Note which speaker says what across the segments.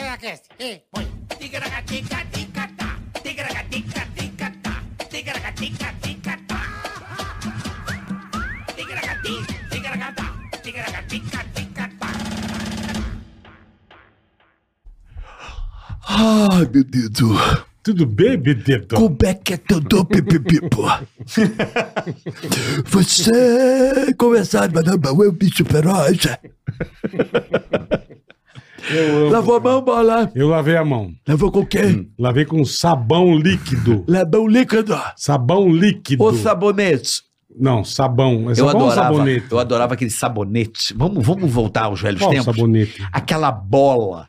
Speaker 1: Ticaracast, e põe. Ticaracatica, ticatá. Ticaracatica, ticatá. Ticaracatica, ticatá. Ticaracati, ticaracatá. Ticaracatica, ticatá.
Speaker 2: Ah,
Speaker 3: Ai, meu dedo.
Speaker 4: Tudo bem, Bedeto?
Speaker 3: Como é que é tudo, pipipipo? Você começar, madame, eu me super-herói.
Speaker 4: Eu amo. Hum.
Speaker 3: Lavou a mão, bola.
Speaker 4: Eu lavei a mão.
Speaker 3: Lavou com o quê?
Speaker 4: Lavei com sabão líquido.
Speaker 3: Lavou líquido.
Speaker 4: Sabão líquido.
Speaker 2: O um sabonete.
Speaker 4: Não, sabão. É
Speaker 2: Eu
Speaker 4: sabão ou
Speaker 2: adorava,
Speaker 4: sabonete?
Speaker 2: eu adorava aquele sabonete. Vamos, vamos voltar aos velhos
Speaker 4: Qual
Speaker 2: tempos?
Speaker 4: sabonete?
Speaker 2: Aquela bola.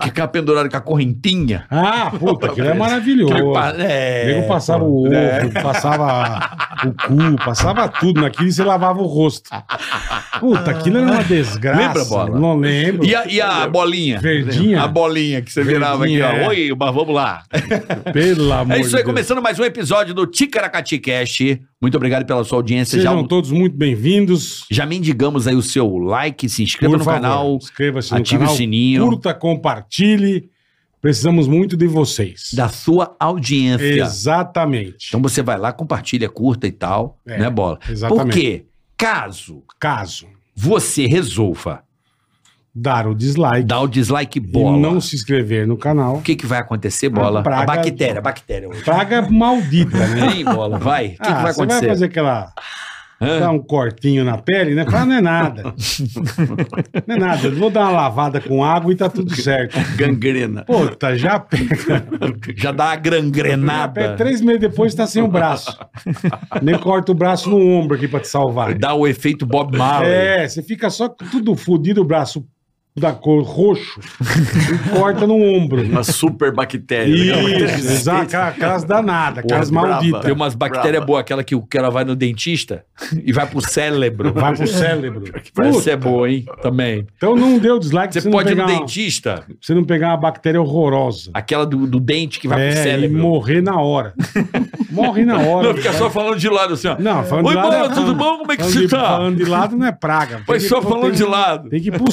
Speaker 2: que ficava pendurado com a correntinha.
Speaker 4: Ah, puta, aquilo é maravilhoso.
Speaker 2: Que
Speaker 4: O
Speaker 2: pa- é.
Speaker 4: nego passava o ovo,
Speaker 2: É.
Speaker 4: passava o cu, passava tudo naquilo e você lavava o rosto. Puta, aquilo era uma desgraça.
Speaker 2: Lembra, Bola?
Speaker 4: Não lembro.
Speaker 2: E a, e a bolinha?
Speaker 4: Verdinha?
Speaker 2: A bolinha que você virava aqui,
Speaker 4: Verdinha,
Speaker 2: ó.
Speaker 4: é.
Speaker 2: Oi, mas vamos lá.
Speaker 4: Pelo amor
Speaker 2: É isso
Speaker 4: de
Speaker 2: aí,
Speaker 4: Deus.
Speaker 2: começando mais um episódio do Ticaracati Cast. Muito obrigado pela sua audiência. Já, um-
Speaker 4: Sejam todos muito bem-vindos.
Speaker 2: já mendigamos aí o seu like, se inscreva
Speaker 4: Por
Speaker 2: no
Speaker 4: favor,
Speaker 2: canal,
Speaker 4: Inscreva-se no
Speaker 2: ative
Speaker 4: canal.
Speaker 2: o sininho
Speaker 4: Curta, compartilhe. Precisamos muito de vocês.
Speaker 2: da sua audiência.
Speaker 4: Exatamente.
Speaker 2: Então você vai lá, compartilha, curta e tal,
Speaker 4: É,
Speaker 2: né, bola?
Speaker 4: exatamente.
Speaker 2: Porque caso
Speaker 4: Caso
Speaker 2: você resolva
Speaker 4: dar o dislike
Speaker 2: dar o dislike
Speaker 4: e
Speaker 2: bola,
Speaker 4: não se inscrever no canal,
Speaker 2: o que que vai acontecer, bola?
Speaker 4: A praga-
Speaker 2: A bactéria, a bactéria. hoje.
Speaker 4: praga maldita, né?
Speaker 2: Vem, bola, vai. O que, que
Speaker 4: Ah,
Speaker 2: vai
Speaker 4: você vai
Speaker 2: acontecer?
Speaker 4: fazer aquela.
Speaker 2: Hã?
Speaker 4: Dar um cortinho na pele, né? Fala, não é nada. Não é nada. Eu vou dar uma lavada com água e tá tudo certo.
Speaker 2: Gangrena.
Speaker 4: Puta, já
Speaker 2: É
Speaker 4: pega.
Speaker 2: Já dá a
Speaker 4: Até
Speaker 2: grangrenada.
Speaker 4: três meses depois tá sem o braço. Nem corta o braço no ombro aqui pra te salvar.
Speaker 2: Dá o efeito Bob Marley.
Speaker 4: É, você fica só com tudo fodido, o braço da cor roxo e corta no ombro.
Speaker 5: Uma super
Speaker 2: É,
Speaker 5: bactéria.
Speaker 4: Isso, exato, aquela- aquelas danadas, aquelas
Speaker 5: brava.
Speaker 4: malditas.
Speaker 2: Tem umas bactérias
Speaker 5: Brava.
Speaker 2: boas, aquela que, que ela vai no dentista e vai pro cérebro.
Speaker 4: Vai pro cérebro.
Speaker 2: Parece ser
Speaker 4: Puta,
Speaker 2: boa, hein? Também.
Speaker 4: então não deu dislike
Speaker 2: Você
Speaker 4: pra você não
Speaker 2: pode ir no
Speaker 4: pegar um- uma-
Speaker 2: dentista,
Speaker 4: pra você não pegar uma bactéria horrorosa.
Speaker 2: aquela do, do dente que vai pro
Speaker 4: É, e
Speaker 2: cérebro.
Speaker 4: morrer na hora. Morre na hora. né?
Speaker 2: Não, fica só falando de lado assim, ó.
Speaker 4: Não, falando
Speaker 2: Oi,
Speaker 4: de lado.
Speaker 2: bola,
Speaker 4: é-
Speaker 2: tudo bom? Como é que
Speaker 4: falando
Speaker 2: você
Speaker 4: de-
Speaker 2: tá?
Speaker 4: Falando de lado não é praga.
Speaker 2: Mas
Speaker 4: Tem
Speaker 2: só
Speaker 4: que-
Speaker 2: falando
Speaker 4: tem-
Speaker 2: de lado.
Speaker 4: Tem que ir pro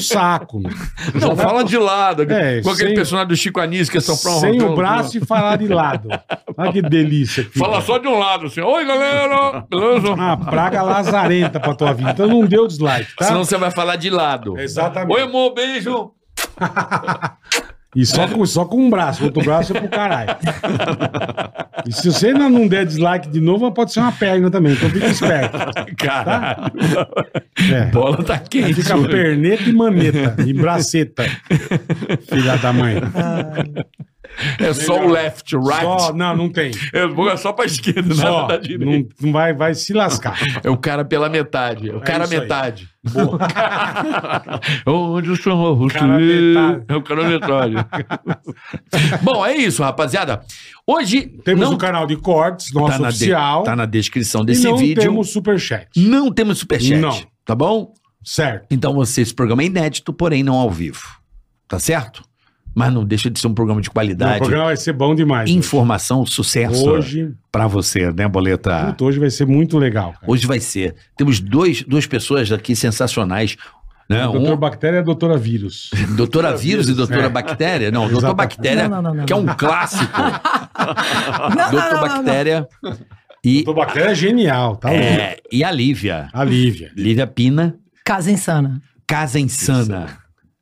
Speaker 4: saco. meu.
Speaker 2: Não, fala de lado.
Speaker 4: É,
Speaker 2: com aquele
Speaker 4: sem-
Speaker 2: personagem do Chico Anísio que é só pra um
Speaker 4: Sem o braço e falar de lado. Olha que delícia. que
Speaker 2: Fala
Speaker 4: fica.
Speaker 2: só de um lado, assim. Oi, galera! Beleza?
Speaker 4: Uma praga lazarenta pra tua vida. Então não deu dislike, tá?
Speaker 2: Senão você vai falar de lado.
Speaker 4: Exatamente.
Speaker 2: Oi, amor, beijo.
Speaker 4: E só com, só com um braço. O outro braço é pro caralho. E se você ainda não der dislike de novo, pode ser uma perna também. Então fica esperto.
Speaker 2: Cara,
Speaker 4: É.
Speaker 2: bola tá quente.
Speaker 4: Fica
Speaker 2: hoje.
Speaker 4: perneta e maneta. E braceta. Filha da mãe.
Speaker 2: É só o left, right.
Speaker 4: Só, não, não tem.
Speaker 2: É bom, é só pra esquerda,
Speaker 4: Só,
Speaker 2: nada tá da direita.
Speaker 4: não, não vai, vai se lascar.
Speaker 2: É o cara pela metade. É o cara
Speaker 4: isso aí.
Speaker 2: metade. Onde o senhor você?
Speaker 4: Cara metade.
Speaker 2: É o cara metade. Bom, é isso, rapaziada. Hoje
Speaker 4: Temos
Speaker 2: não
Speaker 4: um canal de cortes, nosso
Speaker 2: tá, na de-
Speaker 4: oficial.
Speaker 2: tá na descrição
Speaker 4: e
Speaker 2: desse
Speaker 4: não
Speaker 2: vídeo.
Speaker 4: temos superchat.
Speaker 2: Não temos superchat.
Speaker 4: Não.
Speaker 2: Tá bom?
Speaker 4: Certo.
Speaker 2: Então você, esse programa é inédito, porém não ao vivo. Tá certo? Mas não deixa de ser um programa de
Speaker 4: O
Speaker 2: qualidade.
Speaker 4: programa vai ser bom demais.
Speaker 2: Informação, sucesso
Speaker 4: Hoje,
Speaker 2: pra você, né, Boleta?
Speaker 4: puta, hoje vai ser muito legal. Cara.
Speaker 2: Hoje vai ser. Temos dois, duas pessoas aqui sensacionais. Né?
Speaker 4: o doutor
Speaker 2: Um,
Speaker 4: Bactéria e a doutora Vírus.
Speaker 2: doutora Vírus e doutora
Speaker 4: É.
Speaker 2: Bactéria. Não,
Speaker 4: Exatamente.
Speaker 2: doutor Bactéria,
Speaker 6: Não, não, não, não,
Speaker 2: que é um clássico.
Speaker 6: não,
Speaker 2: doutor
Speaker 6: não, não,
Speaker 2: Bactéria E,
Speaker 4: doutor Bactéria é genial, tá louco?
Speaker 2: é, e a Lívia.
Speaker 4: A Lívia.
Speaker 2: Lívia Pina,
Speaker 6: Casa insana.
Speaker 2: Casa Insana. Ah.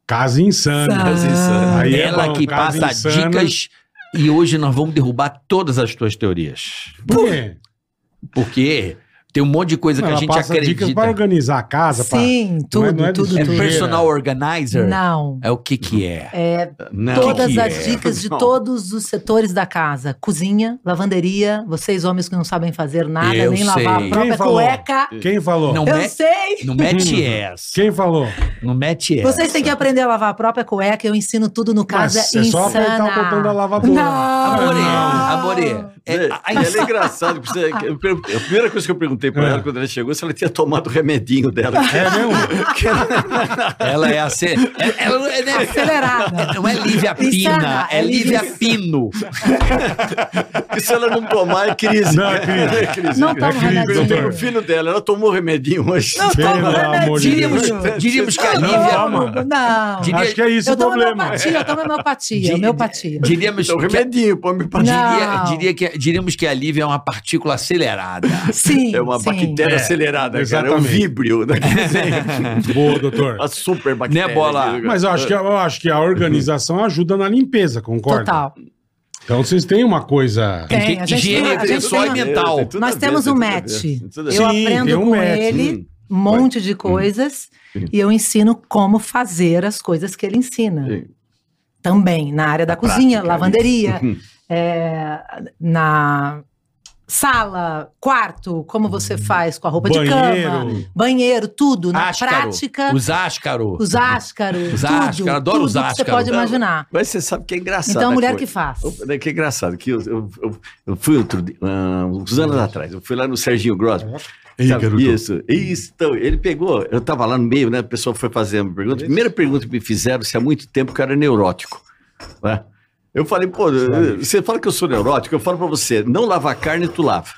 Speaker 4: Casa insana.
Speaker 5: Casa insana.
Speaker 4: Aí é
Speaker 2: Ela
Speaker 4: bom,
Speaker 2: que
Speaker 4: casa
Speaker 2: passa
Speaker 4: insana.
Speaker 2: dicas. E hoje nós vamos derrubar todas as tuas teorias.
Speaker 4: Por quê?
Speaker 2: Porque tem um monte de coisa que
Speaker 4: Ela
Speaker 2: a gente
Speaker 4: passa dicas
Speaker 2: acredita.
Speaker 4: para organizar a casa. pra-
Speaker 6: Sim, tudo,
Speaker 4: não é do
Speaker 6: tudo,
Speaker 2: É
Speaker 4: sujeira.
Speaker 6: tudo.
Speaker 2: personal organizer?
Speaker 6: Não.
Speaker 2: É o que que é?
Speaker 6: É
Speaker 5: Não.
Speaker 6: todas
Speaker 2: que
Speaker 6: as
Speaker 2: é?
Speaker 6: dicas de
Speaker 5: Não.
Speaker 6: todos os setores da casa. Cozinha, lavanderia, vocês homens que não sabem fazer nada,
Speaker 2: Eu
Speaker 6: nem lavar
Speaker 2: sei.
Speaker 6: a própria
Speaker 4: Quem falou?
Speaker 6: cueca.
Speaker 4: Quem falou?
Speaker 2: Não
Speaker 6: Eu
Speaker 2: me-
Speaker 6: sei!
Speaker 2: Não
Speaker 4: Hum.
Speaker 2: mete essa.
Speaker 4: Quem falou?
Speaker 2: Não mete
Speaker 4: é?
Speaker 2: essa.
Speaker 6: Vocês têm que aprender a lavar a própria cueca, eu ensino tudo no Casa
Speaker 4: Mas é
Speaker 6: Insana.
Speaker 4: só apertar o botão da lavadora.
Speaker 6: Não.
Speaker 2: Amore,
Speaker 4: Não.
Speaker 2: amore.
Speaker 6: Ah.
Speaker 5: É,
Speaker 2: É, a- a-
Speaker 5: ela é engraçada. que precisa- que eu per- A primeira coisa que eu perguntei pra
Speaker 4: É.
Speaker 5: ela quando ela chegou se ela tinha tomado o remedinho dela.
Speaker 4: É mesmo?
Speaker 2: Ela é assim. Ela não é, né?
Speaker 6: Acelerada.
Speaker 2: Não é Lívia Pina,
Speaker 6: Insana,
Speaker 2: é
Speaker 6: é Lívia-
Speaker 2: Lívia Pino.
Speaker 5: Porque se ela não tomar, é crise.
Speaker 4: Não, é crise.
Speaker 5: É crise.
Speaker 6: Não
Speaker 5: É
Speaker 6: toma
Speaker 5: crise.
Speaker 4: remedinho.
Speaker 5: Eu tenho o filho dela, ela tomou o remedinho hoje.
Speaker 4: Pelo amor de
Speaker 2: Diríamos,
Speaker 4: Deus.
Speaker 2: diríamos que a
Speaker 6: Não,
Speaker 2: Lívia.
Speaker 4: Calma.
Speaker 6: Não.
Speaker 2: Diria-
Speaker 4: Acho que é isso
Speaker 6: Eu
Speaker 4: o
Speaker 6: tomo
Speaker 4: problema.
Speaker 6: homeopatia, eu tomo homeopatia, homeopatia.
Speaker 2: Diríamos
Speaker 5: Então,
Speaker 2: que,
Speaker 5: remedinho, pô, me parece.
Speaker 6: Não.
Speaker 2: diria- diria que- diríamos que a Lívia é uma partícula acelerada.
Speaker 6: Sim,
Speaker 5: É uma
Speaker 6: sim.
Speaker 5: bactéria acelerada, cara. É um
Speaker 4: exatamente.
Speaker 5: víbrio. Né?
Speaker 4: É. Boa, doutor.
Speaker 5: a super bactéria.
Speaker 2: Né, Bola?
Speaker 4: Mas eu acho, que, é eu acho que a organização ajuda na limpeza, concorda?
Speaker 6: Total.
Speaker 4: Então vocês têm uma coisa.
Speaker 6: Tem. a gente
Speaker 2: higiene
Speaker 6: tem- a gente
Speaker 2: pessoal e
Speaker 6: tem-
Speaker 2: mental.
Speaker 6: Nós temos um match. Eu
Speaker 4: Sim, tem
Speaker 6: aprendo
Speaker 4: um
Speaker 6: com
Speaker 4: match,
Speaker 6: ele um monte de coisas e eu ensino como fazer as coisas que ele ensina.
Speaker 5: Sim.
Speaker 6: Também na área da
Speaker 5: prática,
Speaker 6: cozinha,
Speaker 5: né?
Speaker 6: lavanderia, é, na sala, quarto, como você faz com a roupa de cama,
Speaker 4: Banheiro.
Speaker 6: banheiro, tudo na
Speaker 2: Áscaro.
Speaker 6: prática, os,
Speaker 2: Os Áscaro.
Speaker 6: áscaros,
Speaker 2: Os
Speaker 6: tudo,
Speaker 2: áscaros, adoro
Speaker 6: tudo
Speaker 2: os
Speaker 6: que você
Speaker 2: áscaros.
Speaker 6: pode imaginar.
Speaker 5: Mas você sabe que é engraçado.
Speaker 6: Então a
Speaker 5: a
Speaker 6: mulher que
Speaker 5: coisa.
Speaker 6: faz.
Speaker 5: É Que é engraçado, que eu, eu- eu- eu fui outro dia, ah, uns anos atrás, eu fui lá no Serginho Grosso.
Speaker 3: Uhum. Ei,
Speaker 5: sabe?
Speaker 3: garoto.
Speaker 5: Isso, isso. Então, ele pegou, eu tava lá no meio, né? A pessoa foi fazer uma pergunta. Primeira pergunta que me fizeram se há muito tempo que eu era neurótico. né? Eu falei, pô, eh, você fala que eu sou neurótico, eu falo pra você, não lava carne, tu lava.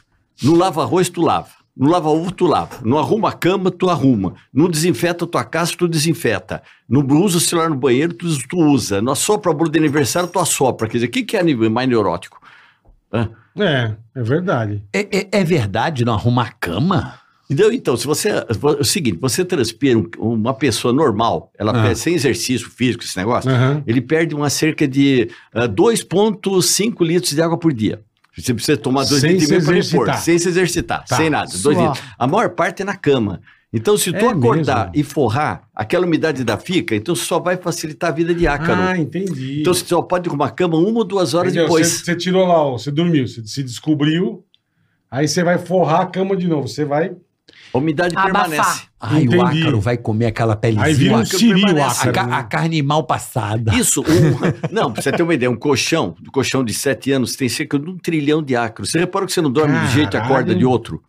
Speaker 5: Não lava arroz, tu lava. Não lava ovo, tu lava. Não arruma a cama, tu arruma. Não desinfeta a tua casa, tu desinfeta. Não usa o celular no banheiro, tu, tu usa. Não assopra a bolo de aniversário, tu assopra. Quer dizer, o que, que é nível mais neurótico?
Speaker 4: É, é verdade.
Speaker 2: É, é- é verdade, não arruma a cama?
Speaker 5: Entendeu? Então, se você. É o seguinte, você transpira um- uma pessoa normal, ela
Speaker 2: Ah.
Speaker 5: perde, sem exercício físico, esse negócio,
Speaker 4: Aham.
Speaker 5: ele perde uma cerca de ah, 2,5 litros de água por dia. Você precisa tomar 2
Speaker 4: Sem
Speaker 5: litros e
Speaker 4: se
Speaker 5: meio para repor,
Speaker 4: exercitar.
Speaker 5: sem se exercitar,
Speaker 4: Tá.
Speaker 5: sem nada. Dois
Speaker 6: Suor.
Speaker 5: litros. A maior parte é na cama. Então, se tu
Speaker 4: É
Speaker 5: acordar
Speaker 4: mesmo?
Speaker 5: e forrar, aquela umidade da fica, então só vai facilitar a vida de ácaro.
Speaker 4: Ah, entendi.
Speaker 5: então, você só pode arrumar a cama uma ou duas horas
Speaker 4: Entendeu?
Speaker 5: depois.
Speaker 4: Você, você tirou lá, ó, você dormiu, você se descobriu, aí você vai forrar a cama de novo. Você vai.
Speaker 5: A umidade
Speaker 6: Abafar.
Speaker 5: permanece.
Speaker 2: Ai, o
Speaker 4: Entendi.
Speaker 2: ácaro vai comer aquela pelezinha.
Speaker 4: Aí vira um
Speaker 5: ácaro
Speaker 4: siri o
Speaker 5: permanece.
Speaker 2: a,
Speaker 4: ácaro.
Speaker 2: ca- a
Speaker 4: né?
Speaker 2: carne mal
Speaker 4: Tá.
Speaker 2: passada.
Speaker 5: Isso, um, não, pra você ter uma ideia, um colchão, um colchão de sete anos tem cerca de um trilhão de ácaros. Você repara que você não dorme de um jeito e
Speaker 4: Caralho.
Speaker 5: acorda de outro?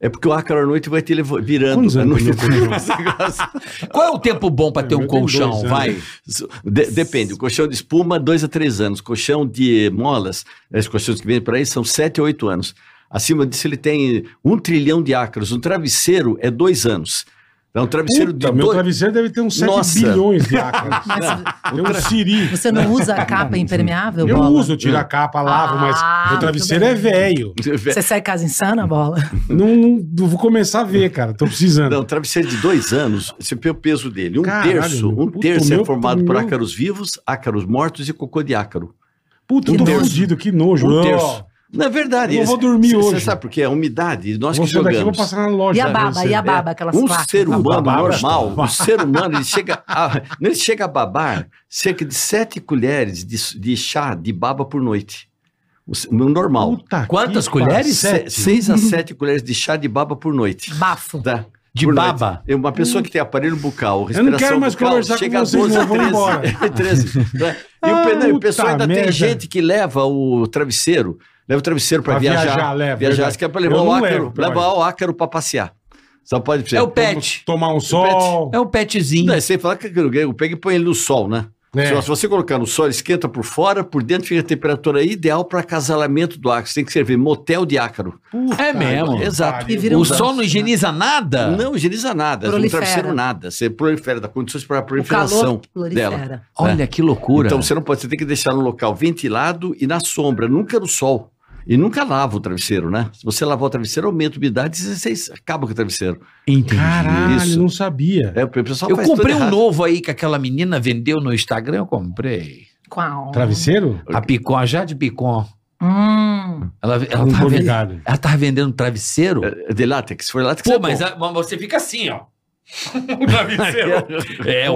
Speaker 5: É porque o ácaro à noite vai te levo- virando.
Speaker 4: Quantos
Speaker 5: à
Speaker 4: anos
Speaker 5: noite.
Speaker 4: tem meu
Speaker 5: Esse negócio.
Speaker 2: Qual é o tempo bom pra ter
Speaker 4: Eu
Speaker 2: um
Speaker 4: tenho
Speaker 2: colchão?
Speaker 4: dois
Speaker 5: né?
Speaker 4: anos.
Speaker 2: Vai.
Speaker 5: De- depende, o colchão de espuma, dois a três anos. Colchão de molas, esses colchões que vêm por aí são sete a oito anos. Acima disso ele tem um trilhão de ácaros. Um travesseiro é dois anos. É um travesseiro
Speaker 4: Puta,
Speaker 5: de
Speaker 4: meu
Speaker 5: dois...
Speaker 4: travesseiro deve ter uns 7
Speaker 5: Nossa.
Speaker 4: bilhões de ácaros.
Speaker 6: Mas
Speaker 4: Tem um siri.
Speaker 6: você não usa a capa impermeável,
Speaker 4: Eu
Speaker 6: Bola?
Speaker 4: uso, eu tiro a capa, lavo,
Speaker 6: Ah,
Speaker 4: mas meu
Speaker 6: muito
Speaker 4: travesseiro
Speaker 6: bem.
Speaker 4: é velho.
Speaker 6: Você sai casa insana, Bola?
Speaker 4: Não, não- não vou começar a ver, cara. Tô precisando.
Speaker 5: Não, travesseiro de dois anos, você vê o peso dele. Um
Speaker 4: Caralho,
Speaker 5: terço,
Speaker 4: meu.
Speaker 5: um
Speaker 4: Puta,
Speaker 5: terço
Speaker 4: o
Speaker 5: é
Speaker 4: meu-
Speaker 5: formado por
Speaker 4: meu-
Speaker 5: ácaros vivos, ácaros mortos e cocô de ácaro.
Speaker 4: Puta, eu
Speaker 6: Que
Speaker 4: tô
Speaker 6: nojo.
Speaker 4: fudido, que nojo.
Speaker 5: Um
Speaker 4: Ó,
Speaker 5: terço. Na verdade,
Speaker 4: Eu
Speaker 5: esse-
Speaker 4: vou dormir hoje.
Speaker 5: Você sabe por quê? É A umidade, nós
Speaker 4: Vou
Speaker 5: que
Speaker 4: sair daqui, vou
Speaker 5: jogamos.
Speaker 4: passar na loja.
Speaker 6: E a
Speaker 4: né,
Speaker 6: baba,
Speaker 4: você.
Speaker 6: e a baba, tá aquelas
Speaker 5: um
Speaker 6: placas.
Speaker 5: ser humano
Speaker 4: babar,
Speaker 5: normal, um
Speaker 4: babar.
Speaker 5: ser humano, ele chega a, ele chega a babar cerca de sete colheres de, de chá de baba por noite. O s- no normal.
Speaker 4: Puta
Speaker 2: Quantas
Speaker 4: que
Speaker 2: colheres?
Speaker 4: pariu.
Speaker 5: Se, seis a sete colheres de chá de baba por noite.
Speaker 6: Bafo.
Speaker 5: Tá?
Speaker 2: De
Speaker 5: Por noite.
Speaker 2: baba.
Speaker 5: É Uma pessoa que tem aparelho bucal,
Speaker 4: Eu não
Speaker 5: respiração
Speaker 4: quero mais
Speaker 5: bucal,
Speaker 4: conversar
Speaker 5: chega
Speaker 4: com vocês,
Speaker 5: a 12,
Speaker 4: não, vamos
Speaker 5: 13, 13, né? E o
Speaker 4: Ah,
Speaker 5: pe- não, e o
Speaker 4: puta
Speaker 5: pessoal ainda
Speaker 4: merda.
Speaker 5: tem gente que leva o travesseiro, leva o travesseiro para
Speaker 4: Pra
Speaker 5: viajar,
Speaker 4: viajar,
Speaker 5: viajar,
Speaker 4: leva,
Speaker 5: viajar
Speaker 4: verdade.
Speaker 5: que é para
Speaker 4: Eu
Speaker 5: levar o
Speaker 4: não
Speaker 5: ácaro,
Speaker 4: levo,
Speaker 5: levar
Speaker 4: olha.
Speaker 5: o ácaro para passear. Só pode ser.
Speaker 2: É o pet.
Speaker 4: Tomar um sol.
Speaker 2: É o petzinho.
Speaker 5: Não, é sem falar que eu pego e põe ele no sol, né?
Speaker 4: É.
Speaker 5: Se- Se você colocar no sol, ele esquenta por fora, por dentro fica a temperatura ideal para acasalamento do ácaro. Você tem que servir motel de ácaro.
Speaker 2: É mesmo.
Speaker 5: Exato.
Speaker 6: E vira um
Speaker 2: O
Speaker 6: danço,
Speaker 2: sol não
Speaker 6: né?
Speaker 2: higieniza nada?
Speaker 5: Não higieniza nada,
Speaker 6: Prolifera.
Speaker 5: não travesseiro nada. Você prolifera, dá condições para a
Speaker 6: O calor
Speaker 5: proliferação dela.
Speaker 6: prolifera.
Speaker 2: Olha que loucura.
Speaker 5: Então você não pode, você tem que deixar no local ventilado e na sombra, nunca no sol. E nunca lava o travesseiro, né? Se você lavar o travesseiro, aumenta a umidade e você acaba com o travesseiro.
Speaker 2: Entendi.
Speaker 4: Caralho,
Speaker 5: Isso.
Speaker 4: não sabia.
Speaker 5: É, o pessoal
Speaker 2: Eu
Speaker 5: Ah, faz tudo
Speaker 2: comprei um
Speaker 5: errado.
Speaker 2: novo aí que aquela menina vendeu no Instagram, eu comprei.
Speaker 6: Qual?
Speaker 4: Travesseiro?
Speaker 2: A Picon, a Jade Picon.
Speaker 6: Hum.
Speaker 2: Ela, ela,
Speaker 4: Não
Speaker 2: tava
Speaker 4: né? tô
Speaker 2: vendendo,
Speaker 4: ligado.
Speaker 2: ela tava vendendo travesseiro.
Speaker 5: É de látex, foi látex.
Speaker 2: Pô,
Speaker 5: é
Speaker 2: mas,
Speaker 5: bom.
Speaker 2: a- mas você fica assim, ó. o travesseiro. É,
Speaker 4: Pô,
Speaker 2: o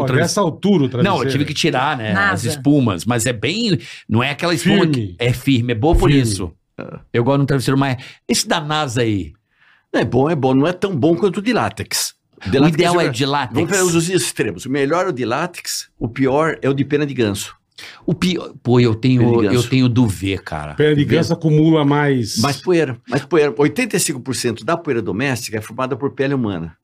Speaker 2: travesseiro.
Speaker 4: Nessa altura o travesseiro.
Speaker 2: Não, eu tive que tirar, né?
Speaker 6: Nasa.
Speaker 2: As espumas. Mas é bem. Não é aquela espuma
Speaker 4: Firme.
Speaker 2: que é firme, é boa por
Speaker 4: Firme.
Speaker 2: isso. Eu gosto de um travesseiro, mas. Esse da NASA aí.
Speaker 5: É bom, é bom. Não é tão bom quanto o de látex. De
Speaker 2: o
Speaker 5: látex
Speaker 2: ideal é
Speaker 5: melhor.
Speaker 2: de
Speaker 5: Vamos
Speaker 2: látex.
Speaker 5: pegar os extremos. O melhor é o de látex, o pior é o de pena de ganso.
Speaker 2: O pior, pô, eu tenho,
Speaker 5: Periganço.
Speaker 2: eu tenho duvet, cara.
Speaker 4: Pé de ganso acumula mais.
Speaker 5: Mais poeira. Mais poeira. 85% da poeira doméstica é formada por pele humana.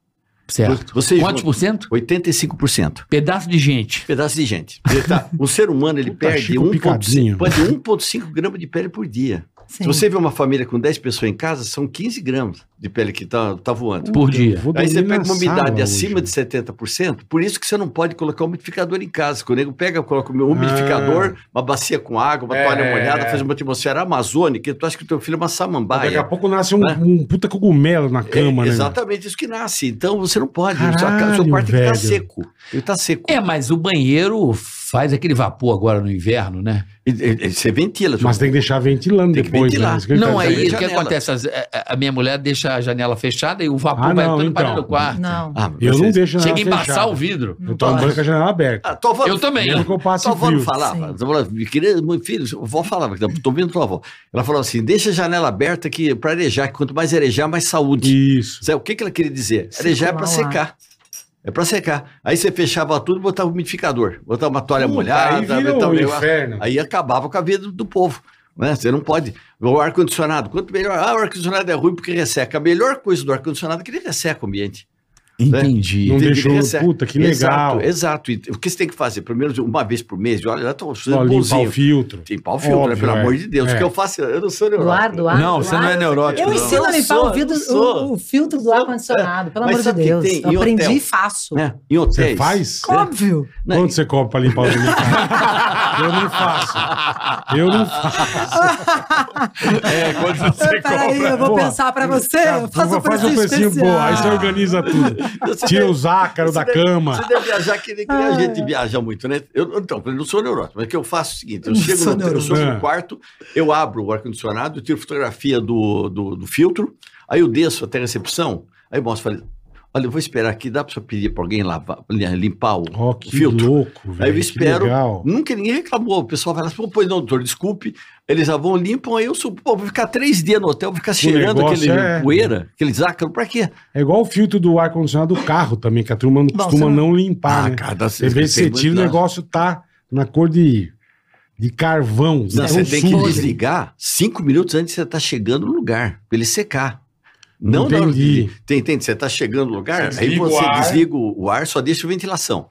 Speaker 2: Certo.
Speaker 5: Você
Speaker 2: Quantos
Speaker 5: junta-
Speaker 2: por cento?
Speaker 5: 85%.
Speaker 2: Pedaço de gente.
Speaker 5: Pedaço de gente. Ele tá- o ser humano ele
Speaker 4: Puta,
Speaker 5: perde
Speaker 4: Chico
Speaker 5: 1,5
Speaker 4: Picadinho.
Speaker 5: pode 1,5 gramas de pele por dia.
Speaker 6: Sim.
Speaker 5: Se você vê uma família com 10 pessoas em casa, são 15 gramas de pele que tá, tá voando.
Speaker 2: Por dia.
Speaker 4: Vou
Speaker 5: Aí você
Speaker 4: dormir
Speaker 5: pega
Speaker 4: na
Speaker 5: uma umidade
Speaker 4: sala
Speaker 5: acima
Speaker 4: hoje.
Speaker 5: de 70%, por isso que você não pode colocar um umidificador em casa. Que o nego pega, coloca um umidificador,
Speaker 4: Ah.
Speaker 5: uma bacia com água, uma
Speaker 4: É.
Speaker 5: toalha molhada, faz uma atmosfera amazônica, e tu acha que o teu filho é uma
Speaker 4: Daqui a
Speaker 5: samambaia.
Speaker 4: pouco nasce um,
Speaker 5: né? É,
Speaker 4: um puta cogumelo na cama, né?
Speaker 5: Exatamente isso que nasce. Então você não pode. sua, ca-
Speaker 4: Caralho,
Speaker 5: seu quarto tem que tá
Speaker 4: velho.
Speaker 5: seco. Ele tá seco.
Speaker 2: É, mas o banheiro faz aquele vapor agora no inverno, né?
Speaker 5: E- e- e você ventila.
Speaker 4: Mas tem que deixar ventilando
Speaker 5: Tem que
Speaker 4: depois.
Speaker 5: ventilar.
Speaker 4: Né? Isso que ele
Speaker 2: não,
Speaker 4: tá
Speaker 2: é
Speaker 4: dizendo.
Speaker 5: aí-
Speaker 2: isso que
Speaker 5: Janela.
Speaker 2: acontece. As- a- A, minha mulher deixa a janela fechada e o vapor
Speaker 4: Ah,
Speaker 2: vai
Speaker 4: não,
Speaker 2: entrando para
Speaker 4: então. Né?
Speaker 2: dentro do quarto.
Speaker 6: Não.
Speaker 5: Ah,
Speaker 4: Eu
Speaker 5: vocês-
Speaker 4: não deixo nada
Speaker 2: Chega a embaçar
Speaker 4: fechado.
Speaker 2: o vidro.
Speaker 4: Eu tomo banho com a janela aberta.
Speaker 5: Ah, tua avó-
Speaker 2: Eu também.
Speaker 4: Mesmo que eu passe
Speaker 5: Tua avó
Speaker 4: frio.
Speaker 5: não falava.
Speaker 6: Sim.
Speaker 5: Tua avó- me queria- meu filho, a avó falava, tô ouvindo tua avó. Ela falava assim: deixa a janela aberta que para arejar, que quanto mais arejar, mais saúde.
Speaker 4: Isso.
Speaker 5: Sabe o que, que ela queria dizer?
Speaker 6: Sim,
Speaker 5: Arejar é para
Speaker 6: tomar um
Speaker 5: secar. É para secar. Aí você fechava tudo e botava um umidificador, botava uma toalha
Speaker 4: Puta,
Speaker 5: molhada,
Speaker 4: aí vira
Speaker 5: botava
Speaker 4: um
Speaker 5: um negócio-
Speaker 4: inferno.
Speaker 5: aí acabava com a vida do povo. Né? Você não pode. O ar-condicionado, quanto melhor. Ah, o ar-condicionado é ruim porque resseca. A melhor coisa do ar-condicionado é que ele resseca o ambiente.
Speaker 2: Entendi.
Speaker 4: Não
Speaker 5: Tem
Speaker 4: deixou.
Speaker 5: que crescer.
Speaker 4: Puta, que
Speaker 5: Exato,
Speaker 4: legal.
Speaker 5: Exato, E O que você tem que fazer? Primeiro, uma vez por mês, olha, eu tô
Speaker 4: Ó,
Speaker 5: sendo
Speaker 4: limpar o
Speaker 5: bonzinho.
Speaker 4: filtro.
Speaker 5: Limpar o filtro, né?
Speaker 4: Óbvio,
Speaker 5: pelo
Speaker 4: é.
Speaker 5: amor de Deus.
Speaker 4: É.
Speaker 5: O que eu faço, eu não sou
Speaker 6: Do ar,
Speaker 5: neurótico.
Speaker 6: do ar.
Speaker 2: Não,
Speaker 6: do
Speaker 2: você
Speaker 6: ar.
Speaker 2: não é neurótico.
Speaker 6: Eu
Speaker 5: não.
Speaker 6: ensino a
Speaker 5: Eu
Speaker 6: limpar
Speaker 5: sou,
Speaker 6: o, vidro,
Speaker 5: eu sou. É,
Speaker 6: o, o filtro do ar-condicionado, pelo
Speaker 5: Mas
Speaker 6: amor de
Speaker 5: sabe o que
Speaker 6: Deus.
Speaker 5: tem?
Speaker 6: Eu
Speaker 5: E
Speaker 6: aprendi
Speaker 5: hotel?
Speaker 6: e faço.
Speaker 5: Né? Em hotéis.
Speaker 4: Você faz? É.
Speaker 6: Óbvio.
Speaker 5: Não,
Speaker 4: Quanto você cobra pra limpar o vidro? Eu não faço. Eu não faço.
Speaker 2: É, quando você
Speaker 6: Peraí, eu vou
Speaker 4: Boa.
Speaker 6: pensar pra você. Eu faço um
Speaker 4: faz
Speaker 6: preço
Speaker 4: um precinho
Speaker 6: especial.
Speaker 4: bom, aí você organiza tudo. Tira os ácaros da
Speaker 5: Você deve- Você
Speaker 4: cama.
Speaker 5: deve viajar que nem que nem a gente viaja muito, né? Eu, então, eu não sou neurótico, mas o que eu faço é o seguinte: eu
Speaker 6: Não
Speaker 5: chego
Speaker 6: sou
Speaker 5: no, eu sou no
Speaker 4: neurótico.
Speaker 5: quarto, eu abro o ar-condicionado, eu tiro fotografia do, do, do filtro, aí eu desço até a recepção, aí eu mostro, falei, olha, eu vou esperar aqui, dá pra você pedir pra alguém lavar, limpar o,
Speaker 4: Ó,
Speaker 5: o
Speaker 4: que
Speaker 5: filtro?
Speaker 4: louco, velho.
Speaker 5: Aí eu
Speaker 4: que
Speaker 5: espero.
Speaker 4: legal.
Speaker 5: Nunca ninguém reclamou. O pessoal fala assim, pô, pois não, doutor, desculpe. Eles já vão, limpam, aí eu sou, pô, vou ficar três dias no hotel, vou ficar cheirando
Speaker 4: negócio
Speaker 5: aquele
Speaker 4: é-
Speaker 5: poeira, aqueles ácaros, pra quê?
Speaker 4: É igual o filtro do ar-condicionado do carro também, que a turma não costuma
Speaker 6: você
Speaker 4: não limpar, né?
Speaker 5: Ah, cara,
Speaker 4: Você vê se você tira, o negócio tá na cor de, de carvão.
Speaker 5: Não,
Speaker 4: tão
Speaker 5: você tem que
Speaker 4: sujo.
Speaker 5: desligar cinco minutos antes de você estar chegando no lugar, pra ele secar. Não na hora
Speaker 4: Entendi.
Speaker 5: que- tem, entende? Você está chegando no lugar,
Speaker 4: Você
Speaker 5: aí
Speaker 4: desliga o
Speaker 5: você
Speaker 4: ar.
Speaker 5: desliga o ar, só deixa a ventilação.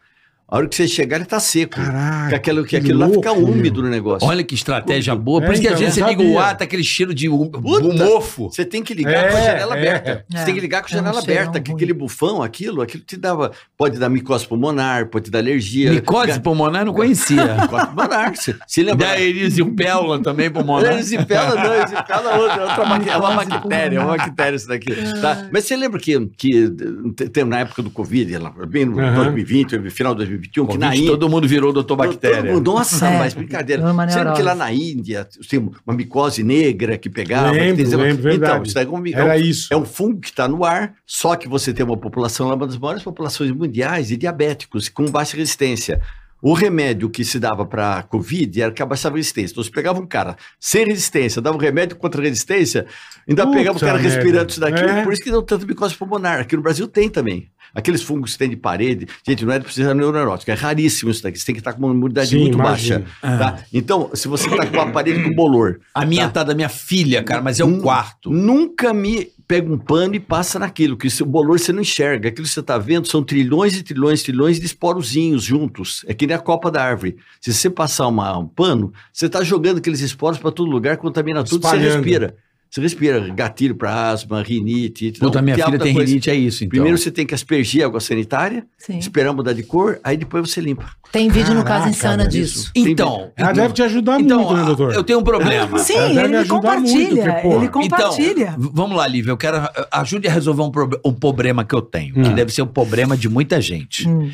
Speaker 5: A hora que você chegar, ele tá seco.
Speaker 4: Caraca,
Speaker 5: Porque aquilo, que
Speaker 4: que
Speaker 5: aquilo lá fica
Speaker 4: louco,
Speaker 5: úmido no negócio.
Speaker 2: Olha que estratégia boa. Por
Speaker 4: É,
Speaker 2: isso que às
Speaker 4: então,
Speaker 2: vezes você
Speaker 4: eu
Speaker 2: liga o
Speaker 4: sabia.
Speaker 2: ar, tá aquele cheiro de um
Speaker 5: Puta.
Speaker 2: mofo.
Speaker 5: Você tem que ligar com a
Speaker 4: É,
Speaker 5: janela
Speaker 4: é.
Speaker 5: aberta. Você
Speaker 6: É.
Speaker 5: tem que ligar com a
Speaker 6: É um
Speaker 5: janela
Speaker 6: cheirão
Speaker 5: aberta, que
Speaker 6: ruim.
Speaker 5: aquele bufão, aquilo, aquilo te dava. Pode dar micose pulmonar, pode te dar alergia.
Speaker 2: Micose pulmonar eu não conhecia.
Speaker 5: Micose pulmonar. Se, se
Speaker 2: Da
Speaker 5: lembra. né?
Speaker 2: erisipéula também pulmonar.
Speaker 5: Erisipela não, erisipela é outra, é outra bactéria, é uma
Speaker 6: Micose
Speaker 5: bactéria, é uma bactéria isso daqui.
Speaker 6: Ah.
Speaker 5: tá? Mas você lembra que, que te- tem na época do Covid, lá, bem no
Speaker 4: Aham.
Speaker 5: 2020, final de 2021, que na
Speaker 2: Convite,
Speaker 5: Índia.
Speaker 2: todo mundo virou doutor
Speaker 5: Todo
Speaker 2: bactéria.
Speaker 5: mundo, nossa,
Speaker 6: É,
Speaker 5: mas brincadeira.
Speaker 6: é uma
Speaker 5: Você lembra que lá
Speaker 6: neurose.
Speaker 5: na Índia tem uma micose negra que pegava? que
Speaker 4: Lembro,
Speaker 5: tem-
Speaker 4: lembro,
Speaker 5: então,
Speaker 4: verdade.
Speaker 5: isso daí é um, é um
Speaker 4: Era isso.
Speaker 5: é um fungo que está no ar, só que você tem uma população, lá, uma das maiores populações mundiais de diabéticos com baixa resistência. O remédio que se dava para Covid era que abaixava a resistência. Então, você pegava um cara sem resistência, dava um remédio contra a resistência, ainda
Speaker 4: Puta
Speaker 5: pegava o cara
Speaker 4: merda.
Speaker 5: respirando isso daqui.
Speaker 4: É.
Speaker 5: Por isso que deu tanto micose pulmonar. Aqui no Brasil tem também. Aqueles fungos que tem de parede. Gente, não é de precisar de neuroneurótico. É raríssimo isso daqui. Você tem que estar com uma imunidade
Speaker 4: Sim,
Speaker 5: muito
Speaker 4: imagino.
Speaker 5: baixa. tá? Então, se você está com uma parede com bolor,
Speaker 2: A minha tá da minha filha, cara, mas é o
Speaker 5: Hum.
Speaker 2: quarto.
Speaker 5: Nunca me pega um pano e passa naquilo, que isso- o bolor você não enxerga. Aquilo que você está vendo são trilhões e trilhões e trilhões de esporozinhos juntos. É que nem a copa da árvore. Se você passar uma- um pano, você está jogando aqueles esporos para todo lugar, contamina tudo, e você
Speaker 4: Espalhando.
Speaker 5: respira. Você respira gatilho para asma, rinite.
Speaker 2: Puta,
Speaker 5: então,
Speaker 2: minha
Speaker 5: diabo
Speaker 2: filha
Speaker 5: da
Speaker 2: tem
Speaker 5: coisa.
Speaker 2: rinite, é isso, então.
Speaker 5: Primeiro você tem que aspergir água sanitária,
Speaker 6: Sim.
Speaker 5: esperar mudar de cor, aí depois você limpa.
Speaker 6: Tem vídeo no
Speaker 4: Caraca,
Speaker 6: Casa Insana
Speaker 4: velho,
Speaker 6: disso.
Speaker 2: então,
Speaker 4: Ela Ah, deve te ajudar
Speaker 2: então,
Speaker 4: muito, né,
Speaker 2: ah,
Speaker 4: doutor?
Speaker 2: eu tenho um problema.
Speaker 6: Sim,
Speaker 4: Ela deve
Speaker 6: ele
Speaker 4: ajudar muito,
Speaker 6: compartilha.
Speaker 4: porque, porra.
Speaker 6: ele compartilha.
Speaker 2: Então, v- vamos lá, Lívia. Eu quero ah, ajude a resolver um, prob- um problema que eu tenho, que
Speaker 4: Hum.
Speaker 2: deve ser o problema de muita gente.
Speaker 6: Hum.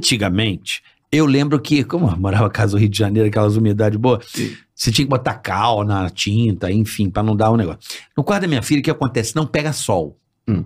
Speaker 2: Antigamente, eu lembro que, como eu morava casa do Rio de Janeiro, aquelas umidades boas, você tinha que botar cal na tinta, enfim, pra não dar um negócio. No quarto da minha filha, o que acontece? Não pega sol. O
Speaker 5: Hum.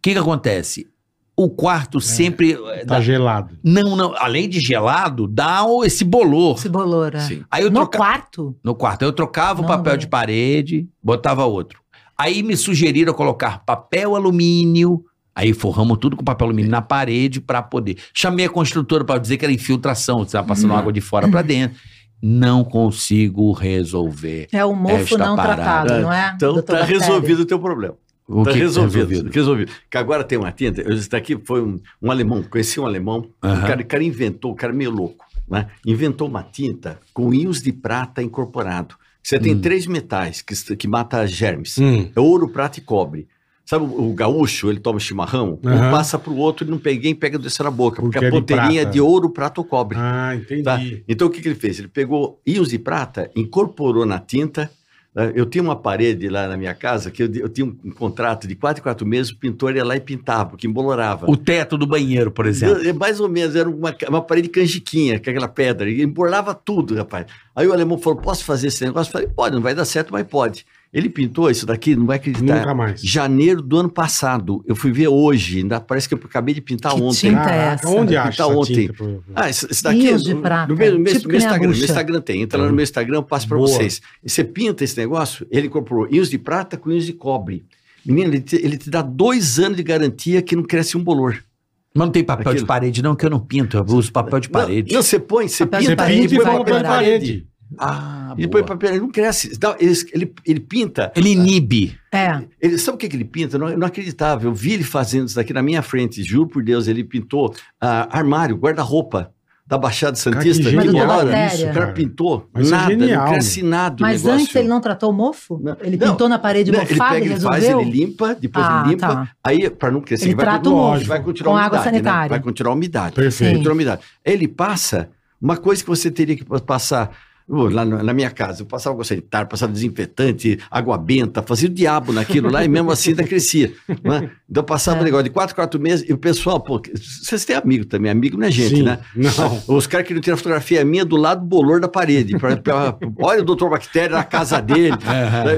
Speaker 2: que, que acontece? O quarto sempre. eh,
Speaker 4: Tá
Speaker 2: dá-
Speaker 4: gelado.
Speaker 2: Não, não. Além de gelado, dá o- esse bolor.
Speaker 6: Esse bolora.
Speaker 2: Aí eu
Speaker 6: no
Speaker 2: troca-
Speaker 6: quarto?
Speaker 2: no quarto. Eu trocava o
Speaker 6: Não,
Speaker 2: papel
Speaker 6: não.
Speaker 2: de parede, botava outro. Aí me sugeriram colocar papel alumínio. Aí forramos tudo com papel alumínio na parede para poder. Chamei a construtora para dizer que era infiltração, estava passando água de fora para dentro. não consigo resolver.
Speaker 6: É o mofo
Speaker 2: Esta
Speaker 6: não
Speaker 2: parada.
Speaker 6: tratado, não é?
Speaker 5: Então
Speaker 6: doutor
Speaker 5: tá
Speaker 6: Bactéria?
Speaker 5: resolvido o teu problema.
Speaker 2: O
Speaker 5: tá
Speaker 2: que que
Speaker 5: resolvido,
Speaker 2: resolvido?
Speaker 5: resolvido. Que agora tem uma tinta. Eu disse, daqui foi um, um alemão, conheci um alemão.
Speaker 2: Aham.
Speaker 5: O, cara, o cara inventou, o cara meio louco, né? Inventou uma tinta com íons de prata incorporado. Você tem
Speaker 2: Hum.
Speaker 5: três metais que, s- que mata germes.
Speaker 4: Hum.
Speaker 5: É ouro, prata e cobre. Sabe o, o gaúcho, ele toma chimarrão,
Speaker 4: Aham.
Speaker 5: um passa pro outro, ele não pega, ninguém pega doce na boca, porque,
Speaker 4: Porque é
Speaker 5: a
Speaker 4: de
Speaker 5: ponteirinha é
Speaker 4: prata.
Speaker 5: de ouro, prata ou cobre.
Speaker 4: Ah, entendi.
Speaker 5: Tá? Então o que, que ele fez? Ele pegou íons de prata, incorporou na tinta. né? Eu tinha uma parede lá na minha casa que eu, eu tinha um, um contrato de quatro em quatro meses, o pintor ia lá e pintava, porque embolorava.
Speaker 2: O teto do banheiro, por exemplo.
Speaker 5: É mais ou menos, era uma, uma parede canjiquinha, com aquela pedra, e embolava tudo, rapaz. Aí o alemão falou: posso fazer esse negócio? Eu falei, pode, não vai dar certo, mas pode. Ele pintou isso daqui, não vai acreditar.
Speaker 4: Nunca mais.
Speaker 5: Janeiro do ano passado, eu fui ver hoje, ainda parece que eu acabei de pintar
Speaker 6: Que
Speaker 5: ontem.
Speaker 6: tinta é essa?
Speaker 4: onde
Speaker 5: Tá
Speaker 4: acha essa
Speaker 5: ontem.
Speaker 4: tinta? pro- pro-
Speaker 5: Ah, isso, isso daqui
Speaker 6: Rios de
Speaker 5: no-
Speaker 6: prata,
Speaker 5: no meu, no meu-
Speaker 6: tipo
Speaker 5: meu
Speaker 6: que nem a
Speaker 5: Instagram, meu
Speaker 6: bucha.
Speaker 5: Instagram tem. Entra lá no meu Instagram, eu passo pra
Speaker 4: Boa.
Speaker 5: vocês. E você pinta esse negócio, ele incorporou íons de prata com íons de cobre. Menino, ele te, ele te dá dois anos de garantia que não cresce um bolor.
Speaker 2: Mas não tem papel de
Speaker 5: Aquilo.
Speaker 2: parede, não, que eu não pinto. Eu uso papel de parede.
Speaker 5: Não, não, você põe, você
Speaker 6: Papel de
Speaker 5: pinta,
Speaker 4: Você
Speaker 6: parede
Speaker 4: pinta e
Speaker 6: vai
Speaker 4: põe papel de
Speaker 6: piorar.
Speaker 4: parede.
Speaker 2: Ah,
Speaker 5: e
Speaker 2: boa.
Speaker 5: põe papel, ele não cresce. Dá- Ele, ele, ele pinta.
Speaker 2: Ele inibe.
Speaker 6: É.
Speaker 5: Ele, sabe o que, que ele pinta? Eu não, eu não acreditava. Eu vi ele fazendo isso daqui na minha frente. Juro por Deus, ele pintou ah, armário, guarda-roupa da Baixada Santista.
Speaker 4: que
Speaker 5: que
Speaker 6: genial
Speaker 5: mora.
Speaker 6: isso,
Speaker 5: o cara
Speaker 4: cara.
Speaker 5: pintou
Speaker 4: Mas isso é
Speaker 5: nada,
Speaker 4: genial,
Speaker 5: não cresce nada o
Speaker 6: é Mas
Speaker 5: negócio.
Speaker 6: antes ele não tratou o mofo?
Speaker 5: Não.
Speaker 6: Ele
Speaker 5: Não.
Speaker 6: pintou na parede
Speaker 5: Não,
Speaker 6: mofada e
Speaker 5: ele faz,
Speaker 6: resolveu?
Speaker 5: ele limpa, depois
Speaker 6: Ah,
Speaker 5: ele limpa.
Speaker 6: tá.
Speaker 5: Aí, para não crescer,
Speaker 6: Ele
Speaker 5: vai,
Speaker 6: trata o
Speaker 5: continuar-
Speaker 4: monstro
Speaker 5: vai continuar
Speaker 6: com
Speaker 5: a
Speaker 6: água
Speaker 5: umidade, né?
Speaker 6: sanitária.
Speaker 5: Vai continuar a umidade.
Speaker 4: Perfeito.
Speaker 5: Continuar a umidade. Ele passa uma coisa que você teria que passar uh, lá na na minha casa. Eu passava água sanitária, passava desinfetante, água benta, fazia o diabo naquilo lá e mesmo assim ainda crescia. Né? Então eu passava
Speaker 6: É.
Speaker 5: um negócio de quatro, quatro meses e o pessoal, pô, vocês têm amigo também, amigo não é gente,
Speaker 4: Sim,
Speaker 5: né?
Speaker 4: não.
Speaker 5: Os caras queriam tirar fotografia minha do lado do bolor da parede. pra- pra- olha o doutor Bactéria na casa dele.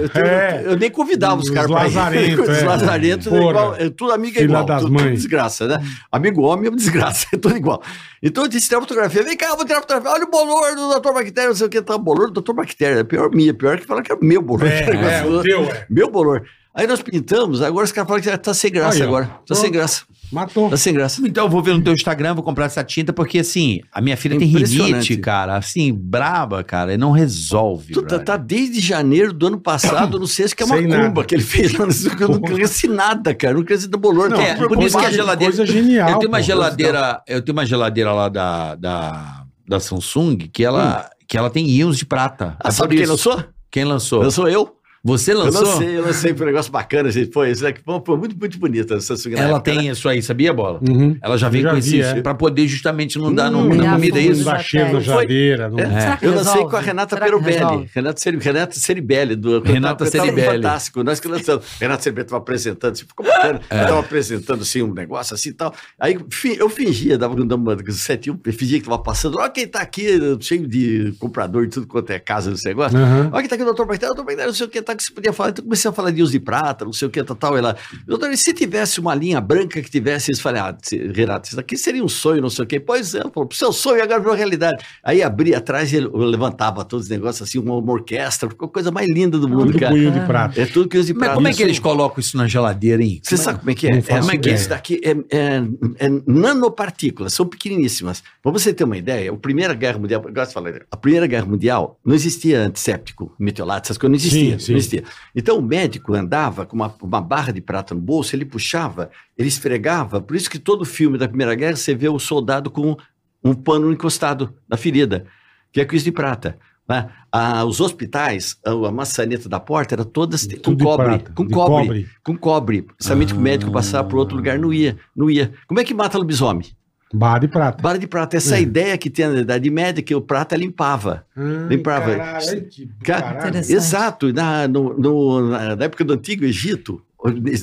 Speaker 5: Eu, tenho-
Speaker 4: É.
Speaker 5: eu nem convidava os
Speaker 4: Os
Speaker 5: caras pra ir.
Speaker 4: lazarentos,
Speaker 5: Os
Speaker 4: é.
Speaker 5: lazarentos,
Speaker 4: Porra.
Speaker 5: é igual, é tudo amigo é
Speaker 4: Filha
Speaker 5: igual,
Speaker 4: das
Speaker 5: tudo, tudo
Speaker 4: mães.
Speaker 5: desgraça, né? Amigo homem é uma desgraça, é tudo igual. Então eu disse, tirar fotografia, vem cá, eu vou tirar fotografia, olha o bolor do doutor Bactéria, não sei o que, tá, bolor do doutor Bactéria, é pior minha, pior que falar que é meu bolor.
Speaker 4: É,
Speaker 5: que
Speaker 4: é, o teu, é.
Speaker 5: Meu bolor. Aí nós pintamos, agora os caras falam que tá sem graça
Speaker 4: Aí, ó.
Speaker 5: agora, tá sem graça,
Speaker 4: Matou.
Speaker 5: tá sem graça.
Speaker 2: Então eu vou ver no teu Instagram, vou comprar essa tinta, porque assim, a minha filha tem
Speaker 5: Impressionante.
Speaker 2: rinite, cara. Assim, braba, cara. E não resolve.
Speaker 5: Tu tá,
Speaker 2: brother.
Speaker 5: tá desde janeiro do ano passado, não sei se que é uma
Speaker 4: Sem
Speaker 5: cumba
Speaker 4: nada.
Speaker 5: que ele fez, não, não cresce nada, cara, não cresce do bolor.
Speaker 4: Não,
Speaker 5: tá
Speaker 2: É,
Speaker 5: tudo
Speaker 2: por isso que a
Speaker 5: preocupado.
Speaker 2: geladeira.
Speaker 4: Coisa genial,
Speaker 2: eu tenho uma
Speaker 4: pô.
Speaker 2: geladeira. Eu tenho uma geladeira lá da, da, da Samsung que ela, que ela tem íons de prata.
Speaker 5: Hum. Ah,
Speaker 2: É
Speaker 5: sabe
Speaker 2: por
Speaker 5: quem
Speaker 2: isso.
Speaker 5: lançou?
Speaker 2: Quem lançou?
Speaker 5: Lançou eu.
Speaker 2: Você lançou?
Speaker 5: Eu lancei, eu lancei, foi um negócio bacana, gente. Foi, isso aqui foi, foi muito, muito bonita a Samsung na
Speaker 2: Ela
Speaker 5: época, né?
Speaker 2: tem isso aí, sabia, Bola?
Speaker 4: Uhum.
Speaker 2: Ela já veio
Speaker 4: já
Speaker 2: com
Speaker 4: vi,
Speaker 2: esse
Speaker 4: é.
Speaker 2: pra poder justamente não dar no-
Speaker 5: Hum,
Speaker 2: na
Speaker 6: olhar
Speaker 2: comida é
Speaker 6: fundo.
Speaker 2: isso.
Speaker 4: Não dá cheiro na
Speaker 6: Foi.
Speaker 4: geladeira. Não...
Speaker 5: É.
Speaker 6: Será que
Speaker 5: eu
Speaker 6: resolve?
Speaker 5: lancei com a Renata
Speaker 6: Será que
Speaker 5: Perobelli.
Speaker 6: resolve?
Speaker 5: Renata, Ceri- Renata Ceribelli. Do,
Speaker 2: Renata
Speaker 5: tava- tava
Speaker 2: Ceribelli.
Speaker 5: Fantástico. Nós que lançamos. Renata Ceribelli estava apresentando, assim, ficou bacana.
Speaker 6: É.
Speaker 5: Estava apresentando assim, um negócio assim e tal. Aí fi- eu fingia, dava dando sete, um, eu fingia que estava passando. Olha quem tá aqui, cheio de comprador de tudo quanto é casa, não sei agora.
Speaker 4: Aham.
Speaker 5: Olha que tá aqui o doutor Bactéria, doutor Bactéria, não sei o que, tá que você podia falar. Então eu comecei a falar de uso de prata, não sei o que, tal, tal. Ela, doutor, e se tivesse uma linha branca que tivesse, eles falaram, ah, se- Renato, isso daqui seria um sonho, não sei o que. Pois é, falou, seu sonho agora virou realidade. Aí abri atrás e ele levantava todos os negócios assim, uma, uma orquestra, ficou a coisa mais linda do mundo,
Speaker 4: Tudo
Speaker 5: cara.
Speaker 4: punho de prata.
Speaker 5: É tudo que uso de
Speaker 2: Mas
Speaker 5: prata.
Speaker 2: como é que
Speaker 5: Isso-
Speaker 2: eles colocam isso na geladeira, hein?
Speaker 5: você sabe como é que é?
Speaker 4: Não
Speaker 5: É,
Speaker 4: faço
Speaker 5: como é que é?
Speaker 4: ideia.
Speaker 5: Isso daqui é, é- é nanopartículas, são pequeniníssimas. Para você ter uma ideia, a Primeira Guerra Mundial, eu gosto de falar, a Primeira Guerra Mundial não existia antisséptico, metiolato, essas coisas não existiam.
Speaker 4: Sim, sim.
Speaker 5: Não existia. Então o médico andava com uma, uma barra de prata no bolso, ele puxava, ele esfregava, por isso que todo filme da Primeira Guerra você vê o soldado com um pano encostado na ferida, que é com isso de prata. né? Ah, os hospitais, a, a maçaneta da porta era todas com
Speaker 4: Tudo de
Speaker 5: cobre,
Speaker 4: prata,
Speaker 5: com
Speaker 4: de
Speaker 5: cobre com cobre. Somente que o
Speaker 2: Ah.
Speaker 5: médico passar para outro lugar, não ia, não ia. Como é que mata lobisomem?
Speaker 4: Barra de prata.
Speaker 5: Barra de prata. Essa
Speaker 4: É.
Speaker 5: ideia que tem na Idade Média, que o prata limpava. Limpava.
Speaker 4: Caralho, que do
Speaker 5: Cara,
Speaker 4: caralho.
Speaker 6: Interessante.
Speaker 5: Exato. Na, no- no- na na época do Antigo Egito,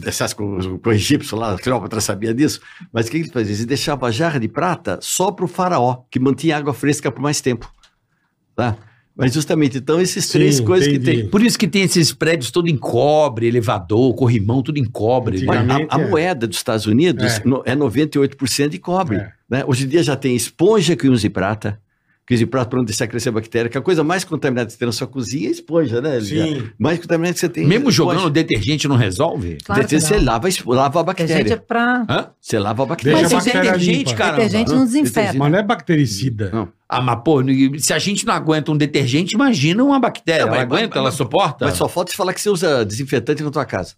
Speaker 5: essas com, com o egípcio lá, o Cleópatra sabia disso, mas o que eles faziam? Eles deixavam a jarra de prata só para o faraó, que mantinha água fresca por mais tempo. Tá? Mas justamente, então, esses três
Speaker 4: Sim,
Speaker 5: coisas que
Speaker 4: entendi.
Speaker 5: tem.
Speaker 2: Por isso é que tem esses prédios todo em cobre, elevador, corrimão, tudo em cobre.
Speaker 4: Antiga-
Speaker 5: Olha, a-
Speaker 4: Antigamente,
Speaker 5: a,
Speaker 4: é.
Speaker 5: moeda dos Estados Unidos
Speaker 4: É.
Speaker 5: no- é, 98% de cobre.
Speaker 4: É.
Speaker 5: né? Hoje em dia já tem esponja que usa de prata, crise de prato para não deixar crescer bactéria, que é a coisa mais contaminada que você tem na sua cozinha é esponja, né? Lidia?
Speaker 4: Sim.
Speaker 5: Mais contaminada que você tem. é
Speaker 2: Mesmo
Speaker 5: esponja.
Speaker 2: jogando detergente não resolve?
Speaker 6: Claro que
Speaker 5: você
Speaker 6: não.
Speaker 5: lava, a espo- lava a
Speaker 6: Detergente é
Speaker 5: bactéria.
Speaker 6: pra.
Speaker 2: Hã?
Speaker 5: Você lava a bactéria.
Speaker 4: Deixa
Speaker 2: Mas
Speaker 4: a
Speaker 2: isso é
Speaker 4: bactéria
Speaker 2: detergente,
Speaker 4: limpa.
Speaker 2: cara.
Speaker 6: Detergente
Speaker 5: não.
Speaker 6: não desinfeta.
Speaker 4: Mas não é bactericida.
Speaker 5: Não.
Speaker 2: Ah, mas pô, se a gente não aguenta um detergente, imagina uma bactéria.
Speaker 5: Não,
Speaker 2: ela
Speaker 5: mas-
Speaker 2: aguenta?
Speaker 5: mas-
Speaker 2: ela
Speaker 5: mas-
Speaker 2: suporta?
Speaker 5: Mas só falta você falar que você usa desinfetante na tua casa.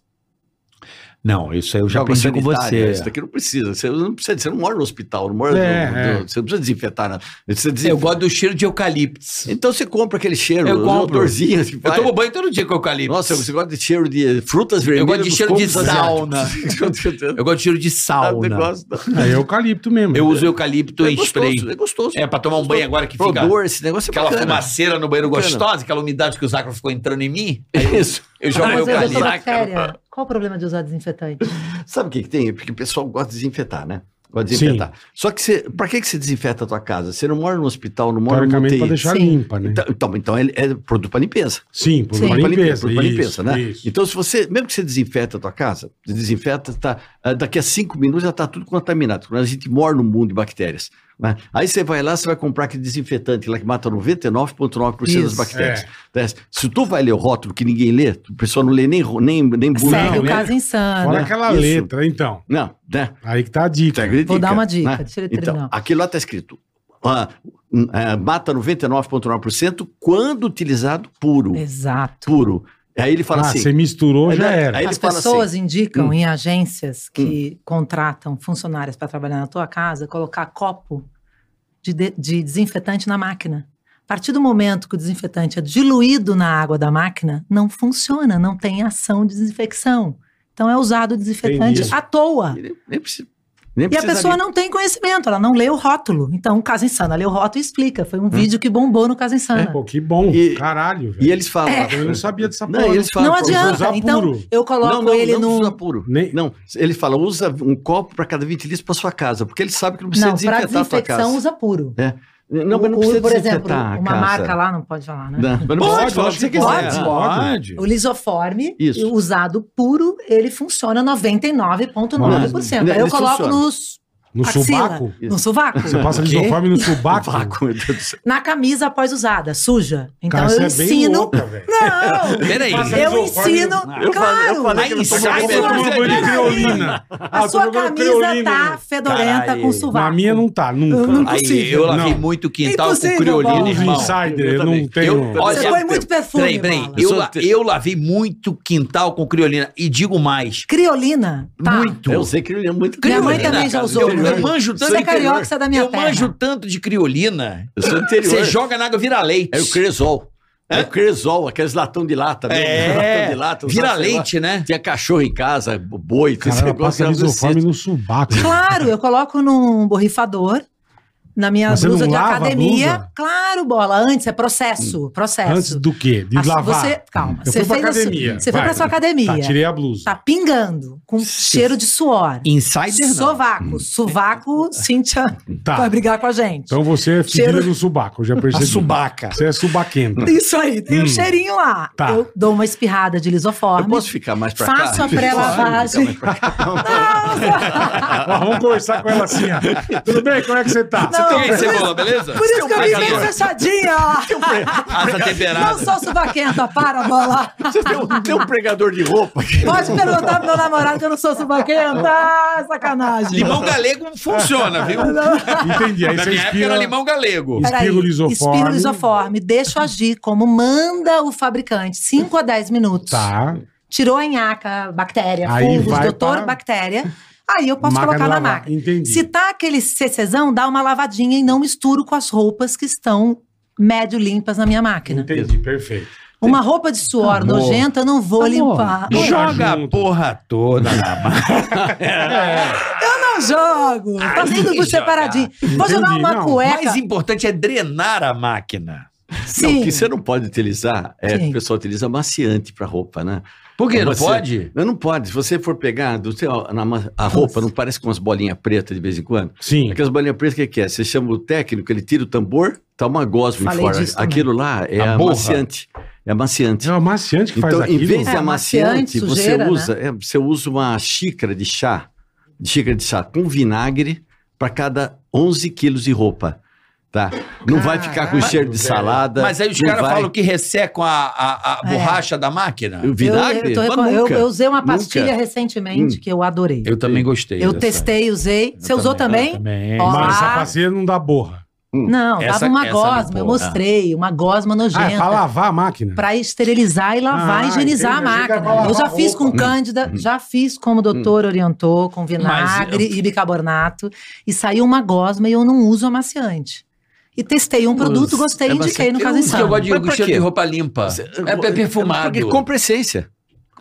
Speaker 2: Não, isso aí eu já
Speaker 5: Água
Speaker 2: aprendi com
Speaker 5: sanitária,
Speaker 2: você.
Speaker 5: né? Isso daqui não precisa. Você não, precisa, você não mora no hospital, não mora
Speaker 4: É,
Speaker 5: no-
Speaker 4: é.
Speaker 5: no- Você não precisa desinfetar nada. Você desinfeta.
Speaker 2: Eu gosto do cheiro de eucalipto.
Speaker 5: Então você compra aquele cheiro,
Speaker 2: Eu
Speaker 5: os
Speaker 2: compro.
Speaker 5: odorzinhos que
Speaker 2: Eu
Speaker 5: vai.
Speaker 2: tomo banho todo dia com eucalipto.
Speaker 5: Nossa, você gosta de cheiro de frutas vermelhas.
Speaker 2: gosto de
Speaker 5: dos
Speaker 2: cheiro de
Speaker 5: povos asiáticos.
Speaker 2: Eu gosto de cheiro de
Speaker 5: Eu
Speaker 2: sauna.
Speaker 5: gosto, não.
Speaker 4: É eucalipto mesmo.
Speaker 2: Eu uso eucalipto
Speaker 5: É
Speaker 2: em
Speaker 5: gostoso,
Speaker 2: spray.
Speaker 5: É gostoso.
Speaker 2: É, pra tomar um banho agora que
Speaker 5: Pro
Speaker 2: fica
Speaker 5: odor, esse negócio é
Speaker 2: aquela
Speaker 5: bacana.
Speaker 2: fumaceira no banheiro
Speaker 5: Bacana.
Speaker 2: gostosa, aquela umidade que o Zacro ficou entrando em mim.
Speaker 5: É isso.
Speaker 2: Eu jogo
Speaker 6: Mas,
Speaker 5: eu
Speaker 6: doutor
Speaker 2: eucalipto.
Speaker 6: Bactéria, qual o problema de usar desinfetante?
Speaker 5: Sabe o que, que tem? Porque o pessoal gosta de desinfetar, né? Gosta de
Speaker 4: Sim.
Speaker 5: desinfetar. Só que você, pra que, que você desinfeta a tua casa? Você não mora no hospital, não mora no
Speaker 4: Teoricamente, pra
Speaker 5: UTI.
Speaker 4: deixar
Speaker 6: Sim.
Speaker 4: limpa, né?
Speaker 5: Então, então, então é, é produto pra limpeza.
Speaker 4: Sim, por
Speaker 6: Sim.
Speaker 4: uma
Speaker 5: Pra limpeza,
Speaker 4: limpeza.
Speaker 5: produto pra
Speaker 4: isso,
Speaker 5: limpeza, né?
Speaker 4: isso.
Speaker 5: Então, se você, mesmo que você desinfeta a tua casa, você desinfeta, tá, ah, daqui a cinco minutos já tá tudo contaminado. Quando a gente mora num mundo de bactérias. né? Aí você vai lá, você vai comprar aquele desinfetante lá que mata 99,9% das
Speaker 6: Isso.
Speaker 4: é.
Speaker 5: bactérias. né? Se tu vai ler o rótulo que ninguém lê, o pessoal não lê nem, ro- nem, nem bullying.
Speaker 6: Segue
Speaker 4: não,
Speaker 6: o
Speaker 4: né?
Speaker 6: caso insano.
Speaker 4: Fora aquela
Speaker 5: Isso.
Speaker 4: letra, então.
Speaker 5: Não, né?
Speaker 4: Aí que tá a
Speaker 5: Tá,
Speaker 4: dica.
Speaker 5: acredita,
Speaker 6: Vou dar uma dica,
Speaker 5: né?
Speaker 6: deixa ele
Speaker 5: Então,
Speaker 6: terminar.
Speaker 5: aquilo lá está escrito. ah, hum, ah, mata 99,9% quando utilizado puro.
Speaker 6: Exato.
Speaker 5: Puro. Aí ele fala
Speaker 4: Ah,
Speaker 5: assim.
Speaker 4: você misturou, já
Speaker 5: Aí-
Speaker 4: era.
Speaker 5: aí- ele
Speaker 6: As
Speaker 5: fala
Speaker 6: pessoas indicam
Speaker 5: "Hum,
Speaker 6: em agências que contratam funcionários para trabalhar na tua casa colocar copo de, de- de desinfetante na máquina. A partir do momento que o desinfetante é diluído na água da máquina, não funciona, não tem ação de desinfecção. Então é usado o desinfetante
Speaker 4: Entendi.
Speaker 6: à toa.
Speaker 5: ele Nem precisa. Nem
Speaker 6: E a
Speaker 5: precisaria.
Speaker 6: pessoa não tem conhecimento, ela não lê o rótulo. Então, o Casa Insana lê o rótulo e explica. Foi
Speaker 5: Hum.
Speaker 6: um vídeo que bombou no Casa
Speaker 5: É,
Speaker 6: Insana.
Speaker 4: Pô, que bom.
Speaker 5: E-
Speaker 4: Caralho, velho.
Speaker 5: E eles falam.
Speaker 6: É,
Speaker 4: Eu não sabia dessa
Speaker 5: Não,
Speaker 4: porra.
Speaker 5: eles falam.
Speaker 6: não
Speaker 5: pra usar-
Speaker 6: adianta.
Speaker 4: usar
Speaker 6: Então,
Speaker 4: puro.
Speaker 6: eu coloco
Speaker 5: Não, não,
Speaker 6: ele
Speaker 5: não
Speaker 6: no.
Speaker 5: usa puro.
Speaker 4: Nem-
Speaker 5: Não, ele fala, usa um copo para cada 20 litros para sua casa, porque ele sabe que não precisa
Speaker 6: Não, para
Speaker 5: desinfetar a tua casa.
Speaker 6: desinfecção usa puro.
Speaker 5: Não, mas não
Speaker 6: O-
Speaker 5: precisa
Speaker 6: por exemplo,
Speaker 5: desinfetar a
Speaker 6: uma
Speaker 5: casa.
Speaker 6: marca lá não pode falar, né?
Speaker 5: Não, mas não
Speaker 4: Pode,
Speaker 5: pode falar o que você
Speaker 4: lógico que pode.
Speaker 5: quiser.
Speaker 2: Pode.
Speaker 6: O lisoforme,
Speaker 5: Isso.
Speaker 6: e usado puro, ele funciona 99,9%.
Speaker 5: Não,
Speaker 6: Aí eu
Speaker 5: eles
Speaker 6: coloco
Speaker 5: funcionam.
Speaker 6: nos,
Speaker 4: No
Speaker 6: axila,
Speaker 4: subaco?
Speaker 6: no sovaco,
Speaker 4: Você passa lisoforme no subaco?
Speaker 5: Vácuo, meu Deus do céu.
Speaker 6: na camisa após usada, suja. Então
Speaker 4: Cara,
Speaker 6: eu
Speaker 4: você é bem
Speaker 6: ensino.
Speaker 4: louca, velho.
Speaker 6: Não!
Speaker 2: Peraí.
Speaker 4: Passa
Speaker 6: Eu
Speaker 4: lisoforme
Speaker 6: ensino,
Speaker 2: no-
Speaker 5: Eu falei-
Speaker 6: claro.
Speaker 5: eu falei que
Speaker 2: Aí
Speaker 5: não
Speaker 2: sai,
Speaker 4: Você
Speaker 5: tocava
Speaker 4: tá
Speaker 5: banho.
Speaker 6: sua
Speaker 4: tomando banho de
Speaker 6: peraí.
Speaker 4: creolina.
Speaker 6: A sua
Speaker 4: Ah, tô jogando
Speaker 6: camisa
Speaker 4: creolina.
Speaker 6: tá fedorenta
Speaker 2: Caralho.
Speaker 6: com sovaco.
Speaker 4: Na minha não tá, nunca.
Speaker 6: não
Speaker 2: Aí,
Speaker 6: Impossível.
Speaker 2: eu lavei
Speaker 4: Não.
Speaker 2: muito quintal com
Speaker 6: Impossível,
Speaker 2: criolina,
Speaker 6: Paulo.
Speaker 4: Os
Speaker 2: irmão.
Speaker 4: insider, eu
Speaker 5: também.
Speaker 4: não tenho.
Speaker 2: Eu-
Speaker 6: Você
Speaker 2: Olha,
Speaker 6: põe muito perfume.
Speaker 2: Peraí, peraí.
Speaker 6: Bala.
Speaker 2: Eu, la- eu lavei muito quintal com criolina. E digo mais.
Speaker 6: Criolina, tá?
Speaker 2: Muito.
Speaker 5: Eu sei que ele é muito
Speaker 6: Minha
Speaker 2: Criolina,
Speaker 6: mãe também já
Speaker 2: cara.
Speaker 6: usou.
Speaker 2: Eu,
Speaker 6: né?
Speaker 2: eu manjo tanto.
Speaker 6: Você é
Speaker 2: de-
Speaker 6: carioca, você é da minha
Speaker 2: eu
Speaker 6: terra.
Speaker 2: manjo tanto de criolina.
Speaker 5: Eu sou do interior.
Speaker 2: Você joga na água, vira leite.
Speaker 5: É o Cresol. É o Cresol, aqueles latão de lata. mesmo,
Speaker 2: É,
Speaker 5: latão de lata.
Speaker 2: vira
Speaker 5: usava, tá sei lá.
Speaker 2: leite, né?
Speaker 5: Tinha cachorro em casa, boi,
Speaker 4: Cara, ela passa
Speaker 5: era do
Speaker 4: lisoforme
Speaker 5: sítio.
Speaker 4: no subaco.
Speaker 6: Claro, eu coloco num borrifador. Na minha
Speaker 4: Mas você
Speaker 6: blusa
Speaker 4: não
Speaker 6: de
Speaker 4: lava a
Speaker 6: academia.
Speaker 4: blusa?
Speaker 6: Claro, bola. Antes é processo. Processo.
Speaker 4: Antes do quê? De
Speaker 6: Assim,
Speaker 4: lavar.
Speaker 6: Você, calma.
Speaker 4: Eu
Speaker 6: Você
Speaker 4: fui pra
Speaker 6: fez a sua-
Speaker 4: academia,
Speaker 6: Você foi
Speaker 4: vai.
Speaker 6: pra sua academia.
Speaker 4: Tá,
Speaker 6: Tá,
Speaker 4: tirei a blusa.
Speaker 6: pingando com cheiro de suor.
Speaker 2: Insider não.
Speaker 6: Sovaco. Sovaco, Cíntia
Speaker 4: Hum. Tá.
Speaker 6: vai brigar com a gente.
Speaker 4: Então você é fedida
Speaker 6: Cheiro-
Speaker 4: do subaco, eu já percebi.
Speaker 2: subaca.
Speaker 4: Você é subaquenta.
Speaker 6: Isso aí, tem
Speaker 4: Hum.
Speaker 6: um cheirinho lá.
Speaker 4: Tá.
Speaker 6: Eu dou uma espirrada de lisoforme.
Speaker 5: Eu posso ficar mais pra cá?
Speaker 6: Faço a pré-lavagem.
Speaker 4: Ó, vamos conversar com ela assim, ó. Tudo bem? Como é que você tá?
Speaker 6: Não,
Speaker 2: E aí, cebola, beleza?
Speaker 6: Por isso que eu vim bem fechadinha, ó.
Speaker 2: Asa
Speaker 6: Não
Speaker 2: temperada.
Speaker 6: sou subaquenta, para, bola.
Speaker 5: Você tem um, tem um pregador de roupa aqui.
Speaker 6: Pode perguntar pro meu namorado que eu não sou subaquenta. Ah, Sacanagem.
Speaker 2: Limão galego funciona, viu?
Speaker 4: Entendi. Aí
Speaker 2: Na
Speaker 4: você
Speaker 2: minha época
Speaker 4: inspira.
Speaker 2: era limão galego.
Speaker 4: Espirro lisoforme.
Speaker 6: espirro lisoforme, deixo agir como manda o fabricante, 5 a 10 minutos.
Speaker 4: Tá.
Speaker 6: Tirou a nhaca, bactéria,
Speaker 4: Aí
Speaker 6: fungos,
Speaker 4: vai
Speaker 6: doutor,
Speaker 4: pra-
Speaker 6: bactéria. Aí eu posso
Speaker 4: Máquina
Speaker 6: colocar
Speaker 4: de
Speaker 6: na
Speaker 4: lavar.
Speaker 6: máquina.
Speaker 4: Entendi.
Speaker 6: Se tá aquele CCzão, dá uma lavadinha e não misturo com as roupas que estão médio limpas na minha máquina.
Speaker 4: Entendi, perfeito.
Speaker 6: Uma roupa de suor
Speaker 2: Amor.
Speaker 6: nojenta, eu não vou limpar.
Speaker 4: Não
Speaker 2: Joga
Speaker 4: tá
Speaker 2: a
Speaker 4: junto.
Speaker 2: porra toda na mão.
Speaker 6: Não jogo. Tá
Speaker 2: Ai,
Speaker 6: tudo
Speaker 2: joga.
Speaker 6: separadinho. Vou jogar
Speaker 4: Entendi,
Speaker 6: uma
Speaker 4: não.
Speaker 2: O
Speaker 6: cueca.
Speaker 2: mais importante é drenar a máquina.
Speaker 5: Não,
Speaker 6: Sim.
Speaker 5: o que é você não pode utilizar é
Speaker 6: Sim.
Speaker 5: o pessoal utiliza maciante pra roupa, né?
Speaker 2: Por quê? Não
Speaker 5: Você-
Speaker 2: pode?
Speaker 5: Não, não pode. Se você for pegar, do seu- na ma- a roupa não parece com umas bolinhas pretas de vez em quando?
Speaker 4: Sim.
Speaker 5: Aquelas bolinhas pretas, o que, que é? Você chama o técnico, ele tira o tambor, tá uma gosma
Speaker 6: Falei
Speaker 5: fora.
Speaker 6: disso também.
Speaker 5: Aquilo lá é
Speaker 2: A borra.
Speaker 5: amaciante. É amaciante.
Speaker 4: É o amaciante que faz
Speaker 5: Então, em
Speaker 4: aquilo.
Speaker 5: vez de
Speaker 6: É,
Speaker 5: amaciante,
Speaker 6: amaciante,
Speaker 5: você,
Speaker 6: sujeira, né?
Speaker 5: usa, é, você usa uma xícara de chá, de xícara de chá com vinagre para cada 11 quilos de roupa. Tá. Não vai ficar com
Speaker 4: Caralho,
Speaker 5: cheiro de
Speaker 4: velho.
Speaker 5: salada.
Speaker 2: Mas aí os
Speaker 5: não
Speaker 2: caras
Speaker 5: vai-
Speaker 2: falam que ressecam a, a, a
Speaker 6: É.
Speaker 2: borracha da máquina.
Speaker 5: O vinagre?
Speaker 6: eu, eu, tô-
Speaker 5: Mas
Speaker 6: eu-
Speaker 5: nunca.
Speaker 6: eu usei uma
Speaker 5: Nunca.
Speaker 6: pastilha recentemente que eu adorei. Eu,
Speaker 2: Eu também gostei. dessa.
Speaker 6: testei, usei. Você usou também?
Speaker 2: Também.
Speaker 6: Ó.
Speaker 4: Mas
Speaker 6: Ah.
Speaker 4: essa pastilha não dá borra.
Speaker 6: Não,
Speaker 2: Essa-
Speaker 6: dava uma
Speaker 2: essa
Speaker 6: gosma,
Speaker 2: não,
Speaker 6: eu
Speaker 2: pô.
Speaker 6: mostrei, uma gosma
Speaker 4: Ah, é pra
Speaker 6: nojenta.
Speaker 4: lavar a máquina.
Speaker 6: Pra esterilizar e lavar,
Speaker 4: Ah,
Speaker 6: higienizar
Speaker 4: entendi, achei que
Speaker 6: a
Speaker 4: era pra lavar
Speaker 6: máquina. Eu já
Speaker 4: a
Speaker 6: fiz com
Speaker 4: roupa.
Speaker 6: cândida, já fiz como o doutor orientou, com vinagre e bicarbonato, e saiu uma gosma e eu não uso amaciante. E testei um produto, gostei e
Speaker 5: é
Speaker 6: indiquei no
Speaker 5: amaciante.
Speaker 6: caso
Speaker 5: Eu-
Speaker 2: Isso que eu gosto
Speaker 6: insano.
Speaker 2: de
Speaker 5: Mas pra
Speaker 2: cheiro
Speaker 5: quê?
Speaker 2: de roupa limpa. É pe- perfumado.
Speaker 5: Porque compra essência.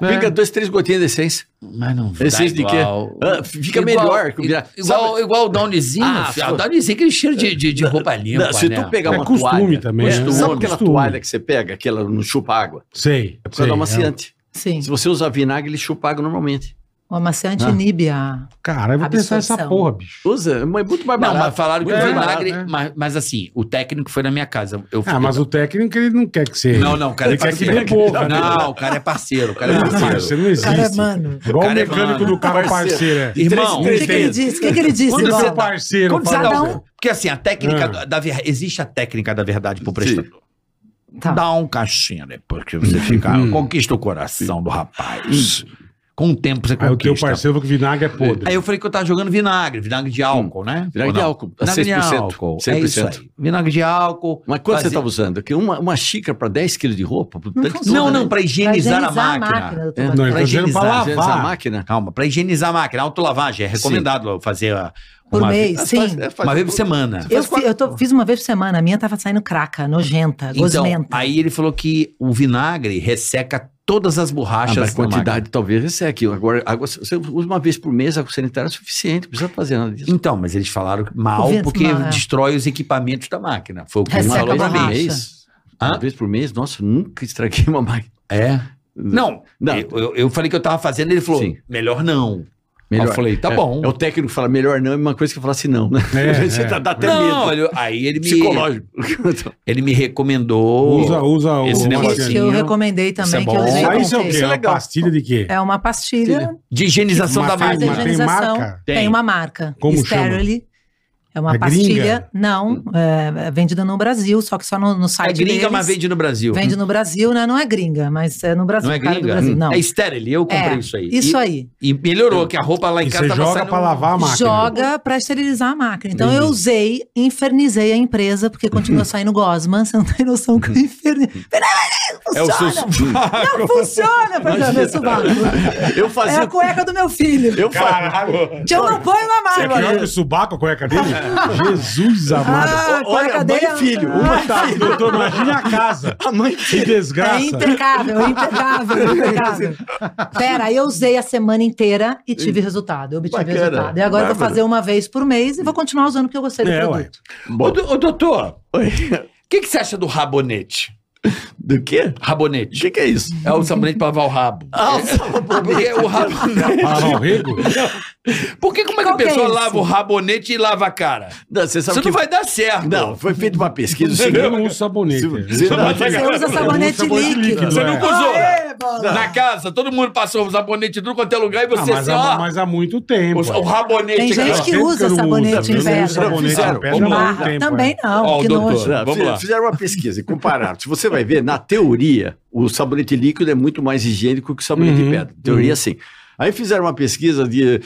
Speaker 4: É.
Speaker 2: é
Speaker 5: Pega dois, três gotinhas de essência.
Speaker 2: Mas não vai
Speaker 5: Essência de quê? Ah, fica melhor. que o vinagre.
Speaker 2: Igual,
Speaker 5: Sabe-
Speaker 2: igual o Downyzinho.
Speaker 5: Ah,
Speaker 2: filho.
Speaker 5: só-
Speaker 2: o Downyzinho é aquele cheiro de, de, de roupa limpa,
Speaker 5: Não, se
Speaker 2: né?
Speaker 5: tu pegar
Speaker 4: É
Speaker 5: uma
Speaker 4: costume
Speaker 5: toalha,
Speaker 4: também,
Speaker 5: costume,
Speaker 4: é.
Speaker 5: sabe
Speaker 4: Costume.
Speaker 5: aquela toalha que você pega, que ela não chupa água?
Speaker 4: Sei.
Speaker 5: É por causa
Speaker 4: sei, um
Speaker 5: do amaciante.
Speaker 6: Sim,
Speaker 5: Se você usar vinagre, ele chupa água normalmente.
Speaker 6: o
Speaker 2: Ah.
Speaker 6: amaciante inibe a...
Speaker 4: é. Cara, eu vou testar essa
Speaker 6: Absorção.
Speaker 4: porra, bicho.
Speaker 5: Usa, mas é muito mais
Speaker 2: Não,
Speaker 5: barato.
Speaker 2: mas falaram que
Speaker 5: Muito
Speaker 2: o
Speaker 5: mais
Speaker 2: vinagre.
Speaker 5: barato, né?
Speaker 2: mas, mas assim, o técnico foi na minha casa. Eu
Speaker 4: Ah, mas o técnico, ele não quer que você...
Speaker 2: Não, não, o cara é
Speaker 4: Ele quer que
Speaker 2: parceiro.
Speaker 4: dê porra, né?
Speaker 2: Não, o cara é parceiro, o cara é
Speaker 4: Não, cara,
Speaker 2: parceiro.
Speaker 4: você não existe.
Speaker 6: Cara, é mano...
Speaker 4: Igual
Speaker 2: Cara,
Speaker 4: o
Speaker 2: é
Speaker 4: mecânico
Speaker 2: mano.
Speaker 4: do carro parceiro. é.
Speaker 2: Irmão,
Speaker 6: O que, que ele
Speaker 5: Três
Speaker 6: disse? O que, que ele disse?
Speaker 4: Quando
Speaker 6: Bola?
Speaker 4: você é parceiro,
Speaker 6: Quando você
Speaker 4: fala
Speaker 6: dá
Speaker 4: assim,
Speaker 6: um-
Speaker 2: Porque assim, a técnica
Speaker 4: Ah.
Speaker 2: da verdade. Existe a técnica da verdade pro prestador.
Speaker 6: Tá.
Speaker 2: Dá um caixinha depois que
Speaker 4: Hum.
Speaker 2: você fica. conquista o coração do rapaz. Com o tempo você
Speaker 4: Aí o
Speaker 2: conquista.
Speaker 4: teu parceiro falou que vinagre é podre.
Speaker 2: Aí eu falei que eu tava jogando vinagre, vinagre de álcool, né?
Speaker 5: Vinagre
Speaker 2: Ou
Speaker 5: de
Speaker 2: não?
Speaker 5: álcool, a
Speaker 2: Vinagre
Speaker 5: 6%,
Speaker 2: de álcool. É isso
Speaker 5: 100%.
Speaker 2: aí. Vinagre de álcool.
Speaker 5: Mas quanto
Speaker 2: fazer-
Speaker 5: você estava usando? Que uma, uma xícara para 10 quilos de roupa? Pro tanque todo,
Speaker 2: Não,
Speaker 5: né?
Speaker 2: não, pra
Speaker 6: Pra
Speaker 2: higienizar, a
Speaker 6: doutor
Speaker 2: máquina.
Speaker 5: É,
Speaker 6: Batista.
Speaker 4: Não,
Speaker 2: pra
Speaker 4: ele tá dizendo pra
Speaker 2: higienizar,
Speaker 5: Higienizar a
Speaker 4: lavar.
Speaker 5: máquina?
Speaker 2: Calma, pra higienizar a máquina, autolavagem, é recomendado fazer a-
Speaker 6: Por
Speaker 2: uma,
Speaker 6: mês,
Speaker 2: vez-
Speaker 6: sim.
Speaker 5: É, faz-
Speaker 2: uma vez por semana.
Speaker 6: Eu, fi- eu tô- fiz uma vez por semana, a minha tava saindo craca, nojenta,
Speaker 2: Então,
Speaker 6: gosmenta.
Speaker 2: aí ele falou que o vinagre resseca todas as
Speaker 5: Ah,
Speaker 2: borrachas
Speaker 5: mas
Speaker 2: da máquina.
Speaker 5: quantidade talvez resseque. Agora, água, se você usa uma vez por mês, água sanitária é suficiente, não precisa fazer nada disso.
Speaker 2: Então, mas eles falaram mal
Speaker 6: O vento
Speaker 2: porque
Speaker 6: mal, é.
Speaker 2: destrói os equipamentos da máquina. Foi o que ele
Speaker 6: Resseca
Speaker 2: falou
Speaker 6: a
Speaker 2: pra
Speaker 5: por
Speaker 6: borracha.
Speaker 2: mim.
Speaker 5: mês?
Speaker 2: Hã?
Speaker 5: Uma vez por mês? Nossa, nunca estraguei uma máquina.
Speaker 2: É. Não,
Speaker 5: Não.
Speaker 2: Eu, eu- eu falei que eu tava fazendo, ele falou,
Speaker 5: Sim.
Speaker 2: melhor não.
Speaker 5: Melhor.
Speaker 2: Eu falei, tá
Speaker 5: É,
Speaker 2: bom.
Speaker 5: É o técnico que fala melhor não, é uma coisa que fala assim não, né?
Speaker 4: É,
Speaker 5: Você
Speaker 4: é.
Speaker 5: dá, dá até
Speaker 2: não,
Speaker 5: medo.
Speaker 2: ele- aí ele me,
Speaker 5: Psicológico.
Speaker 2: ele me recomendou.
Speaker 4: Usa, usa o
Speaker 2: Esse
Speaker 6: Esse
Speaker 2: negocinho.
Speaker 6: que eu
Speaker 4: amaciantinho.
Speaker 6: recomendei também,
Speaker 2: é
Speaker 6: que eu
Speaker 2: bom.
Speaker 6: usei
Speaker 4: Aí isso é o
Speaker 6: ontem.
Speaker 4: quê? É uma pastilha de quê?
Speaker 6: É uma pastilha
Speaker 2: De higienização
Speaker 4: Mas
Speaker 2: da
Speaker 4: tem-
Speaker 6: faz a
Speaker 2: máquina.
Speaker 4: mas tem
Speaker 6: higienização.
Speaker 4: marca?
Speaker 6: Tem.
Speaker 2: Tem.
Speaker 6: uma marca,
Speaker 4: Como
Speaker 6: Sterily. É uma
Speaker 4: É
Speaker 6: pastilha,
Speaker 4: gringa?
Speaker 6: não, é, é vendida no Brasil, só que só no, no
Speaker 2: É
Speaker 6: site
Speaker 2: gringa,
Speaker 6: deles.
Speaker 2: mas vende no Brasil.
Speaker 6: Vende no Brasil, né? Não é gringa, mas é no Brasil.
Speaker 2: Não é
Speaker 6: cara do
Speaker 2: gringa?
Speaker 6: Brasil, não.
Speaker 2: É estéril, eu comprei
Speaker 6: É,
Speaker 2: isso aí.
Speaker 6: Isso
Speaker 2: E-
Speaker 6: aí.
Speaker 2: E, melhorou, que a roupa lá em
Speaker 4: E
Speaker 2: casa
Speaker 4: você
Speaker 2: tava
Speaker 4: joga
Speaker 2: saindo-
Speaker 4: pra lavar a máquina.
Speaker 6: um Joga pra esterilizar a máquina. Então
Speaker 4: Entendi.
Speaker 6: eu usei, infernizei a empresa, porque continua saindo gosma. Você não tem noção que eu infernizei.
Speaker 5: É o seu
Speaker 6: Não funciona, Fernando, é subaco.
Speaker 5: Eu
Speaker 6: É a
Speaker 5: fazia.
Speaker 6: cueca do meu filho.
Speaker 5: Eu fazia.
Speaker 6: Que eu não ponho na
Speaker 4: É pior que o
Speaker 6: máquina.
Speaker 4: subaco, a cueca dele? Jesus amado.
Speaker 6: Ah, a cueca
Speaker 5: Olha, mãe
Speaker 6: dele
Speaker 5: e filho.
Speaker 6: Ah,
Speaker 4: Uma tá, doutor, imagine a casa.
Speaker 5: A mãe
Speaker 4: Que
Speaker 6: É
Speaker 4: desgraça.
Speaker 6: impecável, é impecável, é impecável. Pera, eu usei a semana inteira e tive resultado. Eu obtive
Speaker 5: Bacana,
Speaker 6: resultado. E agora eu vou
Speaker 5: bárbaro.
Speaker 6: fazer uma vez por mês e vou continuar usando porque eu gostei do
Speaker 4: É, ué.
Speaker 6: produto.
Speaker 2: Ô, do- ô, doutor, o que, que você acha do rabonete?
Speaker 5: Do quê? O
Speaker 2: Rabonete.
Speaker 5: que, que é isso?
Speaker 2: É o sabonete pra lavar o rabo.
Speaker 5: Ah,
Speaker 2: Porque o rabonete.
Speaker 4: Ah, não, rego?
Speaker 2: Por que como é que a
Speaker 6: Qual que é
Speaker 2: pessoa
Speaker 6: esse?
Speaker 2: lava o rabonete e lava a cara?
Speaker 5: Não, você
Speaker 2: Isso
Speaker 5: sabe que
Speaker 2: não vai dar certo.
Speaker 5: Ah, Não, foi feita uma pesquisa. o seguinte-
Speaker 4: Eu não uso sabonete.
Speaker 5: Se- se- não,
Speaker 6: Você usa sabonete
Speaker 4: Eu uso sabonete
Speaker 6: líquido.
Speaker 4: líquido,
Speaker 2: Você
Speaker 4: é.
Speaker 2: nunca usou?
Speaker 6: Aê, bola.
Speaker 2: Na casa, todo mundo passou o sabonete em tudo quanto é lugar e
Speaker 4: Ah,
Speaker 2: você
Speaker 4: mas,
Speaker 2: assim,
Speaker 4: há,
Speaker 2: ó.
Speaker 4: mas há muito tempo.
Speaker 2: o,
Speaker 4: é.
Speaker 2: o rabonete.
Speaker 6: Tem
Speaker 2: cara.
Speaker 6: gente que
Speaker 4: Sempre
Speaker 6: usa
Speaker 4: eu não
Speaker 6: sabonete em
Speaker 4: uso, eu não uso
Speaker 6: pedra.
Speaker 4: sabonete
Speaker 5: Fizeram.
Speaker 4: em pedra há
Speaker 5: Vamos lá.
Speaker 4: muito
Speaker 6: Barra.
Speaker 4: tempo. é.
Speaker 6: Também não,
Speaker 2: Ó, o
Speaker 6: que
Speaker 2: doutor.
Speaker 6: nojo.
Speaker 5: Não,
Speaker 2: Vamos
Speaker 5: fiz-
Speaker 2: lá.
Speaker 5: Fizeram uma pesquisa e compararam. Se você vai ver, na teoria, o sabonete líquido é muito mais higiênico que o sabonete
Speaker 4: Uhum,
Speaker 5: de pedra. Teoria, sim. Aí fizeram uma pesquisa de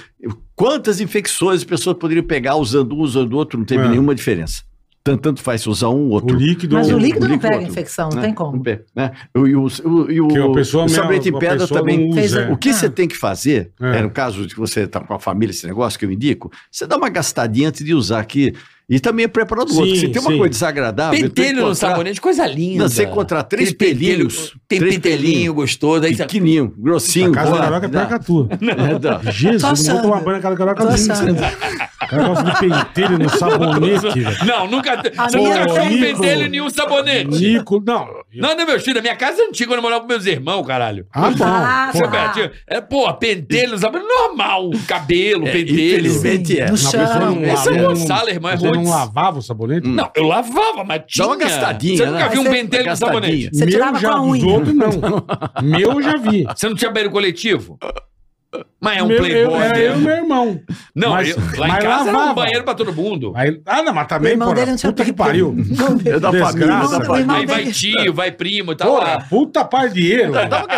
Speaker 5: quantas infecções as pessoas poderiam pegar usando um, usando outro, não teve
Speaker 4: É.
Speaker 5: nenhuma diferença. Tanto, tanto faz se usar um ou
Speaker 4: O
Speaker 5: outro.
Speaker 4: líquido...
Speaker 6: Mas o líquido não
Speaker 5: líquido
Speaker 6: pega
Speaker 5: outro,
Speaker 6: infecção, não
Speaker 5: né?
Speaker 6: tem como.
Speaker 5: pega, né? E o, e o, e o,
Speaker 4: Que a pessoa
Speaker 5: o
Speaker 4: mesmo-
Speaker 5: sabonete
Speaker 4: a
Speaker 5: em pedra
Speaker 4: pessoa
Speaker 5: também.
Speaker 4: não
Speaker 6: Fez
Speaker 4: usa,
Speaker 6: a-
Speaker 4: é.
Speaker 5: O que
Speaker 6: Ah.
Speaker 5: você tem que fazer,
Speaker 4: É.
Speaker 5: é, no caso de que você está com a família, esse negócio que eu indico, você dá uma gastadinha antes de usar aqui. E também é preparado do outro.
Speaker 4: Sim,
Speaker 5: Você tem uma
Speaker 4: sim.
Speaker 5: coisa desagradável. Ah, tem que
Speaker 2: Pentelho no
Speaker 5: encontrar-
Speaker 2: sabonete, coisa linda.
Speaker 5: Não, você encontrar três
Speaker 2: Aquele pentelho,
Speaker 5: pelinhos.
Speaker 2: Tem tá-
Speaker 5: três
Speaker 2: pentelinho gostoso. Aí você-
Speaker 5: Pequenininho, grossinho.
Speaker 4: A casa da
Speaker 5: boa,
Speaker 4: Caroca é
Speaker 5: dá.
Speaker 4: pior que a tua.
Speaker 5: É, dá.
Speaker 6: Tô
Speaker 4: Jesus, não
Speaker 6: achando.
Speaker 4: vou tomar banho na casa da Caroca.
Speaker 6: Tô
Speaker 4: nunca. O cara gosta de pentelho no sabonete, velho.
Speaker 2: Não, nunca. Você
Speaker 6: minha
Speaker 2: nunca achou um
Speaker 4: Nico.
Speaker 2: pentelho em nenhum sabonete.
Speaker 4: Nico, não.
Speaker 2: Não, não, meu filho, a minha casa é antiga, eu namorava com meus irmãos, caralho.
Speaker 4: Ah,
Speaker 6: Ah,
Speaker 4: bom.
Speaker 2: Você
Speaker 4: Pô,
Speaker 6: tá.
Speaker 2: perde- É, pô, pentelho, sabonete normal. Cabelo, pentelho.
Speaker 5: infelizmente. Gente, é.
Speaker 6: No
Speaker 4: Mas a pessoa
Speaker 6: chão.
Speaker 4: não
Speaker 2: Esse
Speaker 4: lava,
Speaker 2: é
Speaker 4: não-
Speaker 2: Gonçalo, irmão, é
Speaker 4: Você não
Speaker 2: Rhodes.
Speaker 4: lavava o sabonete?
Speaker 2: Não, eu lavava, mas tinha.
Speaker 5: Dá uma gastadinha,
Speaker 2: Você nunca
Speaker 5: né?
Speaker 2: viu um
Speaker 6: Mas
Speaker 2: pentelho
Speaker 5: uma
Speaker 2: com sabonete?
Speaker 5: gastadinha.
Speaker 6: Você
Speaker 4: Meu
Speaker 6: tirava
Speaker 4: já,
Speaker 6: com a
Speaker 4: dos
Speaker 6: unha.
Speaker 4: outros, não. Meu já vi.
Speaker 2: Você não tinha banheiro coletivo? Mas é um
Speaker 4: Meu-
Speaker 2: playboy.
Speaker 4: eu,
Speaker 2: né?
Speaker 4: é eu e meu irmão.
Speaker 2: não,
Speaker 4: mas-
Speaker 2: eu- lá em
Speaker 4: mas
Speaker 2: casa era um
Speaker 4: lavava.
Speaker 2: banheiro pra todo mundo.
Speaker 4: Aí- ah, não, mas
Speaker 6: Meu
Speaker 4: também,
Speaker 6: irmão
Speaker 4: porra,
Speaker 6: dele não tinha
Speaker 4: puta que
Speaker 6: pinto.
Speaker 4: pariu.
Speaker 6: Não, meu Tá
Speaker 5: É da família,
Speaker 4: Desgraça,
Speaker 5: da
Speaker 6: irmão-
Speaker 5: família.
Speaker 2: Aí vai
Speaker 6: dele-
Speaker 2: tio, vai primo tá e tal.
Speaker 4: Porra, puta pardieiro.
Speaker 5: Tá,
Speaker 4: velho.
Speaker 6: Ô, bola,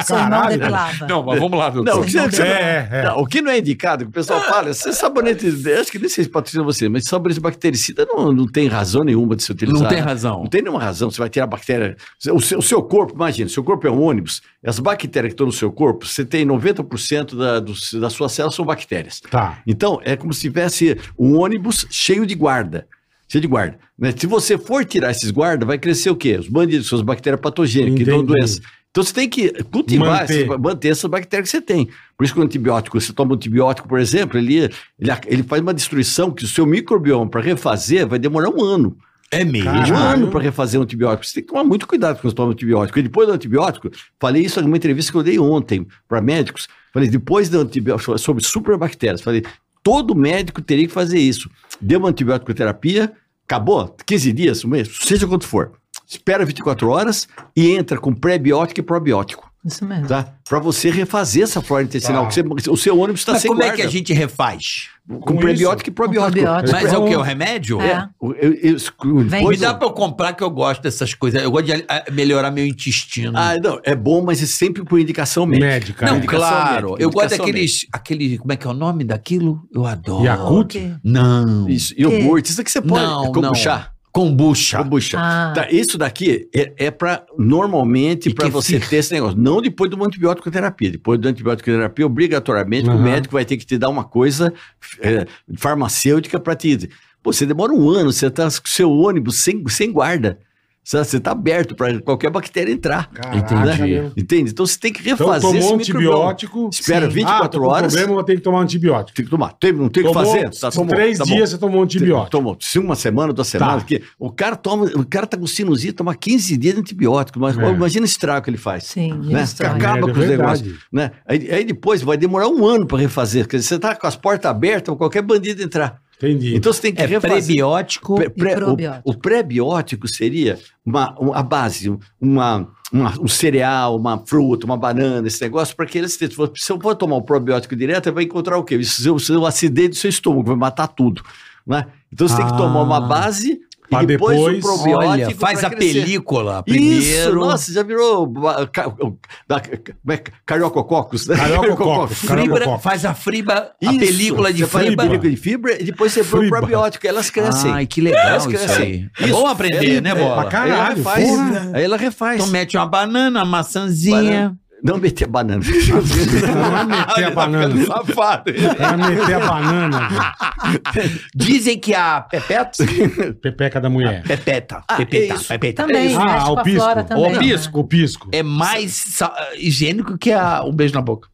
Speaker 6: o seu irmão
Speaker 4: Caralho,
Speaker 6: depilava.
Speaker 2: Não, mas vamos lá, Dudu.
Speaker 5: Não, o que você-
Speaker 6: Não,
Speaker 5: você-
Speaker 4: é, é.
Speaker 5: não, o que não é indicado, que o pessoal fala, esse sabonete, acho que nem sei se patrocina você, mas sabonete bactericida não, não tem razão nenhuma de se utilizar.
Speaker 2: Não tem
Speaker 5: né?
Speaker 2: razão.
Speaker 5: Não tem nenhuma razão, você vai tirar a bactéria. O seu, o seu corpo, imagina, seu corpo é um ônibus, as bactérias que estão no seu corpo, você tem 90% da, dos- das suas células são bactérias.
Speaker 4: Tá.
Speaker 5: Então, é como se tivesse um ônibus cheio de guarda. Cheio de guarda. né? Se você for tirar esses guardas, vai crescer o quê? Os bandidos, suas bactérias patogênicas, que dão
Speaker 4: Entendi.
Speaker 5: doença. Então você tem que cultivar,
Speaker 4: Manter.
Speaker 5: essas- manter essas bactérias que você tem. Por isso que o antibiótico, você toma um antibiótico, por exemplo, ele, ele, ele faz uma destruição que o seu microbioma, para refazer, vai demorar um ano.
Speaker 2: É mesmo.
Speaker 5: Um
Speaker 4: Caralho.
Speaker 5: ano para refazer um antibiótico. Você tem que tomar muito cuidado quando você toma antibiótico. E depois do antibiótico, falei isso em uma entrevista que eu dei ontem para médicos. Falei, depois do antibiótico, sobre superbactérias. Falei, todo médico teria que fazer isso. Deu uma antibiótico terapia, acabou, 15 dias, um mês, seja quanto for. Espera 24 horas e entra com pré-biótico e probiótico,
Speaker 6: Isso mesmo.
Speaker 5: tá? Para você refazer essa flora intestinal.
Speaker 4: Tá.
Speaker 5: que você- o seu ônibus está
Speaker 2: Mas
Speaker 5: sem
Speaker 2: como
Speaker 5: guarda.
Speaker 2: é que a gente refaz?
Speaker 5: Com,
Speaker 4: Com
Speaker 5: pré-biótico e probiótico.
Speaker 6: probiótico.
Speaker 2: Mas é o
Speaker 4: Então-
Speaker 2: que? O remédio?
Speaker 6: É.
Speaker 5: Eu- eu- eu-
Speaker 2: Me
Speaker 5: depois
Speaker 2: dá
Speaker 5: do-
Speaker 2: pra eu comprar que eu gosto dessas coisas. Eu gosto de ah, melhorar meu intestino.
Speaker 5: Ah, não, é bom, mas é sempre por indicação médica.
Speaker 4: Médica.
Speaker 2: não,
Speaker 4: né?
Speaker 5: indicação
Speaker 2: claro.
Speaker 5: médica,
Speaker 2: eu gosto
Speaker 5: indicação
Speaker 2: daqueles. Aquele, como é que é o nome daquilo? Eu adoro.
Speaker 4: Yakult?
Speaker 6: Porque-
Speaker 2: Não.
Speaker 5: Isso, iogurte, isso aqui você pode.
Speaker 2: Não,
Speaker 5: como
Speaker 2: não.
Speaker 5: chá.
Speaker 2: Kombucha.
Speaker 5: Kombucha.
Speaker 6: Ah.
Speaker 5: Tá, isso daqui é, é para
Speaker 2: E
Speaker 5: normalmente para
Speaker 2: que
Speaker 5: você
Speaker 2: fica-
Speaker 5: ter esse negócio. Não depois de uma antibiótico terapia. Depois da antibiótico terapia, obrigatoriamente,
Speaker 4: Aham.
Speaker 5: o médico vai ter que te dar uma coisa é, farmacêutica para te. Pô, você demora um ano, você tá com seu ônibus sem, sem guarda. Você você tá aberto para qualquer bactéria entrar.
Speaker 4: Caraca,
Speaker 5: Entendeu?
Speaker 4: meu.
Speaker 5: Entende? Então você tem que
Speaker 4: Então
Speaker 5: refazer
Speaker 4: tomou
Speaker 5: esse microbioma.
Speaker 4: antibiótico. Ah,
Speaker 5: Espera
Speaker 6: Sim.
Speaker 5: 24 horas.
Speaker 4: problema, vou ter que tomar antibiótico.
Speaker 5: Tem que tomar. Tem, não tem o que
Speaker 4: Tomou
Speaker 5: fazer? Tá, tomou,
Speaker 4: três
Speaker 5: tá bom.
Speaker 4: dias você tomou antibiótico.
Speaker 5: Tomou se uma semana, duas semanas. Que o cara toma, o cara tá com sinusite, toma 15 dias de antibiótico. Mas
Speaker 4: É.
Speaker 5: imagina o estrago que ele faz.
Speaker 6: Sim,
Speaker 5: Né?
Speaker 6: isso
Speaker 5: Cacá.
Speaker 6: olha.
Speaker 5: Acaba
Speaker 4: É
Speaker 5: com os
Speaker 4: verdade.
Speaker 5: Né? Aí, aí depois vai demorar um ano para refazer. Quer dizer, você tá com as portas abertas para qualquer bandido entrar.
Speaker 4: Entendi.
Speaker 5: Então você tem que
Speaker 2: É
Speaker 5: refazer.
Speaker 2: prebiótico.
Speaker 5: Pre- pre-
Speaker 6: E probiótico.
Speaker 5: o, o pré-biótico seria uma, um- a base, um- uma, uma- um cereal, uma fruta, uma banana, esse negócio, para que eles se você for tomar o probiótico direto, vai encontrar o quê? Isso, seu- seu acidente do seu estômago, vai matar tudo. Né? Então você tem que
Speaker 2: Ah.
Speaker 5: tomar uma base
Speaker 4: Pra
Speaker 5: e depois,
Speaker 4: depois-
Speaker 5: um probiótico.
Speaker 2: Olha, faz
Speaker 5: pra
Speaker 2: a
Speaker 5: crescer.
Speaker 2: película primeiro.
Speaker 5: Isso, nossa, já virou ba- ca- da- como é que- cariocococos, né?
Speaker 4: Cariocococos.
Speaker 2: Fibra,
Speaker 4: Caraca,
Speaker 2: faz a fibra,
Speaker 5: Isso,
Speaker 2: a película de
Speaker 5: você faz a
Speaker 2: fibra. Ah,
Speaker 5: película de fibra e depois você põe o
Speaker 4: Fibra.
Speaker 5: probiótico, elas crescem.
Speaker 2: Ai, que legal
Speaker 5: Elas
Speaker 2: isso aí.
Speaker 5: crescem.
Speaker 2: É bom aprender, né,
Speaker 4: Pra
Speaker 2: Bola?
Speaker 5: Aí ela
Speaker 4: caralho,
Speaker 5: refaz. né?
Speaker 4: porra.
Speaker 5: Aí ela refaz.
Speaker 2: Então mete uma banana, uma maçãzinha.
Speaker 5: Não meter banana.
Speaker 4: Não vai meter a banana.
Speaker 5: Safado.
Speaker 4: Vai É meter a banana, velho.
Speaker 2: Dizem que a pepeta...
Speaker 4: Pepeca da mulher.
Speaker 2: Pepeta.
Speaker 5: Ah,
Speaker 2: pepeta.
Speaker 5: é isso.
Speaker 2: pepeta.
Speaker 6: Também,
Speaker 4: Ah,
Speaker 6: mexe
Speaker 4: o
Speaker 6: com a
Speaker 4: pisco.
Speaker 6: flora também.
Speaker 2: O
Speaker 6: né?
Speaker 2: pisco.
Speaker 4: O pisco.
Speaker 2: É mais sa- higiênico que a... um beijo na boca.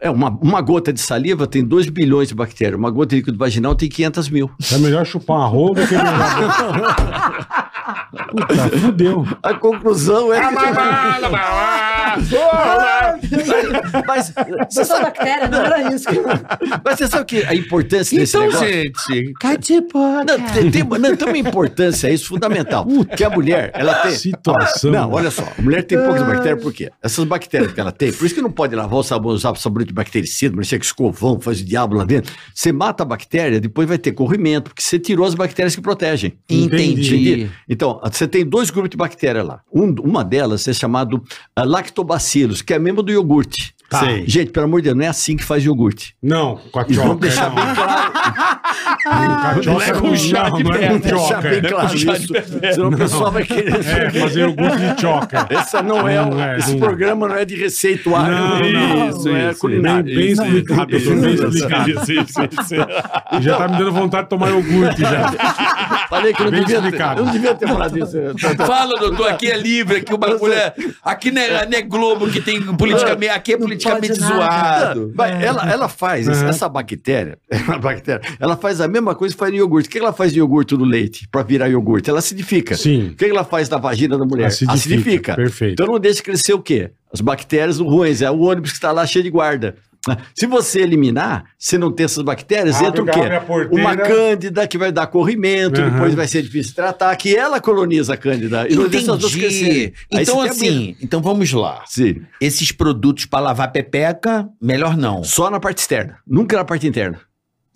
Speaker 5: É, uma, uma gota de saliva tem 2 bilhões de bactérias. Uma gota de líquido vaginal tem 500 mil.
Speaker 4: É melhor chupar uma rola do que melhor. Puta, fudeu.
Speaker 5: A conclusão
Speaker 4: Ah,
Speaker 5: é... mas, você
Speaker 6: Eu sou
Speaker 5: sabe,
Speaker 6: bactéria, não era isso.
Speaker 5: mas você sabe que é a importância desse
Speaker 4: Então,
Speaker 5: negócio...
Speaker 2: Então, gente... Catipoca.
Speaker 5: Não, tem, tem- não, tem uma importância é isso fundamental. Que a mulher, ela tem...
Speaker 4: Situação.
Speaker 5: Não, olha só, a mulher tem poucas bactérias, por quê? Essas bactérias que ela tem, por isso que não pode lavar o sabão, usar sabonete bactericida, mexer com escovão, faz o diabo lá dentro. Você mata a bactéria, depois vai ter corrimento, porque você tirou as bactérias que protegem.
Speaker 2: Entendi.
Speaker 5: Entendi. Então, você tem dois grupos de bactéria lá. Um- uma delas é chamado ah, lactobacilos, que é mesmo do iogurte.
Speaker 4: Tá.
Speaker 5: Sei. Gente, pelo amor de Deus, não é assim que faz iogurte.
Speaker 4: Não, com a tioca.
Speaker 5: Vamos deixar
Speaker 4: não.
Speaker 5: bem claro.
Speaker 4: Não é com chá de não é com
Speaker 5: Deixar
Speaker 4: tioca.
Speaker 5: bem claro isso. Senão o pessoal vai querer.
Speaker 4: É, fazer iogurte de tioca.
Speaker 5: Essa não é,
Speaker 4: Não é,
Speaker 5: esse
Speaker 4: não é.
Speaker 5: programa não é de receituário.
Speaker 4: Não,
Speaker 5: não,
Speaker 4: não,
Speaker 5: isso, não é
Speaker 7: isso,
Speaker 4: Bem,
Speaker 5: culinária.
Speaker 4: bem
Speaker 5: isso. é
Speaker 4: explicado, doutor, bem explicado. Já tá me dando vontade de tomar iogurte já.
Speaker 5: Falei que eu não
Speaker 4: Bem
Speaker 5: devia, ter,
Speaker 4: explicado.
Speaker 5: eu não devia ter falado isso.
Speaker 2: Fala, doutor, aqui é livre, aqui o bagulho é. Aqui não é, não é Globo que tem politicamente. Aqui é
Speaker 6: Não
Speaker 2: politicamente
Speaker 6: pode nada.
Speaker 2: zoado.
Speaker 5: Mas ela, ela faz essa- essa bactéria, ela, bactéria, ela faz a mesma coisa que faz no iogurte. O que ela faz no iogurte no leite para virar iogurte? Ela acidifica.
Speaker 4: Sim.
Speaker 5: O que ela faz na vagina da mulher? assim
Speaker 4: Acidifica,
Speaker 5: Acidifica.
Speaker 4: perfeito.
Speaker 5: Então não deixa crescer o quê? As bactérias ruins. É o ônibus que está tá lá cheio de guarda. Se você eliminar, se não tem essas bactérias,
Speaker 4: Abre-
Speaker 5: entra o
Speaker 4: abre a
Speaker 5: quê?
Speaker 4: porteira.
Speaker 5: Uma cândida que vai dar corrimento,
Speaker 4: Aham.
Speaker 5: depois vai ser difícil de tratar, que ela coloniza a cândida. E não deixa as outras crescerem.
Speaker 2: Entendi.
Speaker 5: Aí
Speaker 2: Então,
Speaker 5: você tem medo.
Speaker 2: assim, então vamos lá.
Speaker 5: Sim.
Speaker 2: Esses produtos pra lavar pepeca, melhor não.
Speaker 5: Só na parte externa, nunca na parte interna.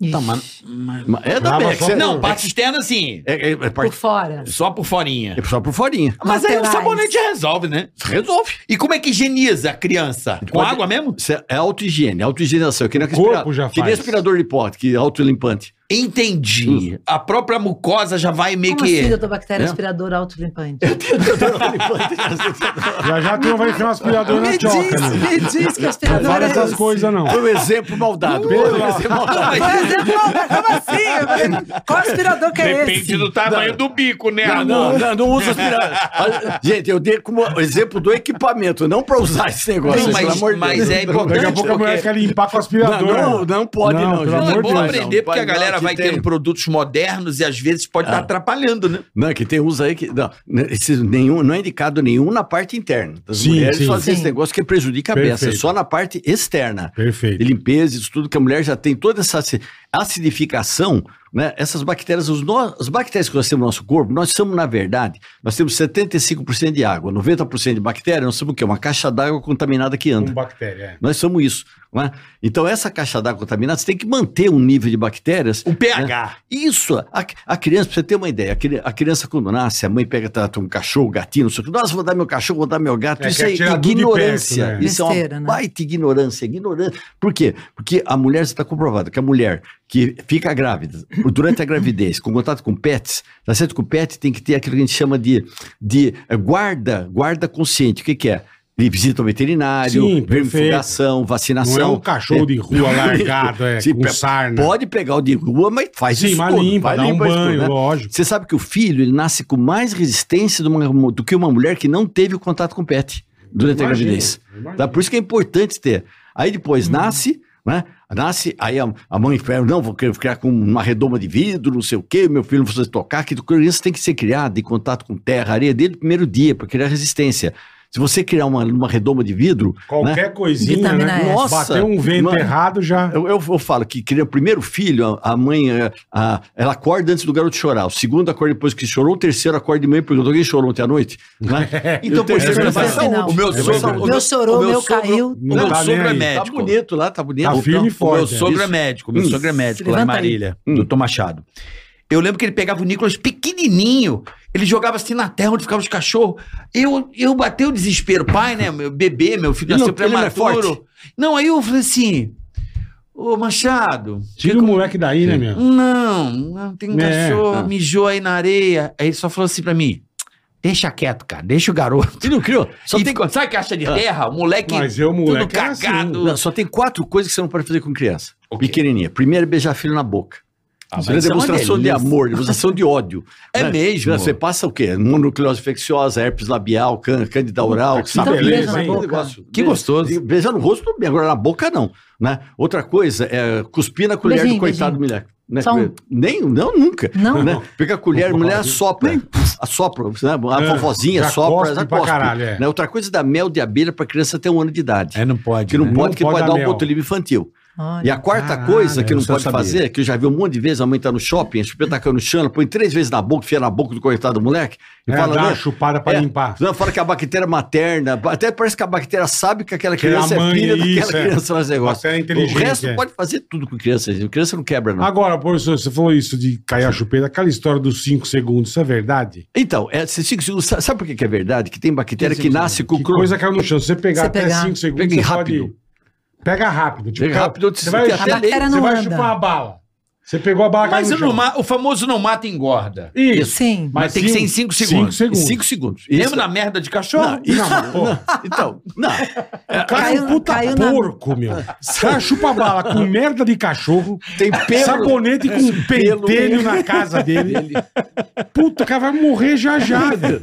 Speaker 2: Tá,
Speaker 6: Isso.
Speaker 2: mas- mas-
Speaker 5: Ma- É da
Speaker 4: Lava
Speaker 5: Beck,
Speaker 4: Ah, só
Speaker 5: você-
Speaker 4: por-
Speaker 2: Não, parte externa sim.
Speaker 5: É, é- é
Speaker 6: Por
Speaker 5: parte-
Speaker 6: fora.
Speaker 2: Só por forinha.
Speaker 5: é só por forinha.
Speaker 2: Mas aí o
Speaker 6: Laterais.
Speaker 2: sabonete resolve, né?
Speaker 5: Resolve.
Speaker 2: E como é que higieniza a criança? Com
Speaker 5: Pode-
Speaker 2: água mesmo?
Speaker 5: Isso é- é auto-higiene, auto-higienização. Que nem
Speaker 4: O corpo
Speaker 5: aspira-
Speaker 4: já
Speaker 5: Que nem
Speaker 4: faz.
Speaker 5: aspirador de pó, que é autolimpante.
Speaker 2: Entendi. A própria mucosa já vai meio
Speaker 6: Como
Speaker 2: que.
Speaker 6: assim, doutor bactéria
Speaker 5: É?
Speaker 6: aspiradora autolimpante?
Speaker 5: Então-
Speaker 4: Já já tu vai enfiar um aspirador na
Speaker 6: Me
Speaker 4: choca,
Speaker 6: diz,
Speaker 4: né?
Speaker 6: me diz que
Speaker 4: Não fala
Speaker 6: aspiradora é
Speaker 4: essas
Speaker 6: esse.
Speaker 4: coisas, não.
Speaker 5: Foi um exemplo maldado. Foi um exemplo
Speaker 2: Não, mas-
Speaker 5: maldado.
Speaker 6: Por exemplo, é como assim? Qual aspirador que é esse?
Speaker 2: do tamanho do bico, né?
Speaker 5: Não, Ah, não, não, não usa aspirador. Mas, Gente, eu dei como exemplo do equipamento, não pra usar esse negócio.
Speaker 2: Não, mas-
Speaker 5: pelo amor de
Speaker 2: mas
Speaker 5: Deus.
Speaker 2: é importante,
Speaker 4: Daqui a pouco a mulher
Speaker 2: porque-
Speaker 4: quer limpar com o
Speaker 5: Não,
Speaker 4: aspirador.
Speaker 5: não, não pode,
Speaker 4: Não,
Speaker 5: não.
Speaker 4: pelo
Speaker 5: gente.
Speaker 2: Não, é
Speaker 4: amor de
Speaker 2: bom
Speaker 4: Deus,
Speaker 2: aprender, porque a
Speaker 5: Não,
Speaker 2: galera
Speaker 5: que
Speaker 2: vai
Speaker 5: tem-
Speaker 2: tendo produtos modernos e às vezes pode
Speaker 5: Ah.
Speaker 2: estar atrapalhando, né?
Speaker 5: Não, é que tem uns aí que. Não, né, esse nenhum, não é indicado nenhum na parte interna. As
Speaker 4: Sim,
Speaker 5: mulheres
Speaker 4: sim.
Speaker 5: fazem esse
Speaker 6: Sim.
Speaker 5: negócio que prejudica a
Speaker 4: Perfeito.
Speaker 5: peça, só na parte externa.
Speaker 4: Perfeito.
Speaker 5: De limpeza, isso tudo, que a mulher já tem toda essa aci- acidificação, né? Essas bactérias, os no- as bactérias que nós temos no nosso corpo, nós somos, na verdade, nós temos 75% de água, 90% de bactéria, nós somos o quê? Uma caixa d'água contaminada que anda. Né?
Speaker 4: Com bactéria. é.
Speaker 5: Nós somos isso. não é? Então, essa caixa d'água contaminada, você tem que manter um nível de bactérias.
Speaker 2: O pH.
Speaker 5: Isso! A, a criança, pra você ter uma ideia, a, cri- a criança quando nasce, a mãe pega trata um cachorro, gatinho, não sei o que. Nossa, vou dar meu cachorro, vou dar meu gato.
Speaker 4: É,
Speaker 5: isso
Speaker 4: quer
Speaker 5: é
Speaker 4: tirar tudo de
Speaker 5: ignorância.
Speaker 4: perto, né?
Speaker 5: Isso é
Speaker 6: Besteira,
Speaker 5: uma
Speaker 6: né?
Speaker 5: baita ignorância. é Ignorância. Por quê? Porque a mulher, está comprovado que a mulher que fica grávida durante a gravidez, com contato com pets, tá certo que o pet tem que ter aquilo que a gente chama de, de eh, guarda, guarda consciente. O que, que é? Ele visita o veterinário,
Speaker 4: Sim,
Speaker 5: vermifugação, vacinação.
Speaker 4: Não é um cachorro de rua largado, é,
Speaker 5: Sim,
Speaker 4: com
Speaker 5: pe-
Speaker 4: sarna.
Speaker 5: Pode pegar o de rua, mas faz
Speaker 4: Sim,
Speaker 5: isso
Speaker 4: mas
Speaker 5: tudo.
Speaker 4: limpa,
Speaker 5: vai
Speaker 4: dá um
Speaker 5: limpar isso tudo,
Speaker 4: banho,
Speaker 5: né?
Speaker 4: lógico.
Speaker 5: Você sabe que o filho ele nasce com mais resistência de uma- do que uma mulher que não teve o contato com o pet durante a
Speaker 4: Imagina,
Speaker 5: gravidez.
Speaker 4: imagina. Uhum.
Speaker 5: Tá? Por isso que é importante ter. Aí depois nasce, né? Nasce, aí a, a mãe fala, não, vou criar- criar com uma redoma de vidro, não sei o quê, meu filho não precisa tocar, que criança tem que ser criada em contato com terra, areia, desde o primeiro dia, para criar resistência. Se você criar uma, uma redoma de vidro, né?
Speaker 4: Qualquer coisinha,
Speaker 6: Vitamina
Speaker 4: né?
Speaker 6: S.
Speaker 5: Nossa,
Speaker 4: Bateu um vento
Speaker 5: mano.
Speaker 4: errado já.
Speaker 5: Eu, eu- eu falo que cria o primeiro filho, a, a mãe, é, a- ela acorda antes do garoto chorar. O segundo acorda depois que chorou. O terceiro acorda de manhã e pergunta: alguém chorou ontem à noite? Né?
Speaker 2: Então, por
Speaker 5: por
Speaker 2: isso
Speaker 6: que
Speaker 5: vai
Speaker 6: ele faz
Speaker 5: saúde.
Speaker 6: saúde.
Speaker 5: O meu
Speaker 4: É
Speaker 5: sogro.
Speaker 4: verdade.
Speaker 5: o
Speaker 6: Meu chorou,
Speaker 5: o
Speaker 6: meu
Speaker 5: sogro-
Speaker 6: caiu.
Speaker 5: O meu
Speaker 4: Não tá
Speaker 5: sogro
Speaker 4: nem
Speaker 5: é
Speaker 4: aí.
Speaker 5: médico. Tá bonito lá, tá bonito.
Speaker 4: Tá
Speaker 5: Então,
Speaker 4: firme e
Speaker 2: O meu
Speaker 4: forte. é.
Speaker 2: sogro um é
Speaker 5: Isso.
Speaker 2: médico, meu
Speaker 5: Hum.
Speaker 2: sogro é
Speaker 6: Se
Speaker 2: médico lá em
Speaker 6: levanta aí.
Speaker 2: Marília,
Speaker 5: Hum.
Speaker 2: doutor Machado. Eu lembro que ele pegava o Nicolas pequenininho, ele jogava assim na terra onde ficavam os cachorros. Eu, eu batei o desespero, pai, né? Meu bebê, meu filho
Speaker 5: Ele não-
Speaker 2: nasceu
Speaker 5: ele não é
Speaker 2: prematuro.
Speaker 5: forte?
Speaker 2: Não, aí eu falei assim, ô Machado...
Speaker 4: Tira
Speaker 2: fica-
Speaker 4: o moleque daí, né, meu?
Speaker 2: Não, não tem um
Speaker 4: É,
Speaker 2: cachorro,
Speaker 5: ah.
Speaker 2: mijou aí na areia. Aí ele só falou assim pra mim, deixa quieto, cara, deixa o garoto.
Speaker 5: Você não criou? Só,
Speaker 2: E
Speaker 5: tem,
Speaker 2: ficou- Sabe caixa de terra? O moleque
Speaker 4: Mas eu, moleque,
Speaker 2: tudo
Speaker 4: era assim.
Speaker 2: cagado.
Speaker 5: não, só tem quatro coisas que você não pode fazer com criança.
Speaker 2: Ok.
Speaker 5: Pequenininha. Primeiro, é beijar filho na boca.
Speaker 2: Ah,
Speaker 5: Isso é
Speaker 2: mas isso é uma
Speaker 5: demonstração de
Speaker 2: delícia.
Speaker 5: amor, demonstração de ódio.
Speaker 2: É
Speaker 5: né?
Speaker 2: mesmo.
Speaker 5: Você passa o quê? Mononucleose infecciosa, herpes labial, cân- cândida oral,
Speaker 4: que
Speaker 5: sabe?
Speaker 4: beleza,
Speaker 5: Esse
Speaker 4: hein?
Speaker 5: negócio.
Speaker 2: Que gostoso.
Speaker 5: Beijar no rosto, bem, agora na boca não, né? Outra coisa é cuspir na colher
Speaker 6: Beijinho,
Speaker 5: do coitado do mulher. Né?
Speaker 6: Só um.
Speaker 5: Nem, não, nunca.
Speaker 6: Não?
Speaker 5: Né? Pega a colher, a mulher assopra, assopra, né? a
Speaker 4: É,
Speaker 5: vovozinha
Speaker 4: já
Speaker 5: assopra,
Speaker 4: cospe
Speaker 5: já
Speaker 4: pra
Speaker 5: cospe.
Speaker 4: caralho, é.
Speaker 5: né? Outra coisa é dar mel de abelha para criança até um ano de idade.
Speaker 2: É, não pode.
Speaker 5: Que não
Speaker 2: né?
Speaker 5: pode, que
Speaker 4: assim. pode dar
Speaker 5: pode dar um
Speaker 4: mel.
Speaker 5: botulismo infantil. E
Speaker 6: Olha,
Speaker 5: a quarta
Speaker 4: Caralho,
Speaker 5: coisa que não
Speaker 2: isso eu
Speaker 5: pode
Speaker 2: sabia.
Speaker 5: fazer, que eu já vi um monte de vezes, a mãe tá no shopping, a chupeta caiu no chão, ela põe três vezes na boca, enfia na boca do coitado do moleque, e
Speaker 4: É,
Speaker 5: fala,
Speaker 4: dá
Speaker 5: né?
Speaker 4: uma chupada pra
Speaker 5: É,
Speaker 4: limpar.
Speaker 5: Não, fala que a bactéria é materna, até parece que a bactéria sabe que aquela
Speaker 4: Que a
Speaker 5: criança é
Speaker 4: mãe
Speaker 5: filha
Speaker 4: é isso,
Speaker 5: daquela
Speaker 4: é.
Speaker 5: criança faz negócio.
Speaker 4: Bactéria
Speaker 5: O
Speaker 4: inteligente,
Speaker 5: resto
Speaker 4: é.
Speaker 5: pode fazer tudo com criança, gente. criança não quebra, não.
Speaker 4: Agora, professor, você falou isso de cair a chupeta, aquela história dos 5 segundos, isso é verdade?
Speaker 5: Então, é, esses cinco segundos, sa- sabe por que que é verdade? Que tem bactéria que nasce com
Speaker 4: Que
Speaker 5: cro-
Speaker 4: coisa caiu no chão. Se você pegar
Speaker 6: Você
Speaker 4: até
Speaker 6: pegar.
Speaker 4: 5 segundos,
Speaker 5: Pega
Speaker 4: você
Speaker 5: rápido.
Speaker 4: pode. Pega rápido. tipo,
Speaker 5: Pega rápido,
Speaker 4: você vai,
Speaker 5: tem
Speaker 6: a
Speaker 5: até
Speaker 4: você
Speaker 5: lei.
Speaker 6: bactéria não
Speaker 4: vai
Speaker 6: anda.
Speaker 4: chupar a bala. Você pegou a bala,
Speaker 2: Mas
Speaker 4: caiu
Speaker 2: eu
Speaker 4: no
Speaker 2: não
Speaker 4: chão.
Speaker 2: ma- o famoso não mata e engorda.
Speaker 4: Isso.
Speaker 6: Sim.
Speaker 2: Mas tem que ser em cinco segundos.
Speaker 5: Em Cinco segundos. Isso.
Speaker 2: Lembra da merda de cachorro?
Speaker 5: Não,
Speaker 4: Isso. Não, porra.
Speaker 5: Então, não.
Speaker 4: O cara é um
Speaker 6: Caiu-
Speaker 4: puta
Speaker 6: caiu na-
Speaker 4: porco, meu. O cara chupa bala com merda de cachorro,
Speaker 5: Tem pelo.
Speaker 4: sabonete com
Speaker 5: Pelo-
Speaker 4: pentelho na casa dele. Puta, o cara vai morrer já já. velho.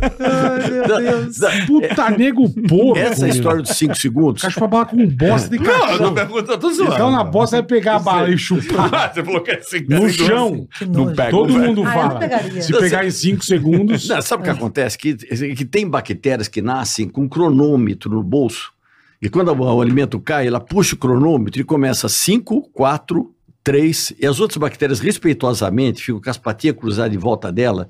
Speaker 5: Não, não.
Speaker 6: é.
Speaker 4: Puta nego porco.
Speaker 5: Essa é
Speaker 4: meu.
Speaker 5: história dos cinco segundos.
Speaker 4: O cara chupa bala com um bosta de cachorro.
Speaker 2: perguntando, eu tô
Speaker 4: Então na bosta vai pegar a bala e chupar
Speaker 2: Você falou que é assim.
Speaker 4: no chão.
Speaker 6: Que nojo.
Speaker 4: Todo mundo
Speaker 6: Ah, eu não
Speaker 4: fala.
Speaker 6: pegaria.
Speaker 4: Se pegar em 5 segundos.
Speaker 5: Não, sabe o que acontece? Que, que tem bactérias que nascem com cronômetro no bolso. E quando o, o alimento cai, ela puxa o cronômetro e começa 5, 4, 3. E as outras bactérias, respeitosamente, ficam com as patinhas cruzadas em volta dela.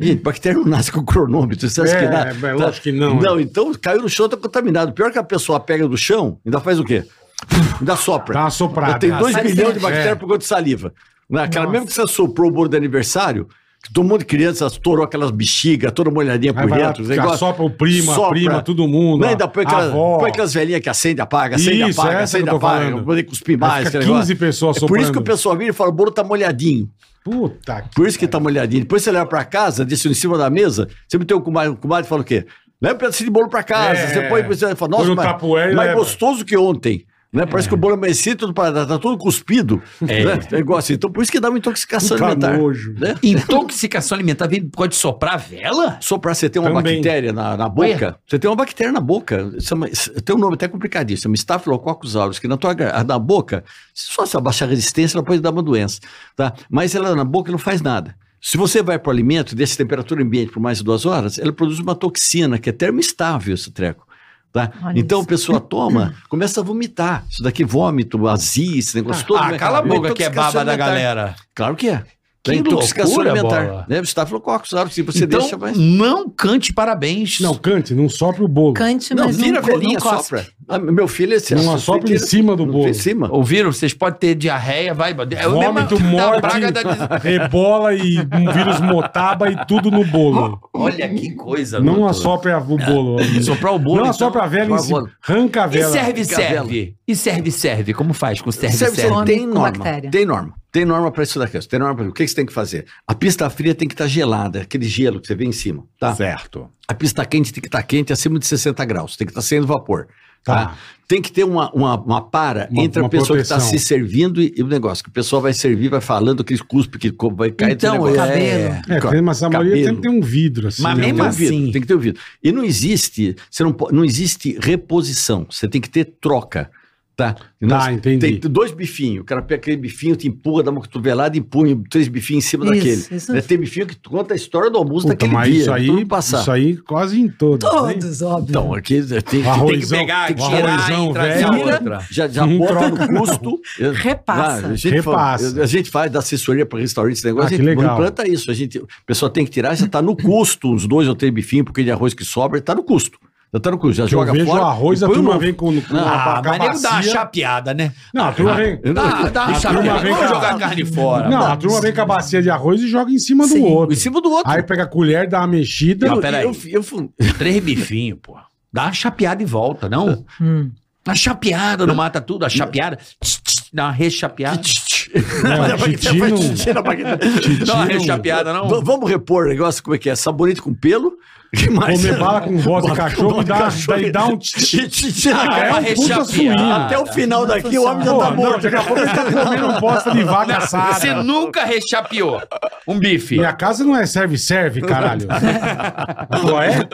Speaker 5: Gente, bactéria não nasce com o cronômetro. Você acha
Speaker 4: É,
Speaker 5: que dá?
Speaker 4: é, é, lógico que não,
Speaker 5: Não, então caiu no chão, está contaminado. Pior que a pessoa pega do chão, ainda faz o quê? Ainda sopra.
Speaker 4: Dá uma soprada.
Speaker 5: Eu tenho 2
Speaker 6: Faz
Speaker 5: milhões de
Speaker 6: sentido.
Speaker 5: bactérias
Speaker 4: tá É.
Speaker 5: por conta de saliva. Naquela,
Speaker 6: Nossa.
Speaker 5: mesmo que você soprou o bolo de aniversário, que todo mundo de criança estourou aquelas bexigas, toda molhadinha
Speaker 4: Aí
Speaker 5: por
Speaker 4: vai lá,
Speaker 5: dentro. os negócios-
Speaker 4: assopra o primo, a
Speaker 5: Sopra.
Speaker 4: prima, todo mundo.
Speaker 5: Não,
Speaker 4: a-
Speaker 5: ainda põe
Speaker 4: a
Speaker 5: aquelas,
Speaker 4: avó.
Speaker 5: põe aquelas velhinhas que acende, apaga, acende,
Speaker 4: Isso,
Speaker 5: apaga,
Speaker 4: essa que
Speaker 5: acende,
Speaker 4: eu tô
Speaker 5: apaga.
Speaker 4: falando.
Speaker 5: Não poder cuspir
Speaker 4: Vai
Speaker 5: mais.
Speaker 4: ficar
Speaker 5: esse negócio.
Speaker 4: 15 pessoas
Speaker 5: É por isso
Speaker 4: soprando.
Speaker 5: que o pessoal vira e fala: o bolo tá molhadinho.
Speaker 4: Puta
Speaker 5: Por isso que tá molhadinho. Depois você leva pra casa, deixa em cima da mesa, você um meteu o comadre, o comadre fala o quê? Leva um pedacinho de bolo pra casa.
Speaker 4: É.
Speaker 5: Você põe você fala,
Speaker 4: Põe
Speaker 5: nossa,
Speaker 4: no Tupperware
Speaker 5: mas,
Speaker 4: e
Speaker 5: mais
Speaker 4: leva.
Speaker 5: gostoso que ontem. Né? Parece que o bolo amanhecia, tudo para, tá todo cuspido. É. Né? Negócio. Então, por isso que dá uma intoxicação
Speaker 4: Puta
Speaker 5: alimentar.
Speaker 4: nojo.
Speaker 5: Né?
Speaker 2: Intoxicação alimentar vem- pode soprar vela?
Speaker 5: Só pra você ter uma
Speaker 4: Também.
Speaker 5: bactéria na, na boca. Você tem uma bactéria na boca. Isso é uma- isso- tem um nome até complicadinho. Chama Staphylococcus aureus, que na tua gra- na boca, só se abaixar a resistência, ela pode dar uma doença. Tá? Mas ela na boca não faz nada. Se você vai para o alimento, deixa a temperatura ambiente por mais de duas horas, ela produz uma toxina que é termoestável esse treco. Tá?
Speaker 6: Olha
Speaker 5: Então
Speaker 6: isso.
Speaker 5: a pessoa toma, começa a vomitar. Isso daqui, vômito, azia, esse
Speaker 2: Ah,
Speaker 5: negócio todo. né? Uma
Speaker 2: é
Speaker 5: intoxicação alimentar. Claro que é.
Speaker 2: Que
Speaker 5: é intoxicação
Speaker 2: loucura, Bola.
Speaker 5: alimentar. Né? Staphylococcus aureus, se você
Speaker 2: então,
Speaker 5: deixa mais.
Speaker 2: não cante parabéns.
Speaker 4: Não, cante, não sopra o bolo.
Speaker 6: Cante,
Speaker 5: Não,
Speaker 6: mas
Speaker 5: vira a
Speaker 6: não, co-
Speaker 5: velhinha,
Speaker 6: não cospe.
Speaker 5: sopra. Ah, meu filho é esse.
Speaker 4: Não
Speaker 5: essa-
Speaker 4: assopra
Speaker 5: tira-
Speaker 4: em cima do
Speaker 5: não
Speaker 4: bolo.
Speaker 5: Em cima.
Speaker 2: Ouviram? Vocês podem ter diarreia, vai. É o
Speaker 4: Vômito,
Speaker 2: mesmo da
Speaker 4: morte,
Speaker 2: praga da des-
Speaker 4: ebola e um vírus motaba e tudo no bolo.
Speaker 2: Olha que coisa,
Speaker 4: Não
Speaker 2: doutor.
Speaker 4: assopra a- o bolo.
Speaker 2: Soprar o bolo.
Speaker 4: Não
Speaker 2: então.
Speaker 4: assopra a vela em
Speaker 5: sopra o
Speaker 4: cima.
Speaker 5: bolo.
Speaker 4: Arranca a
Speaker 2: E
Speaker 4: vela.
Speaker 2: serve,
Speaker 5: Cavela.
Speaker 2: serve. E serve, serve. Como faz com serve, serve?
Speaker 5: Serve, serve. Tem
Speaker 6: Com
Speaker 5: norma.
Speaker 6: bactéria.
Speaker 5: Tem norma. Tem norma para isso daqui. Tem norma pra... O que, que você tem que fazer? A pista fria tem que estar gelada, aquele gelo que você vê em cima. Tá?
Speaker 2: Certo.
Speaker 5: A pista quente tem que estar quente acima de 60 graus. Tem que estar saindo vapor. Tá.
Speaker 4: Tá.
Speaker 5: Tem que ter uma, uma, uma para
Speaker 4: Uma-
Speaker 5: entre
Speaker 4: uma
Speaker 5: a pessoa que
Speaker 4: proteção.
Speaker 5: está se servindo e, e o negócio. Que o pessoal vai servir, vai falando, aquele cuspe que co- vai cair.
Speaker 2: Então,
Speaker 5: do negócio.
Speaker 2: é-
Speaker 4: É, tem, mas a maioria tem que ter um vidro assim.
Speaker 2: Mas
Speaker 4: né?
Speaker 2: mesmo
Speaker 5: tem
Speaker 2: assim-
Speaker 5: ouvido, tem que ter ouvido. E não existe, você não, po- não existe reposição. Você tem que ter troca. Tá, Nós-
Speaker 4: entendi.
Speaker 5: Tem dois bifinhos. O cara pega aquele bifinho, te empurra, dá uma cotovelada e punha três bifinhos em cima
Speaker 6: Isso,
Speaker 5: daquele.
Speaker 6: isso.
Speaker 5: Né, Tem bifinho que conta a história do almoço
Speaker 4: Puta,
Speaker 5: daquele
Speaker 4: mas
Speaker 5: dia.
Speaker 4: isso aí,
Speaker 5: tudo passar.
Speaker 4: isso aí quase em todos. né?
Speaker 6: Todos, óbvio.
Speaker 5: Então, aqui tem, tem, tem
Speaker 4: Arroz- Arroizão, arroizão
Speaker 2: trazer
Speaker 5: velho.
Speaker 2: É outra. Uhum.
Speaker 5: já, já
Speaker 4: Não
Speaker 5: bota
Speaker 4: troca.
Speaker 5: no custo. Eu-
Speaker 6: Repassa.
Speaker 5: Ah, a gente
Speaker 4: Repassa.
Speaker 5: fala- a gente faz da assessoria para restaurante esse negócio,
Speaker 4: Ah,
Speaker 5: a
Speaker 4: que
Speaker 5: gente
Speaker 4: legal.
Speaker 5: implanta isso. A gente, o pessoal tem que tirar, já está no custo, uns dois ou três bifinhos, porque de arroz que sobra, está no custo. Já está no custo. Já
Speaker 4: Que Eu
Speaker 5: joga
Speaker 4: vejo
Speaker 5: fora.
Speaker 4: o arroz,
Speaker 5: e
Speaker 4: a
Speaker 5: põe o
Speaker 4: turma
Speaker 5: novo.
Speaker 4: vem com, com
Speaker 2: Ah,
Speaker 4: a
Speaker 2: mas nem dá uma
Speaker 4: bacia.
Speaker 2: chapeada, né?
Speaker 4: Não, a turma vem.
Speaker 2: Dá, dá uma
Speaker 4: A turma
Speaker 2: chapeada.
Speaker 4: vem
Speaker 2: Vamos
Speaker 4: com a-
Speaker 2: jogar a carne fora.
Speaker 4: Não,
Speaker 2: Vamos.
Speaker 4: a turma vem com a bacia de arroz e joga em cima
Speaker 6: Sim.
Speaker 4: do outro.
Speaker 5: Em cima do outro.
Speaker 4: Aí pega a colher, dá uma mexida.
Speaker 2: Não, peraí.
Speaker 5: Eu, eu fui-
Speaker 2: Três bifinhos, pô. Dá uma chapeada e volta, não?
Speaker 6: Hum.
Speaker 2: A chapeada não mata tudo, a chapeada. Tch, tch, Dá uma rechapeada.
Speaker 4: né, titino,
Speaker 2: Dá uma rechapeada, não?
Speaker 5: V- Vamos repor o negócio, como é que é? Sabonete com pelo? Que mais?
Speaker 4: comer bala com voz de
Speaker 5: Bala com
Speaker 4: cachorro
Speaker 5: voz
Speaker 4: e
Speaker 5: de
Speaker 4: dá,
Speaker 5: cachorro.
Speaker 4: daí dá um... tch-
Speaker 5: Te- te- te-
Speaker 2: Ah,
Speaker 5: até
Speaker 2: é
Speaker 5: o-
Speaker 2: uma
Speaker 4: um puta suíno.
Speaker 2: rechapeada.
Speaker 5: Até o final daqui, o homem já
Speaker 4: Pô,
Speaker 5: tá
Speaker 4: não,
Speaker 5: morto.
Speaker 4: daqui a pouco ele tá comendo um bosta de vaca assada.
Speaker 2: Você nunca rechapeou um bife.
Speaker 4: Minha casa não é serve-serve, caralho. Pô, é?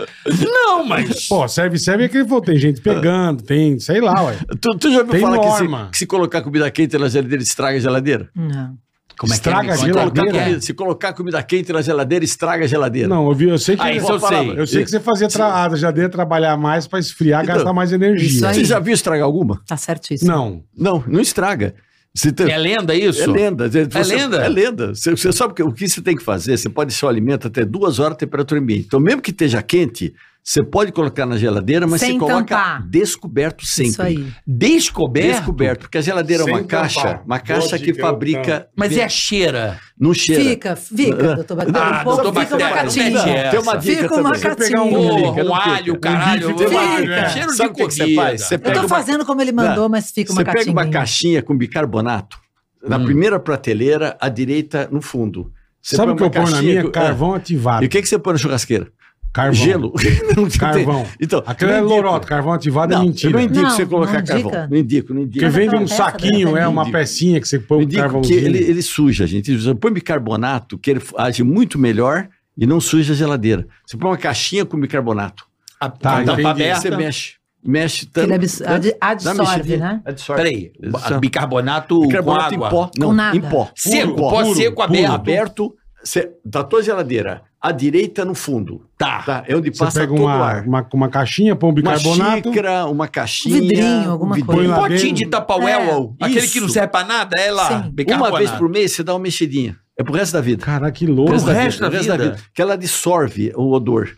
Speaker 2: Não, mas.
Speaker 4: Pô, serve-serve é que pô, tem gente pegando, tem, sei lá, ué.
Speaker 5: Tu, tu já ouviu
Speaker 4: Tem
Speaker 5: falar que
Speaker 4: norma.
Speaker 5: se, que se colocar comida quente na geladeira, estraga a geladeira?
Speaker 6: Não.
Speaker 2: Como
Speaker 5: é
Speaker 4: Estraga a
Speaker 2: Me conta,
Speaker 4: geladeira.
Speaker 5: Colocar
Speaker 2: como é
Speaker 5: comida- se colocar comida quente na geladeira, estraga a geladeira.
Speaker 4: Não, eu, vi, eu sei que.
Speaker 2: Ah, isso eu
Speaker 4: eu,
Speaker 2: sei.
Speaker 4: sei que você fazia traada, já deu trabalhar mais pra esfriar,
Speaker 5: Então,
Speaker 4: gastar mais energia.
Speaker 6: isso
Speaker 5: Você
Speaker 6: aí.
Speaker 5: já viu estragar alguma?
Speaker 6: Tá certíssimo.
Speaker 4: Não.
Speaker 5: Não, não estraga. Você tem-
Speaker 2: que é? É lenda isso?
Speaker 5: É lenda. Você-
Speaker 2: É lenda?
Speaker 5: É lenda. Você, você sabe que, o que você tem que fazer? Você pode deixar o alimento até duas horas de temperatura ambiente. Então, mesmo que esteja quente, você pode colocar na geladeira, mas
Speaker 6: Sem
Speaker 5: você coloca
Speaker 6: tampar.
Speaker 5: descoberto sempre.
Speaker 6: Isso aí.
Speaker 2: Descoberto?
Speaker 5: Descoberto, porque a geladeira é
Speaker 4: Sem
Speaker 5: uma caixa,
Speaker 4: tampar.
Speaker 5: uma caixa
Speaker 4: Doze
Speaker 5: que
Speaker 4: que eu
Speaker 5: fabrica.
Speaker 2: Mas é a cheira.
Speaker 5: Não cheira.
Speaker 6: Fica, fica, doutor Bactéria.
Speaker 2: Ah,
Speaker 6: O povo
Speaker 2: doutor
Speaker 6: fica uma
Speaker 2: Bactéria, não
Speaker 6: catinha.
Speaker 2: mete
Speaker 4: é,
Speaker 2: essa.
Speaker 5: Tem é uma dica
Speaker 6: Fica uma
Speaker 5: também.
Speaker 4: Você
Speaker 6: Sim.
Speaker 4: pegar um.
Speaker 2: Porra, um
Speaker 5: não fica.
Speaker 2: alho, caralho.
Speaker 4: bife tem
Speaker 6: um
Speaker 2: alho,
Speaker 6: alho, é.
Speaker 2: Cheiro
Speaker 5: Sabe
Speaker 2: de
Speaker 5: o que que você
Speaker 2: comida. Tá,
Speaker 5: faz? Você
Speaker 6: Eu
Speaker 5: Pega
Speaker 6: tô
Speaker 5: uma-
Speaker 6: fazendo como ele mandou,
Speaker 5: Não,
Speaker 6: mas fica uma
Speaker 5: Você pega uma
Speaker 6: catinha.
Speaker 5: caixinha com bicarbonato, na
Speaker 2: Hum.
Speaker 5: primeira prateleira, à direita, no fundo. Você
Speaker 4: Sabe
Speaker 5: põe
Speaker 4: o que
Speaker 5: uma
Speaker 4: eu ponho na
Speaker 5: caixinha
Speaker 4: minha?
Speaker 5: com-
Speaker 4: Carvão
Speaker 5: É.
Speaker 4: ativado.
Speaker 5: E o que, que você põe na churrasqueira?
Speaker 4: Carvão.
Speaker 5: Gelo? Não tem-
Speaker 4: Carvão.
Speaker 5: Então,
Speaker 4: Aquilo é
Speaker 5: não indico.
Speaker 4: lorota, carvão ativado
Speaker 5: Não,
Speaker 4: é
Speaker 5: eu
Speaker 4: mentira.
Speaker 5: não indico
Speaker 6: Não,
Speaker 5: você colocar
Speaker 6: não
Speaker 5: carvão.
Speaker 6: indica.
Speaker 5: Não indico, não indico.
Speaker 4: Porque vende
Speaker 6: Aquela
Speaker 4: um
Speaker 6: peça,
Speaker 4: saquinho,
Speaker 6: né?
Speaker 4: é uma
Speaker 5: Indico.
Speaker 4: pecinha que você põe
Speaker 5: Eu
Speaker 4: um
Speaker 5: indico que
Speaker 4: carvãozinho.
Speaker 5: ele, ele suja, gente. Você põe bicarbonato, que ele age muito melhor e não suja a geladeira. Você põe uma caixinha com bicarbonato.
Speaker 2: A
Speaker 4: Tá,
Speaker 2: tá,
Speaker 4: entendi.
Speaker 2: tapa
Speaker 5: Você
Speaker 2: aberta.
Speaker 5: mexe. Mexe
Speaker 6: Que ele
Speaker 5: tanto.
Speaker 6: abs- ad-
Speaker 5: Dá uma
Speaker 6: absorve,
Speaker 5: mexidinha.
Speaker 6: né?
Speaker 5: Absorve.
Speaker 2: Peraí,
Speaker 5: Isso.
Speaker 2: bicarbonato,
Speaker 5: bicarbonato
Speaker 2: com água.
Speaker 5: em pó.
Speaker 6: Com
Speaker 5: Não,
Speaker 6: nada.
Speaker 5: em pó.
Speaker 2: Seco,
Speaker 5: Puro,
Speaker 2: pó
Speaker 5: puro,
Speaker 2: seco
Speaker 5: puro,
Speaker 2: aberto.
Speaker 5: aberto. Você, da tua geladeira, à direita no fundo.
Speaker 2: Tá.
Speaker 5: Tá? É onde
Speaker 4: Você
Speaker 5: passa
Speaker 4: pega
Speaker 5: todo o
Speaker 4: uma,
Speaker 5: ar.
Speaker 4: uma, uma caixinha, põe um
Speaker 5: Uma
Speaker 4: bicarbonato.
Speaker 5: xícara, uma caixinha.
Speaker 6: vidrinho, alguma
Speaker 4: Põe
Speaker 6: coisa.
Speaker 2: Um
Speaker 4: lá
Speaker 2: potinho
Speaker 4: dentro.
Speaker 2: de Tupperware,
Speaker 6: É,
Speaker 2: uou, aquele
Speaker 5: Tá isso.
Speaker 2: que não serve pra nada, é lá.
Speaker 6: Sim.
Speaker 2: bicarbonato.
Speaker 5: Uma vez por mês você dá uma mexidinha. É pro resto da vida.
Speaker 4: Cara, que louco.
Speaker 2: Pro
Speaker 5: Pro
Speaker 2: resto da vida.
Speaker 5: Que ela absorve o odor.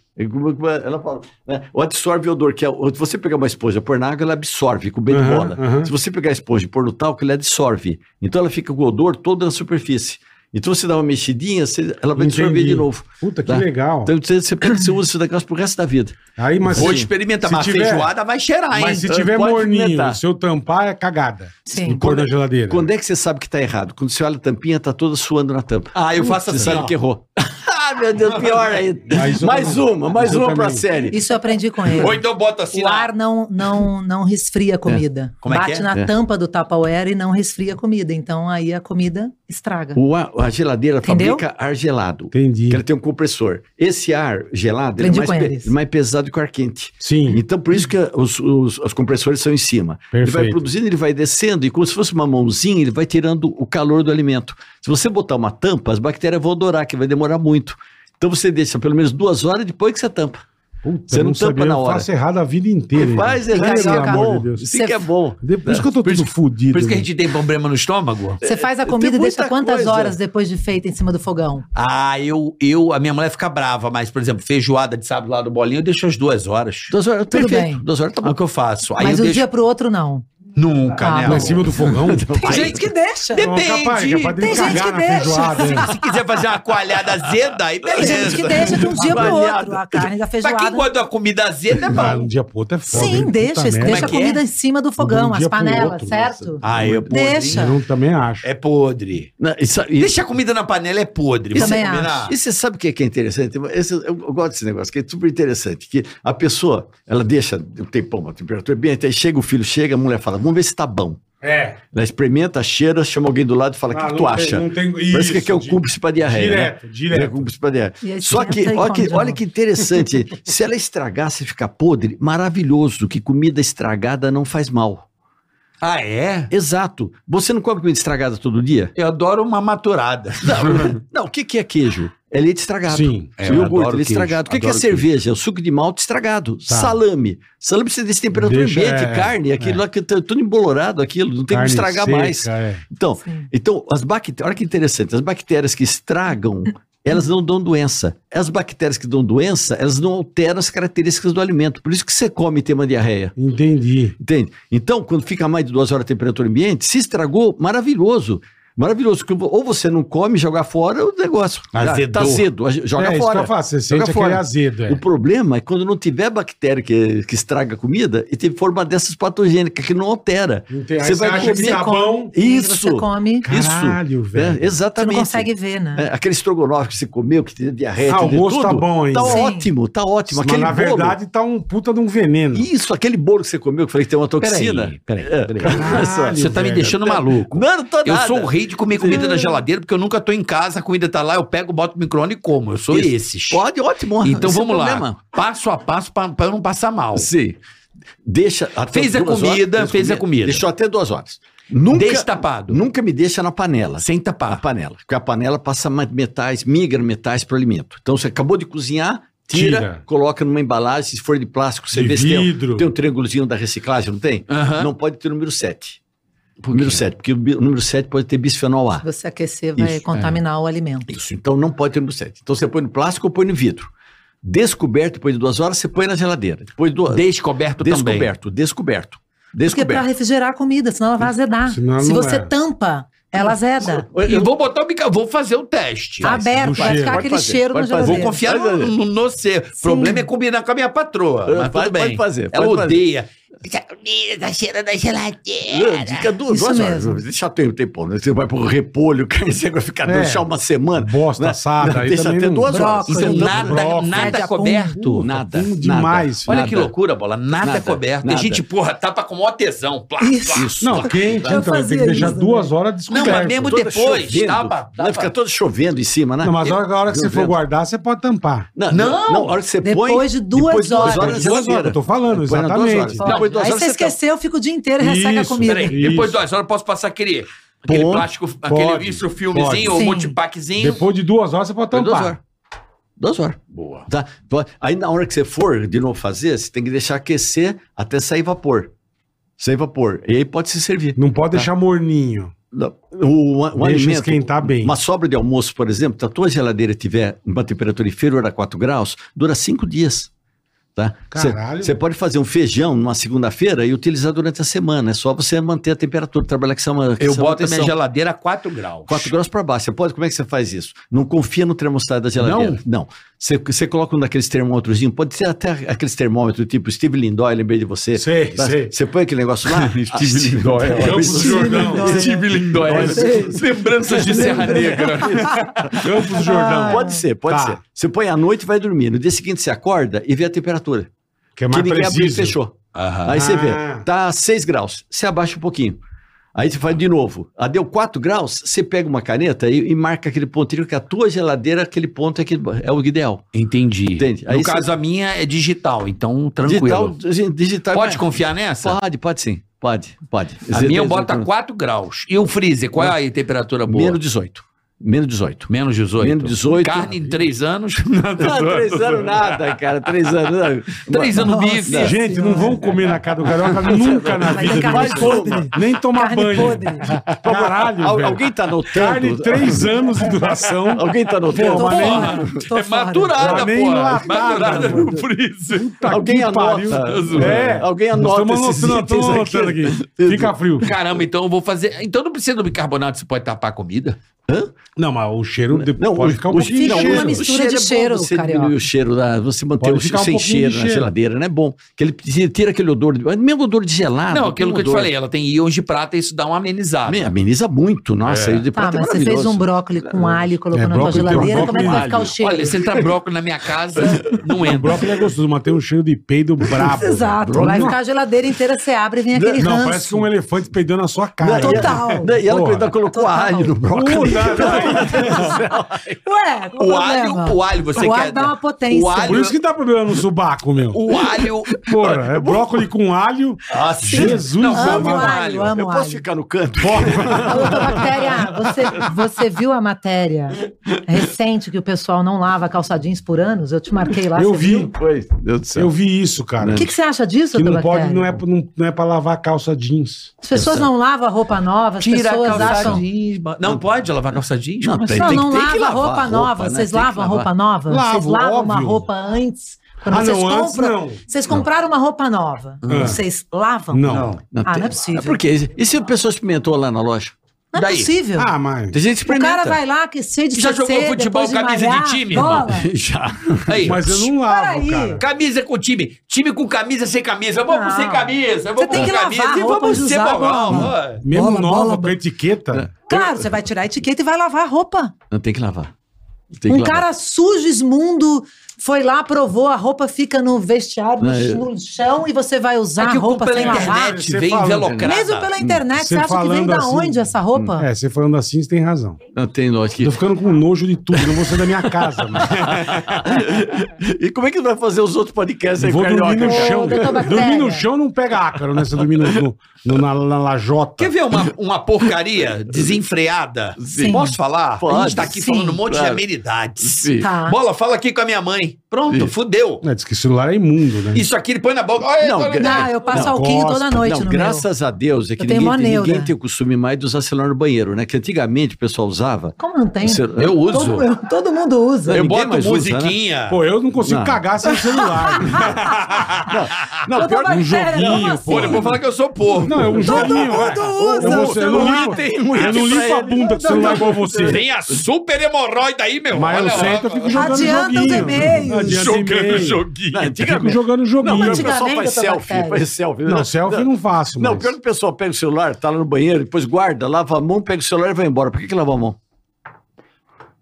Speaker 5: Ela fala, né? Ou absorve o odor, que é, se você pegar uma esponja e pôr na água, ela absorve com o bem de
Speaker 4: Aham,
Speaker 5: bola.
Speaker 4: aham.
Speaker 5: Se você pegar a esponja e pôr no talco, ela absorve. Então ela fica com o odor todo na superfície. Então você dá uma mexidinha, você- ela vai absorver
Speaker 4: Entendi.
Speaker 5: de novo.
Speaker 4: Puta, que
Speaker 5: Tá.
Speaker 4: legal.
Speaker 5: Então você, você pega, você usa esse negócio pro resto da vida.
Speaker 4: Aí, mas
Speaker 2: Vou então,
Speaker 4: se-
Speaker 2: experimentar,
Speaker 4: se
Speaker 2: mas
Speaker 4: tiver-
Speaker 2: a feijoada vai cheirar, hein?
Speaker 4: Mas se tiver
Speaker 5: Pode
Speaker 4: morninho,
Speaker 5: experimentar.
Speaker 4: se eu tampar, é cagada.
Speaker 6: Sim.
Speaker 4: E pôr na geladeira.
Speaker 5: Quando é que você sabe que tá errado? Quando você olha a tampinha, tá toda suando na tampa.
Speaker 2: Ah, eu faço
Speaker 5: Você
Speaker 2: assim, ó.
Speaker 5: sabe que errou. ah, meu Deus, pior ainda.
Speaker 4: Ah, isso eu
Speaker 5: Mais
Speaker 4: também.
Speaker 5: uma, mais
Speaker 4: Isso eu
Speaker 5: uma pra
Speaker 4: também.
Speaker 5: série.
Speaker 6: Isso eu aprendi com ele.
Speaker 2: Ou então bota assim
Speaker 6: O
Speaker 2: lá.
Speaker 6: ar não, não, não resfria a comida.
Speaker 2: Como é que
Speaker 6: Bate
Speaker 2: é?
Speaker 6: na
Speaker 5: É.
Speaker 6: tampa do Tupperware e não resfria a comida. Então aí a comida estraga.
Speaker 2: É,
Speaker 5: O ar- a geladeira
Speaker 6: Entendeu?
Speaker 5: fabrica ar gelado.
Speaker 4: Entendi.
Speaker 5: Que ela tem um compressor. Esse ar gelado ele é
Speaker 6: Aprendi
Speaker 5: mais,
Speaker 6: com
Speaker 5: pe-
Speaker 6: eles.
Speaker 5: mais pesado que o ar quente.
Speaker 4: Sim.
Speaker 5: Então, por isso que a- os, os- os compressores são em cima. Ele vai
Speaker 4: Perfeito.
Speaker 5: produzindo, ele vai descendo, e como se fosse uma mãozinha, ele vai tirando o calor do alimento. Se você botar uma tampa, as bactérias vão adorar, que vai demorar muito. Então você deixa pelo menos duas horas depois que você tampa.
Speaker 4: Puta,
Speaker 5: Você
Speaker 4: eu
Speaker 5: não tampa na
Speaker 4: Eu
Speaker 5: hora.
Speaker 4: faço errado a vida inteira.
Speaker 5: Faz,
Speaker 4: gente.
Speaker 5: é,
Speaker 6: Pelo
Speaker 5: isso que é
Speaker 6: amor
Speaker 5: bom.
Speaker 4: de Deus.
Speaker 5: Isso que é bom.
Speaker 4: Depois que eu tô
Speaker 2: Por isso
Speaker 4: tudo fudido.
Speaker 2: Por isso que a gente tem problema no estômago.
Speaker 6: Você faz a comida e
Speaker 5: tem
Speaker 6: deixa
Speaker 5: muita
Speaker 6: quantas
Speaker 5: coisa.
Speaker 6: horas depois de feita em cima do fogão?
Speaker 2: Ah, eu, eu, a minha mulher fica brava, mas, por exemplo, feijoada de sábado lá do bolinho, eu deixo as duas horas.
Speaker 5: Duas horas,
Speaker 6: Tudo
Speaker 5: perfeito.
Speaker 6: bem.
Speaker 5: Duas horas tá
Speaker 2: É o
Speaker 5: bom.
Speaker 2: que eu faço. Aí
Speaker 6: Mas
Speaker 2: eu
Speaker 6: um
Speaker 2: deixo.
Speaker 6: dia pro outro não.
Speaker 2: Nunca,
Speaker 6: Ah,
Speaker 2: né?
Speaker 4: Lá
Speaker 6: bom.
Speaker 4: em cima do fogão.
Speaker 2: Tem gente que
Speaker 6: deixa.
Speaker 2: Tem
Speaker 4: Não, Capaz,
Speaker 2: depende.
Speaker 4: capaz de
Speaker 6: Tem gente
Speaker 4: cagar
Speaker 6: que
Speaker 4: na
Speaker 6: deixa.
Speaker 4: feijoada. hein?
Speaker 2: Se quiser fazer uma coalhada azeda, aí
Speaker 6: Tem
Speaker 2: beleza.
Speaker 6: gente que deixa de um dia pro outro. A carne da
Speaker 2: Pra quem
Speaker 6: feijoada.
Speaker 2: gosta da comida azeda, é
Speaker 4: Ah,
Speaker 2: bom.
Speaker 4: um dia pro outro é foda. hein?
Speaker 6: Sim,
Speaker 4: Puta
Speaker 6: deixa.
Speaker 4: merda.
Speaker 6: Deixa a
Speaker 2: Como é que
Speaker 6: comida em cima do fogão,
Speaker 4: Um
Speaker 6: as
Speaker 4: dia pro
Speaker 6: panelas,
Speaker 4: outro,
Speaker 6: certo?
Speaker 2: Ah, é podre.
Speaker 6: Deixa.
Speaker 4: Eu também acho.
Speaker 2: É podre.
Speaker 5: Não, isso- isso-
Speaker 2: Deixa a comida na panela, é podre.
Speaker 6: Eu
Speaker 2: Vamos
Speaker 6: também
Speaker 4: Ah.
Speaker 2: combinar?
Speaker 5: E você sabe o que é, que é interessante? Esse- eu, eu gosto desse negócio, que é super interessante. Que a pessoa, ela deixa um tempão, uma temperatura bem, até chega o filho, chega, a mulher fala, vamos ver se tá bom.
Speaker 4: É.
Speaker 5: Ela experimenta, cheira, chama alguém do lado e fala, o que, que tu
Speaker 4: Ah,
Speaker 5: acha? Parece que aqui é o cúmplice pra diarreia,
Speaker 4: um Direto,
Speaker 5: né?
Speaker 4: direto.
Speaker 5: É o cúmplice pra diarreia.
Speaker 6: E aí
Speaker 5: Só que,
Speaker 6: esquenta e
Speaker 5: olha que,
Speaker 6: congela.
Speaker 5: olha que interessante, se ela estragar, se ficar podre, maravilhoso, que comida estragada não faz mal.
Speaker 2: Ah, é?
Speaker 5: Exato. Você não come comida estragada todo dia?
Speaker 2: Eu adoro uma maturada.
Speaker 5: Não, não, o que, que é queijo? É leite estragado.
Speaker 4: Sim.
Speaker 2: É,
Speaker 5: o
Speaker 2: eu
Speaker 5: iogurte
Speaker 2: adoro
Speaker 5: ele é
Speaker 2: queijo,
Speaker 5: estragado. O que, que é
Speaker 2: adoro
Speaker 5: cerveja? É o suco de malte estragado. Salame. Salame precisa desse temperatura
Speaker 4: Tá. Deixa,
Speaker 5: ambiente,
Speaker 4: é,
Speaker 5: carne, aquilo
Speaker 4: é.
Speaker 5: lá que tá tudo embolorado, aquilo, não tem como
Speaker 4: Carne
Speaker 5: estragar
Speaker 4: seca,
Speaker 5: mais.
Speaker 4: é.
Speaker 5: Então,
Speaker 6: Sim.
Speaker 5: então as bactérias, olha que interessante, as bactérias que estragam, elas não dão doença. As bactérias que dão doença, elas não alteram as características do alimento. Por isso que você come e tem uma diarreia.
Speaker 4: Entendi.
Speaker 5: Entende? Então, quando fica mais de duas horas a temperatura ambiente, se estragou, maravilhoso. Maravilhoso. que Ou você não come, joga fora o negócio.
Speaker 2: Azedou.
Speaker 5: Tá cedo, a-
Speaker 4: é,
Speaker 5: joga
Speaker 4: isso que
Speaker 5: fora.
Speaker 4: eu faço. Você
Speaker 5: Joga
Speaker 4: sente aquele
Speaker 5: fora.
Speaker 4: azedo. É.
Speaker 5: O problema é quando não tiver bactéria que, que estraga a comida e tem forma dessas patogênicas que não altera. É,
Speaker 4: Entendi. Aí
Speaker 5: Você vai
Speaker 4: acha que
Speaker 5: comer
Speaker 4: tá bom.
Speaker 6: Isso. Você
Speaker 5: Isso.
Speaker 6: come,
Speaker 5: Isso.
Speaker 4: Caralho,
Speaker 5: né?
Speaker 4: velho.
Speaker 6: você não
Speaker 5: Exatamente.
Speaker 6: consegue ver, né?
Speaker 5: É, aquele estrogonofe que você comeu, que tem diarreia,
Speaker 4: Ah, o
Speaker 5: tem
Speaker 4: gosto tá bom ainda.
Speaker 5: Tá
Speaker 6: Sim.
Speaker 5: ótimo, tá ótimo.
Speaker 4: Mas
Speaker 5: aquele
Speaker 4: na
Speaker 5: bolo.
Speaker 4: verdade tá um puta de um veneno.
Speaker 5: Isso, aquele bolo que você comeu, que eu falei que tem uma toxina.
Speaker 2: peraí,
Speaker 5: É. Olha só.
Speaker 4: Caralho,
Speaker 2: Você tá me
Speaker 4: velho.
Speaker 2: deixando maluco.
Speaker 5: Não, não tô
Speaker 2: Eu
Speaker 5: nada.
Speaker 2: sou um o rei de comer comida na geladeira, porque eu nunca tô em casa, a comida tá lá, eu pego, boto no micro-ondas e como. Eu sou
Speaker 5: Isso.
Speaker 2: esses.
Speaker 5: Pode, ótimo.
Speaker 2: Então
Speaker 5: Esse é o
Speaker 2: vamos
Speaker 5: problema.
Speaker 2: lá. Passo a passo pra, pra eu não passar mal.
Speaker 5: Sim. Deixa até
Speaker 2: Fez a
Speaker 5: duas
Speaker 2: comida, fez a comida.
Speaker 5: Deixou até duas horas. Nunca,
Speaker 2: Destapado.
Speaker 5: nunca me deixa na panela.
Speaker 2: Sem
Speaker 5: A
Speaker 2: tapar.
Speaker 5: panela. Porque a panela passa ma- metais, migra metais para o alimento. Então você acabou de cozinhar, tira,
Speaker 4: Tira.
Speaker 5: coloca numa embalagem, se for de plástico, você
Speaker 4: De
Speaker 5: vê se tem,
Speaker 4: vidro.
Speaker 5: um- tem um triângulozinho da reciclagem, não tem?
Speaker 2: Aham.
Speaker 5: Não pode ter o número 7. número 7, porque o bi- o número 7 pode ter bisfenol A.
Speaker 6: Se você aquecer, vai
Speaker 2: é.
Speaker 5: Isso,
Speaker 6: contaminar o alimento.
Speaker 5: Isso, então não pode ter número 7. Então você põe no plástico ou põe no vidro. Descoberto depois de duas horas, você põe na geladeira. Depois de duas
Speaker 2: Descoberto, também.
Speaker 5: Descoberto, descoberto.
Speaker 6: Porque é pra
Speaker 5: Descoberto.
Speaker 6: refrigerar a comida, senão ela vai azedar.
Speaker 4: Senão
Speaker 6: Se
Speaker 4: não
Speaker 6: você
Speaker 4: é.
Speaker 6: tampa, ela azeda. Tá
Speaker 2: E vou botar o micro, vou fazer o teste.
Speaker 6: Aberto,
Speaker 4: do
Speaker 6: vai
Speaker 4: cheiro.
Speaker 6: ficar
Speaker 5: Pode
Speaker 6: aquele
Speaker 5: fazer,
Speaker 6: cheiro na
Speaker 5: pode fazer.
Speaker 6: geladeira.
Speaker 2: Vou confiar no, no, no ser. O problema é combinar com a minha patroa. Mas
Speaker 5: É, Pode-
Speaker 2: tudo bem.
Speaker 5: pode fazer,
Speaker 2: Ela
Speaker 5: pode fazer.
Speaker 2: odeia.
Speaker 1: Essa comida tá cheirando a geladeira.
Speaker 5: Não, Fica duas,
Speaker 6: Isso
Speaker 5: duas horas.
Speaker 6: mesmo.
Speaker 5: Deixa tem um tempão. né? Você vai pro repolho, que você vai ficar
Speaker 4: É.
Speaker 5: deixar uma semana.
Speaker 4: Bosta
Speaker 5: né?
Speaker 4: assada, aí
Speaker 5: Deixa
Speaker 4: também
Speaker 5: até
Speaker 4: não-
Speaker 5: duas horas. é
Speaker 6: Brócolis.
Speaker 2: Então,
Speaker 6: Sim.
Speaker 2: nada,
Speaker 4: Brócolis.
Speaker 2: nada
Speaker 6: Média
Speaker 2: coberto.
Speaker 4: Puta,
Speaker 5: nada,
Speaker 4: bom
Speaker 5: nada.
Speaker 4: demais.
Speaker 2: Olha
Speaker 4: filho.
Speaker 5: Nada.
Speaker 2: que loucura, bola. Nada,
Speaker 5: Nada,
Speaker 2: coberto.
Speaker 5: nada.
Speaker 2: A gente, porra, tapa com o maior tesão. Plá,
Speaker 6: Isso.
Speaker 2: plá.
Speaker 4: Não, quente,
Speaker 6: Eu
Speaker 4: então. Tem
Speaker 6: fazia
Speaker 4: que deixar
Speaker 6: isso
Speaker 4: duas horas descoberto.
Speaker 2: Não, mas mesmo
Speaker 5: Toda
Speaker 2: depois,
Speaker 5: chovendo,
Speaker 2: tapa,
Speaker 5: né?
Speaker 2: tapa.
Speaker 5: Fica todo chovendo em cima, né?
Speaker 4: Não, mas a hora, a hora que você for
Speaker 5: Chovendo.
Speaker 4: guardar, você pode tampar.
Speaker 5: Não,
Speaker 2: Não!
Speaker 5: não, a hora que você põe.
Speaker 6: Depois de duas horas.
Speaker 5: na
Speaker 6: Duas
Speaker 4: horas,
Speaker 5: é geladeira.
Speaker 4: eu tô falando,
Speaker 5: Põe na duas
Speaker 4: exatamente.
Speaker 6: Pode.
Speaker 5: horas. Depois de duas
Speaker 6: Aí
Speaker 5: horas
Speaker 6: você
Speaker 5: você tá-
Speaker 6: esqueceu, fica o dia inteiro e resseca a
Speaker 4: Isso.
Speaker 6: comida.
Speaker 2: Peraí, depois de
Speaker 4: Isso.
Speaker 2: duas horas eu posso passar aquele Aquele
Speaker 5: Pô,
Speaker 2: plástico, aquele
Speaker 4: pode,
Speaker 2: visto filmezinho, um ou
Speaker 6: pode.
Speaker 2: multipackzinho.
Speaker 4: Depois de duas horas você pode
Speaker 5: Duas horas.
Speaker 4: tampar.
Speaker 5: Duas horas.
Speaker 2: Boa.
Speaker 5: Tá? Então, Aí na hora que você for de novo fazer, você tem que deixar aquecer até sair vapor. Sair vapor. E aí pode se servir.
Speaker 4: Não pode deixar morninho. Deixa
Speaker 5: O, o Tá. Um alimento,
Speaker 4: esquentar bem.
Speaker 5: uma sobra de almoço, por exemplo, se a tua geladeira tiver uma temperatura inferior a 4 graus, dura 5 dias. Tá? Você-
Speaker 4: Caralho.
Speaker 5: Você pode fazer um feijão numa segunda-feira e utilizar durante a semana. É só você manter a temperatura, trabalhar com essa
Speaker 2: Eu boto a minha geladeira a 4 graus.
Speaker 5: 4 graus para baixo. Você pode, como é que você faz isso? Não confia no termostato da geladeira. Não. Você, você coloca um daqueles termômetros, pode ser até aqueles termômetros tipo Steve Lindoy, lembrei de você.
Speaker 4: Sei,
Speaker 5: Tá?
Speaker 4: sei.
Speaker 5: Você põe aquele negócio lá. Ah,
Speaker 2: Steve é um Lindóia.
Speaker 4: Campos do Jordão.
Speaker 2: Steve Lindóia. é Lembranças de Serra Negra.
Speaker 4: Campos do Jordão.
Speaker 5: Pode ser, pode
Speaker 4: Tá.
Speaker 5: ser. Você põe à noite e vai dormir. No dia seguinte você acorda e vê a temperatura.
Speaker 4: Que é
Speaker 5: que
Speaker 4: mais
Speaker 5: ninguém abriu e
Speaker 4: preciso.
Speaker 5: fechou.
Speaker 2: Aham.
Speaker 5: Aí você vê,
Speaker 4: Ah.
Speaker 5: tá 6 graus, você abaixa um pouquinho. Aí você faz de novo. Ah, deu 4 graus, você pega uma caneta e, e marca aquele pontinho que a tua geladeira, aquele ponto é, que, é o ideal.
Speaker 2: Entendi.
Speaker 5: Entende?
Speaker 2: no
Speaker 5: Aí
Speaker 2: caso, a minha é digital, então tranquilo.
Speaker 5: Digital, digital
Speaker 2: Pode
Speaker 5: é-
Speaker 2: confiar nessa?
Speaker 5: Pode, pode sim. Pode, pode.
Speaker 2: A
Speaker 5: Você
Speaker 2: minha eu
Speaker 5: tem-
Speaker 2: boto a 4 graus. E o freezer, qual é a temperatura boa?
Speaker 5: então. Menos 18. Menos 18.
Speaker 2: Menos 18.
Speaker 5: Menos 18.
Speaker 2: Carne em 3 anos.
Speaker 5: Ah, três anos nada, cara. Três anos. nada.
Speaker 2: Três anos bife.
Speaker 6: É
Speaker 5: Não.
Speaker 4: Gente,
Speaker 6: assim,
Speaker 4: não
Speaker 6: né?
Speaker 4: vão comer na casa do carioca nunca na
Speaker 6: Mas é
Speaker 4: vida. do
Speaker 6: carne
Speaker 4: bicho.
Speaker 6: podre.
Speaker 4: Nem tomar
Speaker 6: Carne
Speaker 4: banho.
Speaker 6: podre.
Speaker 4: Caralho,
Speaker 5: Al-
Speaker 4: velho.
Speaker 5: alguém tá notando?
Speaker 4: Carne, três anos de duração.
Speaker 5: Alguém tá notando?
Speaker 4: Pô, mas nem-
Speaker 6: Tô
Speaker 2: é
Speaker 6: fora.
Speaker 2: maturada,
Speaker 4: Mas nem
Speaker 2: porra.
Speaker 4: enlatada,
Speaker 2: Maturada
Speaker 4: mano.
Speaker 2: no freezer.
Speaker 4: Puta
Speaker 5: Alguém
Speaker 4: que pariu.
Speaker 2: Tá
Speaker 5: anota.
Speaker 4: É.
Speaker 5: Alguém
Speaker 4: Nós
Speaker 5: anota
Speaker 4: estamos
Speaker 5: esses
Speaker 4: anotando,
Speaker 5: itens
Speaker 4: estamos
Speaker 5: aqui.
Speaker 4: anotando aqui. Fica frio.
Speaker 2: Caramba, então eu vou fazer. Então não precisa do bicarbonato, você pode tapar a comida.
Speaker 4: Não, mas o cheiro de-
Speaker 5: Não,
Speaker 4: pode
Speaker 5: o-
Speaker 4: ficar um
Speaker 5: o
Speaker 4: pouquinho
Speaker 5: cheiro-
Speaker 4: de
Speaker 6: Fica
Speaker 4: cheiro.
Speaker 6: uma mistura de
Speaker 5: é bom
Speaker 6: cheiro,
Speaker 5: você
Speaker 6: carioca.
Speaker 5: diminuir o cheiro, da, você manter
Speaker 4: Pode
Speaker 5: o
Speaker 4: ficar um
Speaker 5: sem
Speaker 4: pouquinho
Speaker 5: cheiro,
Speaker 4: de
Speaker 5: na
Speaker 4: cheiro.
Speaker 5: geladeira, não é bom. Que ele precisa- tira aquele odor, de, mesmo odor de
Speaker 4: Ah,
Speaker 5: gelado.
Speaker 2: não, aquilo
Speaker 4: um
Speaker 5: tem
Speaker 2: que eu te
Speaker 5: odor.
Speaker 2: falei, ela tem íons de prata e isso dá uma amenizada.
Speaker 5: Me- Ameniza muito, nossa.
Speaker 4: É.
Speaker 5: aí de
Speaker 6: Tá,
Speaker 5: prata é
Speaker 6: mas você fez
Speaker 5: maravilhoso.
Speaker 6: um brócoli com alho e colocou
Speaker 4: É,
Speaker 6: na tua
Speaker 4: brócoli tem
Speaker 6: geladeira, como é que vai
Speaker 4: brócoli
Speaker 6: ficar o
Speaker 4: alho.
Speaker 6: cheiro?
Speaker 2: Olha, se entrar brócolis na minha casa, não
Speaker 4: O
Speaker 2: entra.
Speaker 4: brócolis é gostoso, mas tem um cheiro de peido brabo.
Speaker 6: Exato,
Speaker 4: velho.
Speaker 6: vai
Speaker 4: Não,
Speaker 6: ficar a geladeira inteira, você abre e vem aquele
Speaker 4: Não,
Speaker 6: ranço.
Speaker 4: parece que um elefante peidando na sua
Speaker 5: Não,
Speaker 4: cara.
Speaker 5: e-
Speaker 6: Total.
Speaker 5: não, E ela tá
Speaker 4: Porra.
Speaker 5: ainda colocou
Speaker 6: Total.
Speaker 5: alho no
Speaker 4: Puta,
Speaker 5: brócolis.
Speaker 6: Ué, qual
Speaker 2: O alho,
Speaker 6: problema?
Speaker 2: o alho, você
Speaker 6: O
Speaker 2: quer.
Speaker 6: alho dá uma potência.
Speaker 2: O
Speaker 4: não. Por
Speaker 2: alho.
Speaker 4: isso que dá problema no subaco, meu.
Speaker 2: O alho.
Speaker 4: Porra, é brócolis com alho.
Speaker 2: Nossa,
Speaker 4: Jesus
Speaker 2: não,
Speaker 6: Amo
Speaker 4: amado.
Speaker 6: alho,
Speaker 5: Eu
Speaker 6: amo
Speaker 5: posso
Speaker 6: alho.
Speaker 5: ficar no canto?
Speaker 6: Outra matéria, "Ah, você, você viu a matéria recente que o pessoal não lava calçadinhos por anos? Eu te marquei lá.
Speaker 4: Eu
Speaker 6: você
Speaker 4: vi,
Speaker 6: viu?
Speaker 5: Pois, Deus do céu.
Speaker 4: Eu vi isso, cara.
Speaker 6: O que, tá que você acha disso,
Speaker 4: Que não
Speaker 6: doutor
Speaker 4: pode,
Speaker 6: Bactéria?
Speaker 4: não é, não, não é pra lavar calça jeans.
Speaker 6: As pessoas não lavam roupa nova, as
Speaker 2: Tira a
Speaker 6: pessoas
Speaker 2: calça
Speaker 6: acham...
Speaker 2: jeans. mano. Não pode lavar calça jeans?
Speaker 5: Não,
Speaker 2: Como
Speaker 5: tem-
Speaker 2: assim?
Speaker 6: Não,
Speaker 5: que-
Speaker 6: não
Speaker 5: tem que
Speaker 6: lava
Speaker 5: lavar
Speaker 6: roupa
Speaker 5: roupa,
Speaker 6: nova.
Speaker 5: né?
Speaker 6: Vocês
Speaker 5: Tem que
Speaker 6: lavam
Speaker 5: lavar.
Speaker 6: roupa nova? vocês
Speaker 4: Lavo,
Speaker 6: lavam uma
Speaker 4: óbvio.
Speaker 6: roupa antes? Quando
Speaker 4: Ah,
Speaker 6: vocês
Speaker 4: não, antes
Speaker 6: compram,
Speaker 4: não.
Speaker 6: vocês compraram uma roupa nova.
Speaker 4: Ah.
Speaker 6: Vocês lavam?
Speaker 4: Não.
Speaker 5: Não
Speaker 6: Ah,
Speaker 5: tem-
Speaker 6: não é possível.
Speaker 5: É por quê? E se a pessoa experimentou lá na loja?
Speaker 6: Não é
Speaker 2: Daí?
Speaker 6: possível.
Speaker 4: Ah, mas.
Speaker 5: Tem gente que
Speaker 6: o
Speaker 5: experimenta.
Speaker 6: cara vai lá que cheio de
Speaker 2: Já
Speaker 6: CC,
Speaker 2: jogou futebol,
Speaker 6: depois de
Speaker 2: camisa de
Speaker 6: malhar,
Speaker 2: time,
Speaker 6: bola.
Speaker 5: Já.
Speaker 2: Aí,
Speaker 4: Mas eu não
Speaker 6: Peraí.
Speaker 4: lavo, cara.
Speaker 2: Camisa com time. Time com camisa sem camisa. Vamos
Speaker 6: Não.
Speaker 2: sem camisa. Vamos
Speaker 6: Você tem
Speaker 2: com
Speaker 6: que lavar
Speaker 2: camisa.
Speaker 6: a
Speaker 2: e
Speaker 6: roupa
Speaker 2: vamos
Speaker 6: de
Speaker 2: ser
Speaker 6: usar
Speaker 2: moral.
Speaker 6: agora.
Speaker 2: vai.
Speaker 4: Mesmo
Speaker 6: Bola,
Speaker 4: nova,
Speaker 6: bola,
Speaker 4: com
Speaker 6: bola.
Speaker 4: etiqueta.
Speaker 6: Claro, você vai tirar a etiqueta e vai lavar a roupa.
Speaker 5: Não tem que lavar. Tem
Speaker 6: um
Speaker 5: que lavar.
Speaker 6: cara sujo, esmundo, foi lá, provou, a roupa fica no vestiário, no,
Speaker 5: Não, eu-
Speaker 6: no chão, e você vai usar
Speaker 2: É que
Speaker 6: a
Speaker 2: o
Speaker 6: roupa
Speaker 2: culpa pela
Speaker 6: sem lavar.
Speaker 2: internet
Speaker 4: Você
Speaker 2: vem
Speaker 4: fala,
Speaker 2: envelocrada.
Speaker 6: Mesmo pela internet,
Speaker 4: Você
Speaker 6: você acha que vem
Speaker 4: falando
Speaker 6: da
Speaker 4: assim-
Speaker 6: onde essa roupa?
Speaker 4: É, você falando assim, você tem razão.
Speaker 5: Não tem lógica.
Speaker 4: Tô ficando com nojo de tudo, não vou sair da minha casa, mano.
Speaker 5: E como é que vai fazer os outros podcasts aí,
Speaker 4: Vou dormir no
Speaker 5: é carioca?
Speaker 4: chão.
Speaker 6: Ô, doutor Bactéria.
Speaker 4: Dormir no chão não pega ácaro, né? Você dormir no, no- no- na, na lajota.
Speaker 2: Quer ver uma, uma porcaria desenfreada?
Speaker 6: Sim.
Speaker 2: Posso falar? a
Speaker 5: Pode,
Speaker 2: gente tá aqui
Speaker 6: sim,
Speaker 2: falando um monte de
Speaker 5: claro.
Speaker 2: amenidades.
Speaker 5: Sim.
Speaker 6: Tá.
Speaker 2: Bola, fala aqui com a minha mãe. Pronto,
Speaker 5: Sim.
Speaker 2: fudeu.
Speaker 4: É, diz que celular é imundo, né?
Speaker 2: Isso aqui ele põe na boca. Olha,
Speaker 5: Não,
Speaker 2: olha,
Speaker 5: gra-
Speaker 6: Não, eu passo
Speaker 4: Não,
Speaker 6: alquinho
Speaker 4: gosto.
Speaker 6: toda noite
Speaker 5: Não,
Speaker 6: no meu.
Speaker 5: graças a Deus é que
Speaker 6: Eu tenho
Speaker 5: ninguém, tem-
Speaker 6: mó neura.
Speaker 5: ninguém tem o costume mais de usar celular no banheiro, né? Que antigamente o pessoal usava.
Speaker 6: Como não tem?
Speaker 5: Celu-
Speaker 2: Eu uso.
Speaker 6: Todo, eu- todo mundo usa.
Speaker 2: eu
Speaker 5: ninguém
Speaker 2: boto
Speaker 5: mais usa,
Speaker 2: musiquinha.
Speaker 4: Pô, eu não consigo
Speaker 5: Não.
Speaker 4: cagar sem celular. né?
Speaker 5: Não,
Speaker 6: Doutor
Speaker 5: pior que-
Speaker 6: Bactéria,
Speaker 4: um joguinho,
Speaker 6: como assim?
Speaker 2: Olha, eu vou falar que eu sou porco.
Speaker 4: Não, é um joguinho. é.
Speaker 6: mundo usa
Speaker 4: eu, vou-
Speaker 6: o
Speaker 4: eu não
Speaker 6: celular.
Speaker 4: limpo,
Speaker 5: Tem um
Speaker 4: eu não
Speaker 5: link pra
Speaker 4: limpo a
Speaker 5: ele.
Speaker 4: bunda com celular igual você.
Speaker 2: Tem a super hemorroida aí, meu.
Speaker 4: Mas eu
Speaker 2: Olha lá.
Speaker 4: sento, eu fico jogando
Speaker 6: Adianta os
Speaker 4: joguinho.
Speaker 6: e-mails.
Speaker 2: jogando
Speaker 4: e-mail.
Speaker 2: joguinho.
Speaker 5: Não,
Speaker 4: Fico
Speaker 5: antigamente.
Speaker 4: jogando joguinho.
Speaker 5: Não, mas o
Speaker 6: Antigamente,
Speaker 5: pessoal faz
Speaker 6: doutor
Speaker 5: selfie,
Speaker 6: Bactéria.
Speaker 5: faz selfie. né?
Speaker 4: Não, selfie eu não faço,
Speaker 5: Não,
Speaker 4: mas-
Speaker 5: pior que o pessoal pega o celular, tá lá no banheiro, depois guarda, lava a mão, pega o celular e vai embora. Por que, que lava a mão?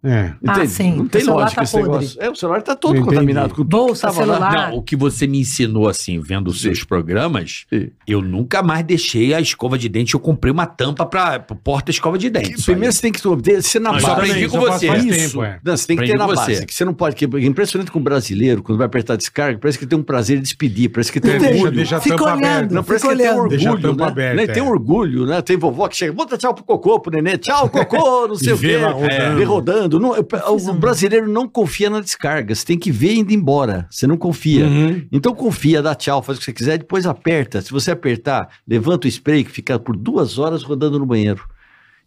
Speaker 4: É.
Speaker 5: Não
Speaker 6: Ah,
Speaker 5: tem-
Speaker 6: sim.
Speaker 5: Não tem
Speaker 6: O celular
Speaker 5: lógica
Speaker 6: tá
Speaker 5: esse
Speaker 6: podre.
Speaker 5: negócio. É, o celular tá todo
Speaker 4: Entendi.
Speaker 5: contaminado com
Speaker 6: Bolsa,
Speaker 5: Tava lá.
Speaker 6: celular.
Speaker 2: Não, o que você me ensinou, assim, vendo os seus programas,
Speaker 5: Sim.
Speaker 2: eu nunca mais deixei a escova de dente. Eu comprei uma tampa pra pro porta-escova de dente. Isso
Speaker 5: Primeiro
Speaker 2: aí.
Speaker 5: você tem que obter- ser na
Speaker 2: Mas
Speaker 5: base.
Speaker 2: eu aprendi
Speaker 4: Isso
Speaker 2: com
Speaker 4: eu faço
Speaker 2: você.
Speaker 4: Faz
Speaker 5: Isso.
Speaker 4: tempo, é.
Speaker 5: Não, você tem que
Speaker 2: Aprendi
Speaker 5: ter na
Speaker 2: com
Speaker 5: base.
Speaker 2: você.
Speaker 5: Que você não pode. Que é impressionante com o brasileiro, quando vai apertar descarga, parece que tem um prazer de despedir, parece que tem
Speaker 4: Deixa-
Speaker 5: orgulho.
Speaker 4: deixa a
Speaker 6: Fica
Speaker 4: tampa
Speaker 6: olhando.
Speaker 4: aberta.
Speaker 5: Não, parece
Speaker 6: Fica
Speaker 5: que tem um
Speaker 6: olhando.
Speaker 4: Deixa a
Speaker 5: orgulho,
Speaker 4: tampa
Speaker 5: né?
Speaker 4: aberta,
Speaker 5: Né?
Speaker 4: é.
Speaker 5: Tem um orgulho, né? Tem vovó que chega, bota tchau pro cocô, pro nenê, tchau, cocô, não sei
Speaker 4: E
Speaker 5: o
Speaker 4: vê
Speaker 5: quê.
Speaker 4: lá rodando.
Speaker 5: É, vê rodando. Não, eu- o brasileiro não confia na descarga, você tem que ver indo embora, você não confia.
Speaker 4: Uhum.
Speaker 5: Então confia, dá tchau, faz o que você quiser, depois aperta. Se você apertar, levanta o spray que fica por duas horas rodando no banheiro.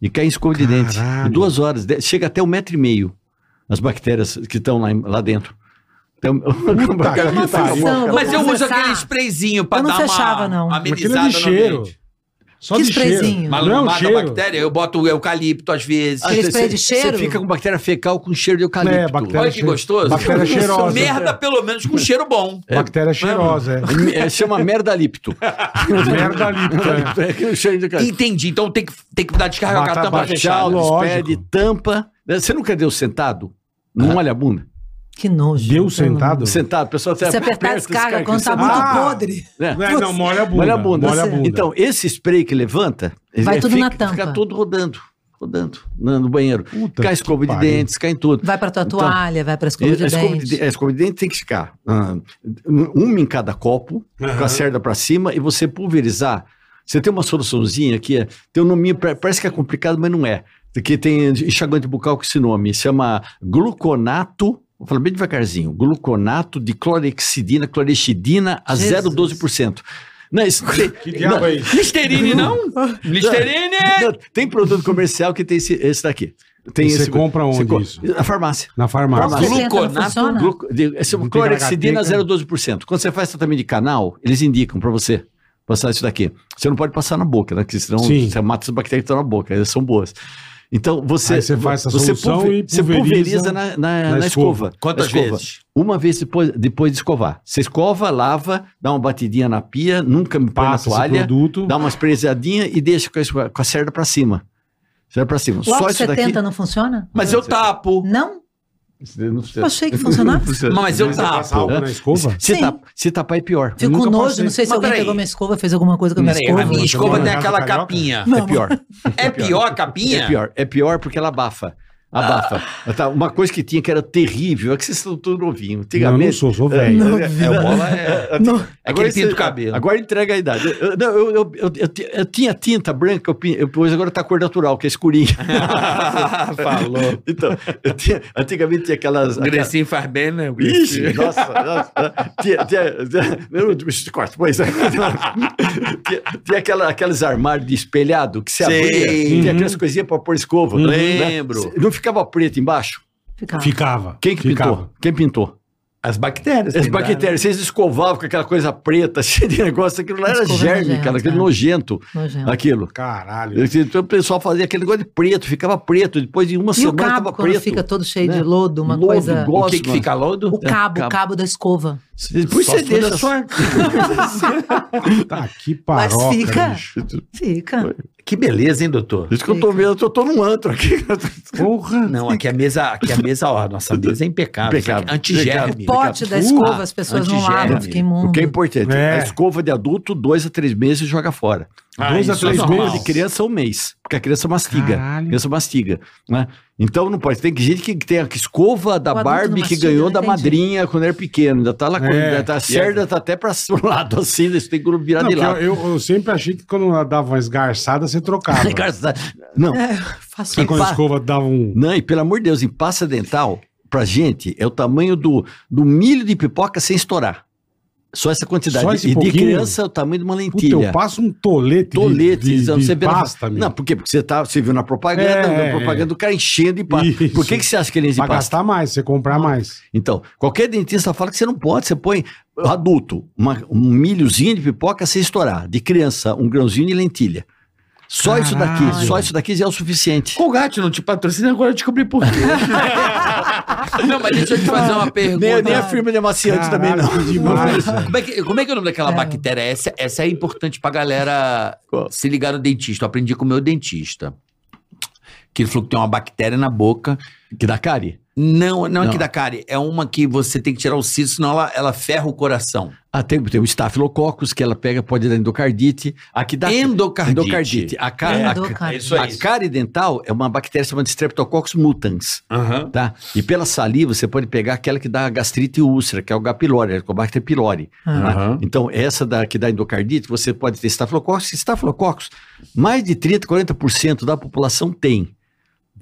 Speaker 5: E cai em escova de dente.
Speaker 4: Caralho.
Speaker 5: Por duas horas, de- chega até um metro e meio as bactérias que estão lá, em- lá dentro. Então,
Speaker 4: Puta
Speaker 6: uma
Speaker 4: que pariu.
Speaker 6: função. Vou
Speaker 2: Mas eu uso
Speaker 6: confessar,
Speaker 2: aquele sprayzinho pra
Speaker 6: eu não
Speaker 2: dar uma
Speaker 6: fechava, não.
Speaker 4: Mas aquilo é
Speaker 2: amenizada
Speaker 4: de
Speaker 2: no
Speaker 4: cheiro.
Speaker 2: ambiente.
Speaker 4: Só
Speaker 6: Que
Speaker 4: de cheiro.
Speaker 6: sprayzinho?
Speaker 2: Mas
Speaker 4: Não é
Speaker 2: não
Speaker 4: um
Speaker 2: mata a
Speaker 4: cheiro.
Speaker 2: bactéria, eu boto o eucalipto às vezes.
Speaker 6: Aquele
Speaker 5: Ah,
Speaker 6: spray de cheiro?
Speaker 5: Você fica com bactéria fecal com cheiro de eucalipto.
Speaker 4: É, bactéria-
Speaker 2: Olha que gostoso. é
Speaker 4: Bactéria cheirosa.
Speaker 2: Merda, pelo menos, com cheiro bom.
Speaker 4: Bactéria cheirosa, é.
Speaker 5: É, chama merda lipto.
Speaker 4: Merda líquida.
Speaker 5: É aquele cheiro de eucalipto.
Speaker 2: Entendi. Então tem que, tem que dar descarga com
Speaker 4: Matar
Speaker 2: a tampa
Speaker 4: bactéria.
Speaker 5: Tchau,
Speaker 2: fechada.
Speaker 4: lógico.
Speaker 5: despede, tampa. Você nunca deu sentado?
Speaker 4: Ah.
Speaker 5: Não olha a bunda.
Speaker 6: Que nojo.
Speaker 4: Deu
Speaker 6: pelo amor.
Speaker 4: sentado?
Speaker 5: Sentado, o pessoal até
Speaker 6: Se apertar a
Speaker 5: aperta, assim.
Speaker 6: descarga quando tá
Speaker 5: sabe?
Speaker 6: muito
Speaker 4: Ah.
Speaker 6: podre.
Speaker 5: Né?
Speaker 4: Não, é, não, molha a bunda.
Speaker 5: Olha a bunda.
Speaker 4: Molha a
Speaker 6: Você-
Speaker 4: bunda.
Speaker 5: Então, esse spray que levanta,
Speaker 6: Vai
Speaker 5: é,
Speaker 6: tudo
Speaker 5: fica,
Speaker 6: na tampa.
Speaker 5: Fica todo rodando, rodando no, no banheiro.
Speaker 4: Puta
Speaker 5: cai
Speaker 4: que
Speaker 5: escova de
Speaker 4: pariu.
Speaker 5: dentes, cai em tudo.
Speaker 6: Vai pra tua
Speaker 5: Então,
Speaker 6: toalha, vai pra
Speaker 5: E
Speaker 6: escova de
Speaker 5: a, escova de, é,
Speaker 6: dente.
Speaker 5: de- a escova de dente tem que ficar ah, uma em cada copo, com a cerda pra cima, e você pulverizar. Você tem uma soluçãozinha que é, tem um nominho, pra- parece que é complicado, mas não é. Que tem enxaguante bucal com esse nome, chama gluconato, vou falar bem devagarzinho, gluconato de clorexidina, clorexidina a
Speaker 6: Jesus.
Speaker 5: 0,12%. Não, isso tem,
Speaker 4: Que diabo é isso?
Speaker 2: Listerine, não? Listerine!
Speaker 5: Não, tem produto comercial que tem esse, esse daqui. Tem
Speaker 4: E você
Speaker 5: esse-
Speaker 4: compra onde
Speaker 5: você compra-
Speaker 4: isso?
Speaker 5: Na farmácia.
Speaker 4: Na farmácia.
Speaker 5: Farmácia.
Speaker 6: Gluconato. Não funciona?
Speaker 5: Gluco, de- esse é
Speaker 4: Não
Speaker 5: um
Speaker 4: tem
Speaker 5: clorexidina
Speaker 4: HT, cara.
Speaker 5: 0,12%. Quando você faz tratamento de canal, eles indicam pra você passar isso daqui. Você não pode passar na boca, né? Porque senão
Speaker 4: Sim.
Speaker 5: você mata as bactérias que estão na boca, elas são boas. Então você,
Speaker 4: Aí você faz essa
Speaker 5: você
Speaker 4: solução
Speaker 5: pulver-
Speaker 4: e
Speaker 5: você
Speaker 4: pulveriza
Speaker 5: pulveriza na, na-
Speaker 4: na
Speaker 5: na escova.
Speaker 2: Quantas
Speaker 5: Na escova.
Speaker 2: vezes?
Speaker 5: Uma vez depois, depois de escovar. Você escova, lava, dá uma batidinha na pia, nunca me põe na
Speaker 4: Passa esse
Speaker 5: toalha
Speaker 4: produto.
Speaker 5: dá umas presadinhas e deixa com a, com a cerda pra cima. Cerda pra cima.
Speaker 6: O
Speaker 5: Só
Speaker 6: álcool
Speaker 5: isso
Speaker 6: 70
Speaker 5: daqui.
Speaker 6: não funciona?
Speaker 2: Mas eu tapo.
Speaker 6: Não?
Speaker 5: Não
Speaker 6: Eu
Speaker 5: funciona.
Speaker 6: achei que funcionava.
Speaker 2: Mas eu
Speaker 4: Passa
Speaker 2: tapo.
Speaker 4: álcool na escova?
Speaker 5: Se,
Speaker 6: Sim.
Speaker 5: tapa- se tapar é pior.
Speaker 6: Fico
Speaker 4: nunca
Speaker 6: com nojo,
Speaker 4: passei.
Speaker 6: não sei se
Speaker 2: Mas
Speaker 6: alguém
Speaker 2: peraí.
Speaker 6: pegou minha escova, fez alguma coisa com a minha
Speaker 2: Peraí,
Speaker 6: escova.
Speaker 2: a minha escova
Speaker 4: Você
Speaker 2: tem
Speaker 4: mora na
Speaker 2: aquela
Speaker 4: casa carioca?
Speaker 2: capinha.
Speaker 5: É pior.
Speaker 2: É pior a capinha?
Speaker 5: É pior. É pior porque ela abafa. Abafa.
Speaker 6: Ah.
Speaker 5: Tá, uma coisa que tinha que era terrível é que vocês estão todos novinhos.
Speaker 4: Não, não
Speaker 5: Antigamente.
Speaker 4: sou, sou velho.
Speaker 5: É, é, o bola é-
Speaker 2: Aquele
Speaker 5: você-
Speaker 2: pinto do cabelo.
Speaker 5: Agora entrega a idade. Eu, eu- não, eu- eu- eu- eu ti- eu tinha tinta branca, eu, pin- eu, pus, agora tá cor natural, que é escurinha.
Speaker 2: Falou.
Speaker 5: Então, eu tinha- antigamente tinha aquelas.
Speaker 2: O Grecinho faz bem, né? o Grecinho?
Speaker 5: Ixi, nossa, nossa. Tinha, tinha, tinha, eu não- corta, pois é. tinha, tinha aquela, aqueles armários de espelhado que se
Speaker 2: Sei.
Speaker 5: abria,
Speaker 4: Uhum.
Speaker 5: tinha aquelas coisinhas pra pôr escova. né?
Speaker 2: Uhum. Lembro.
Speaker 5: Não ficava preto embaixo?
Speaker 6: Ficava.
Speaker 4: Ficava.
Speaker 5: Quem que
Speaker 4: Ficava.
Speaker 5: pintou? Quem pintou?
Speaker 2: As bactérias.
Speaker 5: As
Speaker 2: tem lá, né?
Speaker 5: bactérias, vocês escovavam com aquela coisa preta, cheia de negócio, aquilo lá era
Speaker 6: Escova tá.
Speaker 5: germe,
Speaker 6: nojenta.
Speaker 5: cara, aquele nojento,
Speaker 6: Nojento.
Speaker 5: aquilo.
Speaker 4: Caralho.
Speaker 5: Então o pessoal fazia aquele negócio de preto, ficava preto, depois de
Speaker 6: E
Speaker 5: uma
Speaker 6: o
Speaker 5: semana
Speaker 6: cabo,
Speaker 5: tava
Speaker 6: quando
Speaker 5: preto.
Speaker 6: fica todo cheio de
Speaker 5: né?
Speaker 6: lodo, uma
Speaker 5: Lodo,
Speaker 6: coisa...
Speaker 5: gosma.
Speaker 2: O que que fica lodo? É,
Speaker 6: O cabo, o
Speaker 5: Cabo.
Speaker 6: cabo da escova.
Speaker 5: Depois
Speaker 2: Só
Speaker 5: você
Speaker 2: se for da
Speaker 6: é
Speaker 5: deixa.
Speaker 2: sua-
Speaker 4: Tá que paroca,
Speaker 6: Mas fica.
Speaker 4: bicho.
Speaker 6: Fica.
Speaker 2: Que beleza, hein, doutor?
Speaker 5: Isso que eu tô vendo, eu tô, tô num antro aqui.
Speaker 4: Porra.
Speaker 2: Não, aqui é a mesa, aqui a mesa, ó, nossa mesa é impecável.
Speaker 5: Impecável.
Speaker 2: Antigerme.
Speaker 6: O pote da escova, as pessoas não
Speaker 2: antigerme.
Speaker 6: lavam, fica
Speaker 5: O
Speaker 6: imundo.
Speaker 5: que é importante,
Speaker 4: É.
Speaker 5: a escova de adulto, dois a três meses joga fora.
Speaker 2: Ah,
Speaker 4: Dois a
Speaker 2: isso é
Speaker 4: três
Speaker 2: normal.
Speaker 5: Escova de criança, um mês. Porque a criança mastiga.
Speaker 4: Caralho.
Speaker 5: A criança mastiga. Né? Então não pode. Tem gente que tem a escova da
Speaker 6: O adulto
Speaker 5: Barbie
Speaker 6: não
Speaker 5: que
Speaker 6: mastiga,
Speaker 5: ganhou
Speaker 6: não
Speaker 5: da
Speaker 6: entendi.
Speaker 5: madrinha quando era pequeno. Ainda tá lá. com-
Speaker 4: É.
Speaker 5: ainda tá, a cerda tá até pra um lado assim, né? Você tem que virar
Speaker 4: Não,
Speaker 5: de
Speaker 4: porque eu,
Speaker 5: lado.
Speaker 4: eu, eu sempre achei que quando ela dava uma esgarçada, você trocava.
Speaker 5: Engraçado. tá, Não,
Speaker 6: É, faço
Speaker 4: Sabe quando a
Speaker 5: pá.
Speaker 4: escova dava um.
Speaker 5: não, e pelo amor de Deus, em pasta dental, pra gente, é o tamanho do, do milho de pipoca sem estourar. Só essa quantidade.
Speaker 4: Só esse
Speaker 5: e de
Speaker 4: pouquinho?
Speaker 5: criança é o tamanho de uma
Speaker 4: Puta,
Speaker 5: lentilha.
Speaker 4: eu passo um tolete. de-
Speaker 5: Toletes,
Speaker 4: de,
Speaker 5: não,
Speaker 4: de,
Speaker 5: você vê na-
Speaker 4: pasta, meu.
Speaker 5: Não, por quê? Porque você, tá, você viu na propaganda,
Speaker 4: É,
Speaker 5: na
Speaker 4: é,
Speaker 5: propaganda
Speaker 4: é.
Speaker 5: do cara enchendo de pasta.
Speaker 4: Isso.
Speaker 5: Por que, que você acha que ele enche
Speaker 4: pra
Speaker 5: de pasta?
Speaker 4: gastar mais, você comprar mais.
Speaker 5: Então, qualquer dentista fala que você não pode, você põe adulto, uma- um milhozinho de pipoca sem estourar. De criança, um grãozinho de lentilha. Só isso daqui,
Speaker 4: Caralho.
Speaker 5: só isso daqui já é o suficiente.
Speaker 2: Colgate não te patrocina, agora eu descobri por quê. não, mas deixa eu te fazer uma
Speaker 5: Nem,
Speaker 2: pergunta.
Speaker 5: nem a firma de amaciante também não.
Speaker 4: Caralho, que Demais, velho.
Speaker 2: Como é, que, como é que é o nome daquela
Speaker 6: É.
Speaker 2: bactéria? Essa, essa é importante pra galera
Speaker 5: Qual?
Speaker 2: se ligar no dentista. Eu aprendi com o meu dentista. Que ele falou que tem uma bactéria na boca.
Speaker 5: Que dá cárie?
Speaker 2: Não, não é
Speaker 5: Não.
Speaker 2: que dá cárie. É uma que você tem que tirar o cisto, senão ela, ela ferra o coração.
Speaker 5: Ah, tem, tem o estafilococcus que ela pega, pode dar endocardite. Aqui dá
Speaker 2: Endocardite.
Speaker 5: endocardite. A, ca-
Speaker 6: é,
Speaker 5: a-
Speaker 6: Endocardite.
Speaker 2: isso aí.
Speaker 5: a cárie dental é uma bactéria chamada Streptococcus mutans,
Speaker 2: Aham.
Speaker 5: tá? E pela saliva você pode pegar aquela que dá gastrite e úlcera, que é o H. pylori, Helicobacter pylori.
Speaker 6: Ah.
Speaker 5: né? Então, essa da, que dá endocardite, você pode ter estafilococcus. Estafilococcus, mais de 30%, 40% da população tem.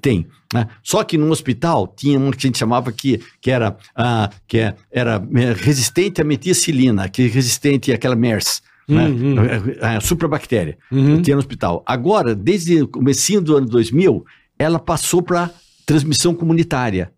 Speaker 5: Tem. né? Só que no hospital tinha um que a gente chamava que, que, era, ah, que é- era eh, resistente à meticilina, que é resistente àquela MERS, né?
Speaker 4: Hum, hum.
Speaker 5: a, a- a superbactéria
Speaker 4: Uhum.
Speaker 5: tinha é no hospital. Agora, desde o comecinho do ano 2000, ela passou para transmissão comunitária.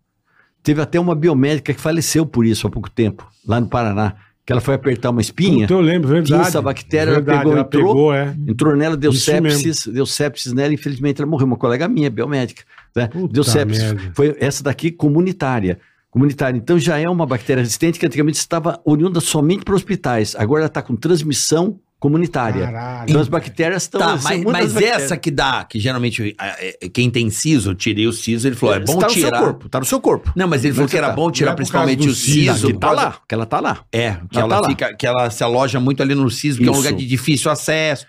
Speaker 5: Teve até uma biomédica que faleceu por isso há pouco tempo, lá no Paraná, que ela foi apertar uma espinha,
Speaker 4: Puta, eu lembro, verdade.
Speaker 5: Tinha essa bactéria, ela
Speaker 4: verdade,
Speaker 5: pegou,
Speaker 4: ela
Speaker 5: entrou.
Speaker 4: pegou, é.
Speaker 5: entrou nela, deu
Speaker 4: Isso
Speaker 5: sepsis, deu sepsis nela, e infelizmente ela morreu. Uma colega minha, biomédica, né?
Speaker 4: Puta
Speaker 5: deu sepsis.
Speaker 4: merda.
Speaker 5: Foi essa daqui comunitária. Comunitária. Então já é uma bactéria resistente que antigamente estava oriunda somente para hospitais. Agora ela está com transmissão comunitária.
Speaker 4: Caralho.
Speaker 5: Então as bactérias estão.
Speaker 2: Tá,
Speaker 5: são
Speaker 2: mas,
Speaker 5: muitas
Speaker 2: mas
Speaker 5: bactérias.
Speaker 2: essa que dá, que geralmente ah, é, quem tem siso, eu tirei o siso, ele falou, é bom
Speaker 5: tá no
Speaker 2: tirar.
Speaker 5: seu corpo, tá no seu corpo.
Speaker 2: Não, mas ele falou
Speaker 5: Mas
Speaker 2: que era
Speaker 5: tá.
Speaker 2: bom tirar
Speaker 4: Não é por
Speaker 2: principalmente
Speaker 4: causa do
Speaker 2: o siso.
Speaker 4: siso,
Speaker 5: que tá lá, porque ela tá lá.
Speaker 2: É, que
Speaker 5: Ela
Speaker 2: ela,
Speaker 5: tá lá.
Speaker 2: fica, que ela se aloja muito ali no siso, que é um
Speaker 5: Isso.
Speaker 2: lugar de difícil acesso.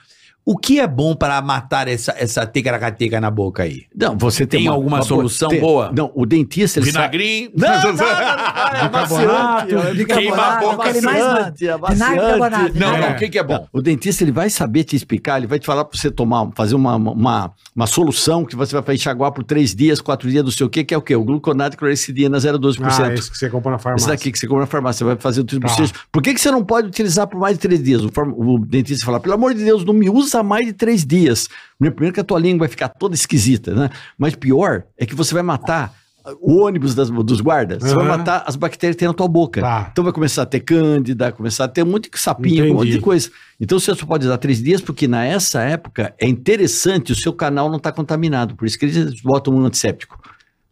Speaker 2: O que é bom para matar essa, essa tegaracatega na boca aí?
Speaker 5: Não, você
Speaker 2: Tem alguma solução
Speaker 5: tem-
Speaker 2: boa?
Speaker 5: Não, o dentista ele sabe.
Speaker 2: Vinagrinho.
Speaker 5: Não, não, não, é
Speaker 6: Queima
Speaker 4: Bicarbonato,
Speaker 5: maciante, é
Speaker 6: a
Speaker 5: bicarbonato,
Speaker 6: boca, ele mais
Speaker 5: maciante, é
Speaker 6: Vinagre
Speaker 5: maciante.
Speaker 6: carbonado,
Speaker 2: Não,
Speaker 6: vinagre.
Speaker 2: não, o que, que é bom?
Speaker 5: Não, O dentista ele vai saber te explicar, ele vai te falar para você tomar, fazer uma, uma, uma solução que você vai enxaguar por três dias, quatro dias, não sei o quê, que é o quê? O gluconato de clorexidina 0,12%.
Speaker 4: Ah, esse que você compra na farmácia.
Speaker 5: Esse daqui que você compra na farmácia, você vai fazer o tipo
Speaker 4: Tá.
Speaker 5: de cirurgia. Por que, que você não pode utilizar por mais de três dias? O, farm- o dentista fala, pelo amor de Deus, não me usa mais de três dias. Né, Primeiro que a tua língua vai ficar toda esquisita, né? Mas pior é que você vai matar o ônibus das- dos guardas, você vai
Speaker 4: Aham.
Speaker 5: matar as bactérias que tem na tua boca.
Speaker 4: Tá.
Speaker 5: Então vai começar a ter cândida, vai começar a ter muito sapinho, um monte de
Speaker 4: Entendi.
Speaker 5: coisa. Então você só pode usar três dias, porque nessa época é interessante o seu canal não estar contaminado. Por isso que eles botam um antisséptico.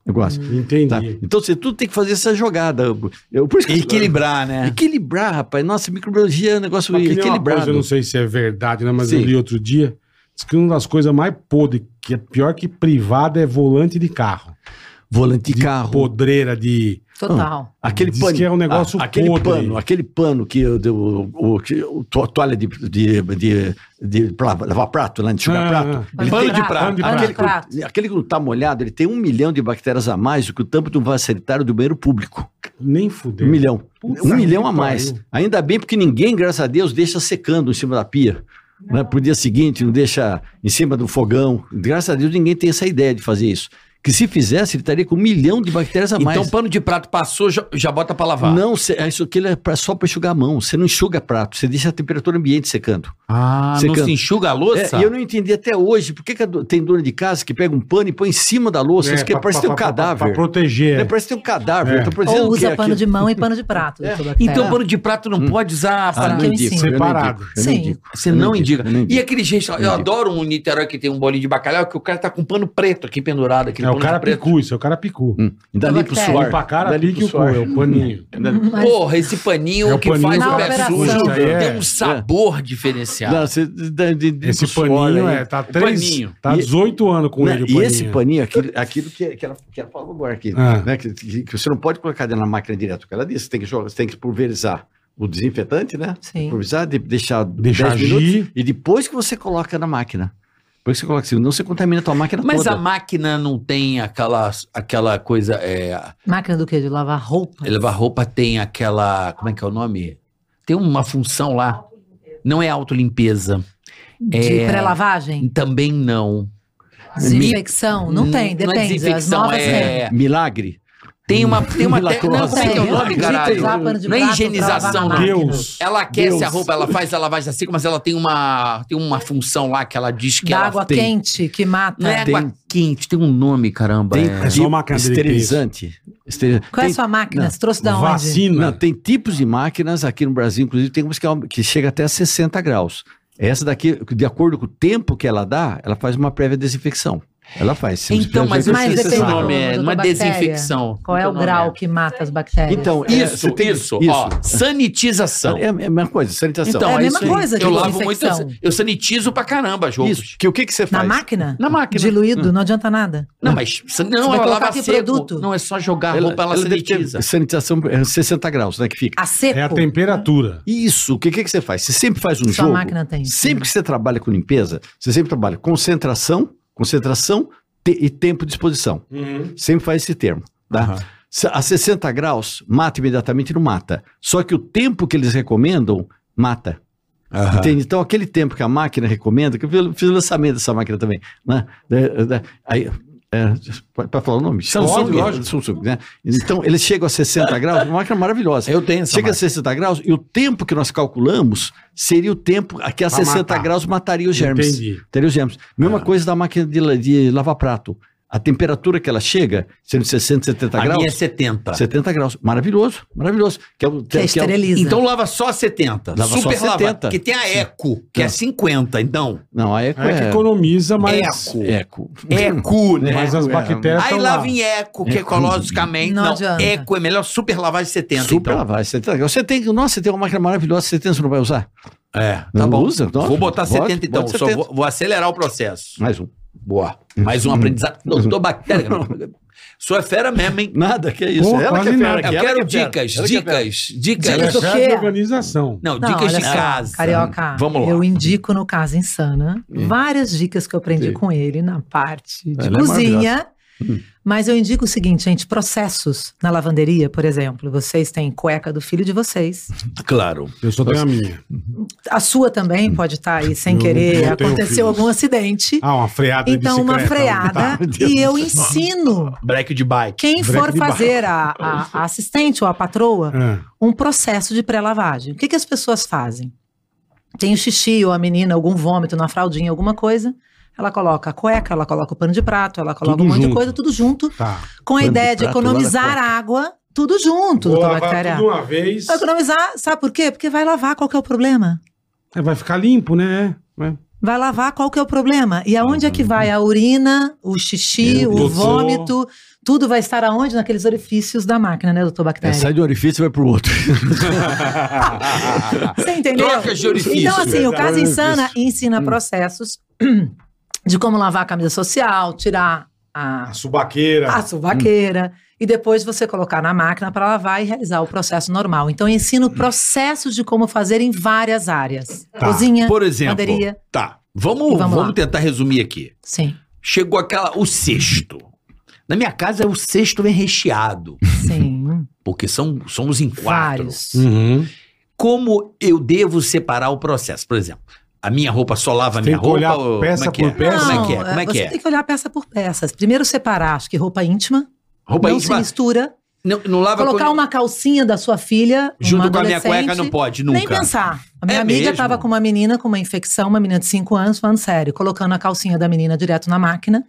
Speaker 5: Negócio.
Speaker 4: Entendi.
Speaker 5: Tá? Então você tudo tem que fazer essa jogada. Eu, por isso que-
Speaker 2: Equilibrar, né?
Speaker 5: É Equilibrar, rapaz. Nossa, microbiologia é um negócio
Speaker 4: Mas que nem uma coisa,
Speaker 5: equilibrado.
Speaker 4: eu não sei se é verdade, né? Mas
Speaker 5: Sim.
Speaker 4: eu li outro dia. Diz que uma das coisas mais podres, que é pior que privada, é volante de carro.
Speaker 5: Volante de
Speaker 4: De
Speaker 5: carro.
Speaker 4: podreira de.
Speaker 6: Total.
Speaker 4: é
Speaker 5: Aquele
Speaker 4: um Diz
Speaker 5: pano. Ah,
Speaker 4: que é um negócio
Speaker 5: aquele
Speaker 4: podre.
Speaker 5: pano, aquele pano que eu deu o, o, que- o to- toalha de, de, de, de pra- lavar prato, lá de enxugar
Speaker 4: Ah,
Speaker 5: prato.
Speaker 4: ah,
Speaker 5: Ele
Speaker 2: Pano
Speaker 5: tem-
Speaker 2: de prato.
Speaker 4: Pano de
Speaker 6: Pano
Speaker 5: Aquele,
Speaker 6: de prato.
Speaker 5: que- aquele que não tá molhado, ele tem um milhão de bactérias a mais do que o tampo de um vaso sanitário do banheiro público.
Speaker 4: Nem
Speaker 5: Um
Speaker 4: fudeu.
Speaker 5: milhão.
Speaker 4: Puta
Speaker 5: um
Speaker 4: que
Speaker 5: milhão a
Speaker 4: pariu.
Speaker 5: mais. Ainda bem porque ninguém, graças a Deus, deixa secando em cima da pia. Né? Pro dia seguinte, não deixa em cima do fogão. Graças a Deus, ninguém tem essa ideia de fazer isso. Que se fizesse, ele estaria com um milhão de bactérias a mais.
Speaker 2: Então, pano de prato passou, já, já bota pra lavar.
Speaker 5: Não, cê- é isso aqui é pra- só para enxugar a mão. Você não enxuga prato, você deixa a temperatura ambiente secando.
Speaker 2: Ah,
Speaker 5: Você
Speaker 2: não
Speaker 5: canta.
Speaker 2: se enxuga a louça?
Speaker 5: É, e eu não entendi até hoje por que, que a do- tem dona de casa que pega um pano e põe em cima da louça. isso que
Speaker 4: É, pra-
Speaker 5: parece ter um
Speaker 4: pra- pra- Pra,
Speaker 5: cadáver.
Speaker 4: pra proteger.
Speaker 5: É, Parece ter um cadáver.
Speaker 4: É.
Speaker 5: Eu tô dizendo
Speaker 6: Ou
Speaker 5: que é
Speaker 6: usa pano
Speaker 5: aquilo.
Speaker 6: de mão e pano de prato. doutor Bactéria.
Speaker 2: Então, pano de prato não pode usar.
Speaker 5: É. Ah,
Speaker 2: pra-
Speaker 5: não
Speaker 6: Eu
Speaker 5: indico,
Speaker 6: ensino.
Speaker 5: eu não indico, eu não
Speaker 6: Sim.
Speaker 5: indico.
Speaker 2: Você
Speaker 5: Eu
Speaker 2: não,
Speaker 5: não indico,
Speaker 2: indica.
Speaker 5: eu não indico.
Speaker 2: E aquele restaurante, eu
Speaker 5: Não indico.
Speaker 2: adoro um Niterói que tem um bolinho de bacalhau que o cara tá com um pano preto aqui pendurado, aquele
Speaker 4: É o
Speaker 2: pano
Speaker 4: cara
Speaker 2: de preto.
Speaker 4: picu, isso é o cara picu.
Speaker 5: Hum. Dali pro
Speaker 6: Bactéria.
Speaker 5: suor.
Speaker 4: Limpa a cara,
Speaker 5: Dali
Speaker 4: pique
Speaker 5: pro
Speaker 4: o cu, é
Speaker 5: suor.
Speaker 4: o paninho.
Speaker 6: Mas-
Speaker 2: Porra, esse paninho
Speaker 4: É o
Speaker 2: que
Speaker 4: paninho
Speaker 2: faz
Speaker 6: do
Speaker 2: o pé
Speaker 6: operação.
Speaker 2: sujo
Speaker 4: Isso aí é-
Speaker 2: tem um sabor diferenciado.
Speaker 5: Não, você- da- de- de-
Speaker 4: Esse
Speaker 5: pro suor
Speaker 4: paninho
Speaker 5: aí. Um
Speaker 4: é, tá três,
Speaker 2: paninho.
Speaker 4: tá
Speaker 5: E-
Speaker 4: 18 anos com
Speaker 5: Né,
Speaker 4: ele o
Speaker 5: e
Speaker 4: paninho.
Speaker 5: esse paninho, aquilo, aquilo que, que, ela, que ela falou agora aqui,
Speaker 4: Ah.
Speaker 5: né, que, que- que você não pode colocar dentro na máquina direto, que ela disse, você tem que, jogar, você tem que pulverizar o desinfetante, né?
Speaker 6: Sim.
Speaker 5: Pulverizar, de- deixar,
Speaker 4: Deixar
Speaker 5: 10 minutos,
Speaker 4: agir.
Speaker 5: e depois que você coloca na máquina. Depois que você coloca, senão você contamina a tua máquina
Speaker 2: Mas a
Speaker 5: toda.
Speaker 2: máquina não tem aquela, aquela coisa. É,
Speaker 6: Máquina do quê? De lavar roupa?
Speaker 2: levar roupa tem aquela. Como é que é o nome? Tem uma função lá. Não é autolimpeza.
Speaker 6: De
Speaker 2: É.
Speaker 6: pré-lavagem?
Speaker 2: Também não.
Speaker 6: Desinfecção? Não tem,
Speaker 2: Não é
Speaker 6: depende. As
Speaker 2: desinfecção,
Speaker 6: novas
Speaker 2: é-
Speaker 6: têm.
Speaker 5: Milagre.
Speaker 2: Tem uma. Tem uma te...
Speaker 5: Milagrosa.
Speaker 2: Não, como é que é o nome,
Speaker 6: Tem.
Speaker 2: caralho?
Speaker 6: Usar pano de
Speaker 2: Não é
Speaker 6: prato pra
Speaker 2: higienização,
Speaker 6: lavar
Speaker 2: não.
Speaker 6: na
Speaker 4: Deus.
Speaker 2: Ela aquece
Speaker 5: Deus.
Speaker 2: a roupa, ela faz a lavagem da seca, mas ela tem uma, tem uma função lá que ela diz que
Speaker 6: Da
Speaker 2: ela
Speaker 6: água
Speaker 2: tem.
Speaker 6: quente que mata.
Speaker 2: Não é água quente, tem um nome, caramba.
Speaker 5: Tem
Speaker 2: é.
Speaker 4: só
Speaker 5: tipo
Speaker 4: máquina de
Speaker 5: esterilizante. Esteril-
Speaker 6: Qual é
Speaker 5: tem-
Speaker 6: a sua máquina?
Speaker 5: Não.
Speaker 6: Você trouxe da onde?
Speaker 4: Vacina.
Speaker 5: Não,
Speaker 2: Né?
Speaker 5: tem tipos de máquinas aqui no Brasil, inclusive tem umas que, é um, que chega até a 60 graus. Essa daqui, de acordo com o tempo que ela dá, ela faz uma prévia desinfecção. Ela faz. sim.
Speaker 2: Então, mas eu
Speaker 6: Mas
Speaker 2: esqueci esse
Speaker 6: depende do-
Speaker 2: nome, é
Speaker 6: da
Speaker 2: uma
Speaker 6: bactéria.
Speaker 2: desinfecção.
Speaker 6: Qual é o
Speaker 2: Como que
Speaker 6: grau
Speaker 2: nome
Speaker 6: que mata as bactérias?
Speaker 5: Então,
Speaker 2: é?
Speaker 5: é,
Speaker 2: Isso,
Speaker 5: você tem-
Speaker 2: isso, ó, sanitização. Então,
Speaker 5: É a mesma coisa, sanitização.
Speaker 6: É a
Speaker 2: isso
Speaker 6: mesma
Speaker 2: aí.
Speaker 6: coisa que
Speaker 2: Eu lavo muito,
Speaker 6: desinfecção.
Speaker 2: eu sanitizo pra caramba as roupas.
Speaker 5: Isso, que o que, que você
Speaker 6: na
Speaker 5: faz?
Speaker 6: máquina?
Speaker 2: Na máquina.
Speaker 6: Diluído, não adianta nada.
Speaker 2: Não, mas isso- não,
Speaker 6: vai
Speaker 2: ela
Speaker 6: colocar
Speaker 2: lava
Speaker 6: que
Speaker 2: seco.
Speaker 6: produto?
Speaker 2: Não, é só jogar a
Speaker 5: Ela-
Speaker 2: roupa, ela,
Speaker 5: ela deve ter
Speaker 2: sanitiza.
Speaker 5: Sanitização é 60 graus, né, que fica.
Speaker 6: A seco.
Speaker 4: É a temperatura.
Speaker 5: Isso, o que, que, que você faz? Você sempre faz um
Speaker 6: Só a
Speaker 5: jogo.
Speaker 6: máquina tem.
Speaker 5: Sempre que você trabalha com limpeza, você sempre trabalha concentração, concentração te- e tempo de exposição.
Speaker 4: Uhum.
Speaker 5: Sempre faz esse termo. Tá?
Speaker 2: Aham.
Speaker 5: Se- A 60 graus, mata imediatamente e não mata. Só que o tempo que eles recomendam, mata. Entende? Então, aquele tempo que a máquina recomenda, que eu fiz- fiz o lançamento dessa máquina também, né? Da- da- Aí, é, pode- pode falar o nome?
Speaker 2: Samsung, lógico.
Speaker 5: Samsung, né? Então, eles chegam a 60 graus, uma máquina maravilhosa.
Speaker 2: Eu tenho essa
Speaker 5: Chega a
Speaker 2: máquina.
Speaker 5: 60 graus e o tempo que nós calculamos seria o tempo a que a
Speaker 4: Pra
Speaker 5: 60
Speaker 4: matar.
Speaker 5: graus mataria os germes.
Speaker 4: Entendi.
Speaker 5: Teria os germes.
Speaker 2: Ah.
Speaker 5: Mesma coisa da máquina de, la- de lavar prato. A temperatura que ela chega, sendo 60, 70
Speaker 2: A
Speaker 5: graus,
Speaker 2: minha é 70.
Speaker 5: 70 graus. Maravilhoso, maravilhoso. Que é o,
Speaker 6: Que é
Speaker 5: que é o-
Speaker 6: esteriliza.
Speaker 2: Então lava só 70.
Speaker 5: Lava só
Speaker 2: Super lava.
Speaker 5: 70.
Speaker 2: Que tem a eco, que é
Speaker 5: Tá.
Speaker 2: 50. Então,
Speaker 5: não, a eco
Speaker 4: É que
Speaker 5: é...
Speaker 4: economiza, mas.
Speaker 2: eco.
Speaker 5: Eco.
Speaker 2: Eco, né?
Speaker 4: Mas
Speaker 5: é,
Speaker 4: as bactérias
Speaker 5: então
Speaker 2: Aí
Speaker 4: estão lá.
Speaker 2: lava em eco, que ecologicamente.
Speaker 6: Não
Speaker 2: Não,
Speaker 6: adianta.
Speaker 2: eco é melhor super lavagem 70.
Speaker 5: Super
Speaker 2: então.
Speaker 5: lavagem, 70 graus. Você tem, nossa, você tem uma máquina maravilhosa, 70 você não vai usar.
Speaker 2: É,
Speaker 5: Não
Speaker 2: tá bom.
Speaker 5: usa? Nossa,
Speaker 2: vou botar
Speaker 5: bota,
Speaker 2: 70 então,
Speaker 5: bota
Speaker 2: só
Speaker 5: 70.
Speaker 2: vou, vou acelerar o processo.
Speaker 5: Mais um.
Speaker 2: Boa. Mais um
Speaker 5: Hum.
Speaker 2: aprendizado. Doutor Bactéria. Sou é fera mesmo, hein?
Speaker 5: Nada, que é isso.
Speaker 4: Pô,
Speaker 5: ela que é
Speaker 4: quase
Speaker 5: fera,
Speaker 4: nada.
Speaker 5: que
Speaker 2: Eu
Speaker 5: ela
Speaker 2: quero
Speaker 5: que é fera.
Speaker 2: dicas,
Speaker 5: Ela que é fera.
Speaker 2: dicas, dicas.
Speaker 6: Ela
Speaker 4: Ela
Speaker 6: do
Speaker 4: é
Speaker 6: quê?
Speaker 4: chefe de organização.
Speaker 2: Não,
Speaker 6: Não,
Speaker 2: dicas
Speaker 6: olha
Speaker 2: de
Speaker 6: só,
Speaker 2: casa.
Speaker 6: Carioca,
Speaker 2: Vamos lá.
Speaker 6: eu indico no Casa Insana várias dicas que eu aprendi
Speaker 5: Sim.
Speaker 6: com ele na parte de
Speaker 5: Ela é
Speaker 6: cozinha. mas eu indico o seguinte, gente, processos na lavanderia, por exemplo. Vocês têm cueca do filho de vocês.
Speaker 2: Claro.
Speaker 4: Eu só tenho a minha.
Speaker 6: A sua também pode estar aí sem
Speaker 4: Eu
Speaker 6: querer.
Speaker 4: não tenho filhos.
Speaker 6: Aconteceu algum acidente.
Speaker 4: Ah, uma freada de
Speaker 6: então, uma
Speaker 4: bicicleta,
Speaker 6: freada.
Speaker 4: tá?
Speaker 6: e eu ensino
Speaker 2: Break de bike.
Speaker 6: quem
Speaker 4: Break
Speaker 6: for
Speaker 4: de
Speaker 6: fazer a, a- a assistente ou a patroa
Speaker 4: Ah,
Speaker 6: um processo de pré-lavagem. O que, que as pessoas fazem? Tem o xixi ou a menina, algum vômito na fraldinha, alguma coisa. Ela coloca a cueca, ela coloca o pano de prato, ela coloca
Speaker 4: Tudo
Speaker 6: um monte
Speaker 4: junto.
Speaker 6: de coisa, tudo junto,
Speaker 4: tá.
Speaker 6: com a
Speaker 5: Pano de
Speaker 6: ideia de
Speaker 5: prato, lá na
Speaker 6: economizar
Speaker 5: cueca.
Speaker 6: água, tudo junto,
Speaker 4: Vou
Speaker 6: doutor
Speaker 4: lavar
Speaker 6: Bactéria.
Speaker 4: tudo uma vez.
Speaker 6: Economizar, sabe por quê? Porque vai lavar, qual que é o problema?
Speaker 4: É, Vai ficar limpo, né? Vai.
Speaker 6: Vai lavar, qual que é o problema? E aonde é que vai a urina, o xixi,
Speaker 5: Uhum. Meu
Speaker 6: o
Speaker 4: Deus.
Speaker 6: vômito? Tudo vai estar aonde? Naqueles orifícios da máquina, né, doutor
Speaker 5: É,
Speaker 6: Bactéria?
Speaker 5: sai de um orifício e vai pro outro.
Speaker 6: Você entendeu?
Speaker 2: Trocas de orifício.
Speaker 6: Então, assim, o
Speaker 4: Verdade.
Speaker 6: Casa Insana ensina processos de como lavar a camisa social, tirar a,
Speaker 4: A subaqueira.
Speaker 6: a suvaqueira e depois você colocar na máquina para lavar e realizar o processo normal. Então, eu ensino processos de como fazer em várias áreas:
Speaker 4: Tá.
Speaker 6: cozinha,
Speaker 2: Por exemplo.
Speaker 6: lavanderia.
Speaker 2: Tá. Vamos,
Speaker 6: E vamos
Speaker 2: vamos,
Speaker 6: lá.
Speaker 2: tentar resumir aqui.
Speaker 6: Sim,
Speaker 2: Chegou aquela. O sexto. Na minha casa, o sexto vem recheado.
Speaker 6: sim.
Speaker 2: Porque são, somos em quatro. Hum.
Speaker 6: Vários.
Speaker 4: Uhum.
Speaker 2: Como eu devo separar o processo? Por exemplo, a minha roupa só lava a
Speaker 4: Tem
Speaker 2: minha
Speaker 4: que
Speaker 2: roupa?
Speaker 4: olhar
Speaker 2: ou-
Speaker 4: peça
Speaker 2: como é que
Speaker 4: por
Speaker 2: é?
Speaker 4: peça?
Speaker 2: Como é que é? Como é que
Speaker 6: você
Speaker 2: é?
Speaker 6: tem que olhar peça por peças. Primeiro separar, acho que roupa íntima,
Speaker 2: Roupa
Speaker 6: não
Speaker 2: íntima.
Speaker 6: se mistura.
Speaker 2: Não, não lava
Speaker 6: Colocar
Speaker 2: com-
Speaker 6: uma calcinha da sua filha, uma
Speaker 2: junto com a minha cueca
Speaker 6: adolescente.
Speaker 2: não pode
Speaker 6: Nem
Speaker 2: nunca.
Speaker 6: pensar. A minha
Speaker 2: É
Speaker 6: amiga
Speaker 2: mesmo?
Speaker 6: estava com uma menina com uma infecção, uma menina de 5 anos, falando sério, colocando a calcinha da menina direto na máquina.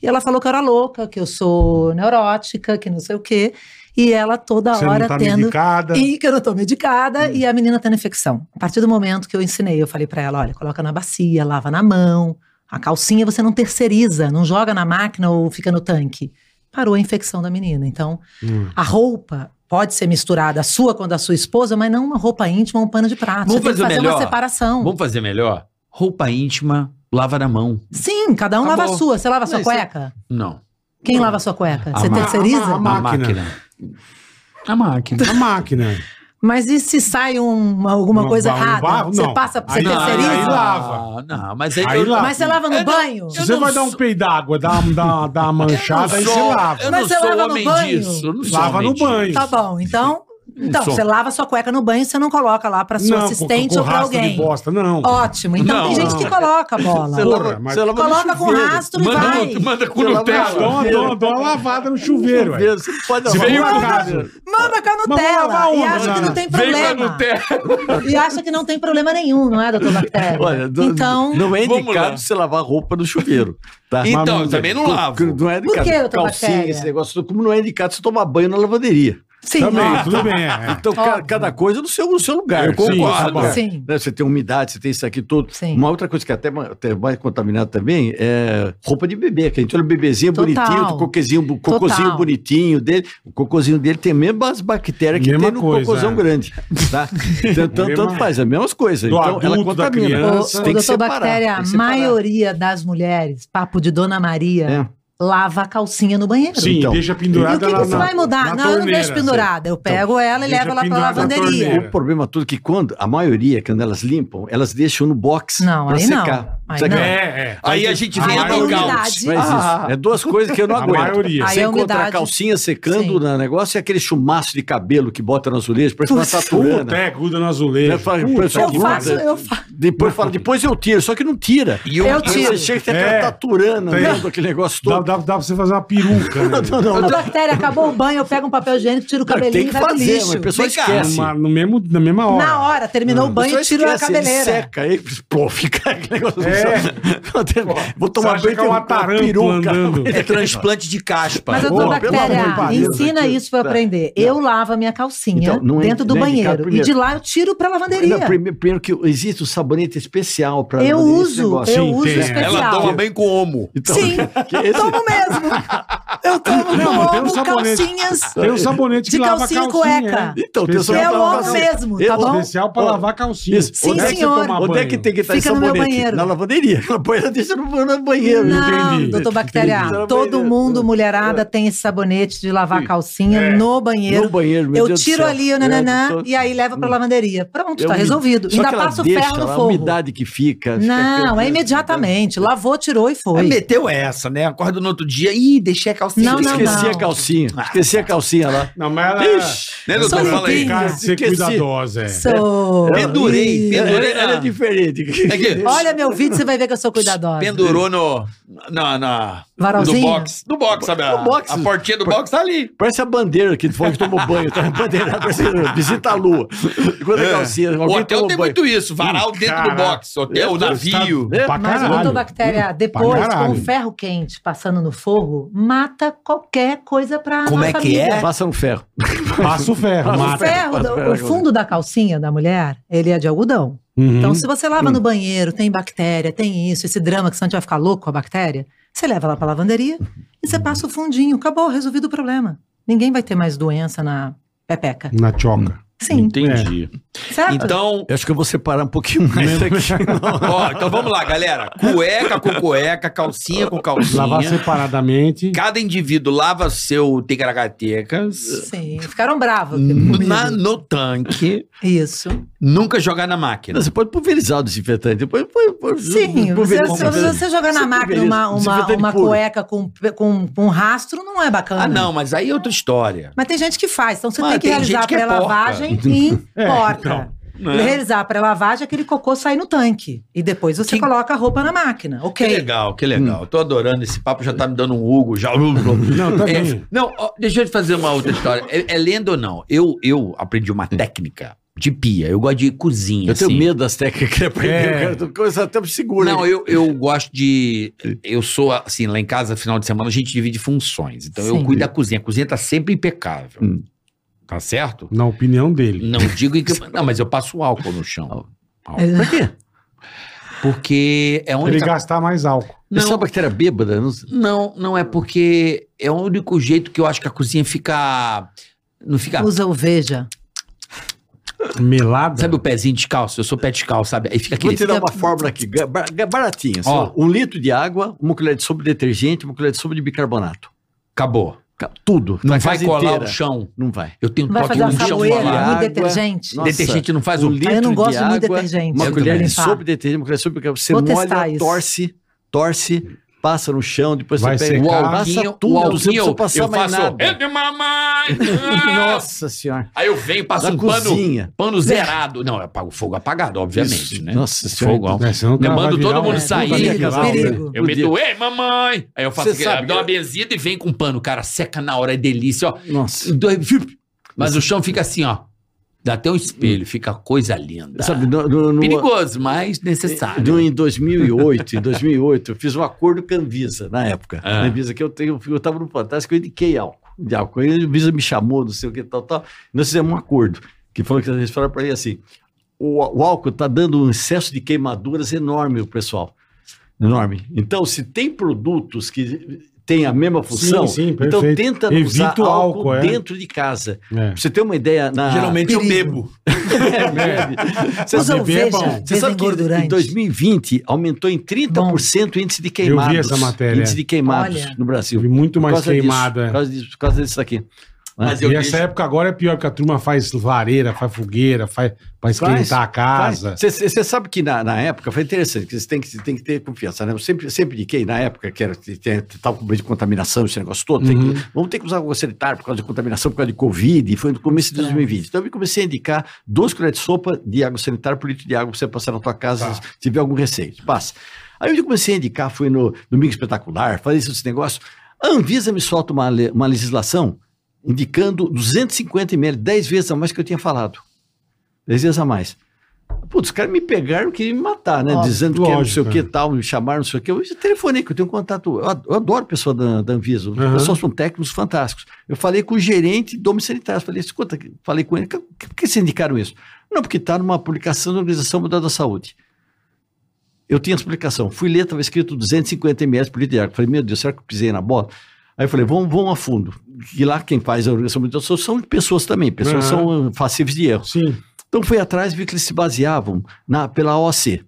Speaker 6: E ela falou que eu era louca, que eu sou neurótica, que não sei o quê. E ela toda
Speaker 4: Você
Speaker 6: hora
Speaker 4: não tá
Speaker 6: tendo.
Speaker 4: medicada.
Speaker 6: E que eu não tô medicada
Speaker 2: Hum.
Speaker 6: e a menina tendo infecção. A partir do momento que eu ensinei, eu falei pra ela: olha, coloca na bacia, lava na mão. A calcinha você não terceiriza, não joga na máquina ou fica no tanque. Parou a infecção da menina. Então,
Speaker 4: Hum.
Speaker 6: a roupa pode ser misturada, a sua com a da sua esposa, mas não uma roupa íntima ou um pano de prato.
Speaker 2: Vamos
Speaker 6: você tem que
Speaker 2: fazer o
Speaker 6: fazer
Speaker 2: melhor.
Speaker 6: uma separação.
Speaker 2: Vamos fazer melhor? Roupa íntima, lava na mão.
Speaker 6: Sim, cada um
Speaker 2: Tá
Speaker 6: lava
Speaker 2: bom.
Speaker 6: a sua. Você lava a sua
Speaker 2: Mas
Speaker 6: cueca?
Speaker 2: Não.
Speaker 6: Quem lava a sua cueca?
Speaker 2: A
Speaker 6: Você
Speaker 2: ma-
Speaker 6: terceiriza?
Speaker 4: a ma-
Speaker 2: A
Speaker 4: Máquina.
Speaker 2: máquina. A máquina.
Speaker 4: É A máquina.
Speaker 6: Mas e se sai um- alguma
Speaker 4: Um
Speaker 6: coisa
Speaker 4: barro, um
Speaker 6: errada?
Speaker 4: barro?
Speaker 6: você
Speaker 4: Não.
Speaker 6: passa, você
Speaker 4: Aí-
Speaker 6: terceiriza?
Speaker 4: aí lava.
Speaker 2: Não, mas aí,
Speaker 4: Aí
Speaker 2: eu,
Speaker 4: lava.
Speaker 6: Mas você lava no
Speaker 2: Eu não-
Speaker 6: banho?
Speaker 2: eu
Speaker 4: Se você
Speaker 2: não
Speaker 4: vai dar um
Speaker 2: sou-
Speaker 4: peido d'água, dá, dá, dá uma manchada, aí
Speaker 2: eu não
Speaker 4: você
Speaker 2: sou-
Speaker 4: lava.
Speaker 2: Eu
Speaker 6: Mas
Speaker 2: não
Speaker 6: você
Speaker 2: sou
Speaker 6: lava no
Speaker 2: homem
Speaker 6: banho?
Speaker 2: disso. Eu não sou
Speaker 4: Lava
Speaker 2: homem
Speaker 4: no
Speaker 2: disso.
Speaker 4: banho.
Speaker 6: Tá bom, então. Então,
Speaker 2: Só.
Speaker 6: você lava sua cueca no banho, você não coloca lá pra sua
Speaker 4: Não,
Speaker 6: assistente
Speaker 4: com, com
Speaker 6: ou pra
Speaker 4: rastro de
Speaker 6: alguém.
Speaker 4: bosta, não.
Speaker 6: Ótimo. Então
Speaker 2: Não,
Speaker 6: tem gente
Speaker 4: não.
Speaker 6: que coloca a
Speaker 5: Você
Speaker 6: bola.
Speaker 4: lava-
Speaker 5: lava-
Speaker 4: mas-
Speaker 5: você lava no
Speaker 6: Coloca com
Speaker 5: chuveiro.
Speaker 6: rastro e vai.
Speaker 2: Manda, manda com
Speaker 5: Você lava
Speaker 4: Ah, Dá
Speaker 2: Nutella.
Speaker 4: uma, dá uma- dá uma lavada no chuveiro. ué.
Speaker 5: Chuveiro, você não pode
Speaker 4: Se
Speaker 5: lavar.
Speaker 4: veio
Speaker 5: Não,
Speaker 4: com
Speaker 5: não,
Speaker 4: rastro.
Speaker 6: Manda com a
Speaker 4: Mas vamos
Speaker 6: Nutella.
Speaker 4: lavar
Speaker 6: e
Speaker 4: onde,
Speaker 6: acha que
Speaker 4: Ana?
Speaker 6: não tem
Speaker 2: Vem com a
Speaker 6: problema.
Speaker 2: Nutella.
Speaker 6: E acha que não tem problema nenhum, não é, doutor Bactéria?
Speaker 5: Olha, do-
Speaker 6: então,
Speaker 5: não é
Speaker 2: vamos
Speaker 5: indicado
Speaker 2: lá.
Speaker 5: você lavar roupa no chuveiro. Tá?
Speaker 2: Então,
Speaker 5: Mas
Speaker 2: eu também não lavo.
Speaker 5: Não é
Speaker 6: Por
Speaker 5: indicado.
Speaker 6: que, doutor
Speaker 5: Calcinha,
Speaker 6: Bactéria?
Speaker 5: esse negócio, todo, como não é indicado você tomar banho na lavanderia.
Speaker 6: Sim.
Speaker 4: Também, tudo bem. é.
Speaker 5: Então, ca-
Speaker 6: Óbvio.
Speaker 5: cada coisa no seu, no seu lugar.
Speaker 4: Eu concordo.
Speaker 5: Sim,
Speaker 6: Sim.
Speaker 5: né? Você tem umidade, você tem isso aqui tudo.
Speaker 6: Sim.
Speaker 5: Uma outra coisa que é até, ma- até mais contaminada também é roupa de bebê. Que a gente olha o bebezinho
Speaker 6: Total.
Speaker 5: bonitinho, o coquezinho, bu- cocôzinho
Speaker 6: Total.
Speaker 5: bonitinho dele. O cocôzinho dele tem mesmo as bactérias que
Speaker 4: Mesma
Speaker 5: tem no
Speaker 4: coisa,
Speaker 5: cocôzão
Speaker 4: é.
Speaker 5: grande. Tá? Então, tanto,
Speaker 4: Mesma-
Speaker 5: tanto faz, é as mesmas coisas.
Speaker 4: Do
Speaker 5: Então, ela
Speaker 4: adulto, da
Speaker 5: contamina.
Speaker 6: Ô,
Speaker 4: criança.
Speaker 6: ô,
Speaker 5: Tem que
Speaker 6: doutor
Speaker 5: separar,
Speaker 6: Bactéria,
Speaker 5: tem
Speaker 6: a
Speaker 5: que separar.
Speaker 6: maioria das mulheres, papo de Dona Maria,
Speaker 5: É.
Speaker 6: lava a calcinha no banheiro.
Speaker 4: Sim,
Speaker 5: Então.
Speaker 4: deixa
Speaker 6: E o
Speaker 4: pendurada
Speaker 6: que, que
Speaker 4: lá
Speaker 6: isso
Speaker 4: na-
Speaker 6: vai mudar?
Speaker 4: na
Speaker 6: não, eu não
Speaker 4: torneira,
Speaker 6: deixo pendurada. Eu pego ela e
Speaker 4: deixa
Speaker 6: levo ela pra
Speaker 4: pendurada na
Speaker 6: lavanderia.
Speaker 4: torneira.
Speaker 5: O problema todo é que quando a maioria, quando elas limpam, elas deixam no box
Speaker 6: Não,
Speaker 5: pra
Speaker 6: aí não.
Speaker 5: secar.
Speaker 6: Aí
Speaker 5: Sabe
Speaker 6: não.
Speaker 5: que-
Speaker 4: É, é.
Speaker 2: Aí a gente vem
Speaker 4: A
Speaker 2: a
Speaker 6: maioridade.
Speaker 2: blackout.
Speaker 5: Não existe.
Speaker 2: Ah.
Speaker 5: É duas coisas que eu não
Speaker 4: A
Speaker 5: aguento.
Speaker 4: maioria.
Speaker 6: Aí é
Speaker 5: Você
Speaker 6: a
Speaker 5: encontra a
Speaker 6: umidade-
Speaker 5: calcinha secando
Speaker 6: Sim.
Speaker 5: no negócio e aquele chumaço de cabelo que bota no azulejo, parece uma
Speaker 4: Puta,
Speaker 5: taturana.
Speaker 4: é, gruda no
Speaker 5: Né?
Speaker 4: azulejo.
Speaker 5: Fala,
Speaker 4: Puta,
Speaker 5: pessoal,
Speaker 6: Eu faço, eu faço.
Speaker 5: Depois fala, depois eu tiro, só que não tira.
Speaker 2: E eu,
Speaker 6: Eu
Speaker 2: eu,
Speaker 5: Aí
Speaker 6: tiro.
Speaker 5: Você chega e tem aquela
Speaker 4: É.
Speaker 5: taturana
Speaker 4: Tem.
Speaker 5: dentro daquele negócio
Speaker 4: Dá,
Speaker 5: todo.
Speaker 4: dá, dá pra você fazer uma peruca, né?
Speaker 6: A bactéria acabou o banho, eu pego um papel higiênico, tiro o
Speaker 5: Cara,
Speaker 6: cabelinho
Speaker 5: tem
Speaker 6: e
Speaker 5: que
Speaker 6: vai pro
Speaker 5: fazer, mas
Speaker 6: lixo.
Speaker 5: a pessoa
Speaker 2: Vem cá,
Speaker 5: esquece.
Speaker 4: Uma- no mesmo, na mesma hora.
Speaker 6: Na hora, terminou o banho,
Speaker 5: Pessoa
Speaker 6: eu tiro a
Speaker 5: esquece, ele
Speaker 6: cabeleira.
Speaker 5: seca, aí pô, fica aquele negócio.
Speaker 4: É.
Speaker 5: Vou tomar
Speaker 4: Você acha
Speaker 5: banho
Speaker 4: que é uma tarântula andando.
Speaker 2: é transplante de caspa.
Speaker 6: Mas,
Speaker 4: Ô,
Speaker 6: doutor
Speaker 4: pelo
Speaker 6: Bactéria,
Speaker 4: amor de Deus,
Speaker 6: ensina
Speaker 5: aqui-
Speaker 6: isso pra eu
Speaker 5: Tá.
Speaker 6: aprender. Eu lavo a minha calcinha
Speaker 5: Então, não é-
Speaker 6: dentro do
Speaker 5: não é indicado
Speaker 6: banheiro. E
Speaker 5: primeiro.
Speaker 6: de lá eu tiro pra lavanderia.
Speaker 5: Não, primeiro, primeiro que existe um sabonete especial para
Speaker 6: Eu uso, eu
Speaker 4: Sim,
Speaker 6: uso
Speaker 4: tem.
Speaker 6: é especial.
Speaker 2: Ela toma bem com homo.
Speaker 5: então,
Speaker 6: Sim, tomo mesmo. Eu tomo
Speaker 4: Não, mas tem um
Speaker 6: como
Speaker 4: sabonete.
Speaker 6: calcinhas.
Speaker 4: Tem um sabonete que
Speaker 6: De
Speaker 4: lava a calcinha.
Speaker 6: calcinha e
Speaker 4: cueca.
Speaker 6: cueca.
Speaker 5: Então, tem
Speaker 4: Especial
Speaker 5: só
Speaker 4: pra
Speaker 6: Eu
Speaker 5: lavar
Speaker 4: lavar
Speaker 6: amo É
Speaker 5: calcinha.
Speaker 6: mesmo,
Speaker 5: Eu-
Speaker 6: tá bom?
Speaker 4: Especial pra lavar a calcinha.
Speaker 5: Isso.
Speaker 6: Sim,
Speaker 4: Onde é que você
Speaker 6: senhor.
Speaker 4: toma
Speaker 5: Onde é
Speaker 4: banho?
Speaker 5: que tem que estar
Speaker 6: Fica
Speaker 5: esse
Speaker 6: no meu
Speaker 5: sabonete?
Speaker 6: banheiro.
Speaker 5: Na lavanderia. Ela põe, ela deixa no, no banheiro.
Speaker 6: Não,
Speaker 4: entendi.
Speaker 6: doutor Bactéria,
Speaker 5: Entendi.
Speaker 4: né?
Speaker 6: todo
Speaker 4: É.
Speaker 6: mundo, mulherada, tem esse sabonete de lavar calcinha no
Speaker 5: No
Speaker 6: banheiro.
Speaker 5: banheiro, meu
Speaker 6: Eu
Speaker 5: Deus do
Speaker 6: tiro
Speaker 5: céu.
Speaker 6: ali o
Speaker 5: É,
Speaker 6: nananã
Speaker 5: doutor.
Speaker 6: e aí leva pra lavanderia. Pronto,
Speaker 5: É
Speaker 6: tá
Speaker 5: um-
Speaker 6: resolvido.
Speaker 5: Só
Speaker 6: Ainda
Speaker 5: que ela
Speaker 6: passa o
Speaker 5: deixa
Speaker 6: ferro no
Speaker 5: lá, A
Speaker 6: fogo.
Speaker 5: umidade que fica. fica
Speaker 6: Não, é
Speaker 5: aquele-
Speaker 6: imediatamente. Lavou, tirou e
Speaker 2: Aí
Speaker 6: foi.
Speaker 2: meteu essa, né? Acorda no outro dia. Ih, deixei a calcinha.
Speaker 6: Não, não,
Speaker 5: Esqueci
Speaker 6: não.
Speaker 5: a calcinha. Esqueci a calcinha lá.
Speaker 4: Não, mas ela...
Speaker 2: Né,
Speaker 6: Sou
Speaker 2: doutor? Fala aí.
Speaker 6: limpinha.
Speaker 4: Cara, de ser
Speaker 5: Esqueci.
Speaker 4: cuidadosa, é.
Speaker 6: Sou.
Speaker 2: Pendurei,
Speaker 5: Ela,
Speaker 2: pendurei.
Speaker 5: ela- ela é
Speaker 2: na-
Speaker 5: diferente.
Speaker 2: Aqui.
Speaker 6: Olha meu vídeo, você vai ver que eu sou cuidadosa.
Speaker 2: Pendurou no. Na. na do
Speaker 6: Varalzinho?
Speaker 2: box. Do box, sabe? A,
Speaker 5: Do box.
Speaker 2: a portinha do box tá ali.
Speaker 5: Parece a bandeira que foi que tomou banho. Tá? A bandeira parece, visita a lua. Enquanto a calcinha.
Speaker 2: O
Speaker 5: Alguém
Speaker 2: É. hotel
Speaker 5: tomou
Speaker 2: tem
Speaker 5: banho.
Speaker 2: muito isso. Varal dentro
Speaker 4: Caraca.
Speaker 2: do box. Hotel, o navio.
Speaker 5: É,
Speaker 4: Tá Pra
Speaker 6: Mas,
Speaker 4: caralho.
Speaker 6: doutor Bactéria, depois, com
Speaker 4: caralho.
Speaker 6: o ferro quente passando no forro, mata qualquer coisa pra
Speaker 2: Como
Speaker 6: na
Speaker 2: é que
Speaker 6: família.
Speaker 2: é?
Speaker 5: Passa no ferro.
Speaker 4: Passa o ferro,
Speaker 6: O
Speaker 4: mata.
Speaker 6: ferro,
Speaker 5: Passa
Speaker 6: do-
Speaker 5: ferro,
Speaker 6: o fundo da calcinha da mulher, ele é de algodão.
Speaker 4: Uhum.
Speaker 6: Então, se você lava no banheiro, tem bactéria, tem isso, esse drama que senão a gente vai ficar louco com a bactéria, você leva lá pra lavanderia e você passa o fundinho. Acabou, resolvido o problema. Ninguém vai ter mais doença na pepeca.
Speaker 4: Na choca.
Speaker 6: Sim,
Speaker 2: Entendi.
Speaker 5: né?
Speaker 6: certo?
Speaker 2: Então,
Speaker 5: Eu acho que eu vou separar um pouquinho mais aqui.
Speaker 2: ó, então vamos lá, galera. Cueca com cueca, calcinha com
Speaker 4: Lavar
Speaker 2: calcinha.
Speaker 4: separadamente.
Speaker 2: Cada indivíduo lava seu ticaracatecas
Speaker 6: Sim, ficaram bravos.
Speaker 2: na- no tanque,
Speaker 6: Isso.
Speaker 2: nunca jogar na máquina.
Speaker 5: Você pode pulverizar o desinfetante. Depois, depois, depois-
Speaker 6: Sim, você,
Speaker 5: pulveriza-
Speaker 6: se você, jogar na
Speaker 5: né? Você
Speaker 6: máquina
Speaker 5: pulveriza.
Speaker 6: uma, uma,
Speaker 5: Desinfetante
Speaker 6: uma
Speaker 5: puro.
Speaker 6: cueca com, com, com rastro, não é bacana.
Speaker 2: Ah, não, mas aí é outra história.
Speaker 6: Mas tem gente que faz, então você
Speaker 2: Mas
Speaker 6: tem que
Speaker 2: tem
Speaker 6: realizar
Speaker 2: gente
Speaker 6: a
Speaker 2: que é
Speaker 6: pré-lavagem em
Speaker 4: É,
Speaker 6: porta.
Speaker 2: Né?
Speaker 6: Realizar a pré-lavagem, aquele cocô sai no tanque. E depois você
Speaker 2: Que-
Speaker 6: coloca a roupa na máquina,
Speaker 2: Que
Speaker 6: ok?
Speaker 2: legal, que legal. Tô adorando esse papo, já tá me dando um Hugo, já.
Speaker 4: Não, tá
Speaker 2: É,
Speaker 4: bem.
Speaker 2: não, ó, deixa eu te fazer uma outra história. É, é lenda ou não? Eu, eu aprendi uma técnica de pia. Eu gosto de cozinha.
Speaker 5: Eu tenho
Speaker 2: assim.
Speaker 5: medo das técnicas que ele aprendeu,
Speaker 4: É.
Speaker 5: cara. Tô começando até me segura.
Speaker 2: Não, eu, eu gosto de. Eu sou, assim, lá em casa, final de semana, a gente divide funções. Então eu
Speaker 6: Sim.
Speaker 2: cuido da cozinha. A cozinha tá sempre impecável.
Speaker 5: Hum.
Speaker 2: Tá certo?
Speaker 4: Na opinião dele.
Speaker 2: Não digo. em que- Não, mas eu passo álcool no chão. Álcool.
Speaker 6: Pra
Speaker 2: quê? Porque é a
Speaker 4: Pra Ele
Speaker 2: única.
Speaker 4: gastar mais álcool.
Speaker 5: Isso é uma bactéria bêbada. Não...
Speaker 2: Não, não
Speaker 5: Hum.
Speaker 2: é porque é o único jeito que eu acho que a cozinha fica. Não fica.
Speaker 6: Usa o Veja.
Speaker 4: Melada.
Speaker 2: Sabe o pezinho descalço? Eu sou pé descalço, sabe? Aí fica
Speaker 5: Vou
Speaker 2: aquele.
Speaker 5: tirar uma fórmula aqui, ga- bar- ga- baratinha. só um litro de água, uma colher de sopa de detergente, uma colher de sopa de bicarbonato.
Speaker 2: Acabou.
Speaker 5: Ca- Tudo.
Speaker 2: Não
Speaker 5: na
Speaker 2: vai
Speaker 5: casa
Speaker 2: colar
Speaker 5: inteira.
Speaker 2: o chão.
Speaker 5: Não vai.
Speaker 2: Eu tenho um
Speaker 6: Não vai
Speaker 2: toque
Speaker 6: fazer uma
Speaker 2: no chão
Speaker 6: saboeira,
Speaker 2: molhado.
Speaker 5: água.
Speaker 6: muito detergente.
Speaker 5: Nossa.
Speaker 2: Detergente não faz
Speaker 5: Um
Speaker 2: o.
Speaker 5: litro
Speaker 6: eu não gosto
Speaker 5: de
Speaker 6: muito de
Speaker 5: água,
Speaker 6: detergente.
Speaker 5: Uma
Speaker 2: Eu
Speaker 5: colher
Speaker 2: também.
Speaker 5: de sopa de detergente, uma colher de sopa de bicarbonato. Você
Speaker 6: Vou testar
Speaker 5: molha,
Speaker 6: isso.
Speaker 5: torce, torce, passa no chão, depois
Speaker 4: Vai
Speaker 5: você pega.
Speaker 2: O
Speaker 4: secar.
Speaker 2: alquinho,
Speaker 5: Passa tudo,
Speaker 2: o
Speaker 5: não precisa
Speaker 2: alquinho, eu
Speaker 5: passar mais
Speaker 2: faço.
Speaker 5: nada.
Speaker 2: "É de mamãe!"
Speaker 5: Nossa senhora.
Speaker 2: Aí eu venho, passo
Speaker 5: Na
Speaker 2: um pano,
Speaker 5: cozinha. Né?
Speaker 2: pano zerado. Não, eu apago fogo apagado, obviamente,
Speaker 5: Isso.
Speaker 2: né?
Speaker 5: Nossa senhora.
Speaker 2: Fogo, ó.
Speaker 4: É, senão o cara
Speaker 2: Demando
Speaker 4: vai virar
Speaker 2: todo
Speaker 4: um-
Speaker 2: mundo sair,
Speaker 4: Puta,
Speaker 6: perigo,
Speaker 4: aquela-
Speaker 6: perigo.
Speaker 2: Eu meto, ei, mamãe! Aí eu faço
Speaker 5: Você
Speaker 2: aquele,
Speaker 5: sabe,
Speaker 2: dou uma
Speaker 5: eu-
Speaker 2: benzida e vem com um pano. Cara, seca na hora, é delícia, ó.
Speaker 5: Nossa.
Speaker 2: Dói, fiup. Mas o chão fica assim, ó. Dá até um espelho, fica coisa linda.
Speaker 5: Sabe, no, no, no-
Speaker 2: Perigoso, mas
Speaker 1: um
Speaker 5: no-
Speaker 2: necessário.
Speaker 5: um em 2008, em 2008, eu fiz um acordo com a Anvisa, na época.
Speaker 2: Ah.
Speaker 5: Na Anvisa que eu tenho, eu estava no Fantástico, eu indiquei álcool. de álcool. Aí o Visa me chamou, não sei o que, tal, tal. Nós fizemos um acordo, que falou que eles falaram para ele assim, o, o álcool está dando um excesso de queimaduras enorme o pessoal. Enorme. Então, se tem produtos que têm a mesma função,
Speaker 4: sim,
Speaker 5: então
Speaker 4: perfeito.
Speaker 5: tenta não
Speaker 4: Evita
Speaker 5: usar
Speaker 4: o
Speaker 5: álcool,
Speaker 4: álcool, é.
Speaker 5: dentro de casa.
Speaker 4: É.
Speaker 5: Pra você ter uma ideia,
Speaker 1: Ah,
Speaker 5: na...
Speaker 2: Geralmente eu bebo.
Speaker 5: É, bebe. Você
Speaker 6: Usa
Speaker 5: sabe-
Speaker 4: bebê é
Speaker 6: alveja,
Speaker 4: bom.
Speaker 5: você sabe que em
Speaker 6: desengordurante.
Speaker 5: 2020 aumentou em 30% o índice de queimados.
Speaker 4: Eu vi essa matéria.
Speaker 5: Índice de queimados
Speaker 6: Olha.
Speaker 5: no Brasil.
Speaker 4: Tive muito
Speaker 5: Por
Speaker 4: mais
Speaker 5: causa disso,
Speaker 4: queimada.
Speaker 5: por, causa disso, por causa disso né? daqui.
Speaker 1: Mas
Speaker 4: E
Speaker 1: eu
Speaker 4: essa
Speaker 1: deixo-
Speaker 4: época agora é pior, porque a turma faz vareira, faz fogueira, faz pra esquentar a casa.
Speaker 5: Você sabe que na, na época foi interessante, que você tem que, cê tem que ter confiança, né? Eu sempre, sempre indiquei, na época, que era que tinha- tava com medo de contaminação, esse negócio todo, tem que-
Speaker 4: Uhum.
Speaker 5: vamos ter que usar água sanitária por causa de contaminação, por causa de Covid, e foi no começo
Speaker 4: É.
Speaker 5: de 2020. Então eu comecei a indicar dois colheres de sopa de água sanitária por litro de água pra você passar na tua casa
Speaker 4: Tá.
Speaker 5: se tiver algum receio. Passa. Aí eu comecei a indicar, fui no Domingo Espetacular, falei esses negócios. A Anvisa me solta uma, le- uma legislação indicando 250 ml, 10 vezes a mais que eu tinha falado. 10 vezes a mais. Putz, os caras me pegaram, queriam me matar, né?
Speaker 6: Óbvio.
Speaker 5: Dizendo que não
Speaker 4: Lógico,
Speaker 5: sei
Speaker 4: é.
Speaker 5: o que tal, me chamaram, não sei o que. Eu telefonei, que eu tenho um contato. Eu ad- eu adoro pessoa da, da Anvisa. Os
Speaker 4: Aham.
Speaker 5: pessoas são técnicos um fantásticos. Eu falei com o gerente do Homem Sanitário. Falei, escuta, falei com ele, "Ca- por que vocês indicaram isso? Não, porque está numa publicação da Organização Mundial da Saúde. Eu tinha essa publicação. Fui ler, estava escrito 250 ml por litro de água. Falei, meu Deus, será que eu pisei na bola? Aí eu falei, vamos, vamos a fundo. E lá quem faz a Organização Mundial da Saúde são pessoas também, pessoas
Speaker 4: Aham.
Speaker 5: são eh, passíveis de erros.
Speaker 4: Sim.
Speaker 5: Então fui atrás e vi que eles se baseavam na, pela OAC.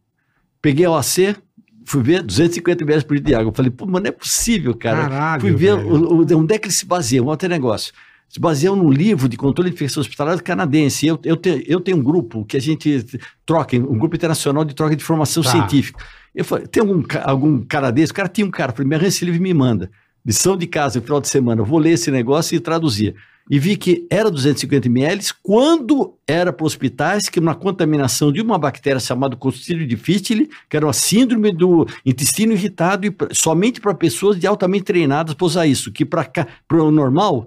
Speaker 5: Peguei a OAC, fui ver 250 ml por litro de água. Falei, pô, mas não é possível, cara.
Speaker 4: Caralho,
Speaker 5: fui ver
Speaker 4: velho.
Speaker 5: o- o- onde é que eles se baseiam, olha até negócio. Se baseiam no livro de controle de infecção hospitalar canadense. Eu, eu, tenho, eu tenho um grupo que a gente troca, um grupo internacional de troca de informação
Speaker 4: Tá.
Speaker 5: científica. Eu falei, tem algum, ca- algum cara desse? O cara tinha um cara, falei, me arranja esse livro e me manda. Lição de casa, final de semana, eu vou ler esse negócio e traduzir. E vi que era 250 ml quando era para hospitais que uma contaminação de uma bactéria chamada Clostridium difficile, que era uma síndrome do intestino irritado, e pra- somente para pessoas de altamente treinadas para usar isso, que para o normal,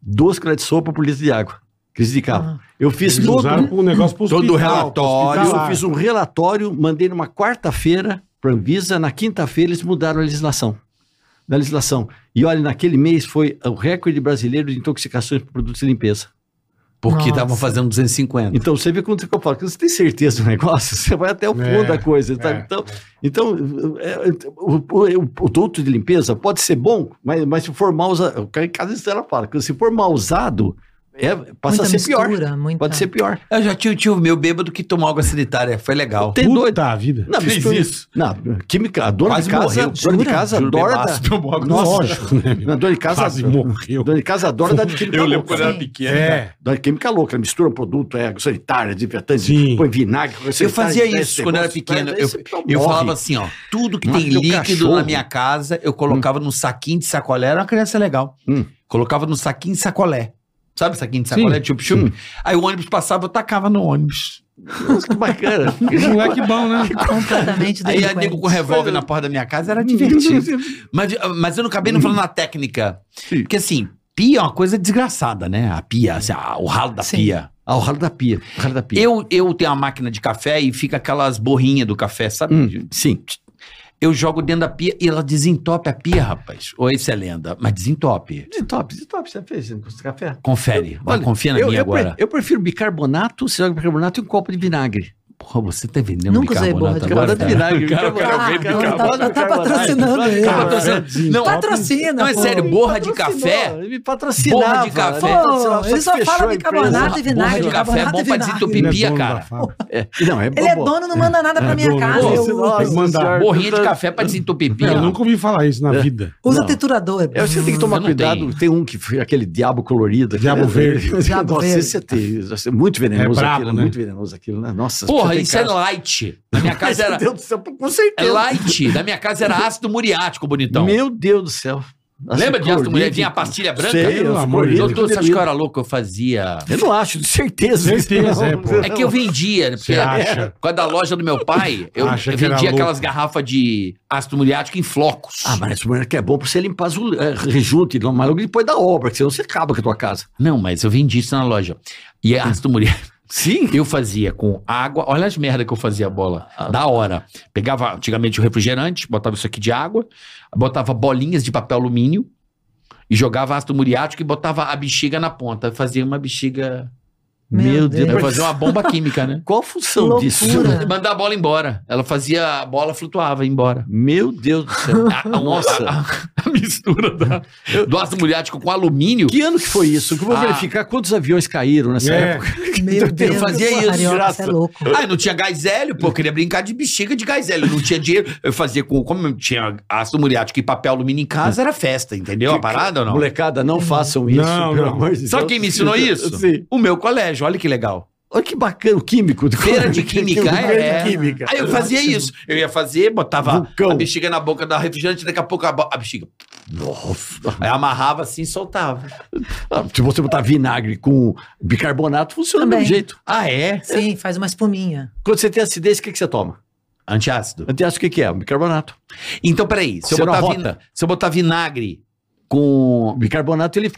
Speaker 5: duas colheres de sopa por litro de água, crise de
Speaker 6: Ah,
Speaker 5: carro. Eu fiz
Speaker 4: Ah. Eles
Speaker 5: todo,
Speaker 4: usaram pro negócio pro
Speaker 2: todo
Speaker 4: hospital,
Speaker 2: relatório,
Speaker 4: pro
Speaker 5: Olha, eu
Speaker 4: hospitalar.
Speaker 5: fiz um relatório, mandei numa quarta-feira para Anvisa, na quinta-feira eles mudaram a legislação. Da legislação. E olha, naquele mês foi o recorde brasileiro de intoxicações por produtos de limpeza.
Speaker 2: Porque
Speaker 6: Nossa.
Speaker 2: estavam fazendo 250.
Speaker 5: Então você vê quanto que eu falo, que você tem certeza do negócio, você vai até o fundo
Speaker 4: É,
Speaker 5: da coisa. tá?
Speaker 4: é.
Speaker 5: Então, então é, é, o, o- o produto de limpeza pode ser bom, mas, mas se for mal usado, em casa ela fala, que se for mal usado, é, passa a ser pior.
Speaker 6: mistura, então. muita-
Speaker 5: Pode ser pior.
Speaker 2: Eu já tinha um tio meu bêbado que tomou água sanitária. Foi legal.
Speaker 5: Tem
Speaker 4: Puta
Speaker 5: doido.
Speaker 4: vida.
Speaker 5: Não,
Speaker 2: Fez
Speaker 5: mistura-
Speaker 2: isso.
Speaker 5: Não, química, a dona
Speaker 2: Quase
Speaker 5: de casa,
Speaker 2: morreu.
Speaker 5: a dona de casa
Speaker 2: Juro,
Speaker 5: adora.
Speaker 2: bebaço,
Speaker 5: da-
Speaker 2: tomou água
Speaker 5: Nossa.
Speaker 4: Lógico, né?
Speaker 5: Não, a dona de casa.
Speaker 4: Quase morreu.
Speaker 5: Dona de casa adora dar de química
Speaker 1: Eu lembro
Speaker 5: louca.
Speaker 1: quando eu era
Speaker 6: Sim.
Speaker 1: pequeno.
Speaker 4: É.
Speaker 5: Dona de química louca, mistura um produto, é água sanitária,
Speaker 4: Sim.
Speaker 5: desinfetante, põe vinagre.
Speaker 2: Eu fazia isso quando eu era pequeno. Eu,
Speaker 5: é então
Speaker 2: eu falava assim, ó, tudo que
Speaker 5: Mata
Speaker 2: tem
Speaker 5: teu
Speaker 2: líquido
Speaker 5: cachorro.
Speaker 2: na minha casa, eu colocava num saquinho de sacolé. Era uma criança legal.
Speaker 5: Hum.
Speaker 2: Colocava num saquinho de sacolé. Sabe saquinho de sacolé, chup
Speaker 5: Hum.
Speaker 2: chup? Aí o ônibus passava, eu tacava no ônibus.
Speaker 5: assim. Que bacana.
Speaker 4: Que moleque bom, né?
Speaker 6: Tá completamente
Speaker 2: Aí a
Speaker 6: delinquente.
Speaker 2: nego com revólver na porta da minha casa
Speaker 5: Hum.
Speaker 2: era divertido. Mas, mas eu não acabei não falando na técnica. Porque assim, pia é uma coisa desgraçada, né? A pia, assim, a- o ralo da
Speaker 6: Sim.
Speaker 2: pia.
Speaker 5: ah, o ralo da pia. O ralo da pia.
Speaker 2: Eu, eu tenho uma máquina de café e fica aquelas borrinhas do café, sabe?
Speaker 5: Hum, sim.
Speaker 2: Eu jogo dentro da pia e ela desentope a pia, rapaz. Ou isso é lenda? Mas desentope.
Speaker 5: De top, de top, você fez com esse café?
Speaker 2: Confere. Vai, confia na
Speaker 5: eu,
Speaker 2: minha
Speaker 5: eu pre-
Speaker 2: agora.
Speaker 5: eu prefiro bicarbonato, você joga bicarbonato e um copo de vinagre.
Speaker 2: Porra, você tá vendendo
Speaker 6: Nunca usei borra
Speaker 2: bicarbonato
Speaker 6: de
Speaker 2: agora?
Speaker 5: Bicarbonato
Speaker 2: cara?
Speaker 5: e vinagre.
Speaker 1: Cara, eu quero ver
Speaker 5: bicarbonato, Ah,
Speaker 1: bicarbonato.
Speaker 5: bicarbonato,
Speaker 6: Tá- tá
Speaker 5: bicarbonato.
Speaker 6: patrocinando ele.
Speaker 5: Bicarbonato.
Speaker 4: é
Speaker 2: Não,
Speaker 6: Patrocina,
Speaker 2: Não, é
Speaker 6: pô.
Speaker 2: sério, borra de café.
Speaker 5: Patrocinou, Ele me patrocinava.
Speaker 2: Borra de café.
Speaker 5: né?
Speaker 6: Pô, ele só
Speaker 5: fechou
Speaker 6: fala
Speaker 5: a
Speaker 6: de
Speaker 5: empresa.
Speaker 6: bicarbonato e
Speaker 2: Borra
Speaker 6: vinagre.
Speaker 2: de café é
Speaker 6: bicarbonato
Speaker 2: bom
Speaker 6: e
Speaker 2: pra
Speaker 6: vinagre.
Speaker 2: desentupir pia, cara.
Speaker 5: É, não, é
Speaker 6: Ele é
Speaker 5: bom.
Speaker 6: dono, não manda nada pra
Speaker 4: É
Speaker 6: minha
Speaker 4: dono,
Speaker 6: casa.
Speaker 4: dono.
Speaker 6: eu
Speaker 5: Nossa
Speaker 6: uso.
Speaker 5: Senhora. É.
Speaker 2: Borrinha de café pra desentupir pia.
Speaker 4: Eu nunca ouvi falar isso na vida.
Speaker 6: Usa
Speaker 5: Não.
Speaker 6: triturador.
Speaker 5: É, você tem que tomar
Speaker 2: Você não
Speaker 5: cuidado.
Speaker 2: tem.
Speaker 5: Tem. um que foi aquele diabo colorido.
Speaker 4: Diabo
Speaker 5: aquele-
Speaker 4: verde.
Speaker 6: Diabo
Speaker 5: Nossa,
Speaker 6: verde.
Speaker 5: esse é terrível, esse é muito venenoso
Speaker 4: É brabo,
Speaker 5: aquilo. é
Speaker 4: né?
Speaker 5: Muito venenoso aquilo, né? Nossa.
Speaker 2: Porra,
Speaker 5: tem
Speaker 2: isso é
Speaker 5: cara-
Speaker 2: light. Na minha casa era
Speaker 5: Meu Deus do céu, com
Speaker 2: é
Speaker 5: certeza.
Speaker 2: light. Na minha casa era ácido muriático, bonitão.
Speaker 5: Meu Deus do céu. Nossa,
Speaker 2: Lembra de ácido
Speaker 5: colorido.
Speaker 2: muriático? Vinha a pastilha branca?
Speaker 5: Sei,
Speaker 4: Pelo
Speaker 5: os
Speaker 4: amor de Deus.
Speaker 5: coloridos,
Speaker 2: Doutor, você acha que eu
Speaker 5: coloridos.
Speaker 2: era louco? Eu fazia...
Speaker 5: Eu não acho, de certeza.
Speaker 4: Certeza, é, pô.
Speaker 2: É que eu vendia, né?
Speaker 4: Você
Speaker 2: porque
Speaker 4: acha?
Speaker 2: por causa da loja do meu pai, eu,
Speaker 4: Acha
Speaker 2: eu
Speaker 4: que era
Speaker 2: vendia aquelas
Speaker 4: louco.
Speaker 2: garrafas de ácido muriático em flocos.
Speaker 5: Ah, mas esse mulher que é bom pra você limpar as é, rejunte, mas logo depois da obra, que senão você acaba com a tua casa.
Speaker 2: Não, mas eu vendi isso na loja. E ácido muriático
Speaker 5: Sim.
Speaker 2: eu fazia com água. Olha as merda que eu fazia a bola. Da hora. Pegava antigamente o refrigerante, botava isso aqui de água, botava bolinhas de papel alumínio E jogava ácido muriático e botava a bexiga na ponta. Fazia uma bexiga.
Speaker 6: Meu Deus.
Speaker 2: Ela fazia uma bomba química, né?
Speaker 5: Qual a função
Speaker 6: Loucura.
Speaker 5: disso?
Speaker 6: Jura?
Speaker 2: Mandar a bola embora. Ela fazia. A bola flutuava ia embora.
Speaker 5: Meu Deus do céu.
Speaker 2: A, a-
Speaker 5: Nossa.
Speaker 2: a- a mistura da- do ácido muriático com alumínio.
Speaker 5: Que ano que foi isso? Eu vou
Speaker 2: Ah.
Speaker 5: verificar quantos aviões caíram nessa
Speaker 4: É,
Speaker 5: época.
Speaker 6: Meu Deus.
Speaker 2: fazia isso,
Speaker 6: Carioca,
Speaker 5: graça.
Speaker 6: você é louco.
Speaker 2: Ah, eu não tinha gás hélio, pô, eu queria brincar de bexiga de gás hélio, eu não tinha dinheiro. Eu fazia com. Como eu tinha ácido muriático e papel alumínio em casa, era festa, entendeu? A parada ou não?
Speaker 5: Molecada, não façam isso,
Speaker 4: Não,
Speaker 5: pelo
Speaker 4: não.
Speaker 5: amor de Deus.
Speaker 2: Sabe quem me ensinou isso?
Speaker 5: Sim.
Speaker 2: O meu colégio, olha que legal.
Speaker 5: Olha que bacana, o químico.
Speaker 2: Feira de química,
Speaker 5: Feira de
Speaker 2: é.
Speaker 5: química.
Speaker 2: Aí eu fazia isso. Eu ia fazer, botava
Speaker 5: Vulcão.
Speaker 2: a bexiga na boca da refrigerante, daqui a pouco a, bo- a bexiga.
Speaker 5: Nossa.
Speaker 2: Aí amarrava assim e soltava.
Speaker 5: Ah, Se você botar vinagre com bicarbonato, funciona do
Speaker 6: Também.
Speaker 5: mesmo jeito.
Speaker 2: Ah, é?
Speaker 6: Sim, faz uma espuminha.
Speaker 5: Quando você tem acidez, o que, que você toma?
Speaker 2: Antiácido.
Speaker 5: Antiácido, o que, que é? Bicarbonato.
Speaker 2: Então, peraí, se eu,
Speaker 5: Você não
Speaker 2: botar
Speaker 5: rota?
Speaker 2: vina- se eu botar vinagre com.
Speaker 5: Bicarbonato, ele...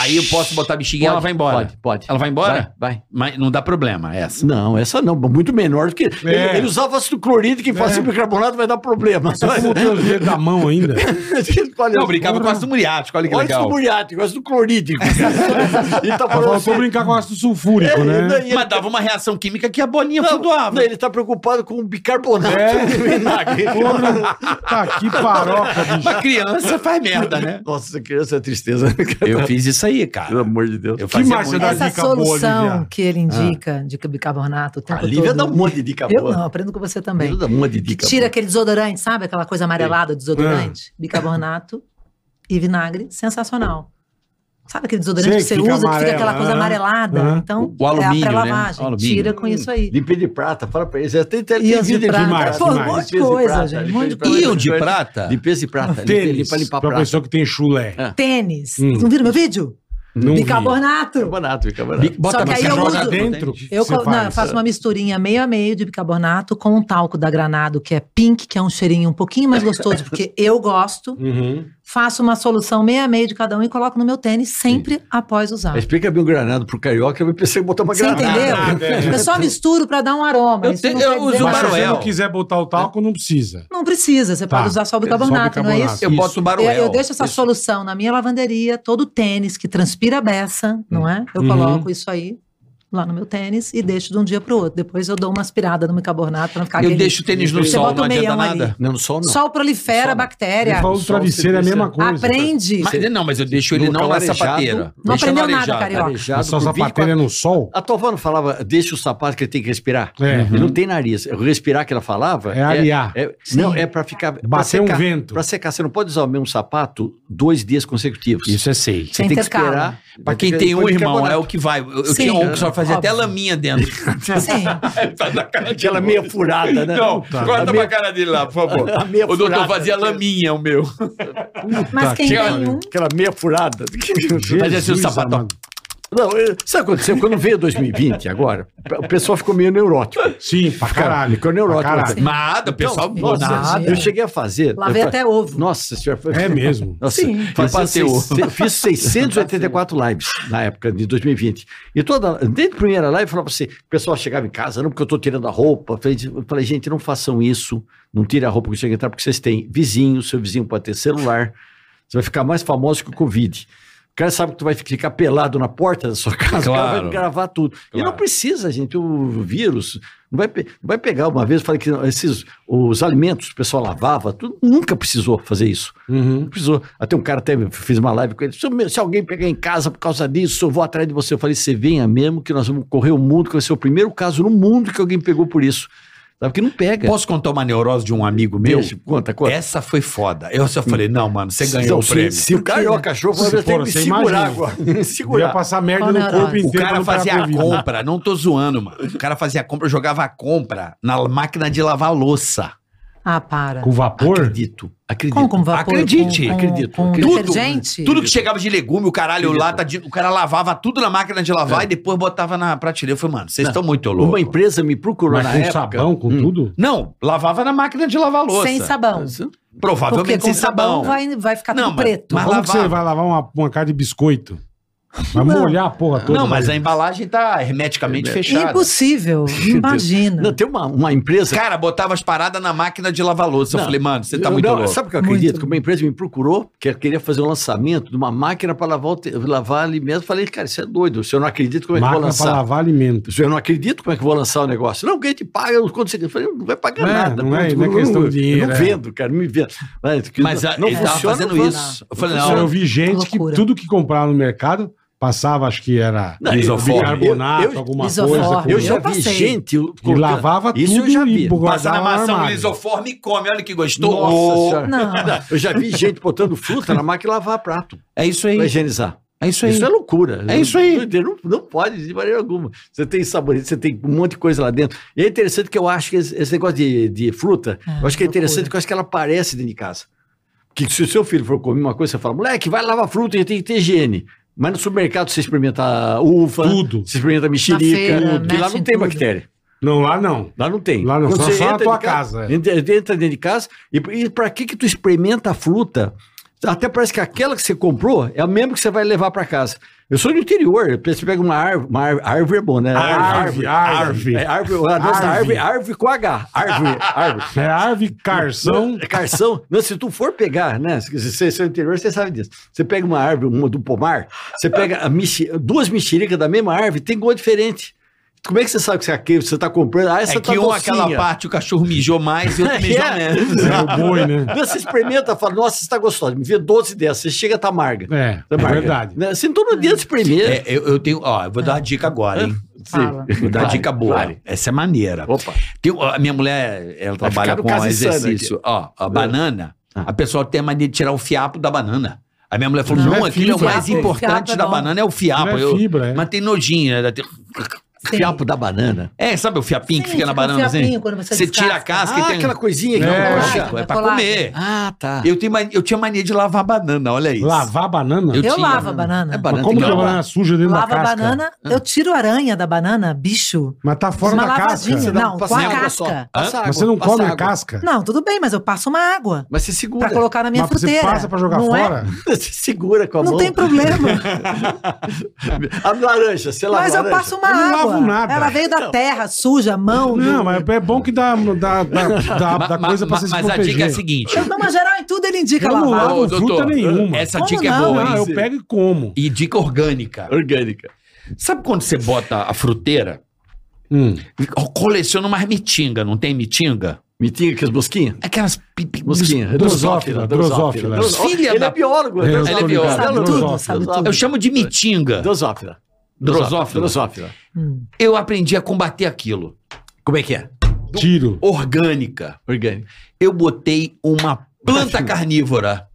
Speaker 2: Aí eu posso botar a bexiga e ela vai embora.
Speaker 5: Pode, pode.
Speaker 2: Ela vai embora?
Speaker 5: Vai, vai.
Speaker 2: Mas não dá problema é essa.
Speaker 5: Não, essa não, muito menor do que.
Speaker 4: É.
Speaker 5: Ele, ele usava ácido clorídrico e fazia bicarbonato, vai dar problema.
Speaker 4: Só como tem os dedos da mão ainda.
Speaker 5: Olha,
Speaker 2: Não, eu brincava com ácido muriático, olha que
Speaker 5: Olha isso do
Speaker 2: legal.
Speaker 5: muriático, olha isso do clorídrico. ele tá falando
Speaker 4: Agora
Speaker 5: assim.
Speaker 4: vou brincar com ácido sulfúrico,
Speaker 5: É,
Speaker 4: né?
Speaker 5: não, e ele-
Speaker 2: Mas dava uma reação química que a bolinha
Speaker 5: não,
Speaker 2: flutuava.
Speaker 5: não, ele tá preocupado com o bicarbonato
Speaker 4: É.
Speaker 5: de vinagre.
Speaker 4: Porra, tá aqui paroca, bicho.
Speaker 2: Uma criança faz merda, né?
Speaker 5: Nossa, criança é tristeza.
Speaker 2: Eu fiz isso aí,
Speaker 5: Pelo
Speaker 2: cara.
Speaker 5: amor de Deus.
Speaker 2: Eu
Speaker 4: Que
Speaker 2: fazia
Speaker 4: mais você
Speaker 2: muito.
Speaker 4: dá
Speaker 6: Essa
Speaker 4: dica boa,
Speaker 6: solução
Speaker 4: Lívia? Ah.
Speaker 6: que ele indica de bicarbonato o tempo
Speaker 5: A Lívia
Speaker 6: todo.
Speaker 5: dá um monte de dica
Speaker 6: Eu
Speaker 5: boa.
Speaker 6: não, aprendo com você também.
Speaker 5: Lívia dá um monte de dica
Speaker 6: Tira
Speaker 5: boa.
Speaker 6: aquele desodorante, sabe? Aquela coisa amarelada do
Speaker 4: Ah.
Speaker 6: desodorante. Bicarbonato e vinagre, sensacional. Sabe aquele desodorante
Speaker 4: Sei,
Speaker 6: que você
Speaker 4: fica
Speaker 6: usa, que
Speaker 4: amarelo,
Speaker 6: fica aquela coisa
Speaker 4: aham,
Speaker 6: amarelada?
Speaker 4: aham.
Speaker 6: Então,
Speaker 2: O alumínio,
Speaker 6: é a
Speaker 2: né?
Speaker 6: pré-lavagem.
Speaker 2: O alumínio.
Speaker 6: Tira com isso aí.
Speaker 5: De pé de prata, fala pra eles. Até tem
Speaker 6: E os de prata.
Speaker 4: demais,
Speaker 6: Pô, um
Speaker 4: demais.
Speaker 6: monte de coisa, gente. Um monte de
Speaker 2: E o
Speaker 6: coisa.
Speaker 2: de prata?
Speaker 5: De peso e prata.
Speaker 4: Tênis,
Speaker 5: Limpa, limpa
Speaker 4: pra
Speaker 5: prata.
Speaker 4: pessoa que tem chulé.
Speaker 5: É.
Speaker 6: Tênis.
Speaker 4: Hum.
Speaker 6: Vocês não viram meu vídeo?
Speaker 4: Não vi.
Speaker 6: bicarbonato.
Speaker 5: Bicarbonato, bicarbonato.
Speaker 6: Só que aí
Speaker 4: Você
Speaker 6: eu
Speaker 4: joga
Speaker 6: uso-
Speaker 4: dentro?
Speaker 6: Eu,
Speaker 4: você
Speaker 6: co- não, eu
Speaker 4: é.
Speaker 6: faço uma misturinha meio a meio de bicarbonato com um talco da Granado, que é pink, que é um cheirinho um pouquinho mais gostoso, porque eu gosto.
Speaker 4: Uhum.
Speaker 6: Faço uma solução meio a meio de cada um e coloco no meu tênis sempre após usar.
Speaker 5: Mas Explica bem o granado pro carioca, eu pensei em botar uma
Speaker 6: Você
Speaker 5: granada.
Speaker 6: entendeu?
Speaker 4: é.
Speaker 6: Eu só misturo pra dar um aroma.
Speaker 2: Eu
Speaker 6: isso
Speaker 2: te-
Speaker 6: não
Speaker 2: eu
Speaker 6: quer dizer
Speaker 2: uso
Speaker 4: Mas
Speaker 6: nada.
Speaker 4: se você
Speaker 2: Baroel.
Speaker 4: não quiser botar o talco, não precisa.
Speaker 6: Não precisa, você
Speaker 4: Tá.
Speaker 6: pode usar só o bicarbonato,
Speaker 4: Só o
Speaker 6: não é
Speaker 4: bicarbonato.
Speaker 6: isso?
Speaker 2: Eu boto o
Speaker 6: Eu,
Speaker 2: baruel.
Speaker 6: eu deixo essa
Speaker 2: Isso.
Speaker 6: solução na minha lavanderia, todo tênis que transpira beça, não é? Eu
Speaker 4: Uhum.
Speaker 6: coloco isso aí lá no meu tênis e deixo de um dia pro outro. Depois eu dou uma aspirada no bicarbonato pra não ficar
Speaker 2: Eu
Speaker 6: aquele-
Speaker 2: deixo o tênis no
Speaker 6: Você
Speaker 2: sol,
Speaker 6: bota
Speaker 2: não
Speaker 6: o
Speaker 2: adianta
Speaker 6: meião ali.
Speaker 2: nada.
Speaker 5: Não, no sol não.
Speaker 6: Sol prolifera
Speaker 5: Sol.
Speaker 6: a bactéria.
Speaker 4: Ele fala o travesseiro é a mesma coisa.
Speaker 6: Aprende.
Speaker 2: Mas, não, mas eu deixo ele
Speaker 5: No
Speaker 2: não na
Speaker 5: calorejado.
Speaker 2: sapateira.
Speaker 6: Não
Speaker 2: Deixa
Speaker 6: aprendeu
Speaker 2: no
Speaker 6: nada,
Speaker 2: arejado.
Speaker 6: carioca.
Speaker 5: Arejado
Speaker 4: Mas só
Speaker 5: por
Speaker 4: sapateira
Speaker 5: 24
Speaker 4: no sol?
Speaker 5: A tua avó não falava, deixa o sapato que ele tem que respirar?
Speaker 4: É.
Speaker 5: Ele não tem nariz. O respirar que ela falava...
Speaker 4: É aliar.
Speaker 5: é- não, é pra ficar... pra
Speaker 4: Bater um
Speaker 5: secar.
Speaker 4: vento.
Speaker 5: Pra secar. Você não pode usar o mesmo sapato dois dias consecutivos.
Speaker 2: Isso é sei.
Speaker 5: Você tem que
Speaker 6: Intercala.
Speaker 5: esperar...
Speaker 2: Pra quem tem um irmão, é o que vai. Eu, eu
Speaker 6: Sim.
Speaker 2: tinha um que só fazia
Speaker 6: Óbvio.
Speaker 2: até laminha dentro.
Speaker 6: Sim.
Speaker 2: Tá
Speaker 5: Aquela meia furada, né?
Speaker 2: Não,
Speaker 5: Puta,
Speaker 2: corta
Speaker 5: a meia-
Speaker 2: pra cara dele lá, por favor.
Speaker 5: A meia
Speaker 2: O doutor
Speaker 5: furada.
Speaker 2: fazia laminha, o meu.
Speaker 6: Mas quem
Speaker 2: que
Speaker 6: tem um.
Speaker 5: Aquela meia furada.
Speaker 2: Mas
Speaker 4: é
Speaker 2: assim, o sapatão.
Speaker 4: amado.
Speaker 5: Não, eu- sabe o que aconteceu? Quando veio 2020 agora, o pessoal ficou meio neurótico.
Speaker 4: Sim, pra caralho.
Speaker 5: Ficou neurótico.
Speaker 4: Pra caralho.
Speaker 2: Nada, o pessoal. né?
Speaker 5: Então, nossa,
Speaker 6: nada.
Speaker 5: eu cheguei a fazer. eu
Speaker 6: Lavei
Speaker 5: fa-
Speaker 6: até ovo.
Speaker 5: Nossa senhora. foi-
Speaker 4: É mesmo.
Speaker 5: Nossa,
Speaker 6: Sim.
Speaker 5: fazia
Speaker 2: Eu passei
Speaker 5: seis-
Speaker 2: ovo.
Speaker 5: se- fiz 684 lives na época de 2020. E toda, desde a primeira live, eu falava assim: o pessoal chegava em casa, não porque eu tô tirando a roupa. Eu falei, eu falei, gente, não façam isso. Não tire a roupa que chega entrar, porque vocês têm vizinho, seu vizinho pode ter celular. Você vai ficar mais famoso que o Covid. O cara sabe que tu vai ficar pelado na porta da sua casa, o cara vai
Speaker 2: Claro.
Speaker 5: gravar tudo. E não
Speaker 2: Claro.
Speaker 5: precisa, gente, o vírus. Não vai, pe- não vai pegar uma vez, eu falei que esses, os alimentos, o pessoal lavava, tudo, nunca precisou fazer isso. Não
Speaker 4: Uhum.
Speaker 5: precisou. Até um cara até fez uma live com ele. Se, eu- se alguém pegar em casa por causa disso, eu vou atrás de você. Eu falei, você venha mesmo, que nós vamos correr o mundo, que vai ser o primeiro caso no mundo que alguém pegou por isso. Sabe? Porque não pega.
Speaker 2: Posso contar uma neurose de um amigo meu?
Speaker 5: Deixa, conta, conta.
Speaker 2: Essa foi foda. Eu só falei, não, mano, você ganhou
Speaker 5: Então,
Speaker 2: o prêmio.
Speaker 5: Se, se o carioca achou,
Speaker 4: Se
Speaker 5: eu tenho
Speaker 4: for,
Speaker 5: que me
Speaker 4: você
Speaker 5: segurar
Speaker 4: imagina.
Speaker 5: agora. Me
Speaker 4: Ia
Speaker 5: segurar.
Speaker 4: passar merda
Speaker 6: Qual
Speaker 4: no
Speaker 6: neurose?
Speaker 4: corpo
Speaker 2: O
Speaker 4: inteiro. tá
Speaker 2: cara
Speaker 4: pra não
Speaker 2: fazia
Speaker 4: pegar
Speaker 2: a
Speaker 5: né?
Speaker 4: Covid.
Speaker 2: compra, não tô zoando, mano. O cara fazia a compra, jogava a compra na máquina de lavar louça.
Speaker 6: Ah, para.
Speaker 4: Com vapor?
Speaker 5: Acredito, acredito.
Speaker 6: Como com vapor?
Speaker 2: Acredite,
Speaker 6: com, com,
Speaker 5: acredito,
Speaker 6: Com
Speaker 5: acredito.
Speaker 6: detergente?
Speaker 2: Tudo que chegava de legume, o caralho lá, tá de- o cara lavava tudo na máquina de lavar e depois botava na prateleira. Eu falei, mano, vocês
Speaker 5: É. Não,
Speaker 2: estão muito loucos.
Speaker 5: Uma empresa me procurou
Speaker 4: Mas
Speaker 5: na
Speaker 4: com
Speaker 2: um
Speaker 5: época.
Speaker 4: sabão, com
Speaker 5: Hum.
Speaker 4: tudo?
Speaker 2: Não, lavava na máquina de lavar louça.
Speaker 6: Sem sabão.
Speaker 2: Provavelmente
Speaker 6: Porque com
Speaker 2: sem sabão.
Speaker 6: vai, vai ficar
Speaker 2: Não,
Speaker 6: tudo
Speaker 2: mas-
Speaker 6: preto.
Speaker 2: mas
Speaker 4: Como que
Speaker 2: lavava.
Speaker 4: você vai lavar uma, uma cara de biscoito? Vai molhar a porra toda.
Speaker 2: Não, mas a embalagem tá
Speaker 5: É
Speaker 2: hermeticamente fechada.
Speaker 6: Impossível,
Speaker 2: né?
Speaker 6: imagina.
Speaker 5: Não, tem uma, uma empresa.
Speaker 2: Cara, botava as paradas na máquina de lavar louça. Eu
Speaker 5: Não.
Speaker 2: falei, mano, você tá
Speaker 5: Eu-
Speaker 2: muito
Speaker 5: não,
Speaker 2: louco.
Speaker 5: Sabe o que eu
Speaker 6: Muito.
Speaker 5: acredito? Que uma empresa me procurou, que queria fazer um lançamento de uma máquina para lavar, o te- lavar alimento. Eu Falei, cara, isso é doido. Se eu não acredito, como é que eu vou
Speaker 4: Máquina pra
Speaker 5: lançar?
Speaker 4: lavar alimento.
Speaker 5: Se eu não acredito, como é que eu vou lançar o negócio? Não, alguém te paga eu- quando você. Eu falei, não vai pagar
Speaker 4: É,
Speaker 5: nada.
Speaker 4: não é-
Speaker 5: pô,
Speaker 4: não é
Speaker 5: eu
Speaker 4: questão de
Speaker 5: eu
Speaker 4: dinheiro,
Speaker 5: Não
Speaker 4: é.
Speaker 5: vendo, cara, me vendo. Mas,
Speaker 2: Mas a- ele tava
Speaker 5: funciona,
Speaker 2: fazendo
Speaker 5: não vai-
Speaker 2: isso. Eu falei,
Speaker 4: Não,
Speaker 2: não,
Speaker 4: eu vi gente que
Speaker 6: Loucura.
Speaker 4: tudo que comprava no mercado passava, acho que era
Speaker 5: Não, eu-
Speaker 2: Isoforme.
Speaker 4: bicarbonato,
Speaker 5: eu- eu-
Speaker 4: alguma
Speaker 6: Isoforme.
Speaker 4: coisa. com-
Speaker 5: Eu já
Speaker 6: Eu
Speaker 5: vi
Speaker 6: passei.
Speaker 5: gente.
Speaker 4: E lavava
Speaker 5: isso
Speaker 4: tudo
Speaker 5: eu já vi.
Speaker 4: e guardava
Speaker 2: passa na
Speaker 4: no
Speaker 2: maçã
Speaker 4: um
Speaker 2: um
Speaker 4: armário.
Speaker 2: lisoforme e come. Olha que gostou.
Speaker 5: Nossa
Speaker 2: Ô,
Speaker 5: senhora.
Speaker 6: Não.
Speaker 5: Eu já vi gente botando fruta na máquina e lavar prato
Speaker 2: é isso
Speaker 5: para
Speaker 2: aí.
Speaker 5: higienizar.
Speaker 2: É isso aí.
Speaker 5: Isso é loucura.
Speaker 2: É isso aí.
Speaker 5: Não, não pode, de maneira alguma. Você tem saborito, você tem um monte de coisa lá dentro. E é interessante que eu acho que esse, esse negócio de, de fruta,
Speaker 6: Ah,
Speaker 5: eu acho que é
Speaker 6: loucura.
Speaker 5: interessante que eu acho que ela aparece dentro de casa. Que se o seu filho for comer uma coisa, você fala, moleque, vai lavar fruta, a gente tem que ter higiene. Mas no supermercado você experimenta uva,
Speaker 4: Tudo.
Speaker 5: você experimenta
Speaker 6: Na
Speaker 5: mexerica,
Speaker 6: feira,
Speaker 5: que lá
Speaker 6: mexe
Speaker 5: não
Speaker 6: em
Speaker 5: tem
Speaker 6: tudo.
Speaker 5: bactéria.
Speaker 4: Não, lá não.
Speaker 5: Lá não tem.
Speaker 4: Lá não,
Speaker 5: Quando
Speaker 4: só-
Speaker 5: você
Speaker 4: só na
Speaker 5: entra
Speaker 4: tua
Speaker 5: de casa,
Speaker 4: casa, é.
Speaker 5: Entra, entra dentro de casa. E, e pra que que tu experimenta a fruta? Até parece que aquela que você comprou é a mesma que você vai levar pra casa. Eu sou do interior, você pega uma árvore, uma ár- árvore é bom, né?
Speaker 4: Árvore, árvore.
Speaker 5: É árvore, a nossa
Speaker 4: Árvore.
Speaker 5: árvore, árvore com H, árvore, árvore.
Speaker 4: É árvore, carção.
Speaker 5: É Carção, não, se tu for pegar, né? Se você é do interior, você sabe disso. Você pega uma árvore, uma do pomar, você pega a mexe- duas mexericas da mesma árvore, tem gosto diferente. Como é que você sabe que você, que você tá comprando? Ah, essa
Speaker 2: É
Speaker 5: tá
Speaker 2: que um
Speaker 5: docinha.
Speaker 2: aquela parte o cachorro mijou mais e outro mijou
Speaker 5: É.
Speaker 2: menos.
Speaker 4: É o boi, né?
Speaker 5: Não, Você experimenta, fala, nossa, está gostosa. Me vê 12 dessas, você chega, tá amarga.
Speaker 4: É,
Speaker 5: Tá
Speaker 4: é
Speaker 5: amarga.
Speaker 4: verdade.
Speaker 5: Né? Assim, todo dia experimenta.
Speaker 2: É, eu, eu tenho, ó, eu vou dar uma dica agora, hein?
Speaker 6: Fala.
Speaker 2: Vou dar uma dica boa. Essa é maneira.
Speaker 5: Opa.
Speaker 2: Tem- ó, a minha mulher, ela trabalha
Speaker 5: ficando
Speaker 2: com um
Speaker 5: quase
Speaker 2: exercício. Ó, a banana,
Speaker 5: Ah.
Speaker 2: a pessoa tem a mania de tirar o fiapo da banana. A minha mulher falou:
Speaker 4: Não,
Speaker 2: não,
Speaker 4: é
Speaker 2: aquilo é o
Speaker 4: fibra.
Speaker 2: mais
Speaker 6: Fiapo,
Speaker 2: importante
Speaker 6: fiapo é
Speaker 2: da
Speaker 6: bom.
Speaker 2: banana, é o fiapo.
Speaker 4: Não é
Speaker 2: Eu-
Speaker 4: fibra, é.
Speaker 2: Mas tem nojinho, né? Tem-
Speaker 6: Sim.
Speaker 5: Fiapo da banana. Ah,
Speaker 2: É, sabe o fiapinho que
Speaker 6: Sim,
Speaker 2: fica na
Speaker 6: fica um
Speaker 2: banana?
Speaker 6: fiapinho
Speaker 2: Assim?
Speaker 6: quando você
Speaker 2: Você tira a
Speaker 6: descasca.
Speaker 2: casca e tem. um
Speaker 5: coisinha
Speaker 4: É.
Speaker 5: não
Speaker 2: Lógico,
Speaker 5: gosta.
Speaker 6: colada,
Speaker 2: é pra
Speaker 6: colada.
Speaker 2: comer.
Speaker 5: Ah, tá.
Speaker 2: Eu, tenho mania- eu tinha mania de lavar banana, olha é isso.
Speaker 4: Lavar banana?
Speaker 2: Eu
Speaker 6: Eu,
Speaker 2: tinha,
Speaker 6: lavo a
Speaker 2: né?
Speaker 6: banana.
Speaker 2: É
Speaker 4: Mas
Speaker 2: banana.
Speaker 4: como
Speaker 2: tem que
Speaker 4: que a
Speaker 2: lavar.
Speaker 4: banana suja dentro
Speaker 6: Lavo
Speaker 4: da
Speaker 6: a
Speaker 4: casca?
Speaker 6: banana, eu tiro a aranha da banana, bicho.
Speaker 4: Mas tá fora
Speaker 6: Uma
Speaker 4: da casca.
Speaker 6: lavadinha,
Speaker 4: Mas
Speaker 5: um
Speaker 6: não, com a
Speaker 2: água
Speaker 6: casca.
Speaker 5: Passa água,
Speaker 4: você não
Speaker 5: passa
Speaker 4: come a
Speaker 5: água.
Speaker 4: casca?
Speaker 6: Não, tudo bem, mas eu passo uma água
Speaker 5: Mas você segura.
Speaker 6: pra colocar na minha
Speaker 4: Mas
Speaker 6: fruteira.
Speaker 4: você passa pra jogar
Speaker 6: não é?
Speaker 4: fora?
Speaker 5: Você segura com a
Speaker 6: Não
Speaker 5: mão.
Speaker 6: tem problema.
Speaker 5: A laranja, sei lá.
Speaker 6: mas eu
Speaker 5: laranja.
Speaker 6: passo um uma
Speaker 4: Eu não
Speaker 6: água.
Speaker 4: lavo nada.
Speaker 6: Ela veio da terra, suja, mão.
Speaker 4: Não,
Speaker 6: do-
Speaker 4: mas é bom que dá, dá, dá, dá,
Speaker 2: Ma-
Speaker 4: dá
Speaker 2: ma-
Speaker 4: coisa pra
Speaker 2: ma-
Speaker 4: você se
Speaker 2: Mas a
Speaker 4: proteger.
Speaker 2: dica é a seguinte.
Speaker 6: Eu dou uma geral em tudo, ele indica
Speaker 4: Eu não
Speaker 6: lavar.
Speaker 4: lavo
Speaker 2: Ô,
Speaker 4: fruta nenhuma.
Speaker 2: Essa
Speaker 6: Como
Speaker 2: dica é
Speaker 6: não?
Speaker 2: boa,
Speaker 4: Ah,
Speaker 2: hein?
Speaker 4: eu pego e como.
Speaker 2: E dica orgânica.
Speaker 5: Orgânica.
Speaker 2: Sabe quando você bota a fruteira?
Speaker 4: Hum.
Speaker 2: Coleciona umas mitinga, não tem mitinga?
Speaker 5: Mitinha com as mosquinhas?
Speaker 2: Aquelas pi- pi-
Speaker 5: Mosquinha.
Speaker 4: Drosófila, drosófila.
Speaker 2: Filha
Speaker 5: Ele
Speaker 2: da-
Speaker 5: é biólogo.
Speaker 4: É, eu
Speaker 2: sou ligado.
Speaker 6: Sabe tudo,
Speaker 4: Drosófila.
Speaker 6: sabe tudo.
Speaker 2: Eu chamo de mitinga.
Speaker 5: Drosófila.
Speaker 2: Drosófila.
Speaker 5: Drosófila.
Speaker 6: Hum.
Speaker 2: Eu aprendi a combater aquilo.
Speaker 5: Como é que é?
Speaker 4: Tiro.
Speaker 2: Orgânica.
Speaker 5: Orgânica.
Speaker 2: Eu botei uma planta carnívora.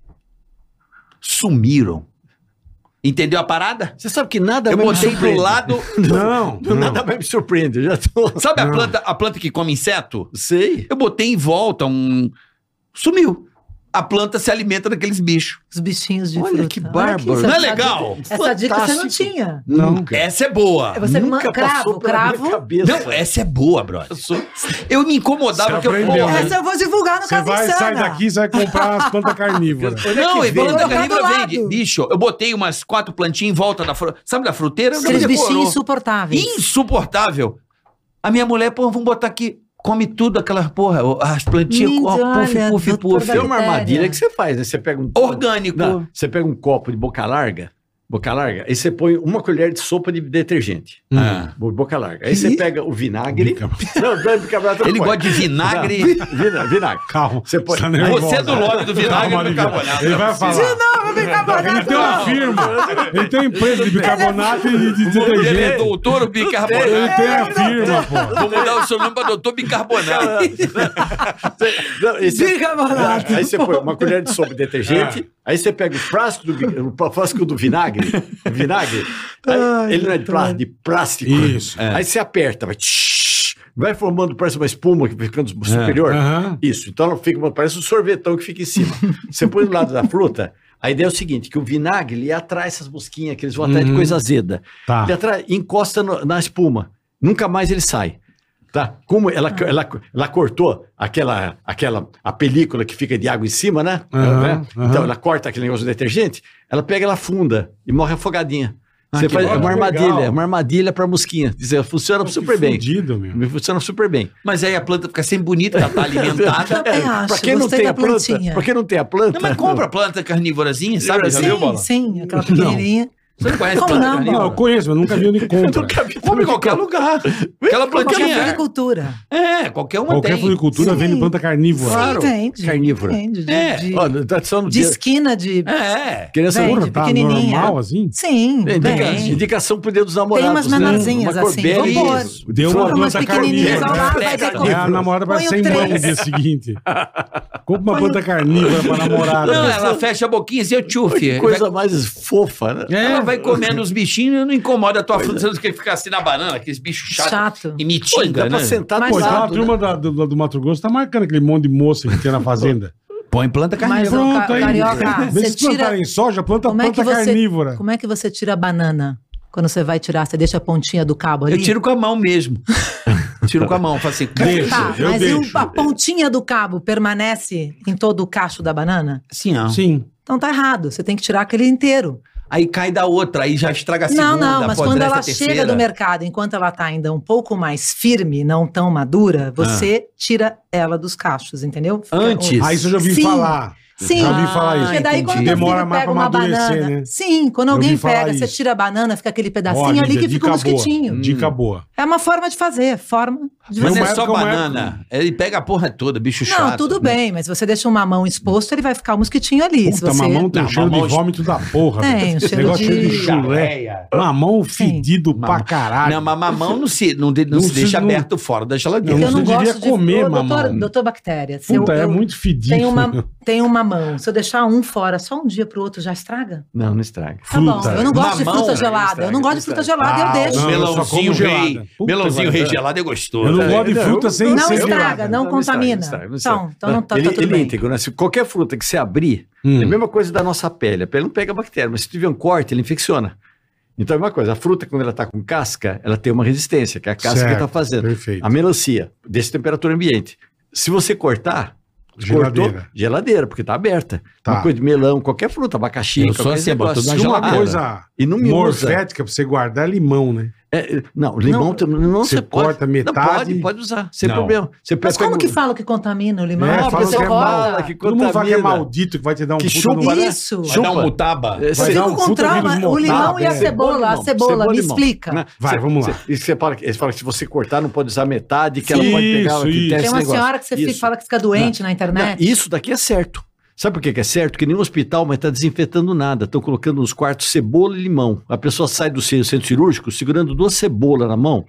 Speaker 2: Sumiram. Entendeu a parada?
Speaker 5: Você sabe que nada
Speaker 2: Eu
Speaker 5: mais me
Speaker 2: botei do
Speaker 5: surpreende.
Speaker 2: lado.
Speaker 4: Não,
Speaker 5: Do
Speaker 4: não.
Speaker 5: nada mais me surpreende. Eu já tô...
Speaker 2: Sabe a
Speaker 4: Não.
Speaker 2: planta, a planta que come inseto?
Speaker 5: Sei.
Speaker 2: Eu botei em volta um. Sumiu. A planta se alimenta daqueles bichos.
Speaker 6: Os bichinhos de
Speaker 5: Olha
Speaker 6: fruta.
Speaker 5: que
Speaker 6: isso,
Speaker 5: bárbaro.
Speaker 2: Não é
Speaker 6: essa
Speaker 2: legal?
Speaker 6: dica- Essa dica você não
Speaker 5: Fantástico.
Speaker 6: tinha.
Speaker 4: Não.
Speaker 2: Essa é boa.
Speaker 6: Você
Speaker 5: Nunca
Speaker 6: man- cravo,
Speaker 5: passou pela
Speaker 6: cravo.
Speaker 5: minha cabeça.
Speaker 2: Não, essa é boa, brother.
Speaker 5: Passou.
Speaker 2: Eu me incomodava
Speaker 4: Você
Speaker 2: que eu.
Speaker 4: aprendeu,
Speaker 2: Porra,
Speaker 4: né?
Speaker 6: Essa eu vou divulgar no
Speaker 4: Você
Speaker 6: Casa
Speaker 4: vai,
Speaker 6: Insana.
Speaker 4: sai daqui e vai comprar as plantas carnívoras.
Speaker 2: Não,
Speaker 5: que
Speaker 2: e planta
Speaker 6: é vende. tá
Speaker 2: carnívora
Speaker 6: Do lado.
Speaker 2: vende. Bicho, eu botei umas quatro plantinhas em volta da fruteira. Sabe da fruteira?
Speaker 6: Aqueles
Speaker 2: Decorou.
Speaker 6: bichinhos insuportáveis.
Speaker 2: Insuportável. A minha mulher, pô, vamos botar aqui. Come tudo aquelas porra, as plantinhas,
Speaker 6: Lindo,
Speaker 2: ó, puff,
Speaker 6: olha,
Speaker 2: puff,
Speaker 6: doutor
Speaker 2: puff.
Speaker 5: Tem é uma
Speaker 6: Bactéria.
Speaker 5: armadilha que você faz, né? Você pega um...
Speaker 2: Orgânico.
Speaker 5: Não, você pega um copo de boca larga, boca larga, aí você põe uma colher de sopa de detergente.
Speaker 2: Ah.
Speaker 5: Bo- Boca larga. Aí você pega o vinagre.
Speaker 4: Bicarbonato.
Speaker 5: Não, não, bicarbonato não
Speaker 2: Ele
Speaker 5: põe.
Speaker 2: gosta de vinagre.
Speaker 5: Não, vina- vinagre.
Speaker 4: Calma.
Speaker 5: Você pode-
Speaker 4: tá nervosa.
Speaker 2: Você é do lobby do vinagre
Speaker 4: Calma,
Speaker 2: e do
Speaker 4: Lívia.
Speaker 2: bicarbonato.
Speaker 4: Ele vai falar.
Speaker 6: Não, é bicarbonato
Speaker 4: Ele tem uma firma. Ele tem uma empresa de bicarbonato e de
Speaker 2: Ele é
Speaker 4: detergente.
Speaker 2: doutor
Speaker 4: Ele
Speaker 2: bicarbonato.
Speaker 4: tem a firma, pô.
Speaker 2: Vou mudar o seu nome pra doutor bicarbonato.
Speaker 5: Você- não, aí você-
Speaker 6: Bicarbonato.
Speaker 5: Aí você põe uma colher de sopa de detergente, aí você pega o frasco do, bi- o frasco do vinagre, o vinagre, aí ele não é de plástico, de plástico.
Speaker 4: Isso.
Speaker 5: É. Aí você aperta, vai, tsh, vai formando, parece uma espuma que vai ficando superior.
Speaker 4: É, Aham.
Speaker 5: Isso, então ela fica, uma- parece um sorvetão que fica em cima. você põe do lado da fruta, a ideia é o seguinte, que o vinagre, ele atrai essas mosquinhas, que eles vão atrás de
Speaker 4: Uhum.
Speaker 5: coisa azeda.
Speaker 4: Tá.
Speaker 5: Ele é atrai, encosta no- na espuma. Nunca mais ele sai. Tá? Como ela, ela, ela cortou aquela, aquela a película que fica de água em cima, né?
Speaker 4: Aham,
Speaker 5: Né?
Speaker 4: aham.
Speaker 5: Então ela corta aquele negócio do detergente, ela pega, ela funda e morre afogadinha. Você
Speaker 2: que
Speaker 5: faz, é
Speaker 2: legal.
Speaker 5: uma
Speaker 4: legal.
Speaker 5: armadilha, é uma armadilha para mosquinha. Dizer, funciona super bem.
Speaker 4: Fudido, meu.
Speaker 5: Me Funciona super bem.
Speaker 2: Mas aí a planta fica sempre bonita, ela tá alimentada.
Speaker 6: Também acho.
Speaker 5: é, Pra quem não
Speaker 6: gostei
Speaker 5: tem
Speaker 6: da
Speaker 5: a planta,
Speaker 6: plantinha.
Speaker 5: pra quem não tem a planta.
Speaker 2: Não, mas compra a planta carnívorazinha, sabe? Já
Speaker 5: Sim.
Speaker 2: viu?
Speaker 6: Sim,
Speaker 5: Bola?
Speaker 6: sim, aquela pequenininha.
Speaker 2: Você não conhece
Speaker 6: Como
Speaker 2: planta
Speaker 6: não,
Speaker 4: Não, eu
Speaker 2: carnívora?
Speaker 4: conheço, mas nunca vi onde
Speaker 5: Eu
Speaker 4: compra.
Speaker 5: nunca vi.
Speaker 2: Compre em qualquer lugar. Aquela
Speaker 6: Qualquer
Speaker 2: plantinha.
Speaker 6: agricultura.
Speaker 2: É, qualquer uma
Speaker 4: Qualquer
Speaker 2: tem.
Speaker 4: floricultura
Speaker 6: Sim.
Speaker 4: vende planta carnívora.
Speaker 2: Claro.
Speaker 6: Vende.
Speaker 5: Carnívora.
Speaker 6: Vende. De,
Speaker 2: É.
Speaker 6: de,
Speaker 5: Ó, no- tá só no
Speaker 6: de
Speaker 5: dia.
Speaker 6: esquina de.
Speaker 2: É.
Speaker 5: Criança
Speaker 6: Vende,
Speaker 5: gorda.
Speaker 4: Porra, tá
Speaker 6: pequenininha.
Speaker 4: normal assim?
Speaker 6: Sim,
Speaker 5: É, indica-
Speaker 6: vende.
Speaker 5: Indicação pro dia dos namorados.
Speaker 6: umas
Speaker 5: né?
Speaker 6: menorzinhas assim,
Speaker 5: Corbelli,
Speaker 6: vamos
Speaker 5: isso.
Speaker 4: Deu uma
Speaker 5: Só-
Speaker 6: Compra umas
Speaker 4: planta
Speaker 6: pequenininhas
Speaker 4: carnívora.
Speaker 6: ao lado, vai ter
Speaker 5: Carnívora.
Speaker 4: E
Speaker 6: como-
Speaker 4: É, a namorada vai
Speaker 6: Põe o
Speaker 4: sem mão no
Speaker 6: três.
Speaker 4: dia seguinte.
Speaker 6: Põe
Speaker 4: Compra uma
Speaker 6: o-
Speaker 4: planta carnívora pra namorada.
Speaker 2: Não, ela fecha a boquinha assim, eu tchufi.
Speaker 5: Que coisa mais fofa, né?
Speaker 2: Ela vai comendo os bichinhos e não incomoda a tua fruta, sendo que ele fica assim na banana, aqueles bichos chatos.
Speaker 6: Chato.
Speaker 2: E me
Speaker 5: Pô, dá
Speaker 2: tinga, né?
Speaker 5: pra sentar
Speaker 6: Mas
Speaker 5: do
Speaker 4: Pô, então a
Speaker 5: lado, né?
Speaker 4: turma da- do, do Mato Grosso tá marcando aquele monte de moça que tem na fazenda.
Speaker 2: Põe planta
Speaker 6: Mas,
Speaker 2: carnívora.
Speaker 6: ô,
Speaker 4: Pronto,
Speaker 6: ca-
Speaker 4: aí.
Speaker 6: carioca,
Speaker 4: Vê
Speaker 6: você
Speaker 4: se plantarem
Speaker 6: tira.
Speaker 4: soja, planta
Speaker 6: Como é que
Speaker 4: planta
Speaker 6: você-
Speaker 4: carnívora.
Speaker 6: Como é que você tira a banana? Quando você vai tirar, você deixa a pontinha do cabo ali?
Speaker 2: Eu tiro com a mão mesmo. tiro com a mão, faço assim.
Speaker 4: Deixa.
Speaker 6: Tá,
Speaker 4: eu
Speaker 6: mas e o-
Speaker 4: deixo.
Speaker 6: a pontinha do cabo permanece em todo o cacho da banana?
Speaker 2: Assim, ó.
Speaker 4: Sim.
Speaker 6: Então tá errado, você tem que tirar aquele inteiro.
Speaker 2: Aí cai da outra, aí já estraga É a segunda.
Speaker 6: Não, não, mas quando
Speaker 2: apodrece a
Speaker 6: ela
Speaker 2: é terceira.
Speaker 6: chega do mercado, enquanto ela tá ainda um pouco mais firme, não tão
Speaker 2: Ah.
Speaker 6: madura, você tira ela dos cachos, entendeu? Fica-
Speaker 2: Antes.
Speaker 4: Aí Ah, isso eu já ouvi
Speaker 6: Sim.
Speaker 4: falar.
Speaker 6: Sim.
Speaker 4: Já ouvi falar isso.
Speaker 6: Porque daí
Speaker 2: entendi.
Speaker 6: quando a
Speaker 4: Demora
Speaker 6: filha
Speaker 4: mais
Speaker 6: pega
Speaker 4: pra
Speaker 6: uma
Speaker 4: amadurecer,
Speaker 6: banana.
Speaker 4: né?
Speaker 6: Sim, quando
Speaker 4: Eu
Speaker 6: alguém
Speaker 4: ouvi falar
Speaker 6: pega, você
Speaker 4: isso.
Speaker 6: tira a banana, fica aquele
Speaker 4: Ó,
Speaker 6: pedacinho ali
Speaker 4: Lídia,
Speaker 6: que fica um
Speaker 4: dica boa. Hum.
Speaker 6: mosquitinho.
Speaker 4: Dica boa.
Speaker 6: É uma forma de fazer, forma de
Speaker 2: Mas
Speaker 6: você.
Speaker 2: não
Speaker 4: Uma
Speaker 2: é só
Speaker 4: época, uma
Speaker 2: banana. Ele pega a porra toda, bicho
Speaker 6: Não,
Speaker 2: chato.
Speaker 6: tudo bem, mas você deixa um mamão exposto, ele vai ficar o mosquitinho ali. se
Speaker 4: né? Puta,
Speaker 6: você...
Speaker 4: mamão tem um
Speaker 2: Não,
Speaker 4: cheiro
Speaker 2: mamão-
Speaker 4: de vômito da porra.
Speaker 6: Tem,
Speaker 4: velho.
Speaker 6: um cheiro
Speaker 4: Negócio
Speaker 6: de-
Speaker 4: cheio de chulé. Mamão fedido pra
Speaker 2: Mamão.
Speaker 4: caralho.
Speaker 2: Não, mas mamão não se, não de- não
Speaker 4: Não
Speaker 2: se
Speaker 4: se-
Speaker 2: deixa
Speaker 4: não-
Speaker 2: aberto fora da
Speaker 4: Eu
Speaker 2: geladeira.
Speaker 6: Porque eu não
Speaker 4: devia
Speaker 6: gosto de
Speaker 4: comer
Speaker 6: Ô, doutor,
Speaker 4: mamão.
Speaker 6: doutor bactéria. Se
Speaker 4: Puta,
Speaker 6: eu,
Speaker 4: é
Speaker 6: eu
Speaker 4: muito fedido.
Speaker 6: tenho
Speaker 4: meu.
Speaker 6: uma, tenho uma mão. Se eu deixar um fora só um dia pro outro, já estraga?
Speaker 5: Não, não estraga.
Speaker 6: Tá bom.
Speaker 4: Fruta.
Speaker 6: Eu não gosto de
Speaker 2: Mamão,
Speaker 6: fruta
Speaker 2: né?
Speaker 6: gelada. Eu não gosto de fruta gelada, eu
Speaker 4: Ah,
Speaker 6: deixo.
Speaker 4: não, eu só como
Speaker 2: melãozinho
Speaker 4: gelada.
Speaker 2: rei.
Speaker 4: Puta
Speaker 2: melãozinho
Speaker 4: que
Speaker 2: rei
Speaker 4: pariu.
Speaker 2: gelado é
Speaker 4: Eu
Speaker 2: gostoso.
Speaker 4: não gosto de
Speaker 5: Não,
Speaker 4: fruta
Speaker 5: eu-
Speaker 4: sem
Speaker 6: Não
Speaker 4: ser
Speaker 6: estraga,
Speaker 4: gelada.
Speaker 6: não contamina.
Speaker 5: estraga, não estraga.
Speaker 6: Então, então não tá,
Speaker 5: ele,
Speaker 6: tá tudo
Speaker 5: ele é
Speaker 6: bem.
Speaker 5: íntegro, né? Se qualquer fruta que você abrir,
Speaker 4: Hum.
Speaker 5: é a mesma coisa da nossa pele. A pele não pega bactéria, mas se tiver um corte, ele infecciona. Então é uma coisa, a fruta, quando ela está com casca, ela tem uma resistência, que é a casca que
Speaker 4: Certo,
Speaker 5: está fazendo.
Speaker 4: Perfeito.
Speaker 5: A melancia, deixa a temperatura ambiente. Se você cortar,
Speaker 4: Geladeira.
Speaker 5: cortou, geladeira, porque está aberta.
Speaker 4: Tá.
Speaker 5: Uma coisa de melão, qualquer fruta, abacaxi,
Speaker 2: Eu
Speaker 5: qualquer
Speaker 2: sou assim, boto
Speaker 5: negócio.
Speaker 2: na
Speaker 4: Se uma
Speaker 2: geladeira.
Speaker 4: coisa
Speaker 5: E não me usa.
Speaker 4: morfética pra você guardar é limão, né?
Speaker 5: É, é, não, limão
Speaker 4: Não,
Speaker 5: tam- não,
Speaker 4: você
Speaker 5: você pode.
Speaker 4: corta
Speaker 5: não,
Speaker 4: metade.
Speaker 5: pode, pode usar, sem
Speaker 2: Não.
Speaker 5: problema. Você
Speaker 6: Mas
Speaker 5: pega
Speaker 6: como
Speaker 5: um-
Speaker 6: que fala que contamina o limão?
Speaker 4: É,
Speaker 6: Ah,
Speaker 4: fala
Speaker 6: porque
Speaker 4: que
Speaker 6: você
Speaker 4: é
Speaker 6: corta.
Speaker 5: mala, que
Speaker 4: Todo mundo fala que é
Speaker 5: contamina.
Speaker 4: maldito, que vai te dar um
Speaker 5: Que
Speaker 4: puta
Speaker 5: chupa.
Speaker 4: no...
Speaker 6: Isso.
Speaker 2: Vai dar um mutaba.
Speaker 5: É,
Speaker 6: Eu
Speaker 4: Vai dar
Speaker 6: fico
Speaker 4: um
Speaker 6: com
Speaker 4: puta
Speaker 6: trauma.
Speaker 4: vírus
Speaker 6: O
Speaker 4: mortal,
Speaker 6: limão e a
Speaker 4: é.
Speaker 6: cebola. A
Speaker 5: Cebola,
Speaker 6: cebola,
Speaker 5: limão.
Speaker 6: me
Speaker 5: Cebola,
Speaker 6: explica.
Speaker 5: Né?
Speaker 4: Vai,
Speaker 5: Cê-
Speaker 4: vamos lá.
Speaker 5: cê- e você fala, que- eles falam que se você cortar, não pode usar metade, que ela pode
Speaker 4: Isso,
Speaker 5: pegar. que
Speaker 4: isso.
Speaker 5: tem esse
Speaker 6: Tem uma
Speaker 5: negócio.
Speaker 6: senhora que você fica-
Speaker 5: Isso.
Speaker 6: fala que fica doente na internet.
Speaker 5: Não, isso daqui é certo. Sabe por que que é certo? Que nenhum hospital mais está desinfetando nada. Estão colocando nos quartos cebola e limão. A pessoa sai do ce- centro cirúrgico segurando duas cebolas na mão.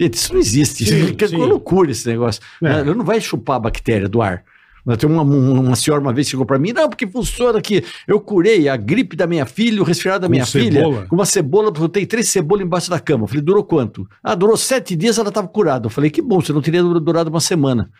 Speaker 5: Gente, isso não existe.
Speaker 4: Sim,
Speaker 5: Isso- é que
Speaker 4: sim.
Speaker 5: que loucura esse negócio.
Speaker 4: É.
Speaker 5: Né? Ela não vai chupar a bactéria do ar. Mas Tem uma, uma- uma senhora uma vez chegou para mim, não, porque funciona que eu curei a gripe da minha filha, o resfriado da
Speaker 4: Com
Speaker 5: minha
Speaker 4: cebola?
Speaker 5: filha, com uma cebola, botei três cebolas embaixo da cama. Eu falei, durou quanto? Ah, durou sete dias, ela estava curada. Eu falei, que bom, você não teria durado uma semana.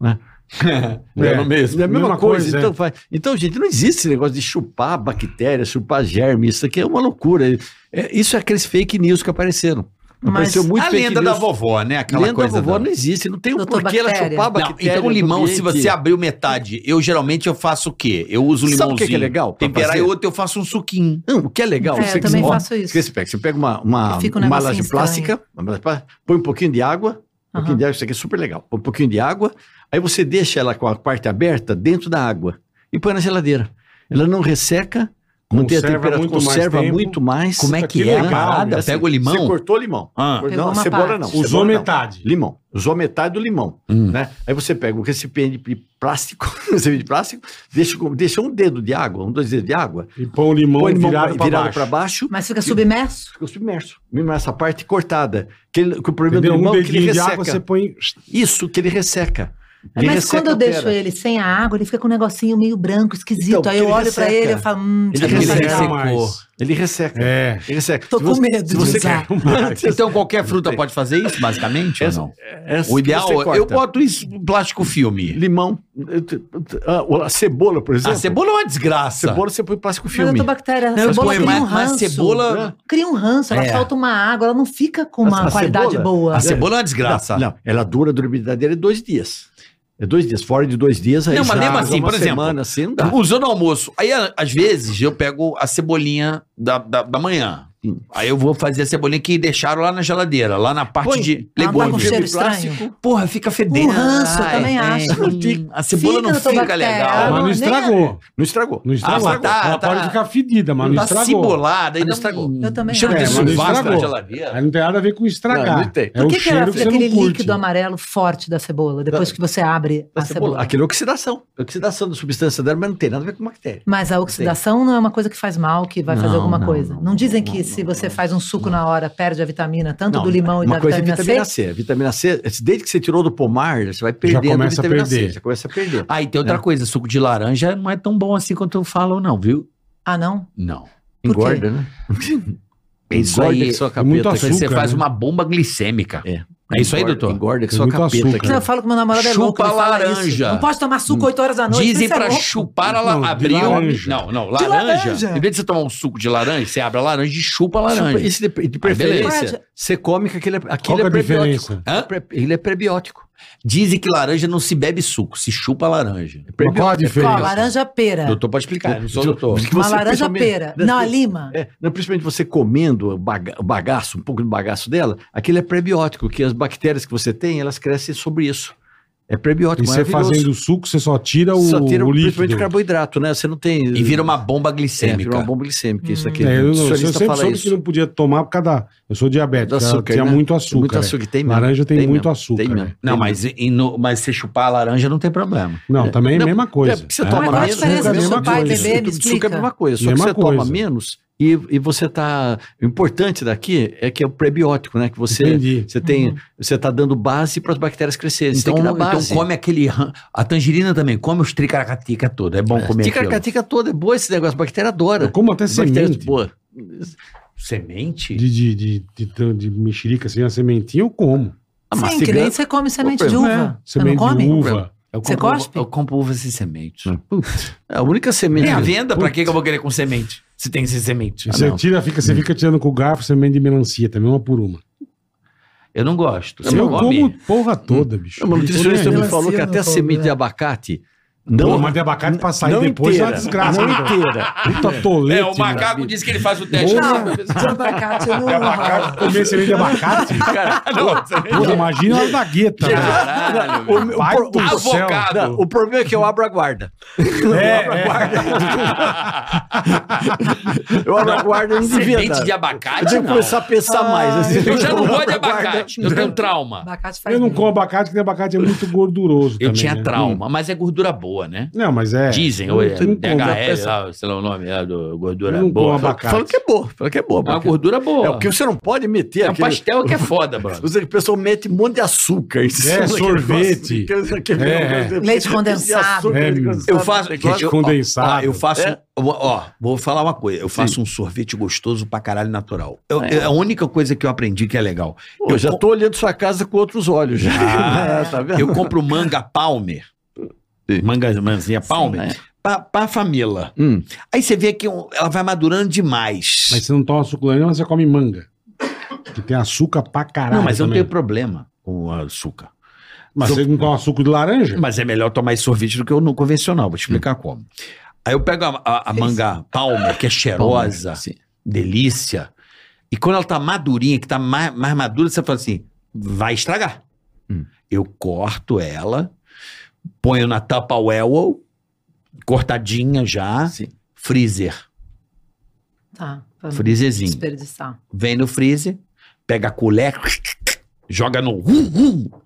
Speaker 5: Né?
Speaker 4: É.
Speaker 2: no mesmo.
Speaker 5: É a mesma,
Speaker 4: Mesma
Speaker 5: coisa.
Speaker 4: coisa,
Speaker 5: então,
Speaker 4: é.
Speaker 5: faz- então, gente, não existe esse negócio de chupar bactéria, chupar germe. Isso aqui é uma loucura. É- isso é aqueles fake news que apareceram.
Speaker 6: Mas
Speaker 5: Apareceu muito
Speaker 2: a
Speaker 5: fake
Speaker 2: lenda
Speaker 5: news.
Speaker 2: da vovó, né? Aquela
Speaker 5: lenda da
Speaker 2: coisa
Speaker 5: vovó
Speaker 2: da-
Speaker 5: não existe. Não tem um
Speaker 6: Doutor
Speaker 5: porquê ela
Speaker 6: Bactéria.
Speaker 5: chupar
Speaker 2: Não,
Speaker 5: bactéria. é
Speaker 2: então o
Speaker 5: do
Speaker 2: limão, se
Speaker 5: ambiente.
Speaker 2: você abriu metade, eu geralmente eu faço o quê? Eu uso um
Speaker 5: Sabe o
Speaker 2: limãozinho.
Speaker 5: que que é legal pra
Speaker 2: Temperar
Speaker 5: fazer?
Speaker 2: e outro eu faço um suquinho.
Speaker 5: Não, o que é legal.
Speaker 6: É, eu também
Speaker 5: ó,
Speaker 6: faço isso.
Speaker 5: o que Você pega, você pega uma, uma,
Speaker 6: E fica um
Speaker 5: uma
Speaker 6: negocinho
Speaker 5: laje plástica, uma laje plástica, põe um pouquinho de água, um pouquinho de água, isso aqui é super legal. Põe um pouquinho de água, aí você deixa ela com a parte aberta dentro da água e põe na geladeira. Ela não resseca, mantém a
Speaker 4: Conserva
Speaker 5: temperatura,
Speaker 4: muito mais
Speaker 5: conserva
Speaker 4: tempo.
Speaker 5: muito mais.
Speaker 2: Como é
Speaker 4: Puta,
Speaker 2: que,
Speaker 4: que
Speaker 2: é
Speaker 4: legal, né?
Speaker 2: a parada?
Speaker 5: Assim,
Speaker 2: Pega o
Speaker 5: Você
Speaker 2: limão.
Speaker 5: cortou o limão.
Speaker 2: Ah.
Speaker 5: Cortou-
Speaker 6: Pegou
Speaker 5: não,
Speaker 6: uma
Speaker 5: cebola
Speaker 6: parte.
Speaker 5: não.
Speaker 4: Usou
Speaker 5: cebola não.
Speaker 4: metade.
Speaker 5: Limão. Usou metade do limão.
Speaker 2: Hum.
Speaker 5: Né? Aí você pega um recipiente de plástico, um recipiente de plástico, deixa, com- deixa um dedo de água, um, dois dedos de água,
Speaker 4: E põe o limão,
Speaker 5: põe o limão
Speaker 4: virado, pra, baixo.
Speaker 5: pra baixo
Speaker 6: Mas fica submerso?
Speaker 5: ficou submerso. Mesmo essa parte cortada. Que, ele- que o problema
Speaker 4: Entendeu?
Speaker 5: do
Speaker 4: Um
Speaker 5: limão é que ele
Speaker 4: dedinho de
Speaker 5: resseca.
Speaker 4: água você põe.
Speaker 5: Isso, que ele resseca. Ele
Speaker 6: É. Mas
Speaker 5: resseca
Speaker 6: quando eu
Speaker 5: a pera.
Speaker 6: deixo ele sem a água, ele fica com um negocinho meio branco, esquisito.
Speaker 5: Então,
Speaker 6: Aí eu
Speaker 5: ele
Speaker 6: olho pra
Speaker 5: resseca.
Speaker 6: ele e falo, hum, isso
Speaker 5: Ele
Speaker 6: aqui não tá
Speaker 5: resseca.
Speaker 6: legal.
Speaker 4: mais.
Speaker 5: Ele resseca.
Speaker 4: É.
Speaker 5: Ele resseca.
Speaker 6: Tô
Speaker 5: Se
Speaker 6: com
Speaker 5: você-
Speaker 6: medo
Speaker 5: se
Speaker 6: de
Speaker 5: você
Speaker 6: usar.
Speaker 2: Então qualquer fruta pode fazer isso, basicamente, ou
Speaker 5: Essa-
Speaker 2: não?
Speaker 5: Essa que
Speaker 2: O ideal, é,
Speaker 5: você corta.
Speaker 2: eu boto isso em plástico filme.
Speaker 5: Limão. Ah, A cebola, por exemplo.
Speaker 2: A cebola é uma desgraça.
Speaker 5: Cebola você põe plástico
Speaker 6: Mas eu
Speaker 5: filme.
Speaker 6: tô bactéria, a
Speaker 2: Não, eu
Speaker 6: cebola
Speaker 2: ponho
Speaker 6: cria um
Speaker 2: mais- mais
Speaker 6: ranço.
Speaker 5: né?
Speaker 2: cebola-
Speaker 6: Cria um ranço, ela
Speaker 2: É.
Speaker 6: solta uma água, ela não fica com uma
Speaker 5: A- a
Speaker 6: qualidade
Speaker 5: cebola- Assim,
Speaker 6: boa.
Speaker 2: A cebola é uma desgraça.
Speaker 5: Não, não, ela dura a durabilidade dela é dois dias. É dois dias. Fora de dois dias, aí
Speaker 2: Não, mas
Speaker 5: já
Speaker 2: mesmo
Speaker 5: dá
Speaker 2: assim,
Speaker 5: uma
Speaker 2: por exemplo,
Speaker 5: semana,
Speaker 4: Tá.
Speaker 5: assim, não dá.
Speaker 2: Usou no almoço. Aí, a- às vezes, eu pego a cebolinha da, da, da manhã.
Speaker 4: Hum.
Speaker 2: Aí eu vou fazer a cebolinha que deixaram lá na geladeira, lá na parte
Speaker 5: Põe.
Speaker 2: de
Speaker 4: Ah,
Speaker 6: Ela tá com
Speaker 2: legumes.
Speaker 6: cheiro
Speaker 5: de plástico.
Speaker 6: estranho.
Speaker 2: Porra, fica fedendo.
Speaker 6: Um ranço, eu
Speaker 2: Ai,
Speaker 6: também
Speaker 2: é.
Speaker 6: acho.
Speaker 2: Não fica- A cebola não
Speaker 6: Fígado,
Speaker 2: fica
Speaker 6: bactéria.
Speaker 5: Ah,
Speaker 2: legal.
Speaker 4: Mas
Speaker 6: não,
Speaker 4: não
Speaker 6: nem-
Speaker 4: estragou.
Speaker 5: Não estragou.
Speaker 4: Não estragou.
Speaker 2: mas tá-
Speaker 4: Ela
Speaker 2: tá-
Speaker 4: pode ficar fedida, mas não
Speaker 2: tá
Speaker 4: estragou.
Speaker 2: cibolada e
Speaker 5: Mas
Speaker 2: não
Speaker 5: não
Speaker 2: estragou.
Speaker 6: Eu também
Speaker 2: Cheiro de
Speaker 6: acho.
Speaker 4: É, mas não
Speaker 2: sovaco na
Speaker 4: estragou. É.
Speaker 2: geladeira.
Speaker 4: Aí não tem nada a ver com estragar.
Speaker 5: Não, não tem.
Speaker 4: É
Speaker 6: Por
Speaker 4: o
Speaker 6: que, que era
Speaker 4: cheiro que você
Speaker 6: aquele
Speaker 4: não curte.
Speaker 6: líquido amarelo forte da cebola, depois
Speaker 5: Da-
Speaker 6: que você abre a
Speaker 5: Da
Speaker 6: cebola?
Speaker 5: cebola. Aquilo é oxidação. É oxidação da substância dela, mas não tem nada a ver com bactéria.
Speaker 6: Mas a oxidação não é uma coisa que faz mal, que vai fazer
Speaker 2: Não,
Speaker 6: alguma
Speaker 2: não,
Speaker 6: coisa. Não,
Speaker 2: não,
Speaker 6: dizem
Speaker 2: não,
Speaker 6: que
Speaker 2: não,
Speaker 6: se
Speaker 2: não,
Speaker 6: você
Speaker 2: não.
Speaker 6: faz um suco na hora, perde a vitamina, tanto
Speaker 5: Não,
Speaker 6: do limão e da
Speaker 5: Uma coisa é
Speaker 6: vitamina,
Speaker 5: vitamina
Speaker 6: C?
Speaker 5: C. Vitamina C, desde que você tirou do pomar, você vai perdendo
Speaker 4: começa a
Speaker 5: vitamina
Speaker 4: perder.
Speaker 5: C. Já começa a perder.
Speaker 2: Ah, e tem
Speaker 4: É.
Speaker 2: outra coisa, suco de laranja não é tão bom assim quanto falam, não, viu?
Speaker 6: Ah, não?
Speaker 2: Não.
Speaker 6: Por quê?
Speaker 5: Engorda, né?
Speaker 2: É isso
Speaker 5: Engorda
Speaker 2: aí.
Speaker 5: que sua
Speaker 4: É muito
Speaker 5: capeta.
Speaker 2: Isso aí você
Speaker 4: açúcar,
Speaker 2: faz
Speaker 4: né?
Speaker 2: uma bomba glicêmica.
Speaker 5: É.
Speaker 2: É isso aí,
Speaker 5: Engorda-
Speaker 2: doutor?
Speaker 5: Engorda que
Speaker 4: Tem
Speaker 5: sua
Speaker 4: muito
Speaker 5: capeta.
Speaker 4: açúcar.
Speaker 5: aqui.
Speaker 6: Não, eu falo que meu namorado é
Speaker 2: Chupa
Speaker 6: louco. ele fala
Speaker 2: laranja.
Speaker 6: isso. Não posso tomar suco 8 horas da noite.
Speaker 2: Dizem
Speaker 6: isso é
Speaker 2: pra
Speaker 6: louco.
Speaker 2: chupar a la...
Speaker 4: Não, de
Speaker 2: abrir o-
Speaker 4: laranja.
Speaker 2: Não, não, laranja,
Speaker 6: laranja.
Speaker 2: Em vez de você tomar um suco de laranja, você abre a laranja e chupa a laranja.
Speaker 5: Super- Esse
Speaker 6: Ah,
Speaker 5: de, de preferência,
Speaker 6: beleza.
Speaker 5: você come que aquele,
Speaker 4: Qual
Speaker 5: aquele
Speaker 4: que é
Speaker 5: é
Speaker 4: a
Speaker 5: prebiótico.
Speaker 4: diferença?
Speaker 2: Hã?
Speaker 5: Pre- Ele é prebiótico.
Speaker 2: Dizem que laranja não se bebe suco, se chupa a laranja.
Speaker 5: É
Speaker 4: Mas
Speaker 5: prebiótico.
Speaker 4: qual a
Speaker 6: Ó,
Speaker 4: diferença?
Speaker 6: laranja pera.
Speaker 2: Doutor pode explicar, eu não sou doutor.
Speaker 5: Porque
Speaker 6: Uma
Speaker 5: você,
Speaker 6: laranja
Speaker 5: principalmente-
Speaker 6: pera. Não, a lima.
Speaker 5: É, não, principalmente você comendo o baga- o bagaço, um pouco do bagaço dela, aquele é prebiótico, que as bactérias que você tem, elas crescem sobre isso. É prebiótico,
Speaker 4: E você
Speaker 5: maravilhoso.
Speaker 4: fazendo suco, você só tira é o,
Speaker 5: Só tira
Speaker 4: o
Speaker 5: principalmente
Speaker 4: líquido.
Speaker 5: o carboidrato, né? Você não tem...
Speaker 2: E vira uma bomba
Speaker 5: é, vira
Speaker 2: glicêmica.
Speaker 5: uma bomba glicêmica, isso aqui.
Speaker 4: É, eu,
Speaker 5: o
Speaker 4: não- eu
Speaker 5: nutricionista
Speaker 4: sempre
Speaker 5: fala
Speaker 4: soube que
Speaker 5: isso.
Speaker 4: não podia tomar por causa da... Eu sou diabético,
Speaker 5: Do açúcar,
Speaker 4: tinha
Speaker 5: né?
Speaker 4: muito açúcar.
Speaker 5: muito
Speaker 4: é.
Speaker 5: açúcar, tem mesmo.
Speaker 4: Laranja tem,
Speaker 5: Tem
Speaker 4: muito
Speaker 5: mesmo,
Speaker 4: açúcar.
Speaker 5: Tem
Speaker 4: é.
Speaker 5: mesmo.
Speaker 2: Não, mas, e no- mas se chupar a laranja não tem problema.
Speaker 4: Não, também é a
Speaker 5: Não,
Speaker 4: mesma coisa.
Speaker 5: É, porque você
Speaker 4: né?
Speaker 5: toma
Speaker 6: Mas qual a
Speaker 5: menos,
Speaker 6: diferença
Speaker 5: açúcar
Speaker 4: do
Speaker 5: é a
Speaker 4: seu
Speaker 5: mesma
Speaker 4: pai
Speaker 5: coisa.
Speaker 6: beber? Me
Speaker 5: Açúcar- Açúcar é
Speaker 6: explica.
Speaker 5: a mesma coisa, só
Speaker 4: Mesma
Speaker 5: que você toma
Speaker 4: coisa.
Speaker 5: menos e, e você tá... O importante daqui é que é o prebiótico, né? Que você...
Speaker 4: Entendi. Uhum.
Speaker 5: Você tem, você tá dando base para as bactérias crescerem. você
Speaker 2: Então,
Speaker 5: tem que dar
Speaker 2: então
Speaker 5: base.
Speaker 2: come aquele. ram- A tangerina também, come os tricaracatica todo. É bom comer. aquilo.
Speaker 5: Ticaracatica toda é boa esse negócio, a bactéria adora.
Speaker 4: Eu como até
Speaker 5: Bactérias
Speaker 4: semente
Speaker 5: é boa.
Speaker 2: Semente?
Speaker 4: de, de, de, de, tan- de mexerica, assim, a sementinha eu como. Né?
Speaker 5: Ah, mas
Speaker 6: Sim, que
Speaker 5: cigano-
Speaker 6: nem você come semente
Speaker 5: Ô,
Speaker 6: de
Speaker 5: problema,
Speaker 6: uva. Você não
Speaker 4: é, Semente
Speaker 6: come?
Speaker 4: de uva.
Speaker 2: Eu
Speaker 6: Você
Speaker 2: compro-
Speaker 6: cospe?
Speaker 2: Eu compro uvas e sementes.
Speaker 5: É a única semente.
Speaker 2: Tem à
Speaker 5: que-
Speaker 2: venda? Pra que que eu vou querer com semente? Se tem sem semente. Ah,
Speaker 4: você,
Speaker 5: não.
Speaker 4: tira, fica, você fica tirando com o garfo semente de melancia também, uma por uma.
Speaker 2: Eu não gosto. Você
Speaker 4: eu
Speaker 2: come?
Speaker 4: como porra toda, bicho.
Speaker 5: Não, mas o É nutricionista
Speaker 6: Melancia
Speaker 5: me falou que
Speaker 6: eu
Speaker 5: até
Speaker 6: não
Speaker 5: a
Speaker 6: como,
Speaker 5: semente
Speaker 6: né?
Speaker 5: de abacate.
Speaker 4: Não, Pô,
Speaker 5: Não,
Speaker 4: é mas de abacate pra sair
Speaker 5: não
Speaker 4: depois é
Speaker 5: inteira,
Speaker 4: uma desgraça.
Speaker 5: Não
Speaker 4: né, cara?
Speaker 5: inteira.
Speaker 4: Puta tolete.
Speaker 2: É, o macaco disse que ele faz o teste.
Speaker 4: Porra.
Speaker 6: De abacate, eu não-
Speaker 4: De abacate, comer semente de abacate. Pô, imagina a hora da gueta,
Speaker 2: é
Speaker 4: velho.
Speaker 2: Caralho.
Speaker 5: O,
Speaker 2: meu.
Speaker 5: o
Speaker 4: Pai
Speaker 5: pro-
Speaker 4: do
Speaker 5: o-
Speaker 4: céu.
Speaker 2: avocado.
Speaker 5: não, o problema é que eu abro a guarda.
Speaker 4: É, é.
Speaker 5: Eu abro a guarda e não devia
Speaker 2: Semente
Speaker 5: dar.
Speaker 2: de
Speaker 5: Eu
Speaker 2: abacate,
Speaker 5: tenho que
Speaker 2: não.
Speaker 5: começar a
Speaker 6: Ah,
Speaker 5: pensar mais. assim.
Speaker 2: Eu já não gosto de
Speaker 5: abro a guarda.
Speaker 2: abacate. Eu tenho trauma.
Speaker 6: Abacate faz
Speaker 4: Eu não
Speaker 6: bem.
Speaker 4: como abacate porque abacate é muito gorduroso
Speaker 2: Eu
Speaker 4: também,
Speaker 2: tinha
Speaker 4: né?
Speaker 2: trauma, mas é gordura boa, né?
Speaker 4: Não, mas é.
Speaker 2: Dizem,
Speaker 4: eu
Speaker 2: ou é
Speaker 4: não como,
Speaker 2: DHL,
Speaker 4: eu-
Speaker 2: lá, sei lá o nome, é, do
Speaker 4: Eu
Speaker 2: gordura
Speaker 4: não como
Speaker 2: boa.
Speaker 4: abacate.
Speaker 5: Fala que é boa. Fala que é boa.
Speaker 2: É uma
Speaker 5: abacate.
Speaker 2: gordura boa.
Speaker 5: É, porque você não pode meter
Speaker 2: É um
Speaker 5: aquele-
Speaker 2: pastel que é foda, mano.
Speaker 5: Você, o pessoal mete um monte de açúcar. em cima daquele
Speaker 4: É, sorvete.
Speaker 5: negócio, aquele- aquele-
Speaker 4: É, é.
Speaker 5: aquele-
Speaker 6: Leite
Speaker 5: aquele
Speaker 6: condensado.
Speaker 5: um açúcar,
Speaker 4: É,
Speaker 5: leite
Speaker 4: meu.
Speaker 5: condensado,
Speaker 2: Eu faço.
Speaker 5: negócio-
Speaker 2: gente, eu-
Speaker 4: condensado.
Speaker 2: ó, é Ah, eu faço.
Speaker 5: É.
Speaker 2: Ó, ó, vou falar uma coisa. Eu faço um sorvete gostoso pra caralho natural. Eu- é a única coisa que eu aprendi que é legal.
Speaker 5: Pô, eu já tô olhando sua casa com outros olhos. Já.
Speaker 2: Ah,
Speaker 5: tá vendo?
Speaker 2: Eu compro manga Palmer.
Speaker 5: Sim.
Speaker 2: Manga, manzinha Palmer.
Speaker 5: né?
Speaker 2: pra, pra família.
Speaker 5: Hum.
Speaker 2: Aí você vê que um- ela vai madurando demais.
Speaker 4: Mas você não toma suculento, mas você come manga. Que tem açúcar pra caralho.
Speaker 2: não, mas eu não
Speaker 4: também.
Speaker 2: tenho problema com o açúcar.
Speaker 4: Mas você não toma suco de laranja?
Speaker 2: Mas é melhor tomar esse sorvete do que o no convencional, vou te explicar como. Aí eu pego a, a- a manga palmer, que é cheirosa,
Speaker 5: Sim.
Speaker 2: delícia. E quando ela tá madurinha, que tá mais, mais madura, você fala assim, vai estragar.
Speaker 5: Hum.
Speaker 2: Eu corto ela, ponho na tapa well, cortadinha já,
Speaker 5: Sim.
Speaker 2: freezer,
Speaker 6: Tá, pra não
Speaker 2: freezerzinho.
Speaker 6: desperdiçar.
Speaker 2: Vem no freezer, pega a colher, joga no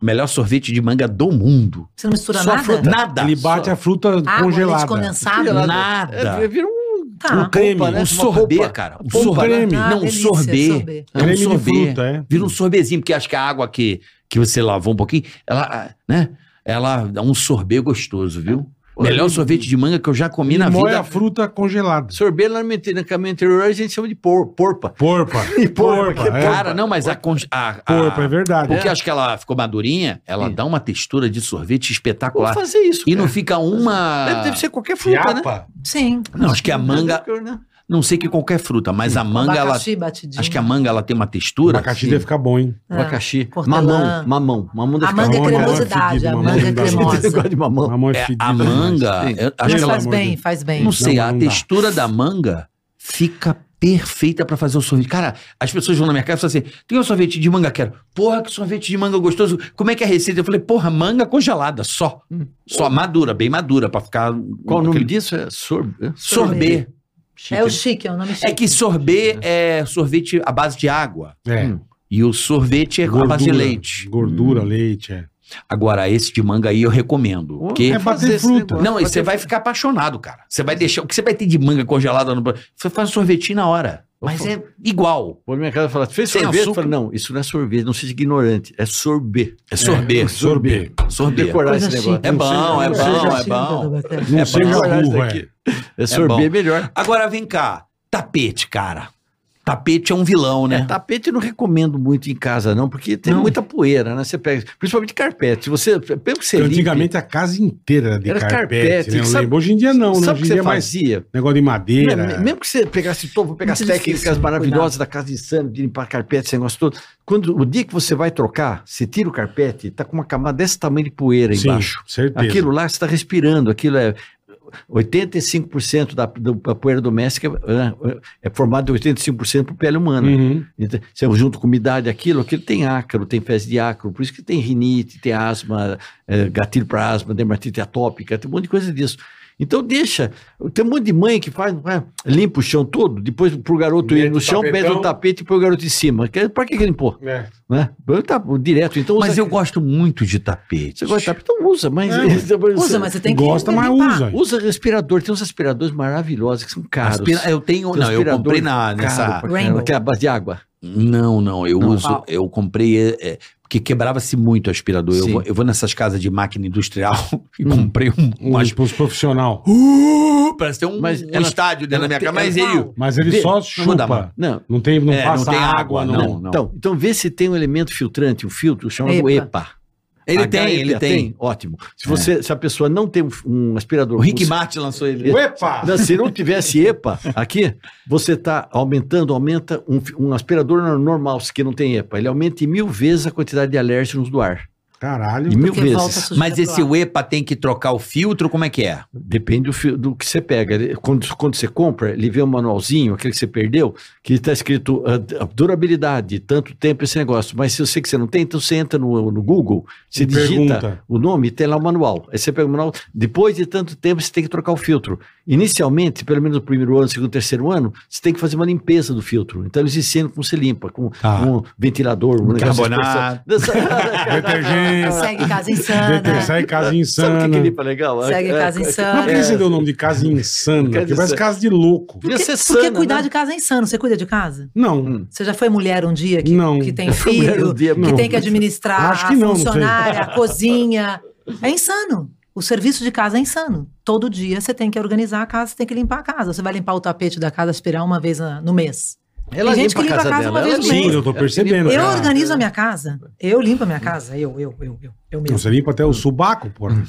Speaker 2: melhor sorvete de manga do mundo.
Speaker 6: Você não mistura
Speaker 2: Só
Speaker 6: nada?
Speaker 2: fruta- nada.
Speaker 4: Ele bate
Speaker 2: Só-
Speaker 4: a fruta
Speaker 6: Água, leite
Speaker 4: congelada.
Speaker 6: condensado?
Speaker 2: Nada.
Speaker 5: É, vira um
Speaker 6: Tá.
Speaker 4: Um creme,
Speaker 5: polpa,
Speaker 2: Um
Speaker 5: né? Uma
Speaker 2: sorbê,
Speaker 5: polpa.
Speaker 2: cara. Um
Speaker 4: Polpa,
Speaker 2: sorbê.
Speaker 4: né?
Speaker 6: Ah,
Speaker 2: Não, um
Speaker 6: delícia,
Speaker 2: sorbê.
Speaker 6: sorbê.
Speaker 2: É um
Speaker 4: Creme de
Speaker 2: sorbê.
Speaker 4: fruta, é.
Speaker 2: Vira um sorbezinho, porque acho que a água que, que você lavou um pouquinho, ela, ah, né? Ela dá um sorbê gostoso, viu? Melhor sorvete de manga que eu já comi
Speaker 4: E
Speaker 2: na
Speaker 4: moe
Speaker 2: vida.
Speaker 4: a fruta congelada.
Speaker 5: Sorvê lá no mente- na caminha anterior a gente chama de por- porpa.
Speaker 4: Porpa.
Speaker 5: E porpa, que
Speaker 4: é.
Speaker 2: Cara, não, mas a. con- a, a-
Speaker 4: Porpa, é verdade.
Speaker 2: porque acho que ela ficou madurinha, ela
Speaker 5: Sim.
Speaker 2: dá uma textura de sorvete
Speaker 5: Vou
Speaker 2: espetacular.
Speaker 5: fazer isso.
Speaker 2: E não
Speaker 5: cara.
Speaker 2: fica uma.
Speaker 5: Deve, deve ser qualquer fruta, né?
Speaker 4: Fiapa.
Speaker 6: Sim.
Speaker 2: Não, acho que a manga.
Speaker 5: Qualquer, né?
Speaker 2: Não sei que qualquer fruta, mas a manga, ela.
Speaker 6: abacaxi batidinho.
Speaker 2: Acho que a manga ela tem uma
Speaker 4: O
Speaker 2: textura.
Speaker 4: abacaxi
Speaker 5: sim.
Speaker 4: deve ficar bom, hein?
Speaker 6: É.
Speaker 5: Abacaxi.
Speaker 6: Hortelã.
Speaker 5: Mamão. Mamão. Mamão
Speaker 6: A manga é
Speaker 4: Mamão é
Speaker 6: cremosidade,
Speaker 4: fedido,
Speaker 6: a
Speaker 4: mamão
Speaker 6: manga é
Speaker 4: não dá.
Speaker 5: Eu
Speaker 6: cremosa.
Speaker 5: gosto de mamão.
Speaker 4: Mamão é
Speaker 2: É,
Speaker 4: fedido
Speaker 2: a
Speaker 4: demais.
Speaker 2: manga, eu acho
Speaker 4: Pelo
Speaker 6: Mas
Speaker 2: que ela. é
Speaker 6: faz
Speaker 4: amor de
Speaker 6: bem,
Speaker 4: Deus.
Speaker 6: faz bem.
Speaker 2: Não sei,
Speaker 4: Não,
Speaker 2: a
Speaker 4: não dá.
Speaker 2: textura da manga fica perfeita pra fazer o sorvete. Cara, as pessoas vão na minha casa e falam assim: tem um sorvete de manga, quero. Porra, que sorvete de manga gostoso. Como é que é a receita? Eu falei: porra, manga congelada, só.
Speaker 6: Hum.
Speaker 2: Só madura, bem madura, pra ficar.
Speaker 5: Qual o nome
Speaker 2: aquele-
Speaker 5: disso? É sorb...
Speaker 2: Sorbet.
Speaker 6: É o chique, é o nome chique.
Speaker 2: É que sorbet é sorvete à base de água.
Speaker 4: É.
Speaker 5: Hum,
Speaker 2: E o sorvete é à base de leite. Hum.
Speaker 4: Gordura, leite, é.
Speaker 2: Agora, esse de manga aí eu recomendo. Porque
Speaker 4: É bater fruta.
Speaker 2: Não, e você vai ficar apaixonado, cara. Você vai deixar. O que você vai ter de manga congelada no. Você faz um sorvetinho na hora. Mas é igual.
Speaker 5: Vou na minha casa e falar, fez
Speaker 2: Tem
Speaker 5: sorvete? Eu
Speaker 2: açúcar?
Speaker 5: falo, não, isso não é sorvete, não seja ignorante, é sorbet.
Speaker 2: É sorbet.
Speaker 4: Sorbet.
Speaker 2: Sorbet.
Speaker 5: Decorar
Speaker 6: Coisa
Speaker 5: esse negócio.
Speaker 6: chique.
Speaker 2: É bom,
Speaker 6: Não
Speaker 2: é
Speaker 5: Não
Speaker 6: seja
Speaker 2: bom, é
Speaker 6: chique,
Speaker 2: bom.
Speaker 6: Dona Bethânia.
Speaker 4: Não
Speaker 2: É
Speaker 5: seja
Speaker 4: seja
Speaker 5: ignorante
Speaker 4: burro, é.
Speaker 5: daqui. É sorbet
Speaker 2: bom.
Speaker 5: melhor.
Speaker 2: Agora vem cá. Tapete, cara. Tapete é um vilão,
Speaker 5: É,
Speaker 2: né?
Speaker 5: tapete eu não recomendo muito em casa, não, porque tem muita poeira, né? Você pega, principalmente carpete. Se você, pelo que você
Speaker 4: Porque
Speaker 5: limpe,
Speaker 4: Antigamente a casa inteira era de
Speaker 5: Era
Speaker 4: carpete.
Speaker 5: carpete,
Speaker 4: né? Eu
Speaker 5: sabe-
Speaker 4: lembro. Hoje em dia não, né?
Speaker 5: sabe
Speaker 4: Hoje
Speaker 5: o que
Speaker 4: em
Speaker 5: você
Speaker 4: dia é mais
Speaker 5: fazia?
Speaker 4: negócio de madeira.
Speaker 5: Não, mesmo que você pegasse todo, vou pegar as
Speaker 6: Muito difícil,
Speaker 5: técnicas maravilhosas da casa de sangue, de limpar carpete, esse negócio todo. Quando, o dia que você vai trocar, você tira o carpete, tá com uma camada desse tamanho de poeira
Speaker 4: Sim,
Speaker 5: embaixo.
Speaker 4: certeza.
Speaker 5: Aquilo lá você está respirando, aquilo é. 85% da, do- da poeira doméstica né, é formada de 85% por pele humana.
Speaker 4: Uhum.
Speaker 5: Então, Você junto com umidade, aquilo, aquilo tem ácaro, tem fezes de ácaro, por isso que tem rinite, tem asma, eh, gatilho para asma, dermatite atópica, tem um monte de coisa disso. Então deixa, tem um monte de mãe que faz, vai, limpa o chão todo, depois pro garoto
Speaker 4: Mete
Speaker 5: ir
Speaker 4: o
Speaker 5: no chão, pede
Speaker 4: tapetão.
Speaker 5: o tapete e põe o garoto em cima. Que- Pra que que limpou?
Speaker 4: É.
Speaker 5: Né? Eu tá- direto, então usa...
Speaker 2: Mas eu gosto muito de tapete.
Speaker 5: Você gosta de tapete, então usa, mas...
Speaker 4: É,
Speaker 6: Usa, mas você tem que
Speaker 4: Gosta, mas
Speaker 6: limpar.
Speaker 4: usa.
Speaker 5: Usa respirador, tem uns respiradores maravilhosos que são caros.
Speaker 2: Aspira- é Eu tenho. Não, eu
Speaker 5: Respirador
Speaker 2: comprei na,
Speaker 5: caro
Speaker 2: nessa.
Speaker 5: pra caramba,
Speaker 6: Rainbow.
Speaker 5: Que é a base de água.
Speaker 2: Não, não, eu
Speaker 5: Não.
Speaker 2: uso,
Speaker 6: Ah.
Speaker 2: eu comprei, é, é, porque quebrava-se muito o aspirador. Eu
Speaker 5: Sim.
Speaker 2: vou, eu vou nessas casas de máquina industrial e
Speaker 5: Hum.
Speaker 2: comprei um, um
Speaker 4: Mas pros profissional.
Speaker 2: Uh, parece ter um,
Speaker 5: Mas
Speaker 2: um
Speaker 5: ela-
Speaker 2: estádio dentro da
Speaker 5: ela
Speaker 2: minha
Speaker 5: tem-
Speaker 2: casa, mas
Speaker 5: ela-
Speaker 2: ele
Speaker 4: Mas ele
Speaker 5: Vê,
Speaker 4: só
Speaker 2: chuda,
Speaker 4: chupa.
Speaker 2: mano.
Speaker 5: Não,
Speaker 4: Não tem, não
Speaker 2: É, não
Speaker 4: passa
Speaker 2: tem
Speaker 4: água,
Speaker 2: água,
Speaker 4: não.
Speaker 2: não.
Speaker 5: Então, então vê se tem um elemento filtrante, um filtro chamado EPA.
Speaker 6: EPA.
Speaker 2: ele
Speaker 5: HEPA,
Speaker 2: tem, ele tem. É.
Speaker 5: Ótimo. Se você, se a pessoa não tem um, um aspirador,
Speaker 2: O Rick
Speaker 5: você-
Speaker 2: Martin lançou ele.
Speaker 4: Uepa!
Speaker 5: Não, se não tivesse EPA aqui, você está aumentando, aumenta um, fi- um aspirador normal que não tem EPA, ele aumenta em mil vezes a quantidade de alérgenos do ar.
Speaker 4: Caralho.
Speaker 5: Em mil
Speaker 6: Porque volta
Speaker 5: vezes.
Speaker 6: sujeira
Speaker 2: Mas
Speaker 6: pro
Speaker 2: esse
Speaker 6: ar.
Speaker 2: UEPA tem que trocar o filtro, como é que é?
Speaker 5: Depende do, fi- do que você pega. Ele- Quando, quando você compra, ele vem um manualzinho, aquele que você perdeu, que está escrito ah, d- durabilidade, tanto tempo esse negócio. Mas se eu sei que você não tem, então você entra no, no Google, você
Speaker 4: E
Speaker 5: digita
Speaker 4: pergunta.
Speaker 5: o nome e tem lá o manual. Aí você pega o manual, depois de tanto tempo você tem que trocar o filtro. Inicialmente, pelo menos no primeiro ano, segundo, terceiro ano, você tem que fazer uma limpeza do filtro. Então eles ensinam como você limpa, com
Speaker 2: Tá.
Speaker 5: um ventilador, um negócio de
Speaker 2: Carbonato.
Speaker 5: expressão.
Speaker 4: Detergente.
Speaker 6: Segue casa insana.
Speaker 4: Sai casa
Speaker 5: Sabe o
Speaker 4: insana.
Speaker 5: que, que limpa legal? É,
Speaker 6: Segue casa
Speaker 4: Mas por
Speaker 6: insana.
Speaker 4: que você deu o nome de casa insana?
Speaker 5: Casa
Speaker 4: Porque parece
Speaker 5: insana.
Speaker 4: casa de louco.
Speaker 5: Devia
Speaker 6: Porque,
Speaker 5: ser
Speaker 6: porque
Speaker 5: sana,
Speaker 6: cuidar
Speaker 5: né?
Speaker 6: de casa é insano. Você cuida de casa?
Speaker 4: Não.
Speaker 6: Você já foi mulher um dia que,
Speaker 4: Não.
Speaker 6: que tem
Speaker 5: fui mulher
Speaker 6: filho,
Speaker 5: um dia,
Speaker 4: não.
Speaker 6: que tem que administrar
Speaker 4: Acho que não,
Speaker 6: a
Speaker 4: não sei.
Speaker 6: funcionária, a cozinha? É insano. O serviço de casa é insano. Todo dia você tem que organizar a casa, você tem que limpar a casa. Você vai limpar o tapete da casa, aspirar uma vez na- no mês.
Speaker 5: Ela
Speaker 6: Tem gente que limpa a casa uma
Speaker 5: ela
Speaker 6: vez no
Speaker 5: limpa.
Speaker 4: Sim, eu tô percebendo.
Speaker 6: Eu
Speaker 4: cara.
Speaker 6: organizo a minha casa. Eu limpo a minha casa. Eu, eu, eu, eu, eu
Speaker 4: Não,
Speaker 6: mesmo.
Speaker 4: Você limpa até o subaco, porra.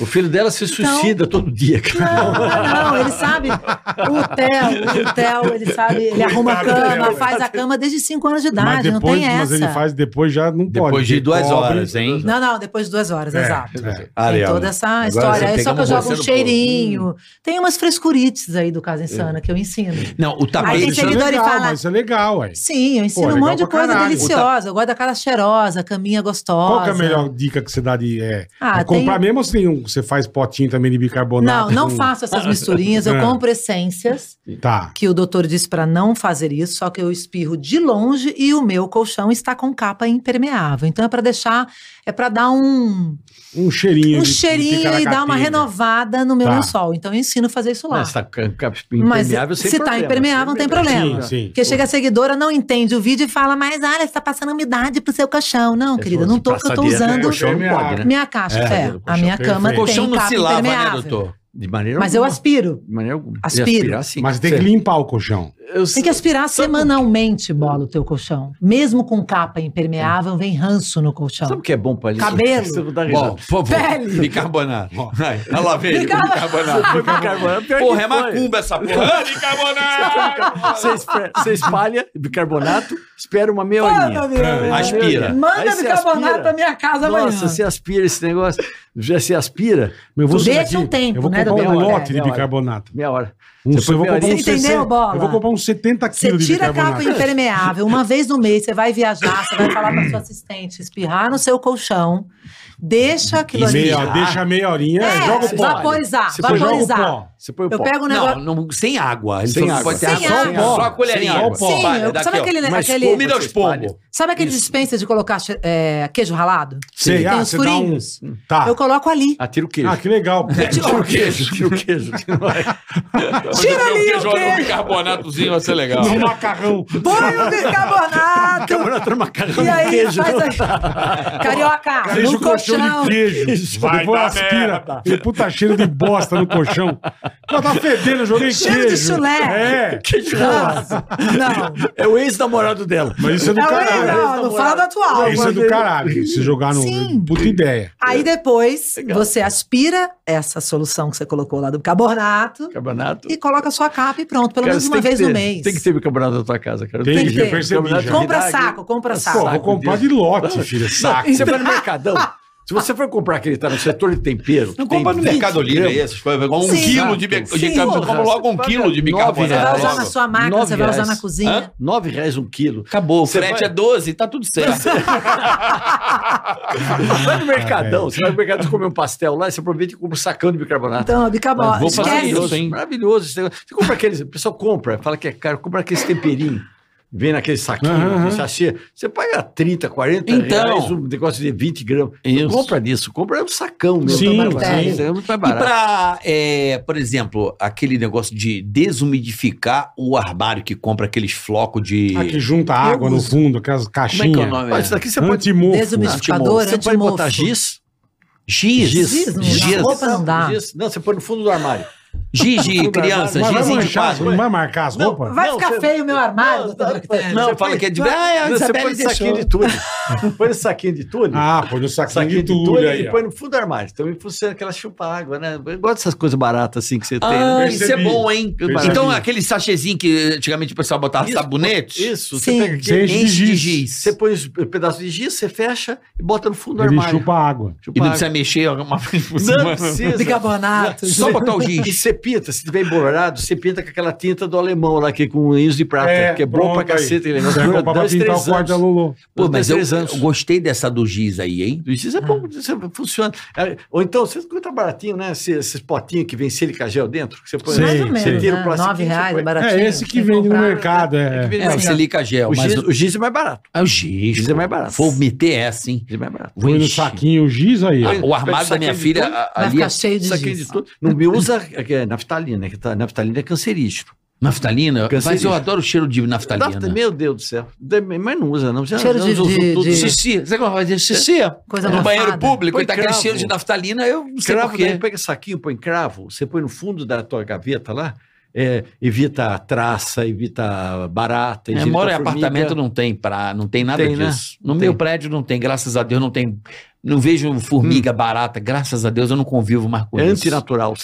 Speaker 5: O filho dela se suicida
Speaker 6: Então,
Speaker 5: todo dia,
Speaker 6: Não,
Speaker 5: cara.
Speaker 6: não, não, ele sabe. O Theo, o Theo, ele sabe, ele arruma a
Speaker 4: Coitado do
Speaker 6: cama,
Speaker 4: Theo.
Speaker 6: faz a cama desde 5 anos de
Speaker 4: mas
Speaker 6: idade,
Speaker 4: depois,
Speaker 6: não tem essa.
Speaker 4: mas ele faz depois já não pode.
Speaker 2: Depois de
Speaker 4: porque
Speaker 2: duas
Speaker 4: cobre.
Speaker 2: horas, hein?
Speaker 6: Não, não, depois de duas horas,
Speaker 4: É,
Speaker 6: exato.
Speaker 4: é.
Speaker 2: Ariel,
Speaker 6: Tem toda essa
Speaker 2: agora
Speaker 6: história.
Speaker 2: você
Speaker 6: É só que eu
Speaker 2: pegamos
Speaker 6: jogo
Speaker 2: você
Speaker 6: um
Speaker 2: no
Speaker 6: cheirinho. Tem umas frescurites aí do Casa
Speaker 4: É.
Speaker 6: Insana que eu ensino.
Speaker 2: Não, o
Speaker 6: Aí tem
Speaker 2: tapete...
Speaker 4: isso é
Speaker 6: seguidor e
Speaker 4: legal,
Speaker 6: fala-
Speaker 4: mas isso é legal, ué.
Speaker 6: Sim, eu
Speaker 4: Pô,
Speaker 6: ensino um
Speaker 4: legal
Speaker 6: monte de
Speaker 4: pra
Speaker 6: coisa
Speaker 4: caralho.
Speaker 6: deliciosa. Eu gosto da cara cheirosa, a caminha gostosa.
Speaker 4: Qual que é a melhor dica que você dá de é,
Speaker 6: Ah,
Speaker 4: é comprar
Speaker 6: tem-
Speaker 4: mesmo ou você, tem um- você faz potinho também de
Speaker 6: Não,
Speaker 4: bicarbonato?
Speaker 6: não
Speaker 4: com-
Speaker 6: faço essas misturinhas.
Speaker 4: É.
Speaker 6: Eu compro essências,
Speaker 4: Tá.
Speaker 6: que o doutor disse pra não fazer isso, só que eu espirro de longe e o meu colchão está com capa impermeável. Então é pra deixar, é pra dar um,
Speaker 4: Um cheirinho.
Speaker 6: um
Speaker 4: de- de
Speaker 6: cheirinho e dar uma
Speaker 4: picaracateca.
Speaker 6: renovada no meu
Speaker 4: Tá.
Speaker 6: lençol. Então eu ensino a fazer isso lá.
Speaker 5: Mas tá com a capa
Speaker 6: Mas
Speaker 5: impermeável sem
Speaker 6: se tá
Speaker 5: problema.
Speaker 6: impermeável, não tem problema.
Speaker 4: Sim, sim.
Speaker 6: Porque chega a seguidora, não entende o vídeo e fala, mas olha, você tá passando umidade pro seu colchão. Não, querida, não tô,
Speaker 5: Passar
Speaker 6: porque
Speaker 4: é,
Speaker 6: eu tô
Speaker 5: direto no
Speaker 6: é usando
Speaker 5: colchão não pode, né?
Speaker 6: minha caixa. É,
Speaker 5: É, o
Speaker 6: a
Speaker 5: colchão
Speaker 6: minha cama
Speaker 4: perfeito.
Speaker 6: tem
Speaker 2: colchão não
Speaker 6: capa
Speaker 2: se lava, né,
Speaker 6: impermeável.
Speaker 2: doutor?
Speaker 5: De maneira
Speaker 6: Mas eu
Speaker 5: alguma.
Speaker 6: aspiro.
Speaker 5: De maneira alguma. é E
Speaker 6: aspiro.
Speaker 5: aspirar, sim.
Speaker 4: Mas tem que limpar o colchão.
Speaker 5: Eu
Speaker 6: Tem que aspirar semanalmente, bola, o teu colchão. Mesmo com capa impermeável, vem ranço no
Speaker 5: Sabe
Speaker 6: colchão.
Speaker 5: o que é bom pra limpar?
Speaker 6: Cabelo.
Speaker 5: Você não dá
Speaker 2: Bom,
Speaker 5: risada.
Speaker 2: por favor,
Speaker 6: Pele.
Speaker 2: bicarbonato. Vai, Olha lá, veio ele com
Speaker 5: Foi
Speaker 2: bicarbonato.
Speaker 5: bicarbonato. Pior
Speaker 2: Porra,
Speaker 5: que
Speaker 2: é
Speaker 5: foi.
Speaker 2: macumba essa porra. Ah, bicarbonato!
Speaker 5: Você espre- Você espalha bicarbonato, espera uma meia horinha.
Speaker 2: Aspira.
Speaker 5: É, Aí
Speaker 6: Manda
Speaker 5: você
Speaker 6: bicarbonato
Speaker 5: aspira.
Speaker 6: pra minha casa amanhã.
Speaker 5: Nossa, você aspira esse negócio. Já se aspira,
Speaker 4: Meu, eu
Speaker 6: Tu
Speaker 4: sair
Speaker 6: deixa um
Speaker 4: aqui,
Speaker 6: tempo,
Speaker 4: Eu vou
Speaker 6: né,
Speaker 4: comprar um
Speaker 5: Daniel?
Speaker 4: lote
Speaker 5: É,
Speaker 4: de
Speaker 5: é, olha.
Speaker 4: bicarbonato.
Speaker 5: meia hora.
Speaker 4: Um,
Speaker 5: Você
Speaker 4: eu vou
Speaker 5: foi
Speaker 4: comprar um
Speaker 5: melhor.
Speaker 6: Você entendeu,
Speaker 4: 60
Speaker 6: Bola?
Speaker 4: Eu vou comprar um uns 70
Speaker 6: Você
Speaker 4: quilos de
Speaker 6: tira a capa
Speaker 4: bicarbonato.
Speaker 6: impermeável uma vez no mês, você vai viajar, você vai falar para sua assistente, espirrar no seu colchão, deixa aquilo
Speaker 4: E
Speaker 6: ali.
Speaker 4: meia, deixa meia horinha,
Speaker 6: É,
Speaker 4: joga o pó.
Speaker 6: vaporizar,
Speaker 5: Se for,
Speaker 4: Você joga o
Speaker 6: vaporizar.
Speaker 4: pó.
Speaker 5: Você põe o
Speaker 6: Eu
Speaker 5: pó.
Speaker 6: pego o negócio.
Speaker 2: Não, não, sem água. Ele
Speaker 5: Sem
Speaker 2: falou que
Speaker 5: água.
Speaker 2: Pode ter
Speaker 6: Sem
Speaker 2: água.
Speaker 6: água.
Speaker 2: Só a colherinha.
Speaker 5: Sem
Speaker 2: água.
Speaker 5: água.
Speaker 6: Sim,
Speaker 2: Espalha,
Speaker 6: eu-
Speaker 2: daqui,
Speaker 6: sabe
Speaker 2: ó.
Speaker 6: aquele,
Speaker 5: Mas
Speaker 6: né, aquele-
Speaker 5: come
Speaker 2: Comida aos pombos.
Speaker 6: sabe aquele
Speaker 5: Isso.
Speaker 6: dispenser de colocar che- é, queijo ralado?
Speaker 4: Sei,
Speaker 6: Tem
Speaker 4: ah,
Speaker 6: os
Speaker 4: você dá um...
Speaker 6: furinhos.
Speaker 4: Tá.
Speaker 6: Eu coloco ali.
Speaker 5: Atira o queijo.
Speaker 4: Ah, que legal.
Speaker 5: Tira o queijo, tira o queijo.
Speaker 6: Tira ali o
Speaker 7: Joga um
Speaker 6: queijo,
Speaker 7: bicarbonatozinho, vai ser legal.
Speaker 4: Um macarrão.
Speaker 6: põe o bicarbonato.
Speaker 5: Camarão no macarrão
Speaker 6: E
Speaker 5: no
Speaker 6: aí
Speaker 5: um queijo.
Speaker 6: faz a... Carioca,
Speaker 4: Deixa
Speaker 6: no
Speaker 4: o Ah, colchão
Speaker 6: colchão.
Speaker 4: de queijo.
Speaker 7: Vai
Speaker 4: Depois
Speaker 7: dar
Speaker 4: aspira.
Speaker 6: tá.
Speaker 7: merda.
Speaker 4: Tem puta cheiro de bosta no colchão. Ela tá fedendo, eu joguei
Speaker 6: Cheiro de
Speaker 4: queijo.
Speaker 6: chulé.
Speaker 4: É.
Speaker 6: Ah. Nossa, Não,
Speaker 5: É o ex-namorado dela.
Speaker 4: Mas isso é do
Speaker 6: não,
Speaker 4: caralho.
Speaker 6: não, não fala do atual.
Speaker 4: Isso é do caralho. Se jogar no.
Speaker 6: Sim.
Speaker 4: Puta ideia.
Speaker 6: Aí depois
Speaker 5: Legal.
Speaker 6: você aspira essa solução que você colocou lá do bicarbonato
Speaker 5: Bicarbonato.
Speaker 6: e coloca a sua capa e pronto, pelo
Speaker 5: Cara,
Speaker 6: menos
Speaker 5: você
Speaker 6: uma
Speaker 5: tem que
Speaker 6: vez
Speaker 5: ter-
Speaker 6: no mês.
Speaker 5: Tem que ter bicarbonato na tua casa, cara.
Speaker 4: Tem
Speaker 6: Tem
Speaker 4: que
Speaker 6: que
Speaker 4: eu
Speaker 6: ter.
Speaker 4: percebi
Speaker 5: Combinado.
Speaker 4: já.
Speaker 5: Como-
Speaker 6: Compra
Speaker 5: Verdade.
Speaker 6: saco, compra
Speaker 5: Nossa,
Speaker 4: Pô,
Speaker 6: saco.
Speaker 4: vou comprar de lote, filho. Saco.
Speaker 5: Você vai no Mercadão. Se você for comprar aquele que tá no setor de tempero.
Speaker 2: Não compra no Mercado Livre aí, essas coisas. Igual um
Speaker 6: Sim.
Speaker 7: quilo de, bica- de carbonato. Como logo um
Speaker 5: Paga
Speaker 7: quilo de
Speaker 5: nove
Speaker 6: Você vai
Speaker 7: bicarbonato.
Speaker 5: reais.
Speaker 6: usar na
Speaker 7: logo.
Speaker 6: sua máquina,
Speaker 5: Nove
Speaker 6: você vai usar
Speaker 5: reais.
Speaker 6: na cozinha.
Speaker 5: Nove reais um quilo.
Speaker 2: Acabou, o
Speaker 5: Você
Speaker 2: frete é
Speaker 5: vai-
Speaker 2: 12, tá tudo certo.
Speaker 5: Vai no Mercadão. Você vai no Mercadão comer um pastel lá e você aproveita e compra um sacão de bicarbonato.
Speaker 6: Então, bicarbonato.
Speaker 2: Vou fazer
Speaker 6: Esquece.
Speaker 2: isso, hein?
Speaker 5: Maravilhoso esse negócio. Você compra aqueles. O pessoal compra, fala que é caro, compra aqueles temperinhos. Vem naquele saquinho,
Speaker 4: Aham.
Speaker 5: aquele sachê. Você paga 30, 40
Speaker 2: Então.
Speaker 5: reais um negócio de 20 gramas.
Speaker 2: Isso.
Speaker 5: Não compra disso, compra um sacão mesmo.
Speaker 4: Sim,
Speaker 5: tá mais barato.
Speaker 4: sim.
Speaker 5: É muito
Speaker 2: E
Speaker 5: mais barato.
Speaker 2: pra, é, por exemplo, aquele negócio de desumidificar o armário que compra aqueles flocos de.
Speaker 4: Aqui junta água no fundo, aquelas
Speaker 2: Como é que é o
Speaker 4: caixinhas.
Speaker 2: nome?
Speaker 5: Mas isso
Speaker 2: É?
Speaker 5: daqui você pode.
Speaker 4: Antimofo.
Speaker 6: Desumidificador,
Speaker 5: Você pode botar
Speaker 6: antimofo.
Speaker 5: giz.
Speaker 2: Giz.
Speaker 6: Giz, não dá.
Speaker 2: Giz.
Speaker 6: Roupa não dá.
Speaker 5: giz. Não, você põe no fundo do armário.
Speaker 2: Giz de
Speaker 5: Não dá
Speaker 2: criança,
Speaker 4: Mas
Speaker 5: nada.
Speaker 2: giz
Speaker 4: vai
Speaker 2: de
Speaker 4: manchar,
Speaker 2: quadro.
Speaker 4: não vai marcar as roupas?
Speaker 6: Vai ficar
Speaker 5: você-
Speaker 6: feio o meu armário,
Speaker 5: Não,
Speaker 6: doutor
Speaker 5: não,
Speaker 6: Bactéria.
Speaker 2: Não,
Speaker 5: você
Speaker 2: fala
Speaker 5: põe-
Speaker 2: que é de. Ah, a
Speaker 5: Não, você põe
Speaker 2: Isabelle
Speaker 5: no saquinho
Speaker 2: deixou.
Speaker 5: de tule. põe no saquinho de tule.
Speaker 4: Ah, põe no saquinho,
Speaker 5: saquinho
Speaker 4: de tudo aí.
Speaker 5: e
Speaker 4: ó.
Speaker 5: põe no fundo do armário. Também funciona aquela chupa-água, né? Eu gosto dessas coisas baratas assim que você tem. né?
Speaker 2: Ah,
Speaker 4: Percebi.
Speaker 2: isso é bom, hein?
Speaker 4: Percebi.
Speaker 2: Então, aquele sachêzinho que antigamente o pessoal botava
Speaker 5: Isso,
Speaker 2: sabonete.
Speaker 5: Isso,
Speaker 6: Sim.
Speaker 5: você pega
Speaker 4: Você
Speaker 5: aquele,
Speaker 4: enche de
Speaker 2: Enche de
Speaker 4: giz.
Speaker 2: giz.
Speaker 5: você põe um pedaço de giz, você fecha e bota no fundo do
Speaker 4: Ele
Speaker 5: armário.
Speaker 4: chupa água.
Speaker 2: E
Speaker 5: Chupa
Speaker 2: não
Speaker 5: água.
Speaker 2: precisa mexer alguma vez por
Speaker 5: Não
Speaker 2: semana.
Speaker 5: precisa.
Speaker 6: Bicarbonato.
Speaker 2: Só botar o
Speaker 5: E
Speaker 2: giz.
Speaker 5: você pinta, se tiver embolorado, você pinta com aquela tinta do alemão lá, que é com enzo de prata, que é bom pra
Speaker 4: pronto aí.
Speaker 5: cacete. Ele
Speaker 4: Você vai comprar pra pintar o quarto da Lulu.
Speaker 2: Pô, mas eu,
Speaker 5: três anos.
Speaker 2: eu gostei dessa do giz aí, hein?
Speaker 5: Isso é bom, isso é- funciona. É, Ou então, você escuta baratinho, né? Esse- Esses, potinhos que vem silicagel dentro, que você põe.
Speaker 4: Sim,
Speaker 6: Mais ou
Speaker 4: sim.
Speaker 6: menos,
Speaker 5: Você tira o
Speaker 6: né?
Speaker 5: plastiquinho,
Speaker 6: Nove
Speaker 5: você
Speaker 6: reais,
Speaker 5: põe.
Speaker 6: é baratinho.
Speaker 4: É esse que
Speaker 6: Tem
Speaker 4: vende no
Speaker 6: comprar.
Speaker 4: mercado, é.
Speaker 5: vem
Speaker 2: É, o
Speaker 5: assim,
Speaker 2: silica gel.
Speaker 5: o,
Speaker 2: mas
Speaker 5: giz,
Speaker 2: o-
Speaker 5: o giz é mais barato.
Speaker 2: é o giz.
Speaker 5: O giz é mais barato.
Speaker 2: Vou meter essa, hein?
Speaker 5: O giz é mais barato.
Speaker 2: Vou
Speaker 4: Põe no
Speaker 2: encher.
Speaker 4: saquinho o giz aí. ó. É,
Speaker 2: Ah, O armário da
Speaker 5: Saquinho
Speaker 2: minha
Speaker 5: de
Speaker 2: filha
Speaker 5: tudo.
Speaker 2: a-
Speaker 6: Vai
Speaker 2: ali é
Speaker 6: ficar cheio de
Speaker 5: Isso aqui
Speaker 6: giz.
Speaker 5: de tudo. Não me usa é, naftalina, que tá, naftalina é cancerígeno.
Speaker 2: naftalina. Mas
Speaker 5: Cancerígeno.
Speaker 2: eu adoro o cheiro de naftalina.
Speaker 5: Nafta- meu Deus do céu. De- Mas não usa, não. Já,
Speaker 6: Cheiro
Speaker 5: já
Speaker 6: de-
Speaker 5: usou
Speaker 6: de-
Speaker 5: tudo.
Speaker 6: de-
Speaker 2: Xixi, sabe como vai fazer xixi?
Speaker 6: Coisa
Speaker 2: no
Speaker 6: abafada.
Speaker 2: É banheiro público,
Speaker 5: Põe
Speaker 2: e tá aquele
Speaker 5: cravo.
Speaker 2: cheiro de naftalina, eu não sei
Speaker 5: cravo, daí
Speaker 2: porquê.
Speaker 5: pega saquinho, põe cravo, você põe no fundo da tua gaveta lá, é, evita traça, evita barata,
Speaker 2: Eu
Speaker 5: evita
Speaker 2: moro É, em
Speaker 5: formiga.
Speaker 2: apartamento, não tem pra, não tem nada
Speaker 5: Tem, né?
Speaker 2: disso. No
Speaker 5: Tem.
Speaker 2: meu prédio não tem, graças a Deus não tem. Não vejo formiga barata, graças a Deus eu não convivo mais com
Speaker 5: Hum. É
Speaker 2: isso.
Speaker 5: antinatural.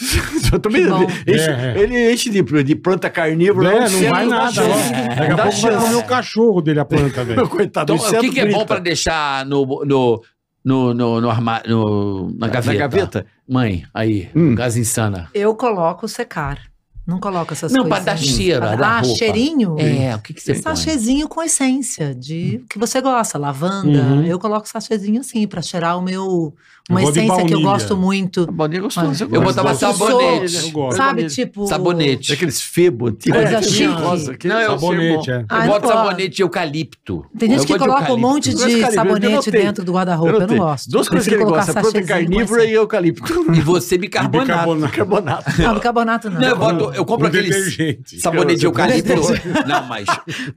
Speaker 5: Eu também-
Speaker 6: Que bom.
Speaker 5: enche-
Speaker 4: É, é.
Speaker 5: Ele enche de, de planta carnívora.
Speaker 4: É,
Speaker 5: lá,
Speaker 4: não
Speaker 5: você
Speaker 4: vai
Speaker 5: dá
Speaker 4: nada.
Speaker 5: chance.
Speaker 4: ó. Daqui a
Speaker 5: Dá
Speaker 4: pouco vai
Speaker 5: chance.
Speaker 4: comer o cachorro dele a planta, velho.
Speaker 5: Meu coitado,
Speaker 2: Então,
Speaker 5: inseto
Speaker 2: o que, que é bom
Speaker 5: grita.
Speaker 2: pra deixar no, no, no, no, no armário, no- na gaveta?
Speaker 5: Na gaveta?
Speaker 2: Mãe, aí,
Speaker 5: Hum.
Speaker 2: gás insana.
Speaker 6: Eu coloco secar. Não coloco essas
Speaker 2: Não, pra
Speaker 6: coisas.
Speaker 2: dar cheiro,
Speaker 6: Pra
Speaker 2: dar
Speaker 6: dar né?
Speaker 2: roupa.
Speaker 6: cheirinho?
Speaker 2: É, o que, que você põe?
Speaker 6: Sachêzinho com essência de que você gosta, lavanda.
Speaker 4: Uhum.
Speaker 6: Eu coloco sachêzinho assim pra cheirar o meu uma
Speaker 4: Eu vou de
Speaker 6: essência que eu
Speaker 4: baunilha.
Speaker 6: gosto muito.
Speaker 5: A bolinha é gostosa.
Speaker 6: Eu
Speaker 5: gosto.
Speaker 2: botava
Speaker 5: gosto.
Speaker 2: sabonete.
Speaker 5: Eu
Speaker 4: gosto.
Speaker 6: Sabe,
Speaker 5: Sabonete.
Speaker 6: tipo
Speaker 2: Sabonete.
Speaker 5: É Aqueles febo antigos.
Speaker 6: Coisa
Speaker 5: aqueles
Speaker 6: chique.
Speaker 5: rosa, aqueles
Speaker 2: Não, eu-
Speaker 4: Sabonete, é.
Speaker 6: Ah,
Speaker 2: eu
Speaker 6: não
Speaker 2: boto
Speaker 6: gosto.
Speaker 2: sabonete de eucalipto.
Speaker 6: Tem
Speaker 2: Eu
Speaker 6: gente que
Speaker 2: gosto de
Speaker 6: coloca um
Speaker 2: eucalipto.
Speaker 6: monte
Speaker 5: Mas,
Speaker 6: de
Speaker 5: cara, eu
Speaker 6: sabonete
Speaker 5: denotei.
Speaker 6: dentro do guarda-roupa. Eu não
Speaker 5: Denotei.
Speaker 6: gosto.
Speaker 5: Duas coisas que
Speaker 6: Prefiro
Speaker 5: ele
Speaker 6: colocar assim.
Speaker 5: gosta, planta
Speaker 6: sachêzinho com
Speaker 5: carnívora e
Speaker 6: essência.
Speaker 5: eucalipto.
Speaker 2: E você bicarbonato.
Speaker 4: Bicarbonato.
Speaker 5: Carbonato.
Speaker 6: Não, bicarbonato não.
Speaker 2: Não, eu boto, eu compro
Speaker 4: Um
Speaker 2: aqueles
Speaker 4: detergente.
Speaker 2: sabonete de eucalipto. Não, mas,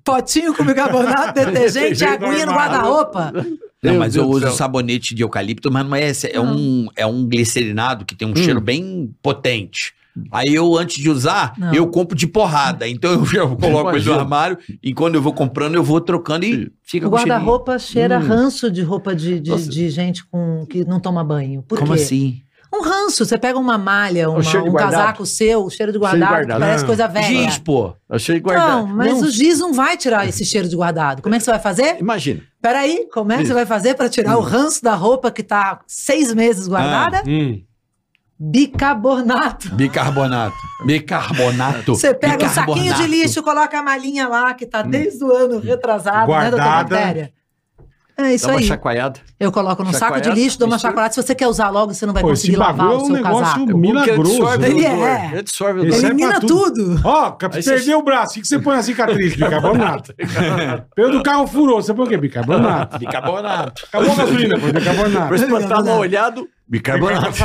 Speaker 6: Potinho com bicarbonato, detergente, aguinha no
Speaker 4: armário.
Speaker 6: guarda-roupa.
Speaker 2: não,
Speaker 5: Meu
Speaker 2: mas eu
Speaker 5: Deus do
Speaker 2: uso
Speaker 5: céu.
Speaker 2: sabonete de eucalipto, mas não é esse. É,
Speaker 6: Uhum.
Speaker 2: um, é um glicerinado que tem um cheiro bem potente. Aí eu, antes de usar,
Speaker 6: Não.
Speaker 2: eu compro de porrada. Então eu, eu coloco ele no
Speaker 5: Imagina.
Speaker 2: armário e quando eu vou comprando, eu vou trocando e fica
Speaker 6: O
Speaker 2: com cheirinho.
Speaker 6: guarda-roupa cheira ranço de roupa de, de-
Speaker 5: Nossa.
Speaker 6: de gente com, que não toma banho. Por
Speaker 2: Como
Speaker 6: quê?
Speaker 2: assim?
Speaker 6: Um ranço. Você pega uma malha, uma-
Speaker 5: cheiro de
Speaker 6: um
Speaker 5: guardado.
Speaker 6: casaco seu, o cheiro de
Speaker 5: Cheiro de
Speaker 6: guardado,
Speaker 5: guardado.
Speaker 6: que parece
Speaker 4: Ah.
Speaker 6: coisa velha.
Speaker 2: Giz, pô.
Speaker 5: Achei
Speaker 6: Não,
Speaker 5: guardado.
Speaker 6: mas o giz não vai tirar esse cheiro de guardado. Como é que você vai fazer?
Speaker 5: Imagina.
Speaker 6: Peraí, Hum. como é que você vai fazer para tirar o ranço da roupa que tá seis meses guardada?
Speaker 4: Hum.
Speaker 6: bicarbonato.
Speaker 2: Bicarbonato. Bicarbonato.
Speaker 6: Você pega um
Speaker 2: Bicarbonato.
Speaker 6: saquinho de lixo, coloca a malinha lá, que tá desde o ano retrasado, né, doutor
Speaker 4: Guardada.
Speaker 6: Bactéria? É isso
Speaker 5: Dá uma
Speaker 6: aí.
Speaker 5: chacoalhada.
Speaker 6: Eu coloco no saco de
Speaker 5: chacoalhada,
Speaker 6: lixo, dou uma
Speaker 5: mistura.
Speaker 6: chacoalhada. Se você quer usar logo, você não vai
Speaker 4: Pô, esse
Speaker 6: conseguir lavar
Speaker 4: bagulho é
Speaker 6: o
Speaker 4: um
Speaker 6: seu casaco.
Speaker 4: negócio milagroso.
Speaker 5: Porque
Speaker 6: Ele
Speaker 5: Ele
Speaker 6: é.
Speaker 5: absorve o odor. Absorve o
Speaker 4: Ele
Speaker 5: odor.
Speaker 4: serve pra
Speaker 6: Elimina tudo.
Speaker 4: Ó, cap-
Speaker 5: Aí você-
Speaker 4: perdeu o braço. O que que você põe na cicatriz? Bicarbonato. Pelo do carro furou. Você põe o quê? Bicarbonato.
Speaker 7: Bicarbonato.
Speaker 4: Acabou a gasolina, põe bicarbonato.
Speaker 5: Pra espantar tá mal olhado, bicarbonato.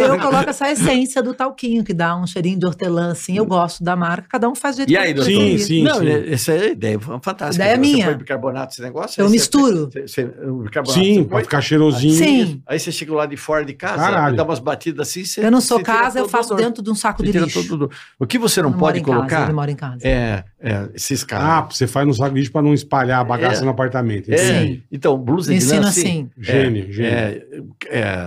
Speaker 6: Eu coloco essa essência do talquinho, que dá um cheirinho de hortelã, assim. Eu gosto da marca, cada um faz do jeito
Speaker 2: E
Speaker 6: que
Speaker 2: aí,
Speaker 6: prefere.
Speaker 4: Sim, sim,
Speaker 5: não,
Speaker 4: sim.
Speaker 5: né, essa é a ideia fantástica.
Speaker 6: Ideia é
Speaker 5: você
Speaker 6: minha.
Speaker 5: põe bicarbonato esse negócio.
Speaker 6: Eu
Speaker 5: aí você-
Speaker 6: misturo.
Speaker 5: você- você- o bicarbonato
Speaker 4: Sim,
Speaker 5: você
Speaker 4: pra
Speaker 5: põe,
Speaker 4: ficar cheirosinho.
Speaker 6: Sim.
Speaker 5: Aí você chega lá de fora de casa,
Speaker 4: Caralho.
Speaker 5: dá umas batidas assim. Você,
Speaker 6: Eu não sou
Speaker 5: você tira
Speaker 6: casa, eu
Speaker 5: todo o
Speaker 6: faço
Speaker 5: odor.
Speaker 6: dentro de um saco
Speaker 5: Você
Speaker 6: de
Speaker 5: tira
Speaker 6: lixo.
Speaker 5: todo o odor. O que você não,
Speaker 6: Eu moro
Speaker 5: pode
Speaker 6: em casa,
Speaker 5: colocar
Speaker 6: Ele mora em casa.
Speaker 5: é, é esses
Speaker 4: Ah,
Speaker 5: caras.
Speaker 4: você faz no saco de lixo pra não espalhar a bagaça
Speaker 5: É.
Speaker 4: no apartamento.
Speaker 5: é,
Speaker 6: sim.
Speaker 5: Então, blusa de
Speaker 6: Ensino
Speaker 5: lã
Speaker 6: assim.
Speaker 4: Gênio, gênio.
Speaker 5: É, é,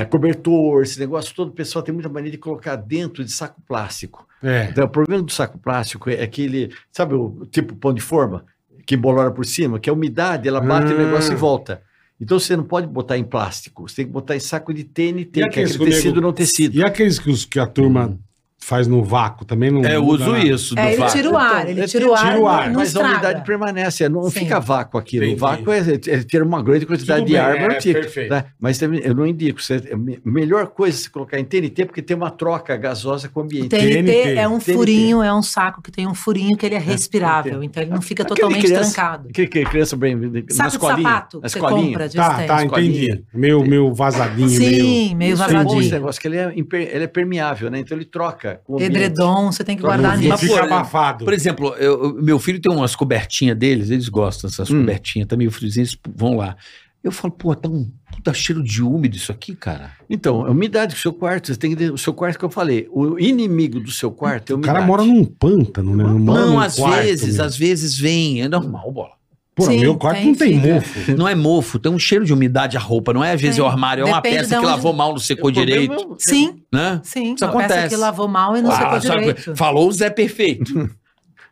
Speaker 5: é, cobertor, esse negócio todo, o pessoal tem muita mania de colocar dentro de saco plástico.
Speaker 4: É.
Speaker 5: Então, o problema do saco plástico é que ele, sabe o tipo pão de forma, que embolora por cima, que a umidade, ela bate
Speaker 4: Ah.
Speaker 5: o negócio e volta. Então você não pode botar em plástico, você tem que botar em saco de TNT,
Speaker 4: E
Speaker 5: que é
Speaker 4: aquele
Speaker 5: aquele
Speaker 4: escondego?
Speaker 5: tecido não tecido.
Speaker 4: E aqueles que, os- que a turma faz no vácuo também não.
Speaker 2: É, eu
Speaker 4: muda
Speaker 2: uso
Speaker 4: nada.
Speaker 2: isso. do
Speaker 6: É, ele
Speaker 2: vácuo.
Speaker 6: tira o ar, ele tira o ar,
Speaker 4: Tira o ar,
Speaker 6: não, não
Speaker 5: Ah, Mas a umidade
Speaker 6: estraga.
Speaker 5: permanece, é, não
Speaker 6: Sim.
Speaker 5: fica vácuo aquilo.
Speaker 4: Entendi.
Speaker 5: O vácuo é, é ter uma grande quantidade
Speaker 4: Tudo
Speaker 5: de
Speaker 4: bem,
Speaker 5: ar, mas
Speaker 4: é,
Speaker 5: não fica,
Speaker 4: perfeito.
Speaker 5: tá? Mas também eu não indico. Você, é me- melhor coisa é você colocar em TNT, porque tem uma troca gasosa com o
Speaker 6: O
Speaker 5: ambiente.
Speaker 6: TNT,
Speaker 4: TNT.
Speaker 6: é um
Speaker 5: TNT.
Speaker 6: furinho, é um saco que tem um furinho que ele é respirável,
Speaker 5: TNT.
Speaker 6: então ele não fica
Speaker 5: Aquele
Speaker 6: totalmente
Speaker 5: criança-
Speaker 6: trancado.
Speaker 5: Que, que criança bem, na
Speaker 6: Saco de
Speaker 5: escolinha,
Speaker 6: sapato
Speaker 5: na
Speaker 6: que você
Speaker 5: escolinha.
Speaker 6: compra de
Speaker 4: Tá, tá,
Speaker 6: estante.
Speaker 4: entendi. Meu, meu vazadinho, meu.
Speaker 6: Sim, meio
Speaker 5: Isso é bom esse
Speaker 6: vazadinho.
Speaker 5: negócio, que ele é, imper- ele é permeável, né? Então ele troca com o ambiente.
Speaker 6: Edredom, você tem que
Speaker 5: Pra
Speaker 6: guardar
Speaker 4: Não,
Speaker 6: nisso.
Speaker 4: não
Speaker 2: Mas,
Speaker 4: fica
Speaker 2: pô,
Speaker 4: abafado.
Speaker 2: Por exemplo, eu- eu- meu filho tem umas cobertinhas deles, eles gostam dessas
Speaker 5: Hum.
Speaker 2: cobertinhas, tá meio friozinho, eles vão lá. Eu falo, pô, tá um puta cheiro de úmido isso aqui, cara.
Speaker 5: Então, a umidade do seu quarto, você tem que ter- o seu quarto que eu falei, o inimigo do seu quarto é a
Speaker 4: O
Speaker 5: umidade.
Speaker 4: cara mora num pântano, né? Não, mora
Speaker 2: não,
Speaker 4: num
Speaker 2: às
Speaker 4: quarto,
Speaker 2: vezes,
Speaker 4: meu.
Speaker 2: às vezes vem, é normal, bola.
Speaker 4: Pô,
Speaker 6: Sim,
Speaker 4: meu quarto
Speaker 6: tem,
Speaker 4: não tem
Speaker 6: fica.
Speaker 4: mofo.
Speaker 2: Não é mofo, tem um cheiro de umidade a roupa, não é às vezes
Speaker 6: Tem.
Speaker 2: é o armário, é uma
Speaker 6: Depende
Speaker 2: peça
Speaker 6: de onde-
Speaker 2: que lavou mal, não secou direito,
Speaker 6: Sim,
Speaker 2: né?
Speaker 6: sim.
Speaker 2: Isso
Speaker 6: uma peça
Speaker 2: acontece.
Speaker 6: que lavou mal e não
Speaker 2: Ah,
Speaker 6: secou
Speaker 2: sabe-
Speaker 6: direito.
Speaker 2: falou o Zé é Perfeito.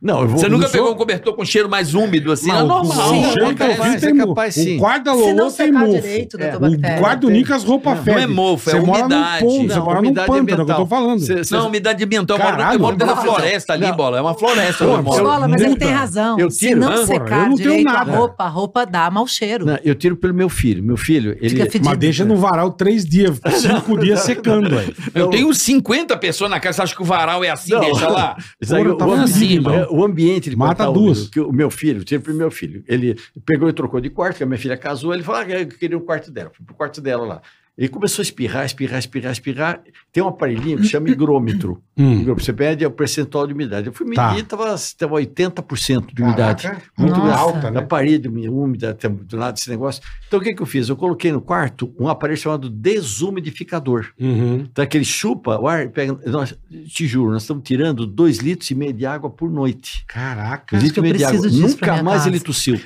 Speaker 5: Não, eu vou...
Speaker 2: Você nunca
Speaker 5: não sou-
Speaker 2: pegou um cobertor com cheiro mais úmido assim?
Speaker 5: Não,
Speaker 2: é
Speaker 5: não,
Speaker 2: normal.
Speaker 5: sim,
Speaker 4: o cheiro que eu
Speaker 5: acontece,
Speaker 4: vi
Speaker 5: é
Speaker 4: tem mofo.
Speaker 5: capaz, sim.
Speaker 4: O quarto da
Speaker 6: Se não
Speaker 4: Lolo tem
Speaker 6: secar
Speaker 4: mofo.
Speaker 6: direito,
Speaker 5: É,
Speaker 6: doutor
Speaker 4: O
Speaker 6: Bactéria.
Speaker 4: quarto do
Speaker 5: tem.
Speaker 4: Nico as roupas
Speaker 5: Não,
Speaker 4: fedem.
Speaker 2: não é mofo, é
Speaker 4: Você mora
Speaker 2: umidade.
Speaker 4: num ponto, você
Speaker 5: Não,
Speaker 4: mora num
Speaker 5: umidade
Speaker 4: pântano, é o que eu tô
Speaker 5: ambiental.
Speaker 4: falando.
Speaker 5: Você- você-
Speaker 2: Não, umidade ambiental.
Speaker 4: Caralho,
Speaker 2: eu moro dentro da
Speaker 4: nossa.
Speaker 2: floresta ali,
Speaker 5: Não.
Speaker 2: bola. É uma floresta.
Speaker 4: Pô,
Speaker 2: eu moro.
Speaker 4: eu-
Speaker 6: Bola, mas
Speaker 4: Nunca.
Speaker 6: ele tem razão.
Speaker 5: Eu
Speaker 6: Se
Speaker 5: tiro,
Speaker 6: não
Speaker 5: né?
Speaker 4: Porra,
Speaker 6: secar
Speaker 4: eu não tenho
Speaker 6: direito
Speaker 4: nada.
Speaker 6: a roupa, a roupa dá mau cheiro.
Speaker 5: Não, tá, eu tiro pelo meu filho. Meu filho, ele...
Speaker 6: Fica fedido.
Speaker 4: Mas deixa no varal três dias, cinco dias secando, velho.
Speaker 2: Eu tenho 50 pessoas na casa. Você acha que o varal é assim?
Speaker 5: Não.
Speaker 2: Deixa lá.
Speaker 5: Sabe,
Speaker 4: Porra,
Speaker 5: o,
Speaker 4: tava
Speaker 5: ambi-
Speaker 2: assim,
Speaker 5: é, o ambiente de
Speaker 4: Mata
Speaker 5: Mata
Speaker 4: duas.
Speaker 5: duas. Que o meu filho, sempre meu filho, ele pegou e trocou de quarto, que a minha filha casou, ele falou ah, eu queria o quarto dela, fui pro quarto dela lá. Ele começou a espirrar, espirrar, espirrar, espirrar. Tem um aparelhinho que chama higrômetro.
Speaker 4: Hum.
Speaker 5: Higrômetro, Você pede o percentual de umidade. Eu fui
Speaker 4: Tá.
Speaker 5: medir, estava 80% de umidade.
Speaker 4: Caraca,
Speaker 5: Muito
Speaker 6: Nossa.
Speaker 5: alta, né? Na parede minha úmida, tem- do lado desse negócio. Então, o que, que eu fiz? Eu coloquei no quarto um aparelho chamado desumidificador.
Speaker 4: Uhum.
Speaker 5: Então, aquele chupa o ar e pega. Nós, te juro, nós estamos tirando 2 litros e meio de água por noite.
Speaker 4: Caraca.
Speaker 5: Dois litros e
Speaker 6: eu
Speaker 5: meio de água.
Speaker 6: preciso disso pra
Speaker 5: Nunca
Speaker 6: minha
Speaker 5: mais
Speaker 6: casa.
Speaker 5: ele tossiu.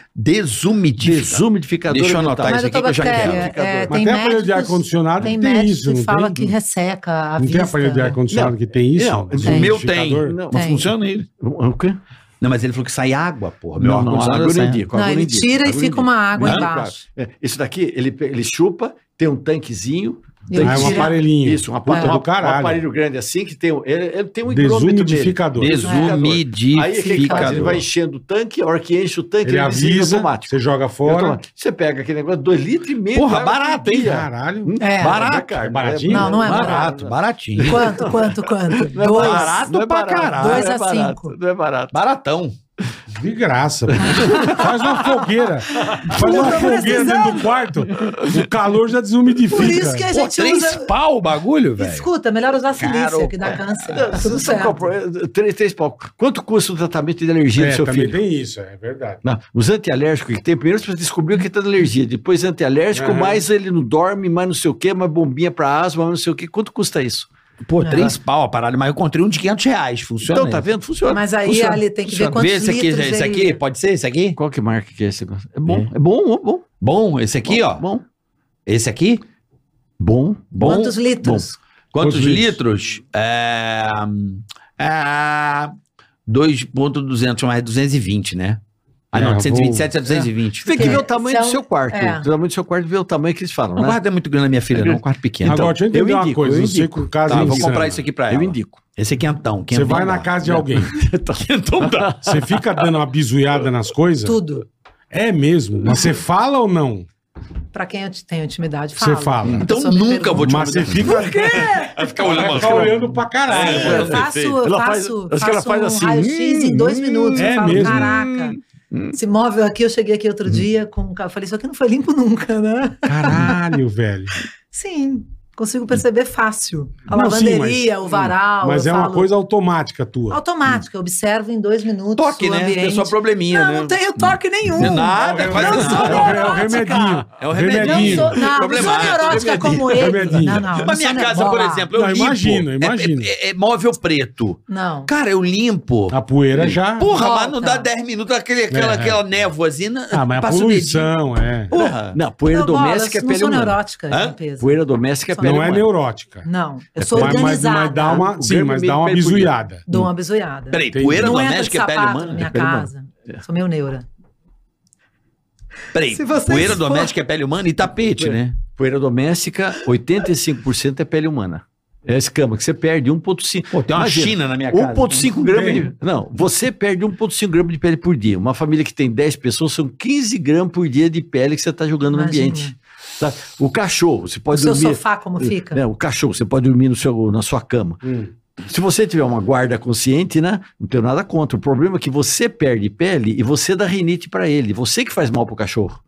Speaker 2: Desumidificador.
Speaker 5: Desumidificador. tá.
Speaker 2: Deixa eu
Speaker 5: ambiental.
Speaker 2: anotar
Speaker 6: Mas,
Speaker 2: isso aqui
Speaker 6: doutor
Speaker 2: que eu já quero.
Speaker 6: Bactéria, é,
Speaker 4: Mas
Speaker 6: tem
Speaker 4: tem aparelho de
Speaker 6: médicos,
Speaker 4: ar-condicionado
Speaker 6: tem
Speaker 4: que tem
Speaker 6: médicos
Speaker 4: isso,
Speaker 6: que
Speaker 4: não
Speaker 6: fala
Speaker 4: tem?
Speaker 6: que resseca a
Speaker 4: Não
Speaker 6: vista.
Speaker 4: tem aparelho de ar-condicionado que tem isso? Ah, é
Speaker 5: Não,
Speaker 4: Tem.
Speaker 2: o meu tem.
Speaker 4: Liquidificador?
Speaker 5: Não,
Speaker 2: Mas
Speaker 6: Tem.
Speaker 2: funciona ele.
Speaker 5: o quê?
Speaker 2: Não, mas ele falou que sai água, porra. Meu
Speaker 5: Não, assim. não,
Speaker 2: ar-condicionado
Speaker 5: água eu não
Speaker 2: sai-
Speaker 5: indico.
Speaker 6: Não,
Speaker 5: água eu
Speaker 6: ele
Speaker 5: indico,
Speaker 6: tira e
Speaker 5: água eu
Speaker 6: fica
Speaker 5: indico.
Speaker 6: uma água
Speaker 5: Não,
Speaker 6: embaixo.
Speaker 5: É, isso daqui, ele, pe- ele chupa, tem um tanquezinho.
Speaker 6: Ele
Speaker 4: Ah, é um
Speaker 6: tira-
Speaker 4: aparelhinho.
Speaker 5: Isso, uma, puta
Speaker 6: É.
Speaker 5: uma,
Speaker 4: Do caralho.
Speaker 5: um aparelho grande assim, que tem, um- ele, ele tem um higrômetro nele.
Speaker 4: Desumidificador.
Speaker 5: Aí o que ele faz? Ele vai
Speaker 2: Desumidificador.
Speaker 5: enchendo o tanque, a hora que enche o tanque,
Speaker 4: Ele
Speaker 5: desliga
Speaker 4: avisa,
Speaker 5: é automático.
Speaker 4: você joga
Speaker 5: Ele
Speaker 4: fora.
Speaker 5: automático. Você pega aquele negócio, 2 litros e meio.
Speaker 2: Porra,
Speaker 5: de água
Speaker 2: barato,
Speaker 5: por
Speaker 2: hein,
Speaker 5: dia.
Speaker 4: Caralho.
Speaker 5: Hum,
Speaker 6: É.
Speaker 2: Barato,
Speaker 5: né, cara?
Speaker 4: é baratinho?
Speaker 6: Não, não é
Speaker 2: Barato, baratinho.
Speaker 6: Quanto, quanto, quanto?
Speaker 5: Não é
Speaker 6: Dois.
Speaker 2: barato
Speaker 5: não é
Speaker 2: pra
Speaker 5: barato,
Speaker 2: caralho.
Speaker 5: não é
Speaker 6: Dois a
Speaker 5: barato,
Speaker 6: cinco.
Speaker 5: Não é barato.
Speaker 2: Baratão.
Speaker 4: De graça. pô. Faz uma fogueira. Faz
Speaker 6: Eu
Speaker 4: uma
Speaker 6: tô
Speaker 4: fogueira dentro do quarto. O calor já desumidifica. É,
Speaker 6: Por isso que a
Speaker 2: Pô,
Speaker 6: gente
Speaker 2: três
Speaker 6: usa...
Speaker 2: pau o bagulho, velho.
Speaker 6: Escuta, melhor usar silício,
Speaker 2: Caro,
Speaker 6: que dá câncer.
Speaker 5: Não,
Speaker 6: Tá Tudo
Speaker 5: você
Speaker 6: certo.
Speaker 5: não comprou- Três, três pau. Quanto custa o tratamento de alergia
Speaker 4: É,
Speaker 5: do seu
Speaker 4: também
Speaker 5: filho?
Speaker 4: tem isso, é verdade.
Speaker 5: Não, os antialérgicos que tem, primeiro você descobriu que está de alergia, depois antialérgico,
Speaker 4: Aham.
Speaker 5: mais ele não dorme, mais não sei o quê, mais bombinha para asma, mais não sei o quê. Quanto custa isso?
Speaker 2: Pô,
Speaker 6: Ah.
Speaker 2: três pau a parada, mas eu encontrei um de 500 reais. Funciona?
Speaker 5: Então, tá vendo? Funciona.
Speaker 6: Mas aí
Speaker 5: funciona.
Speaker 6: ali tem que ver
Speaker 5: Funciona.
Speaker 6: quantos
Speaker 2: Vê esse aqui,
Speaker 6: litros
Speaker 2: esse
Speaker 6: ele-
Speaker 2: aqui, pode ser esse aqui?
Speaker 5: Qual que marca que é esse negócio? É bom, é, bom, bom, bom.
Speaker 2: Bom, esse aqui, ó.
Speaker 5: Bom,
Speaker 2: Esse aqui?
Speaker 5: bom.
Speaker 2: é Bom.
Speaker 6: Quantos litros?
Speaker 2: Quantos,
Speaker 4: Quantos
Speaker 2: litros? É... É... 2.200, mais 220, né? Ah,
Speaker 4: É,
Speaker 2: não,
Speaker 4: vou-
Speaker 2: de 127 a 220.
Speaker 5: Tem que ver o tamanho
Speaker 6: São-
Speaker 5: do seu quarto.
Speaker 6: é.
Speaker 5: O tamanho do seu quarto e ver o tamanho que eles falam,
Speaker 2: Não
Speaker 5: né?
Speaker 2: guarda muito grande na minha filha, não. Um quarto pequeno.
Speaker 4: Agora, deixa eu entender
Speaker 5: eu
Speaker 4: uma
Speaker 5: indico,
Speaker 4: coisa.
Speaker 5: eu
Speaker 4: Eu sei
Speaker 5: indico.
Speaker 4: que o caso
Speaker 2: tá,
Speaker 4: é
Speaker 2: vou
Speaker 4: insano.
Speaker 2: comprar isso aqui pra ela.
Speaker 5: Eu indico.
Speaker 2: Esse é então quentão.
Speaker 4: Você
Speaker 2: quentão
Speaker 4: vai na
Speaker 2: dá.
Speaker 4: casa de alguém,
Speaker 2: Quentão dá.
Speaker 4: você fica dando uma bizuiada nas coisas.
Speaker 6: Tudo.
Speaker 4: É mesmo. Mas você fala ou não?
Speaker 6: Pra quem eu te- tenho intimidade,
Speaker 4: Você
Speaker 6: fala.
Speaker 4: fala.
Speaker 6: A
Speaker 2: Então
Speaker 6: pessoa me
Speaker 2: nunca vou te
Speaker 4: Mas você
Speaker 2: convidar.
Speaker 4: fica
Speaker 7: Vai ficar olhando,
Speaker 4: fica olhando pra caralho.
Speaker 6: Sim, eu
Speaker 4: velho.
Speaker 6: faço, eu
Speaker 5: Ela faz-
Speaker 6: faço,
Speaker 5: acho que ela
Speaker 6: faço
Speaker 5: faz
Speaker 6: um
Speaker 5: assim,
Speaker 6: raio-x em dois minutos.
Speaker 4: é
Speaker 6: eu falo,
Speaker 4: mesmo.
Speaker 6: caraca, esse móvel aqui, eu cheguei aqui outro dia com um carro. Falei, isso aqui não foi limpo nunca, né?
Speaker 4: Caralho, velho.
Speaker 6: Sim, consigo perceber fácil. A
Speaker 4: Não, sim,
Speaker 6: lavanderia,
Speaker 4: mas- hum,
Speaker 6: o varal.
Speaker 4: Mas
Speaker 6: eu
Speaker 4: é uma
Speaker 6: falo,
Speaker 4: coisa automática tua.
Speaker 6: automática. Eu observo em dois minutos
Speaker 2: Toque,
Speaker 6: o
Speaker 2: né?
Speaker 6: ambiente.
Speaker 2: É só probleminha,
Speaker 6: não,
Speaker 2: né?
Speaker 6: não tenho toque nenhum.
Speaker 2: Não, nada,
Speaker 4: é, o-
Speaker 2: quase
Speaker 6: não sou
Speaker 2: nada.
Speaker 4: é o- é o
Speaker 6: neurótica.
Speaker 4: remedinho.
Speaker 2: É o
Speaker 6: Não
Speaker 2: remedinho.
Speaker 6: sou, não, não sou
Speaker 2: Problemático,
Speaker 6: neurótica como ele.
Speaker 4: Remedinho.
Speaker 6: Não, não, não
Speaker 2: Mas minha
Speaker 6: sou
Speaker 2: casa,
Speaker 6: neurótica.
Speaker 2: por exemplo, eu
Speaker 4: Não,
Speaker 2: limpo.
Speaker 4: imagino,
Speaker 2: É-
Speaker 4: imagino.
Speaker 2: É, é móvel preto.
Speaker 6: Não.
Speaker 2: Cara, eu limpo.
Speaker 4: A poeira já.
Speaker 2: Porra,
Speaker 6: Volta.
Speaker 2: mas não dá 10 minutos aquele, aquela,
Speaker 4: Ah, É.
Speaker 2: aquela névoazinha.
Speaker 4: Ah, mas a
Speaker 2: passa o dedinho.
Speaker 4: poluição, é.
Speaker 2: Porra.
Speaker 5: Não, poeira
Speaker 6: Não, Bola,
Speaker 5: doméstica é
Speaker 6: não
Speaker 5: pele
Speaker 6: sou
Speaker 5: humana.
Speaker 6: neurótica
Speaker 2: Hã?
Speaker 6: em limpeza.
Speaker 5: Poeira doméstica é
Speaker 6: Não
Speaker 5: pele
Speaker 4: Não é
Speaker 5: humana.
Speaker 4: neurótica.
Speaker 6: Não, eu sou
Speaker 4: É Mas- mas-
Speaker 6: organizada.
Speaker 4: Mas dá uma,
Speaker 5: O
Speaker 4: sim,
Speaker 5: verbo
Speaker 4: mas
Speaker 5: meio
Speaker 4: dá uma
Speaker 5: perpulhado.
Speaker 4: bizuiada.
Speaker 6: Dou uma bizoiada.
Speaker 2: Peraí,
Speaker 4: Entendi.
Speaker 2: poeira
Speaker 6: não entra de
Speaker 2: doméstica é
Speaker 6: sapato
Speaker 2: pele
Speaker 6: na
Speaker 2: humana?
Speaker 6: minha
Speaker 5: pele humana.
Speaker 6: casa. Sou meio neura.
Speaker 2: Peraí,
Speaker 6: Se vocês
Speaker 2: poeira
Speaker 6: for-
Speaker 2: doméstica é pele humana e tapete, né?
Speaker 5: Poeira doméstica, 85% é pele humana. É a escama que você perde 1,5.
Speaker 2: Pô, tem uma
Speaker 5: Imagina,
Speaker 2: China na minha casa.
Speaker 5: 1,5 gramas de. Não, você perde 1,5 gramas de pele por dia. Uma família que tem 10 pessoas são 15 gramas por dia de pele que você está jogando
Speaker 6: Imagina.
Speaker 5: no ambiente. Tá? O cachorro, você
Speaker 6: O
Speaker 5: pode
Speaker 6: seu
Speaker 5: dormir.
Speaker 6: sofá como fica?
Speaker 5: É, o cachorro, você pode dormir no seu, na sua cama.
Speaker 2: Hum.
Speaker 5: Se você tiver uma guarda consciente, né? Não tenho nada contra. O problema é que você perde pele e você dá rinite para ele. Você que faz mal pro cachorro,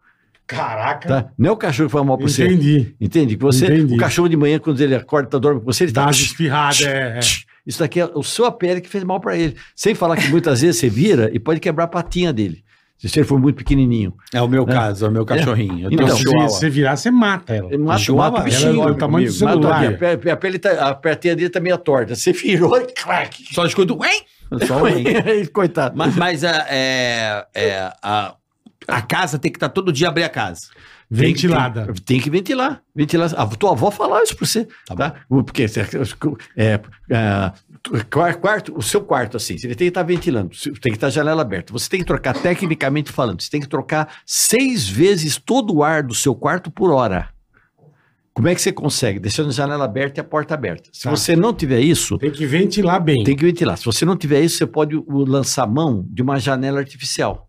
Speaker 4: Caraca.
Speaker 5: tá? Não é o cachorro que faz mal pro você.
Speaker 4: Entendi.
Speaker 5: Entende? Que você,
Speaker 4: Entendi.
Speaker 5: o cachorro de manhã, quando ele acorda, tá dorme com você, ele
Speaker 4: Dá
Speaker 5: tá.
Speaker 4: uma espirrada, é. é.
Speaker 5: Isso daqui é a sua pele que fez mal para ele. Sem falar que muitas vezes você vira e pode quebrar a patinha dele. Se ele for muito pequenininho.
Speaker 2: É o meu caso, é o meu cachorrinho. Eu tenho
Speaker 5: Então,
Speaker 2: um
Speaker 4: Se
Speaker 2: chihuahua.
Speaker 4: você virar, você mata ela.
Speaker 5: Ele mata,
Speaker 2: Chihuahua,
Speaker 5: mata o
Speaker 2: ela
Speaker 5: bichinho.
Speaker 4: é do tamanho do
Speaker 5: Mata
Speaker 4: celular.
Speaker 5: a, pele, a, pele tá, a patinha dele tá meio torta. Você virou e crack.
Speaker 2: Só escuto. "Uém". Só um "uém".
Speaker 5: Coitado.
Speaker 2: Mas, mas a, é, é, a, a casa tem que estar todo dia abrir a casa.
Speaker 4: Ventilada.
Speaker 5: Tem, tem que ventilar. Ventilar. A tua avó falava isso pra você.
Speaker 2: Tá
Speaker 5: Tá Porque você- é, é, tu- quar- quarto, o seu quarto, assim, você tem que estar ventilando, você tem que estar janela aberta. Você tem que trocar, tecnicamente falando, você tem que trocar seis vezes todo o ar do seu quarto por hora. Como é que você consegue? Deixando a janela aberta e a porta aberta. Se
Speaker 4: Tá.
Speaker 5: você não tiver isso,
Speaker 4: Tem que ventilar bem.
Speaker 5: tem que ventilar. Se você não tiver isso, você pode uh, lançar mão de uma janela artificial.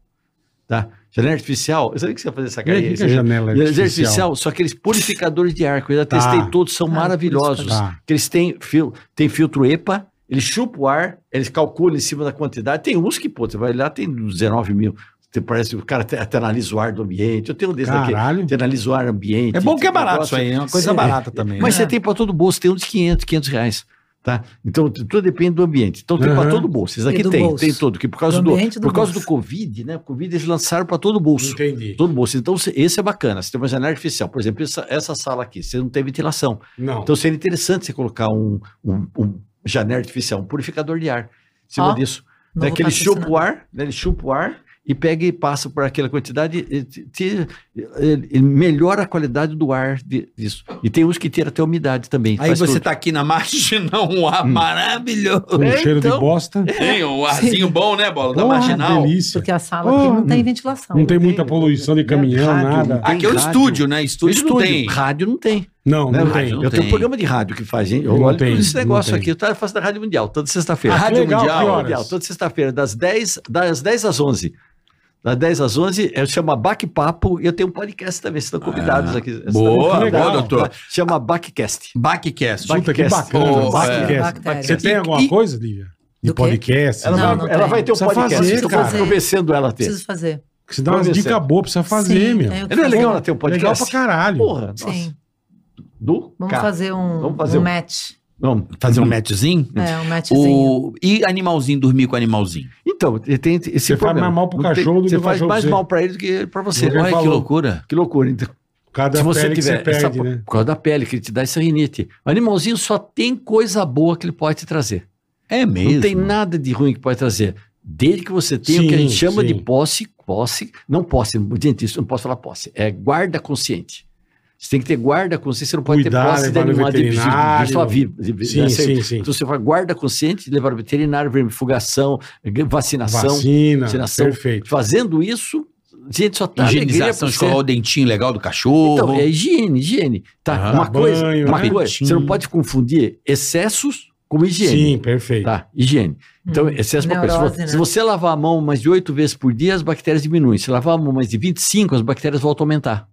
Speaker 5: Tá? Janela artificial, eu sabia que você ia fazer essa
Speaker 4: Vê
Speaker 5: cara
Speaker 4: aqui
Speaker 5: aí.
Speaker 4: que é a janela
Speaker 5: Janela artificial.
Speaker 4: artificial.
Speaker 5: só aqueles purificadores de ar, que eu já
Speaker 4: Tá.
Speaker 5: testei todos, são
Speaker 6: Ah,
Speaker 5: maravilhosos.
Speaker 4: Tá.
Speaker 5: Que eles têm, fil, têm filtro EPA, eles chupam o ar, eles calculam em cima da quantidade. Tem uns que, pô, você vai lá, tem 19 mil. Você parece que o cara até, até analisa o ar do ambiente. Eu tenho um desse daqui.
Speaker 4: Caralho.
Speaker 5: Você analisa o ar ambiente.
Speaker 2: É bom que é
Speaker 5: tem
Speaker 2: barato
Speaker 5: negócio.
Speaker 2: isso aí, é uma coisa
Speaker 5: Sim.
Speaker 2: barata também.
Speaker 5: Mas
Speaker 2: Mas
Speaker 6: É.
Speaker 5: você tem para todo bolso, tem um de 500, 500 reais. Tá? Então, t- tudo depende do ambiente. Então, tem
Speaker 4: Aham.
Speaker 5: para todo bolso. Esses
Speaker 6: E
Speaker 5: aqui
Speaker 6: do
Speaker 5: tem,
Speaker 6: bolso.
Speaker 5: tem todo. Que por causa
Speaker 6: Do
Speaker 5: do,
Speaker 6: ambiente e do
Speaker 5: por causa do
Speaker 6: bolso.
Speaker 5: Covid, né? O Covid eles lançaram para todo bolso.
Speaker 4: Entendi.
Speaker 5: Todo bolso. Então, se- esse é bacana. Você tem uma janela artificial. Por exemplo, essa, essa sala aqui, você não tem ventilação.
Speaker 4: Não.
Speaker 5: Então, seria interessante você colocar um, um, um janela artificial, um purificador de ar em cima
Speaker 6: Ó,
Speaker 5: disso.
Speaker 6: Não
Speaker 5: Né?
Speaker 6: vou
Speaker 5: Que ele
Speaker 6: patrocinar.
Speaker 5: chupa o ar, né? ele chupa o ar e pega e passa por aquela quantidade e te- te- ele- ele melhora a qualidade do ar de- disso. E tem uns que tiram até a umidade também.
Speaker 2: aí
Speaker 5: faz
Speaker 2: você
Speaker 5: tudo.
Speaker 2: tá aqui na marginal, um ar maravilhoso.
Speaker 4: Com
Speaker 5: É,
Speaker 4: cheiro de
Speaker 5: então.
Speaker 4: bosta.
Speaker 7: Tem um arzinho bom, né, Bola? Da
Speaker 4: Porra,
Speaker 7: marginal.
Speaker 4: delícia.
Speaker 6: Porque a sala
Speaker 4: Oh,
Speaker 6: aqui não tem ventilação.
Speaker 4: Não tem muita poluição de caminhão,
Speaker 5: É Rádio,
Speaker 4: nada.
Speaker 5: tem
Speaker 2: Aqui é o
Speaker 5: rádio.
Speaker 2: estúdio, né? Estúdio, não tem.
Speaker 5: Rádio não tem.
Speaker 4: Não,
Speaker 5: né?
Speaker 4: um não
Speaker 5: Rádio
Speaker 4: tem. Ah,
Speaker 5: Eu tenho
Speaker 2: tem.
Speaker 5: um programa de rádio que faz, hein? Eu
Speaker 4: Não
Speaker 5: olho
Speaker 4: tem,
Speaker 5: todo esse
Speaker 4: não
Speaker 5: negócio
Speaker 4: tem.
Speaker 5: aqui. Eu tá- faço da Rádio Mundial, toda sexta-feira.
Speaker 4: Ah, que
Speaker 5: Rádio
Speaker 4: legal, que horas?
Speaker 5: Mundial, toda sexta-feira, das 10, das 10 às 11. Das 10 às 11, eu chama Baque Papo e eu tenho um podcast também, vocês estão convidados aqui. Vocês estão
Speaker 2: Boa,
Speaker 5: convidados,
Speaker 4: Ah, boa,
Speaker 2: doutor.
Speaker 5: Chama Backcast.
Speaker 2: Backcast.
Speaker 5: Back-
Speaker 4: Puta, que
Speaker 5: Backcast.
Speaker 4: bacana.
Speaker 7: Oh,
Speaker 4: Backcast.
Speaker 6: é.
Speaker 4: Você
Speaker 6: Bactéria.
Speaker 4: tem
Speaker 2: E-
Speaker 4: alguma
Speaker 2: e-
Speaker 4: coisa, Lívia? De
Speaker 6: Do quê?
Speaker 4: podcast?
Speaker 5: Ela,
Speaker 6: Não,
Speaker 5: vai,
Speaker 6: não
Speaker 5: ela
Speaker 6: tem.
Speaker 5: vai ter um
Speaker 4: Precisa
Speaker 5: podcast,
Speaker 4: fazer,
Speaker 5: eu
Speaker 4: cara.
Speaker 5: tô convencendo ela a ter.
Speaker 6: Preciso fazer.
Speaker 4: Que você dá umas
Speaker 5: Vamos ver,
Speaker 4: dicas
Speaker 5: Sérgio.
Speaker 4: boas pra você fazer,
Speaker 6: Sim,
Speaker 4: meu.
Speaker 6: tenho que
Speaker 5: Não é
Speaker 6: fazer.
Speaker 5: legal ela ter um podcast?
Speaker 4: Legal pra caralho.
Speaker 5: Porra,
Speaker 6: Sim.
Speaker 5: nossa. Do
Speaker 6: Vamos
Speaker 5: caralho.
Speaker 6: fazer um,
Speaker 5: Vamos fazer
Speaker 6: um
Speaker 5: um-
Speaker 6: match.
Speaker 5: Vamos.
Speaker 2: Fazer um matchzinho?
Speaker 6: É, um matchzinho.
Speaker 2: O... E animalzinho, dormir com animalzinho.
Speaker 5: Então, tem esse
Speaker 4: Você faz
Speaker 5: problema.
Speaker 4: mais mal pro
Speaker 5: Não tem-
Speaker 4: cachorro do que
Speaker 5: Você
Speaker 4: o
Speaker 5: faz
Speaker 4: cachorro
Speaker 5: mais
Speaker 4: pra você.
Speaker 5: mal pra ele do que pra você.
Speaker 4: Ele
Speaker 2: Olha que
Speaker 4: falou.
Speaker 2: loucura.
Speaker 5: Que loucura. Então,
Speaker 4: Cada
Speaker 5: se você
Speaker 4: pele que
Speaker 5: tiver
Speaker 4: você
Speaker 5: essa
Speaker 4: perde,
Speaker 5: po-
Speaker 4: né?
Speaker 5: por causa da pele que ele te dá essa rinite. O animalzinho só tem coisa boa que ele pode te trazer.
Speaker 2: É mesmo.
Speaker 5: Não tem nada de ruim que pode trazer. Desde que você tenha o que a
Speaker 4: Sim,
Speaker 5: gente chama
Speaker 4: sim.
Speaker 5: de posse, posse, não posse, gente, isso não posso falar posse, é guarda consciente. Você tem que ter guarda consciente, você não pode
Speaker 4: Cuidar,
Speaker 5: ter posse de
Speaker 4: levar no
Speaker 5: animal de, de,
Speaker 4: veterinário.
Speaker 5: de sua vida. de- de-
Speaker 4: Sim,
Speaker 5: né? Você-
Speaker 4: sim, sim.
Speaker 5: Então você vai guarda consciente, levar ao veterinário, vermifugação, vacinação.
Speaker 4: Vacina,
Speaker 5: vacinação.
Speaker 4: perfeito.
Speaker 5: Fazendo isso, gente, só tá
Speaker 2: Higienização, escovar o dentinho legal do
Speaker 5: Então,
Speaker 2: cachorro.
Speaker 5: é higiene, higiene. Tá,
Speaker 2: Ah,
Speaker 5: uma
Speaker 4: banho,
Speaker 5: coisa, uma
Speaker 4: né?
Speaker 5: coisa, você não pode confundir excessos com higiene.
Speaker 4: Sim, perfeito.
Speaker 5: Tá, higiene. Então, excesso é uma coisa. Se
Speaker 6: Hum, Neurose,
Speaker 5: vo-
Speaker 6: né?
Speaker 5: Se você lavar a mão mais de 8 vezes por dia, as bactérias diminuem. Se lavar a mão mais de 25, as bactérias voltam a aumentar.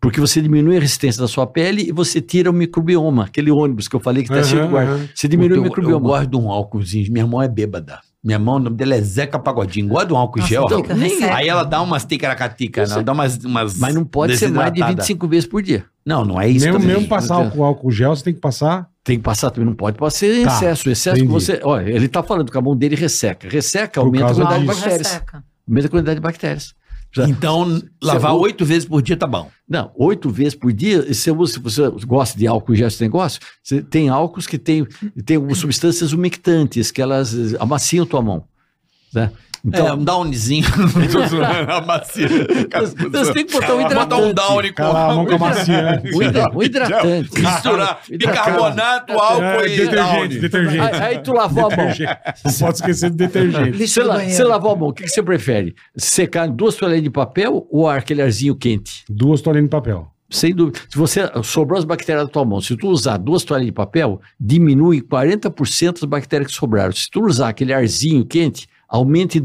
Speaker 5: Porque você diminui a resistência da sua pele e você tira o microbioma, aquele ônibus que eu falei que está
Speaker 4: Aham,
Speaker 5: circulando.
Speaker 4: aham.
Speaker 5: Você diminui o
Speaker 2: eu, eu
Speaker 5: microbioma.
Speaker 2: gosto de um álcoolzinho. Minha mão é bêbada. Minha mão, o nome dela é Zeca Pagodinho. Gosta de um álcool em
Speaker 6: Nossa,
Speaker 2: gel.
Speaker 6: então,
Speaker 2: rapaz.
Speaker 6: nem-
Speaker 2: Aí ela dá umas ticaracatica, né? Ela dá umas, umas.
Speaker 5: é. Mas não pode ser mais de
Speaker 2: desidratada.
Speaker 5: 25 vezes por dia.
Speaker 2: Não, não é isso.
Speaker 4: mesmo,
Speaker 2: também.
Speaker 4: mesmo passar
Speaker 5: Entendo.
Speaker 4: o álcool gel, você tem que passar.
Speaker 5: Tem que passar também, não pode pode ser em
Speaker 4: Tá,
Speaker 5: excesso. Excesso que
Speaker 4: entendi.
Speaker 5: você. Olha, ele está falando que a mão dele resseca. Resseca,
Speaker 4: Por
Speaker 5: aumenta a
Speaker 4: causa
Speaker 5: quantidade é de
Speaker 4: disso.
Speaker 5: bactérias.
Speaker 6: Resseca.
Speaker 5: Aumenta a quantidade de bactérias. Já-
Speaker 2: Então, lavar
Speaker 5: Você-
Speaker 2: oito vezes por dia tá bom.
Speaker 5: Não, oito vezes por dia, e se você, se você gosta de álcool e já esse negócio, você tem álcools que tem, tem algumas substâncias umectantes, que elas eh, amaciam tua mão. Né?
Speaker 2: Então, é,
Speaker 5: Então,
Speaker 2: um downzinho. A macia.
Speaker 5: você, você tem que botar um
Speaker 2: Botar um
Speaker 5: hidratante.
Speaker 2: down com
Speaker 4: Calar a mão com a macia, né?
Speaker 5: Um, hidra- um hidratante.
Speaker 7: Misturar bicarbonato,
Speaker 4: É,
Speaker 7: álcool e
Speaker 4: detergente,
Speaker 7: Downy.
Speaker 5: Aí,
Speaker 4: detergente.
Speaker 5: aí tu lavou a mão.
Speaker 4: Não pode esquecer do detergente.
Speaker 6: Lixo
Speaker 5: Você,
Speaker 6: do
Speaker 5: la-
Speaker 6: banheiro.
Speaker 5: você lavou a mão, o que, que você prefere? Secar em duas toalhinhas de papel ou aquele arzinho quente?
Speaker 4: Duas toalhinhas de papel.
Speaker 5: Sem dúvida. Se você sobrou as bactérias da tua mão, se tu usar duas toalhas de papel, diminui 40% das bactérias que sobraram. Se tu usar aquele arzinho quente, aumenta em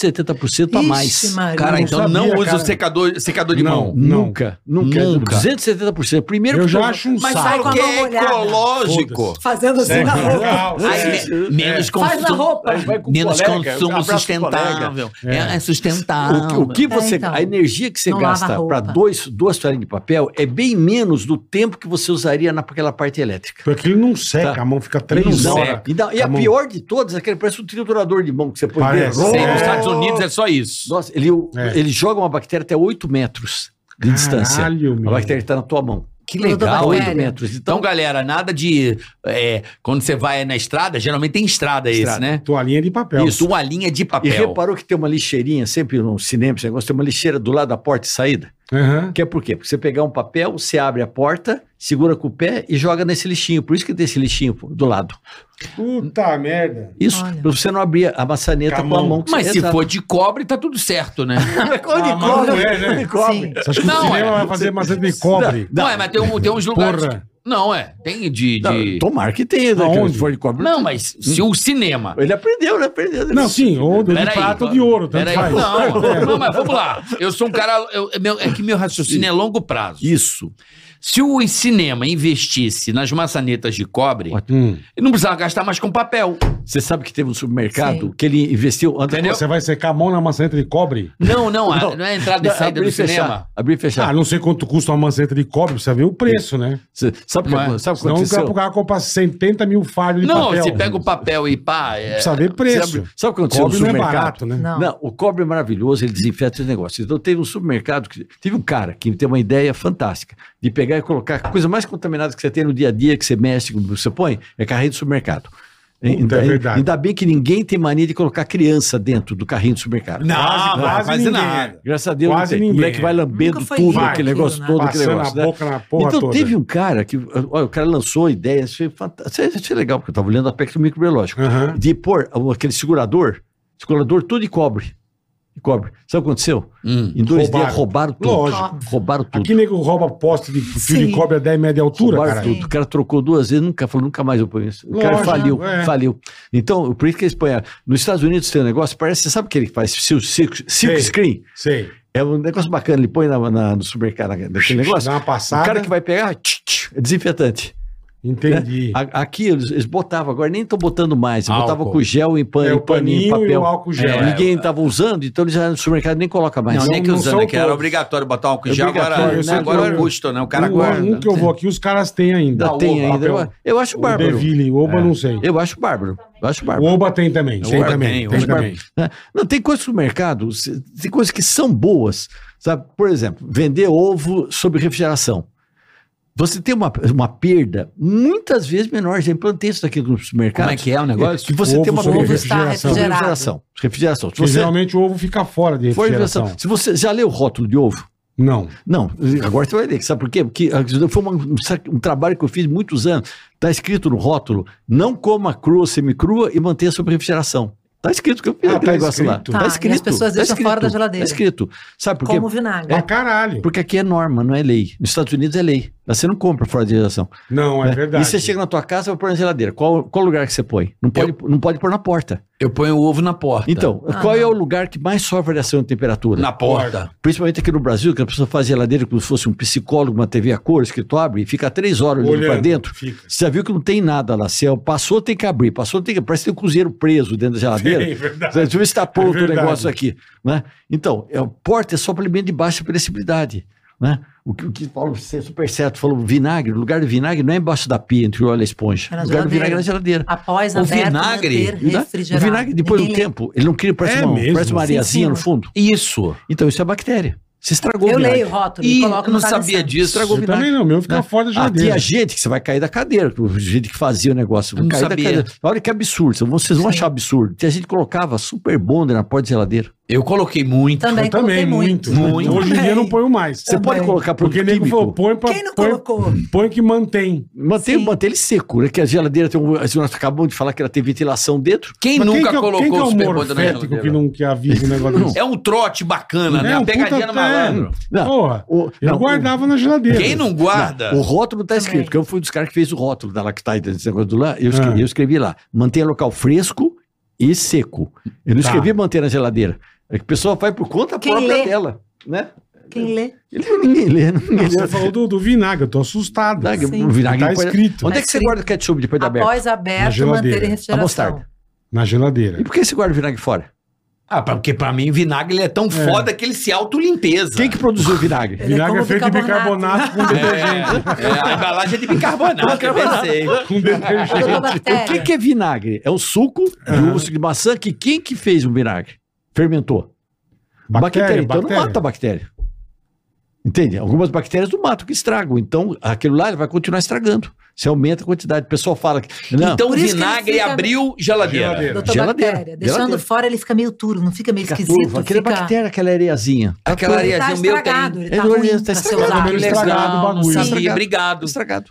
Speaker 5: 270% a
Speaker 6: Ixi,
Speaker 5: mais.
Speaker 6: Maria.
Speaker 2: Cara, então
Speaker 4: sabia,
Speaker 2: não usa
Speaker 4: cara.
Speaker 2: o secador, secador de
Speaker 4: Não.
Speaker 2: mão.
Speaker 5: Nunca, nunca,
Speaker 2: Nunca.
Speaker 5: 270%. Primeiro
Speaker 4: Eu
Speaker 5: que tu-
Speaker 4: já acho um
Speaker 6: sai
Speaker 7: Mas
Speaker 4: saco.
Speaker 7: sabe
Speaker 6: com
Speaker 7: o
Speaker 6: a
Speaker 7: que
Speaker 6: mão
Speaker 7: é
Speaker 6: molhada.
Speaker 7: ecológico?
Speaker 4: Foda-se. É,
Speaker 6: Fazendo assim
Speaker 4: né?
Speaker 6: na roupa.
Speaker 2: Aí, me- menos
Speaker 6: Faz na
Speaker 2: consumo,
Speaker 6: roupa.
Speaker 5: Vai com
Speaker 2: menos
Speaker 5: colega,
Speaker 2: consumo
Speaker 5: abraça o
Speaker 2: sustentável. É,
Speaker 4: É.
Speaker 2: é
Speaker 5: O, que-
Speaker 2: sustentável.
Speaker 5: o que você,
Speaker 6: então.
Speaker 5: a energia que você
Speaker 6: Não lava a
Speaker 5: gasta
Speaker 6: roupa.
Speaker 5: para duas toalhas de papel é bem menos do tempo que você usaria naquela parte elétrica.
Speaker 4: Porque ele não seca,
Speaker 5: Tá.
Speaker 4: a mão fica
Speaker 5: Ele
Speaker 4: três
Speaker 5: não
Speaker 4: horas.
Speaker 5: seca. E, dá- e a
Speaker 4: Tá bom.
Speaker 5: pior de todas é que ele parece um triturador de mão que você põe
Speaker 4: Parece.
Speaker 5: dentro.
Speaker 2: Sim,
Speaker 4: É.
Speaker 2: Nos Estados Unidos é só isso.
Speaker 5: Nossa, ele,
Speaker 4: É.
Speaker 5: ele joga uma bactéria até 8 metros de distância.
Speaker 4: Caralho,
Speaker 5: A
Speaker 4: meu.
Speaker 5: bactéria está na tua mão.
Speaker 2: Que
Speaker 6: legal, hein?
Speaker 2: hein?
Speaker 5: 8 metros.
Speaker 2: Então,
Speaker 5: Então,
Speaker 2: galera, nada de. é, quando você vai na estrada, geralmente tem estrada, esse,
Speaker 5: Estrada.
Speaker 2: né?
Speaker 4: Toalhinha de papel.
Speaker 2: Isso, uma linha de
Speaker 5: e
Speaker 2: papel.
Speaker 5: reparou que tem uma lixeirinha, sempre no cinema, esse negócio, tem uma lixeira do lado da porta de saída?
Speaker 4: Aham.
Speaker 5: Que é por quê? Porque você pegar um papel, você abre a porta, segura com o pé e joga nesse lixinho. Por isso que tem esse lixinho pô, do lado.
Speaker 4: Puta merda.
Speaker 5: Isso,
Speaker 6: Olha.
Speaker 5: pra você não abrir a maçaneta
Speaker 4: Com a
Speaker 5: com a
Speaker 4: mão.
Speaker 5: mão. que
Speaker 2: Mas
Speaker 5: você
Speaker 2: se
Speaker 5: entra.
Speaker 2: for de cobre, tá tudo certo, né?
Speaker 5: Onde
Speaker 4: Ah, mas não
Speaker 5: cobre?
Speaker 4: é, né?
Speaker 5: Onde cobre?
Speaker 6: Sim.
Speaker 4: Você acha que o
Speaker 2: Não,
Speaker 4: cinema
Speaker 2: é.
Speaker 4: vai fazer maçã de cobre?
Speaker 2: Não, é, mas tem, um- tem uns lugares.
Speaker 4: Porra.
Speaker 2: que- Não, é. Tem de. de-
Speaker 5: Não, tomara que tenha, né?
Speaker 4: Aonde?
Speaker 5: Se for de cobre.
Speaker 2: Não, mas se o cinema.
Speaker 5: Ele aprendeu, né? Aprendeu.
Speaker 4: Não, sim, ou de
Speaker 2: Peraí,
Speaker 4: prata ou de ouro, tanto
Speaker 2: peraí.
Speaker 4: faz.
Speaker 2: Não,
Speaker 4: É.
Speaker 2: não, mas vamos lá. Eu sou um cara. eu- meu- é que meu raciocínio é longo prazo.
Speaker 5: Isso.
Speaker 2: Se o cinema investisse nas maçanetas de cobre,
Speaker 4: Hum.
Speaker 2: ele não precisava gastar mais com papel.
Speaker 5: Você sabe que teve um supermercado
Speaker 6: Sim.
Speaker 5: que ele investiu...
Speaker 2: Entendeu?
Speaker 4: Você vai secar a mão na maçaneta de cobre?
Speaker 2: Não, não, a- não é a entrada e saída
Speaker 5: Abrir
Speaker 2: do
Speaker 5: e
Speaker 2: cinema.
Speaker 5: fechar. Abrir e
Speaker 4: Ah,
Speaker 5: fechar.
Speaker 4: não sei quanto custa uma maçaneta de cobre, precisa ver o preço, né?
Speaker 5: Cê- sabe o que,
Speaker 2: Mas-
Speaker 5: sabe o que
Speaker 4: Senão
Speaker 5: aconteceu?
Speaker 4: o cara comprar 70 mil falhos de
Speaker 2: Não,
Speaker 4: papel.
Speaker 2: você pega o papel e pá. é-
Speaker 4: Precisa ver
Speaker 5: Cê
Speaker 4: preço.
Speaker 5: abriu- Sabe o que aconteceu
Speaker 4: Cobre
Speaker 5: no
Speaker 4: não é
Speaker 5: supermercado?
Speaker 4: barato, né?
Speaker 6: Não.
Speaker 5: Não, o cobre é maravilhoso, ele desinfeta os negócios. Então teve um supermercado que teve um cara que teve uma ideia fantástica de pegar e colocar a coisa mais contaminada que você tem no dia a dia, que você mexe, que você põe, é carrinho do supermercado. ainda,
Speaker 4: é verdade.
Speaker 5: ainda bem que ninguém tem mania de colocar criança dentro do carrinho do supermercado.
Speaker 2: Não,
Speaker 4: Quase-
Speaker 2: não
Speaker 4: Ah, quase
Speaker 2: faz
Speaker 4: ninguém.
Speaker 2: nada.
Speaker 5: Graças a Deus,
Speaker 4: Quase
Speaker 5: não tem. o
Speaker 4: ninguém.
Speaker 5: moleque vai lambendo
Speaker 6: Nunca foi
Speaker 5: tudo,
Speaker 6: vivo aquilo,
Speaker 5: aquele negócio
Speaker 6: né?
Speaker 5: todo, aquele
Speaker 4: Passando a
Speaker 5: negócio. né?
Speaker 4: boca na porra
Speaker 5: então
Speaker 4: toda.
Speaker 5: teve um cara que, olha, o cara lançou a ideia, isso foi fantástico. Isso é legal, porque eu estava olhando o aspecto microbiológico
Speaker 4: Aham.
Speaker 5: de pôr aquele segurador, segurador todo de cobre. De cobre. Sabe o que aconteceu?
Speaker 2: Hum.
Speaker 5: Em dois
Speaker 4: Roubaram.
Speaker 5: dias roubaram tudo.
Speaker 4: Lógico.
Speaker 5: Roubaram tudo.
Speaker 4: Aqui nego rouba poste de fio
Speaker 6: Sim.
Speaker 4: de cobre a 10 metros de altura,
Speaker 5: roubaram
Speaker 4: cara.
Speaker 5: tudo. O cara trocou duas vezes, nunca falou, nunca mais eu ponho isso. O cara
Speaker 4: Lógico,
Speaker 5: faliu,
Speaker 4: é.
Speaker 5: faliu. Então, por isso que eles põem. Nos Estados Unidos tem um negócio, parece, você sabe o que ele faz? Silk, silk, silk
Speaker 4: Sei.
Speaker 5: screen?
Speaker 4: Sei.
Speaker 5: É um negócio bacana, ele põe na, na- no supermercado na- naquele negócio.
Speaker 4: Dá uma
Speaker 5: O
Speaker 4: passada.
Speaker 5: cara que vai pegar, tch, tch, é desinfetante.
Speaker 4: Entendi.
Speaker 5: A- Aqui eles, eles botavam, agora nem estão botando mais.
Speaker 2: Álcool.
Speaker 5: Botavam com gel em, pan,
Speaker 4: É
Speaker 5: em
Speaker 4: o
Speaker 5: paninho, em
Speaker 4: paninho e
Speaker 5: papel.
Speaker 4: o álcool gel.
Speaker 5: É, ninguém estava usando, então eles já no supermercado nem coloca mais.
Speaker 2: Não,
Speaker 4: Não,
Speaker 2: nem que
Speaker 4: não
Speaker 2: usando,
Speaker 4: são
Speaker 2: é que era
Speaker 4: todos.
Speaker 2: obrigatório botar álcool em gel,
Speaker 4: Obrigatório,
Speaker 2: agora,
Speaker 4: um eu
Speaker 2: né,
Speaker 4: sei
Speaker 2: agora
Speaker 4: que
Speaker 2: é
Speaker 4: eu-
Speaker 2: custo, né? O cara
Speaker 4: um,
Speaker 2: guarda.
Speaker 4: um que eu vou aqui, os caras têm ainda.
Speaker 5: Ainda tem
Speaker 4: o
Speaker 5: ainda.
Speaker 4: papel.
Speaker 5: Eu, eu acho
Speaker 4: O
Speaker 5: bárbaro.
Speaker 4: Deville, o Oba,
Speaker 5: É.
Speaker 4: não sei.
Speaker 5: Eu acho bárbaro. Eu acho
Speaker 4: O
Speaker 5: bárbaro.
Speaker 4: Oba tem também.
Speaker 2: O
Speaker 4: Tem
Speaker 2: Oba
Speaker 4: também.
Speaker 2: tem,
Speaker 4: Tem
Speaker 2: o Oba
Speaker 4: também.
Speaker 5: né? Não, tem coisas no mercado, se- tem coisas que são boas. Sabe? Por exemplo, vender ovo sob refrigeração. Você tem uma, uma perda muitas vezes menor. Já implantei isso daqui no supermercado.
Speaker 2: Como é que é o negócio?
Speaker 5: Que você
Speaker 4: Ovo
Speaker 5: tem uma
Speaker 4: sob
Speaker 5: perda
Speaker 6: está
Speaker 4: refrigeração.
Speaker 5: sob
Speaker 6: refrigerado.
Speaker 5: refrigeração. Refrigeração. Se
Speaker 4: Porque
Speaker 5: você,
Speaker 4: geralmente o ovo fica fora de
Speaker 5: Foi
Speaker 4: refrigeração.
Speaker 5: invenção. Se você já leu o rótulo de ovo,
Speaker 4: Não.
Speaker 5: Não, agora você vai ler. Sabe por quê? Porque foi uma- um, sac- um trabalho que eu fiz muitos anos. Está escrito no rótulo: não coma crua, semicrua e mantenha sob refrigeração. Está escrito que eu fiz
Speaker 4: Ah,
Speaker 5: aquele
Speaker 4: tá
Speaker 5: negócio lá.
Speaker 4: escrito.
Speaker 5: Tá,
Speaker 6: Tá, e as
Speaker 5: escrito.
Speaker 6: pessoas
Speaker 5: tá
Speaker 6: deixam
Speaker 5: escrito,
Speaker 6: fora da geladeira.
Speaker 5: Tá escrito. Sabe por quê?
Speaker 6: Como vinagre.
Speaker 4: Pra caralho.
Speaker 5: Porque aqui é norma, não é lei. Nos Estados Unidos é lei. Você não compra fora de geração.
Speaker 4: Não, é
Speaker 5: né?
Speaker 4: verdade.
Speaker 5: E você chega na tua casa e vai pôr na geladeira. Qual, qual lugar que você põe? Não pode, não pode pôr na porta.
Speaker 2: Eu ponho o ovo na porta.
Speaker 5: Então,
Speaker 6: Ah.
Speaker 5: qual é o lugar que mais sofre variação de temperatura?
Speaker 2: Na porta.
Speaker 5: Principalmente aqui no Brasil, que a pessoa faz geladeira como se fosse um psicólogo, uma TV a cores que tu abre e fica três horas olhando, pra dentro.
Speaker 4: Fica.
Speaker 5: Você já viu que não tem nada lá. Se é- passou, tem que abrir. Passou, tem que Parece que tem um cozinheiro preso dentro da geladeira.
Speaker 4: É verdade.
Speaker 5: Deixa eu ver se está pronto o
Speaker 4: verdade.
Speaker 5: negócio aqui. Né? Então, é, o porta é só para alimento de baixa perecibilidade. Né? O que o que Paulo é super certo falou, vinagre, o lugar do vinagre não é embaixo da pia, entre o óleo e a esponja.
Speaker 6: É na
Speaker 5: o lugar
Speaker 6: geladeira.
Speaker 5: do vinagre é na geladeira.
Speaker 6: Após
Speaker 2: O
Speaker 6: aberto,
Speaker 2: vinagre,
Speaker 6: manter
Speaker 5: Né? O
Speaker 6: refrigerado.
Speaker 5: vinagre, depois do
Speaker 6: Ninguém lê.
Speaker 5: tempo, ele não cria, parece,
Speaker 4: É
Speaker 5: uma,
Speaker 4: mesmo?
Speaker 5: parece uma
Speaker 6: Sim,
Speaker 5: areiazinha
Speaker 6: sim.
Speaker 5: no fundo.
Speaker 2: Isso.
Speaker 5: Então, isso é bactéria. Você estragou
Speaker 6: Eu
Speaker 5: o vinagre.
Speaker 6: leio o rótulo e,
Speaker 2: E
Speaker 6: coloco
Speaker 2: eu
Speaker 6: no
Speaker 2: não
Speaker 6: lugar do
Speaker 2: sabia
Speaker 6: sangue.
Speaker 2: disso.
Speaker 5: Estragou o
Speaker 4: Eu
Speaker 5: vinagre.
Speaker 4: também não, o meu fica fora da
Speaker 5: Aqui
Speaker 4: geladeira.
Speaker 5: a Ah, gente, que você vai cair da cadeira, que o gente que fazia o negócio.
Speaker 2: Eu não
Speaker 5: cair da
Speaker 2: sabia.
Speaker 5: cadeira. Olha que absurdo, vocês vão achar absurdo. Que a gente colocava super bonder na porta de geladeira.
Speaker 2: Eu coloquei muito.
Speaker 6: Também
Speaker 4: Eu também,
Speaker 6: coloquei muito.
Speaker 4: muito.
Speaker 2: Muito.
Speaker 4: Hoje em dia eu não ponho mais.
Speaker 5: Você pode colocar
Speaker 4: Porque
Speaker 5: produto
Speaker 4: nego
Speaker 5: químico.
Speaker 4: falou, põe pra.
Speaker 6: Quem não
Speaker 4: põe-
Speaker 6: colocou?
Speaker 4: Põe que mantém.
Speaker 5: Mantém,
Speaker 6: Sim.
Speaker 5: mantém ele seco, né? Que a geladeira tem um, assim, Nós acabamos de falar que ela tem ventilação dentro.
Speaker 2: Quem
Speaker 4: Mas
Speaker 2: nunca
Speaker 4: que é o-
Speaker 2: colocou
Speaker 4: quem que é
Speaker 2: o
Speaker 4: o
Speaker 2: Superbonder na
Speaker 4: morfético que
Speaker 2: geladeira?
Speaker 4: não que avisa o negócio desse?
Speaker 2: É um trote bacana, né?
Speaker 4: É um
Speaker 2: Uma pegadinha
Speaker 4: puta
Speaker 2: no malandro.
Speaker 5: Não,
Speaker 4: Porra,
Speaker 5: o-
Speaker 4: eu
Speaker 5: não,
Speaker 4: guardava na geladeira.
Speaker 2: Quem não guarda?
Speaker 5: O rótulo está
Speaker 6: Também.
Speaker 5: escrito, porque eu fui um dos caras que fez o rótulo da Lactite, desse negócio do lá. Eu escrevi,
Speaker 4: Ah.
Speaker 5: eu escrevi lá, mantenha local fresco e seco. Eu não
Speaker 4: Tá.
Speaker 5: escrevi manter na geladeira. É que a pessoa faz por conta
Speaker 6: Quem
Speaker 5: própria
Speaker 6: lê?
Speaker 5: dela, né?
Speaker 6: Quem lê?
Speaker 5: Ele, ninguém lê, ninguém
Speaker 4: Não,
Speaker 5: lê.
Speaker 4: Você falou do, do vinagre, eu tô assustado.
Speaker 5: Vinagre,
Speaker 6: Sim.
Speaker 5: o vinagre
Speaker 4: Tá
Speaker 5: não pode-
Speaker 4: escrito.
Speaker 5: Onde é que você
Speaker 6: Tá
Speaker 5: guarda o ketchup depois da aberta?
Speaker 6: Após aberto,
Speaker 4: geladeira.
Speaker 6: manter em
Speaker 4: A
Speaker 6: refrigeração.
Speaker 5: mostarda.
Speaker 4: Na geladeira.
Speaker 5: E por que você guarda o vinagre fora?
Speaker 2: Ah, pra- porque pra mim o vinagre ele é tão foda que ele se autolimpeza.
Speaker 5: Quem que produziu o vinagre?
Speaker 6: Ele é
Speaker 4: Vinagre é,
Speaker 6: como
Speaker 4: feito
Speaker 6: bicarbonato.
Speaker 4: de bicarbonato com detergente.
Speaker 2: É, a embalagem é de bicarbonato, eu pensei.
Speaker 4: Com detergente.
Speaker 6: Doutor
Speaker 5: O que,
Speaker 6: Bactéria.
Speaker 5: que é vinagre? É o suco de
Speaker 4: Aham.
Speaker 5: uva de maçã que quem que fez o vinagre? Fermentou. Bactéria, então não mata a bactéria. Entende? Algumas bactérias não matam, que estragam. Então, aquilo lá ele vai continuar estragando. Você aumenta a quantidade. O pessoal fala que. Não,
Speaker 2: Então o
Speaker 6: Por isso que ele
Speaker 2: vinagre
Speaker 6: fica-
Speaker 2: abriu geladeira.
Speaker 4: Geladeira.
Speaker 6: Doutor
Speaker 5: Geladeira.
Speaker 6: Bactéria. Deixando
Speaker 5: Geladeira.
Speaker 6: fora, ele fica meio duro, não fica meio
Speaker 5: fica
Speaker 6: é
Speaker 5: é
Speaker 6: esquisito.
Speaker 5: turva. Aquela
Speaker 6: fica-
Speaker 5: bactéria, aquela areiazinha.
Speaker 2: Aquela
Speaker 6: Ele tá
Speaker 2: areiazinha meu
Speaker 6: estragado,
Speaker 2: tem.
Speaker 6: ele tá
Speaker 5: Ele
Speaker 6: ruim
Speaker 5: tá
Speaker 6: pra ser
Speaker 5: estragado,
Speaker 6: usado. é
Speaker 4: ele tá estragado o
Speaker 6: Não, não
Speaker 4: bagulho.
Speaker 6: sabe.
Speaker 2: Sim, obrigado.
Speaker 6: Tá
Speaker 5: Estragado.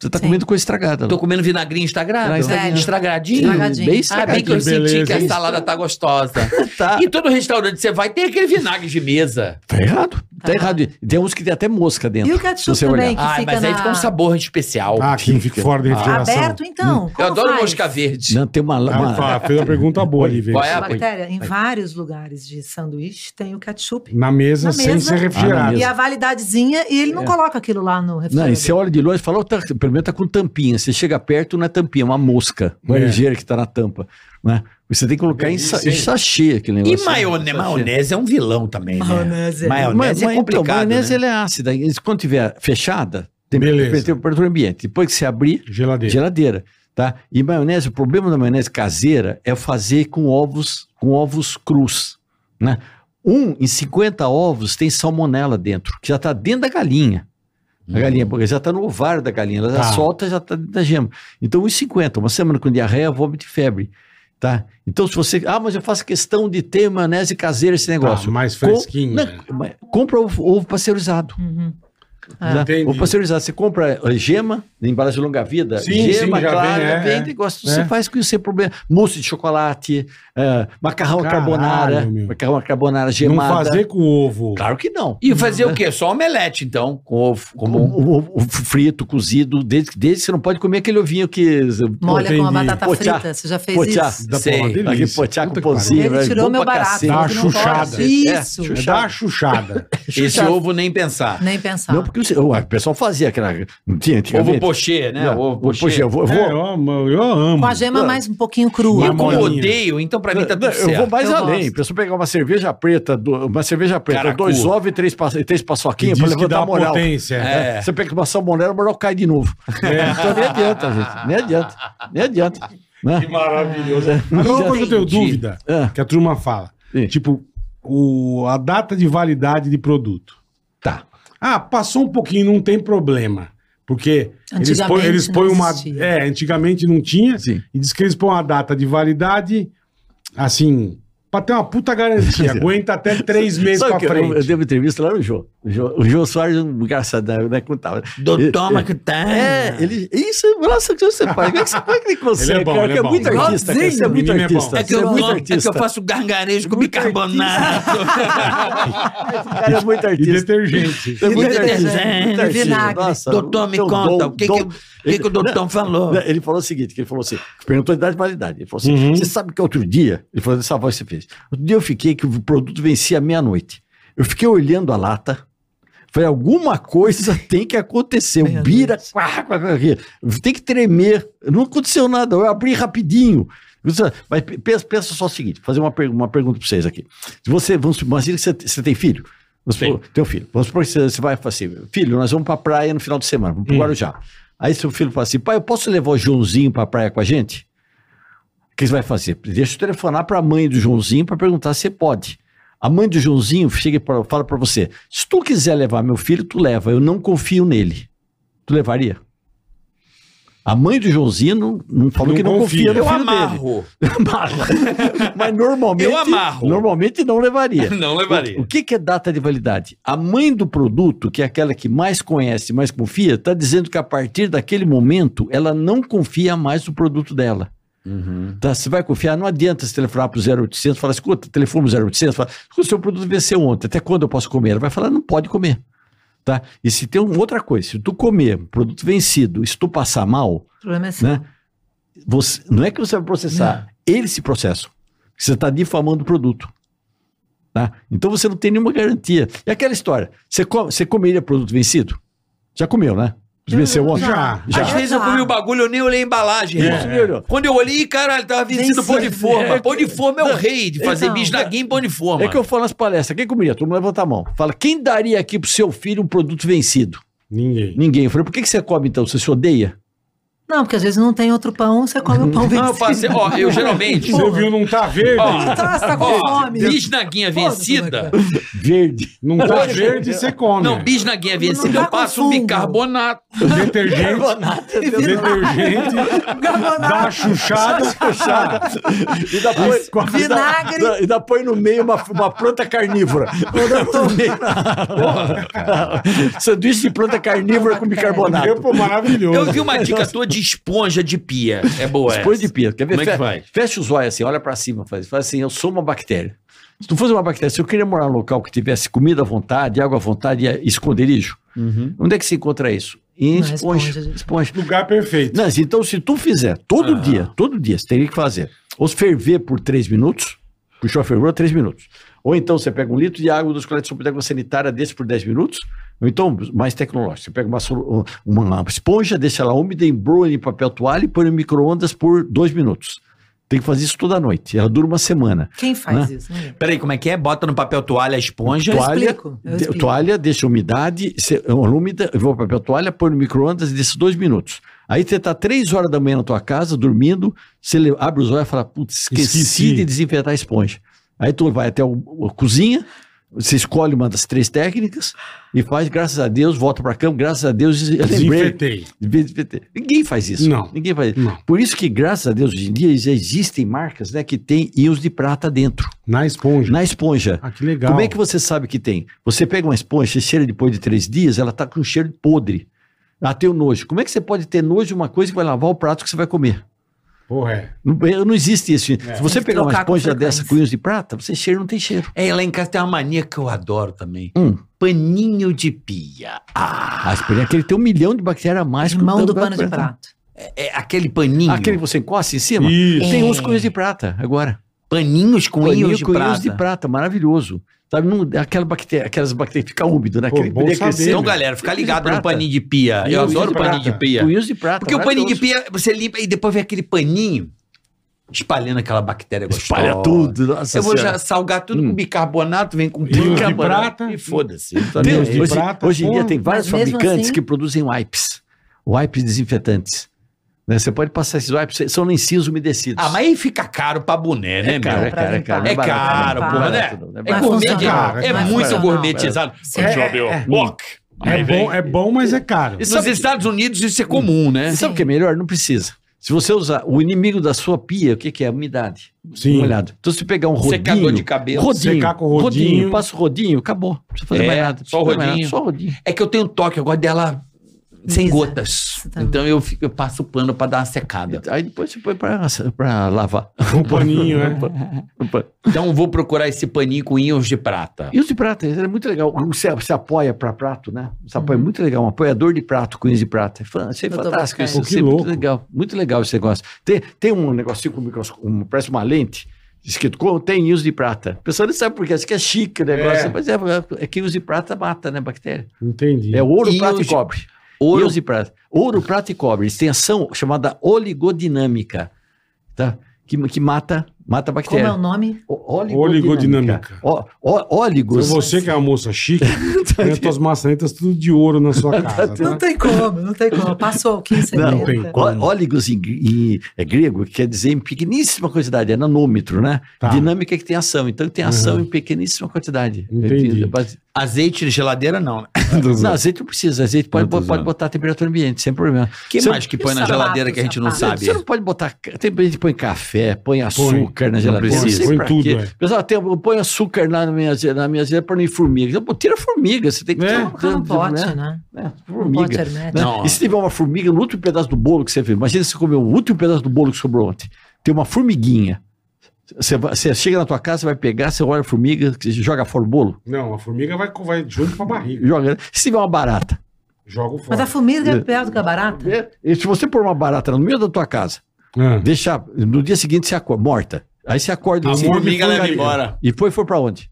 Speaker 5: Você está
Speaker 6: Sim.
Speaker 5: comendo coisa estragada.
Speaker 2: Tô comendo vinagrinho
Speaker 5: Tá
Speaker 2: estragado.
Speaker 5: estragado.
Speaker 2: Estragadinho.
Speaker 6: Estragadinho.
Speaker 5: Bem
Speaker 2: Ah, bem que
Speaker 5: estragadinho.
Speaker 2: eu senti
Speaker 4: Beleza,
Speaker 2: que a
Speaker 4: hein?
Speaker 2: salada tá gostosa.
Speaker 5: Tá.
Speaker 2: E todo restaurante que você vai tem aquele vinagre de mesa.
Speaker 5: Tá errado. Tá,
Speaker 6: Tá.
Speaker 5: errado. E Tem uns que tem até mosca dentro.
Speaker 6: E o
Speaker 5: se
Speaker 6: ketchup
Speaker 5: você
Speaker 6: também, que
Speaker 2: Ah,
Speaker 6: fica
Speaker 2: mas aí
Speaker 6: na-
Speaker 2: fica um sabor especial.
Speaker 4: Ah, que não fica fora da refrigeração.
Speaker 6: aberto, então.
Speaker 2: eu
Speaker 6: como
Speaker 2: adoro
Speaker 6: faz?
Speaker 2: mosca verde.
Speaker 5: Não, tem uma.
Speaker 4: Ah,
Speaker 5: uma...
Speaker 4: fa- fez uma pergunta boa ali, velho.
Speaker 2: Qual é?
Speaker 6: A
Speaker 2: Ah,
Speaker 6: bactéria, em vários lugares de sanduíche, tem o ketchup.
Speaker 4: Na mesa,
Speaker 6: Na
Speaker 4: sem
Speaker 6: mesa.
Speaker 4: ser
Speaker 5: Ah, na
Speaker 4: refrigerado.
Speaker 5: mesa.
Speaker 6: E a validadezinha, e ele não coloca aquilo lá no
Speaker 5: Não, e
Speaker 6: refrigerador.
Speaker 5: você olha de longe e fala, "Ô, tá, pelo menos tá com tampinha. Você chega perto, não é tampinha, é uma mosca, uma
Speaker 4: É.
Speaker 5: ligeira que tá na tampa. Né? Você tem que colocar em, sa em sachê aquele
Speaker 2: E
Speaker 5: negócio. né?
Speaker 2: maionese,
Speaker 5: Sachê.
Speaker 2: maionese é um vilão também, né?
Speaker 6: Maionese.
Speaker 5: Mas-
Speaker 2: Maionese
Speaker 5: mas,
Speaker 2: é complicado,
Speaker 5: então, maionese
Speaker 2: né?
Speaker 5: ela é ácida. E Quando tiver fechada, tem
Speaker 4: Beleza.
Speaker 5: tem temperatura ambiente. Depois que você abrir,
Speaker 4: Geladeira.
Speaker 5: geladeira. Tá? E maionese, o problema da maionese caseira é fazer com ovos, com ovos crus. Né? Um em 50 ovos tem salmonela dentro, que já está dentro da galinha. A galinha, porque já está no ovário da galinha, ela já
Speaker 4: Hum. Tá.
Speaker 5: solta, já está dentro da gema. Então, 1,50, uma semana com diarreia, vômito e febre. Tá? Então, se você. Ah, mas eu faço questão de ter maionese caseira esse é negócio.
Speaker 4: Tá, mais
Speaker 5: Com-
Speaker 4: fresquinho.
Speaker 5: Não, mas compra ovo, ovo pasteurizado.
Speaker 6: Uhum. É.
Speaker 5: Né?
Speaker 4: Entendi.
Speaker 5: Ou pasteurizado. Você compra eh, gema, na embalagem longa vida,
Speaker 4: Sim,
Speaker 5: gema,
Speaker 4: sim, já
Speaker 5: clara,
Speaker 4: vem, é,
Speaker 5: vem
Speaker 4: é.
Speaker 5: negócio.
Speaker 4: É.
Speaker 5: Você faz com isso sem problema. Mousse de chocolate, eh, macarrão à
Speaker 4: Caralho,
Speaker 5: carbonara,
Speaker 4: meu.
Speaker 5: macarrão à carbonara
Speaker 4: Não
Speaker 5: gemada.
Speaker 4: fazer com ovo.
Speaker 5: Claro que não.
Speaker 2: E fazer o quê? Só omelete, então, com ovo
Speaker 5: O,
Speaker 2: comum.
Speaker 5: o- o frito, cozido, desde, desde que você não pode comer aquele ovinho que.
Speaker 6: Molha com a
Speaker 4: entendi.
Speaker 6: batata
Speaker 5: Pochá.
Speaker 6: frita. Você já fez
Speaker 5: Pochá.
Speaker 6: isso?
Speaker 4: Da
Speaker 2: Sei,
Speaker 4: porra, delícia.
Speaker 5: Aquele pochá com
Speaker 4: Puta que pariu.
Speaker 5: pãozinho.
Speaker 6: Ele
Speaker 5: velho,
Speaker 6: tirou
Speaker 5: bom
Speaker 6: meu
Speaker 5: pra
Speaker 6: barato,
Speaker 5: cacete.
Speaker 4: Dá
Speaker 6: Não
Speaker 4: uma chuchada.
Speaker 6: pode. Isso.
Speaker 5: É,
Speaker 4: Dá a chuchada.
Speaker 2: Esse ovo nem pensar.
Speaker 6: Nem pensar.
Speaker 5: Não, porque o, o pessoal fazia aquela. Não tinha antigamente?
Speaker 2: Ovo pochê, né?
Speaker 5: Não,
Speaker 2: Ovo
Speaker 5: ovo pochê.
Speaker 2: pochê.
Speaker 5: Eu vou, eu vou-
Speaker 4: É, eu amo. Eu amo.
Speaker 6: Com a gema mais um pouquinho
Speaker 4: E
Speaker 6: crua.
Speaker 4: a
Speaker 2: Eu como
Speaker 4: mamoninha.
Speaker 2: odeio, então pra mim tá
Speaker 5: Não,
Speaker 2: tudo
Speaker 5: eu vou
Speaker 2: certo.
Speaker 5: mais
Speaker 6: Eu
Speaker 5: além.
Speaker 6: gosto.
Speaker 5: A pessoa pegar uma cerveja preta, do- uma cerveja preta,
Speaker 2: Caracu.
Speaker 5: dois ovos e três, pa- e três
Speaker 4: Que
Speaker 5: paçoquinhas para
Speaker 4: diz que
Speaker 5: levantar
Speaker 4: dá
Speaker 5: a moral.
Speaker 4: potência. É.
Speaker 2: É.
Speaker 5: Você pega uma salmonela, a moral cai de novo. Então nem adianta, gente. Nem adianta. Nem adianta. Né?
Speaker 4: maravilhoso. Agora uma coisa que eu tenho
Speaker 2: Entendi.
Speaker 4: dúvida,
Speaker 5: É.
Speaker 4: que a turma fala.
Speaker 5: Sim.
Speaker 4: Tipo, o, a data de validade de produto.
Speaker 5: Tá.
Speaker 4: Ah, passou um pouquinho, não tem problema. Porque eles põem,
Speaker 6: Antigamente
Speaker 4: eles põem
Speaker 6: não
Speaker 4: uma.
Speaker 6: existia.
Speaker 4: É, antigamente não tinha.
Speaker 5: Sim.
Speaker 4: E diz que eles põem a data de validade, assim, pra ter uma puta garantia. Aguenta até três meses
Speaker 5: Sabe
Speaker 4: pra
Speaker 5: que eu- Eu,
Speaker 4: frente.
Speaker 5: dei uma entrevista lá no Jô. O Jô, o Jô Soares, um engraçadão, né? Contava.
Speaker 2: Do toma que tá.
Speaker 5: É, ele. Isso, nossa, o que você faz? Como é que você, como é que ele consegue?
Speaker 4: Ah. Ele é bom,
Speaker 5: cara?
Speaker 4: ele é
Speaker 5: Porque
Speaker 4: bom.
Speaker 5: muito artista, cara. Você é muito
Speaker 4: Menino é bom.
Speaker 5: artista.
Speaker 2: É que,
Speaker 5: Você é
Speaker 2: eu,
Speaker 5: muito
Speaker 2: tomo- é que eu
Speaker 5: artista. É
Speaker 2: faço gargarejo com bicarbonato.
Speaker 5: O cara é muito
Speaker 4: E
Speaker 5: artista.
Speaker 4: detergente.
Speaker 5: É muito
Speaker 2: detergente,
Speaker 5: artista, muito artista.
Speaker 6: vinagre.
Speaker 5: Nossa,
Speaker 2: Doutor, é me
Speaker 5: tem um
Speaker 2: conta,
Speaker 5: dom,
Speaker 2: o que,
Speaker 5: dom.
Speaker 2: que, o que que o doutor falou?
Speaker 5: Né, Ele falou o seguinte, que ele falou assim, perguntou a idade e validade. Ele falou assim,
Speaker 4: Uhum.
Speaker 5: você sabe que outro dia, ele falou dessa voz que você fez, outro dia eu fiquei que o produto vencia meia-noite. Eu fiquei olhando a lata, falei, alguma coisa tem que acontecer, o bira, quá, quá, quá, quá, tem que tremer, não aconteceu nada, eu abri rapidinho. Mas pe- pensa, pensa só o seguinte, fazer uma, pergu- uma pergunta para vocês aqui. Se você, vamos, supor, imagina que você, você tem filho, Vamos supor, teu filho. Vamos supor que você, você vai e fala assim, filho, nós vamos pra praia no final de semana, vamos pro Guarujá. Aí seu filho fala assim, pai, eu posso levar o Joãozinho pra praia com a gente? O que você vai fazer? Deixa eu telefonar pra mãe do Joãozinho pra perguntar se pode. A mãe do Joãozinho chega e fala- fala pra você, se tu quiser levar meu filho, tu leva, eu não confio nele. Tu levaria? A mãe do Joãozinho não, não falou
Speaker 4: Não
Speaker 5: que não
Speaker 4: confia.
Speaker 5: confia, no
Speaker 7: Eu
Speaker 5: filho dele.
Speaker 7: amarro.
Speaker 5: Amarra. Mas normalmente,
Speaker 7: Eu amarro.
Speaker 5: normalmente não levaria.
Speaker 7: Não
Speaker 5: O,
Speaker 7: levaria.
Speaker 5: o que, que é data de validade? A mãe do produto, que é aquela que mais conhece, mais confia, está dizendo que a partir daquele momento ela não confia mais no produto dela. Tá, você vai confiar, não adianta você telefonar para o 0800, falar, escuta, telefone pro 0800, fala, escuta, seu produto venceu ontem, até quando eu posso comer? Ela vai falar, não pode comer. Tá? E se tem uma outra coisa, se tu comer um produto vencido, se tu passar mal,
Speaker 6: O problema é seu.
Speaker 5: né? Você, não é que você vai processar, ele se processa. Você está difamando o produto. Tá? Então você não tem nenhuma garantia. E aquela história: você, come, você comeria produto vencido? Já comeu, né? Venceu ontem?
Speaker 4: Já.
Speaker 5: Já. tá. É.
Speaker 7: Às vezes eu comi o bagulho, eu nem olhei a embalagem, irmão.
Speaker 5: Isso, melhorou.
Speaker 7: Quando eu olhei, caralho, tava vencido pão de forma. Pão de forma é o rei de fazer
Speaker 6: Então,
Speaker 7: bisnaguinha em pão de forma.
Speaker 5: É que eu falo nas palestras: quem comeria? Todo mundo levanta a mão. Fala: quem daria aqui pro seu filho um produto vencido?
Speaker 4: Ninguém.
Speaker 5: Ninguém. Eu falei: por que, que você come então? Você se odeia?
Speaker 6: Não, porque às vezes não tem outro pão, você come o pão
Speaker 7: Não,
Speaker 6: vencido.
Speaker 7: eu passei, ó, eu geralmente.
Speaker 4: Você viu, não tá verde?
Speaker 7: Ó,
Speaker 6: Tá, você tá com
Speaker 7: ó,
Speaker 6: fome.
Speaker 7: bisnaguinha
Speaker 6: Foda-se,
Speaker 5: né,
Speaker 7: vencida.
Speaker 6: Marcão.
Speaker 5: Verde.
Speaker 4: Não tá verde, você come.
Speaker 7: Não, bisnaguinha
Speaker 2: assim,
Speaker 7: vencida,
Speaker 6: Não
Speaker 7: eu passo um
Speaker 6: confunda.
Speaker 7: bicarbonato.
Speaker 4: Detergente, detergente, dá uma chuchada.
Speaker 5: E dá põe, e dá-
Speaker 6: Vinagre.
Speaker 5: dá- e dá põe no meio uma, uma planta carnívora. No meio- Sanduíche de planta carnívora com bicarbonato.
Speaker 4: Eu, pô, maravilhoso.
Speaker 7: Eu vi uma dica tua de esponja de pia. É boa.
Speaker 5: Depois
Speaker 7: essa.
Speaker 5: de pia. Quer ver?
Speaker 7: Como é que
Speaker 5: Fe-
Speaker 7: faz?
Speaker 5: Fecha os olhos assim, olha pra cima, faz, faz assim, eu sou uma bactéria. Se tu fosse uma bactéria, se eu queria morar num local que tivesse comida à vontade, água à vontade e esconderijo,
Speaker 7: Uhum.
Speaker 5: onde é que se encontra isso? Em
Speaker 6: Na esponja,
Speaker 5: esponja.
Speaker 6: gente.
Speaker 5: esponja.
Speaker 4: Lugar perfeito.
Speaker 5: Não, assim, então, se tu fizer todo dia, todo dia, você teria que fazer. Ou se ferver por três minutos, puxou a fervura, é três minutos. Ou então você pega um litro de água dos coletes de água sanitária, desse por 10 minutos. Ou então, mais tecnológico, você pega uma, solu- uma, uma esponja, deixa ela úmida, embrulha em papel toalha e põe no micro-ondas por dois minutos. Tem que fazer isso toda noite. Ela dura uma semana.
Speaker 6: Quem faz isso? Ninguém.
Speaker 2: Peraí, como é que é? Bota no papel toalha a esponja.
Speaker 6: Toalha.
Speaker 5: toalha,
Speaker 6: explico, eu
Speaker 5: de-
Speaker 6: explico.
Speaker 5: toalha, deixa umidade, se- é, uma úmida, vou papel toalha, põe no micro-ondas e deixa dois minutos. Aí você tá três horas da manhã na tua casa, dormindo, você le- abre os olhos e fala, putz, esqueci,
Speaker 4: Esqueci.
Speaker 5: de desinfetar a esponja. Aí tu vai até o- a cozinha, você escolhe uma das três técnicas e faz, graças a Deus, volta pra cama, graças a Deus, eu lembrei.
Speaker 4: Desinfetei.
Speaker 5: Desinfetei. Ninguém faz isso.
Speaker 4: Não.
Speaker 5: Ninguém faz isso.
Speaker 4: Não.
Speaker 5: Por isso que, graças a Deus, hoje em dia já existem marcas né, que tem íons de prata dentro,
Speaker 4: Na esponja.
Speaker 5: na esponja.
Speaker 4: Ah, que legal.
Speaker 5: Como é que você sabe que tem? Você pega uma esponja, você cheira depois de três dias, ela tá com cheiro de podre. Ela tem o nojo. Como é que você pode ter nojo de uma coisa que vai lavar o prato que você vai comer?
Speaker 4: Porra, é.
Speaker 5: Não, não existe isso. Se você
Speaker 6: Tem que
Speaker 5: pegar uma
Speaker 6: trocar com
Speaker 5: esponja
Speaker 6: frequência.
Speaker 5: dessa com unhas de prata, você cheira e não tem cheiro.
Speaker 2: É, lá em casa tem uma mania que eu adoro também.
Speaker 5: Hum.
Speaker 2: Paninho de pia. Ah,
Speaker 5: A esponja é aquele que tem um milhão de bactérias a mais. que o
Speaker 6: Irmão do
Speaker 5: tamanho
Speaker 6: pano de prato.
Speaker 2: é aquele paninho.
Speaker 5: Ah, Aquele que você encosta em cima?
Speaker 4: Isso.
Speaker 5: Tem uns com unhas de prata agora.
Speaker 2: Paninhos com
Speaker 5: Paninho
Speaker 2: íons de
Speaker 5: com íons
Speaker 2: prata.
Speaker 5: de prata, maravilhoso. Sabe, não- aquela bactéria, aquelas bactérias fica úmido, né?
Speaker 4: Pô,
Speaker 5: Aquele
Speaker 4: bom
Speaker 5: poder
Speaker 4: saber,
Speaker 5: crescer.
Speaker 2: Então,
Speaker 4: né?
Speaker 2: galera, fica
Speaker 5: Íons de
Speaker 2: ligado no
Speaker 5: prata.
Speaker 2: paninho de pia. Eu
Speaker 4: Íons de
Speaker 2: adoro paninho de
Speaker 4: prata.
Speaker 2: pia.
Speaker 5: Com unhas de prata. é
Speaker 2: Porque o paninho de
Speaker 5: maravilhoso.
Speaker 2: pia, você limpa e depois vem aquele paninho espalhando aquela bactéria gostosa.
Speaker 5: Espalha tudo. Nossa
Speaker 2: Eu vou
Speaker 5: Senhora.
Speaker 2: já salgar tudo com
Speaker 5: Hum.
Speaker 2: bicarbonato, vem com
Speaker 4: de
Speaker 2: bicarbonato
Speaker 4: prata.
Speaker 2: E foda-se.
Speaker 5: Tem,
Speaker 4: Deus de
Speaker 5: hoje,
Speaker 4: prata,
Speaker 5: hoje em dia
Speaker 4: porra.
Speaker 5: tem vários
Speaker 6: Mas mesmo
Speaker 5: fabricantes
Speaker 6: assim-
Speaker 5: que produzem wipes. Wipes desinfetantes. Né? Você pode passar esses wipes, são lencinhos umedecidos.
Speaker 2: Ah, mas aí fica caro pra boné, né,
Speaker 5: Cara, é
Speaker 2: meu?
Speaker 5: caro, é caro.
Speaker 2: É
Speaker 5: não barato,
Speaker 2: caro,
Speaker 5: não.
Speaker 6: porra,
Speaker 5: Não
Speaker 2: né?
Speaker 5: barato, não.
Speaker 2: É
Speaker 5: barato.
Speaker 6: Mas
Speaker 2: gourmet,
Speaker 4: funciona,
Speaker 2: é,
Speaker 4: mas
Speaker 2: muito
Speaker 6: funciona.
Speaker 2: gourmetizado. É.
Speaker 6: Sim.
Speaker 2: Wok.
Speaker 4: É bom, é bom, mas é caro.
Speaker 2: Nos Estados Unidos isso é comum, né?
Speaker 5: Sabe o que é melhor? Não precisa. Se você usar o inimigo da sua pia, o que, que é? A umidade.
Speaker 4: Sim.
Speaker 5: Molhado. Então, se você pegar um rodinho.
Speaker 7: Secador de cabelo.
Speaker 5: Rodinho,
Speaker 4: Secar com
Speaker 5: rodinho,
Speaker 4: rodinho.
Speaker 5: passa o rodinho, acabou. Não precisa fazer
Speaker 7: É,
Speaker 5: mais nada.
Speaker 7: só o
Speaker 5: Não precisa mais
Speaker 7: rodinho.
Speaker 5: nada, Só o rodinho.
Speaker 7: É que eu tenho toque, eu gosto dela sem
Speaker 6: Lisa.
Speaker 7: gotas.
Speaker 6: Você tá-
Speaker 7: Então eu, fico- eu passo o pano pra dar uma secada.
Speaker 5: Aí depois você põe pra, pra lavar.
Speaker 4: Um paninho, né?
Speaker 7: Então eu vou procurar esse paninho com íons de prata.
Speaker 5: E os de prata, ele é muito legal. Você, você apoia pra prato, né? Você apoia
Speaker 4: Uhum.
Speaker 5: muito legal. Um apoiador de prato, com isso de prata. É fan- Isso é
Speaker 6: Eu tô
Speaker 5: fantástico.
Speaker 6: bacana.
Speaker 5: Isso,
Speaker 4: Pô, que
Speaker 5: isso é muito
Speaker 4: louco.
Speaker 5: legal. Muito legal esse negócio. Tem, tem um negocinho com microscópio, um, parece uma lente. Escrito, contém íons de prata. O pessoal não sabe por quê, isso que é chique o negócio.
Speaker 4: É.
Speaker 5: Mas é, é que íons de prata mata, né, bactéria?
Speaker 4: Entendi.
Speaker 5: É ouro,
Speaker 7: Íons
Speaker 5: prata e
Speaker 7: de-
Speaker 5: cobre.
Speaker 7: Ouro,
Speaker 5: Íons de prata. Ouro, prata e cobre. Eles têm ação chamada oligodinâmica, tá? Que, que mata, mata a
Speaker 6: Como
Speaker 5: bactéria.
Speaker 6: é o nome?
Speaker 5: O-
Speaker 4: Oligodinâmica.
Speaker 5: Ó- ó-
Speaker 4: Então
Speaker 5: Óligos.
Speaker 4: você que é uma moça chique, tem as tuas maçanetas tudo de ouro na sua casa,
Speaker 6: Não
Speaker 4: tá?
Speaker 6: tem como, não tem como. Passou o 15
Speaker 5: Não,
Speaker 4: tem.
Speaker 5: ó- óligos em, gre- em- é grego, que quer dizer em pequeníssima quantidade, é nanômetro, né?
Speaker 4: Tá.
Speaker 5: Dinâmica que tem ação. Então tem ação
Speaker 4: Uhum.
Speaker 5: em pequeníssima quantidade. É
Speaker 4: Entendi.
Speaker 5: Base-
Speaker 2: Azeite de geladeira, não. né?
Speaker 5: Não, azeite não precisa, azeite pode,
Speaker 2: Não tô
Speaker 5: pode,
Speaker 2: usando.
Speaker 5: botar a temperatura ambiente, sem problema.
Speaker 2: que
Speaker 5: Você-
Speaker 2: mais que põe na
Speaker 6: sapato,
Speaker 2: geladeira que a gente não
Speaker 6: sapato.
Speaker 2: sabe?
Speaker 5: Você não pode botar. ca- Tem gente que põe café, põe açúcar na geladeira.
Speaker 2: precisa.
Speaker 5: Não sei
Speaker 4: Põe
Speaker 5: pra
Speaker 4: tudo,
Speaker 5: quê.
Speaker 4: é.
Speaker 5: Pessoal, tem, eu ponho açúcar na minha, ge- na minha geladeira para não ir formiga. Então, pô, tira a formiga, você tem que
Speaker 4: É.
Speaker 5: tirar
Speaker 6: Colocar um pote,
Speaker 5: né?
Speaker 6: né?
Speaker 5: É,
Speaker 6: Um
Speaker 5: formiga.
Speaker 6: pote hermético.
Speaker 5: né?
Speaker 2: Não.
Speaker 5: E se tiver uma formiga no último pedaço do bolo que você fez, imagina se você comeu o último pedaço do bolo que sobrou ontem, tem uma formiguinha. Você, vai- você chega na tua casa, você vai pegar, você olha a formiga, você joga fora o bolo,
Speaker 4: Não, a formiga vai, vai junto com a barriga.
Speaker 5: joga. Se tiver uma barata,
Speaker 4: Joga o fora.
Speaker 6: Mas a formiga é pior do que a barata?
Speaker 5: e se você pôr uma barata no meio da tua casa,
Speaker 4: Ah.
Speaker 5: deixar, no dia seguinte você acorda, morta. Aí você acorda
Speaker 2: Tá
Speaker 5: no
Speaker 4: A
Speaker 5: dia seguinte,
Speaker 4: formiga leva embora.
Speaker 5: e foi, foi pra onde?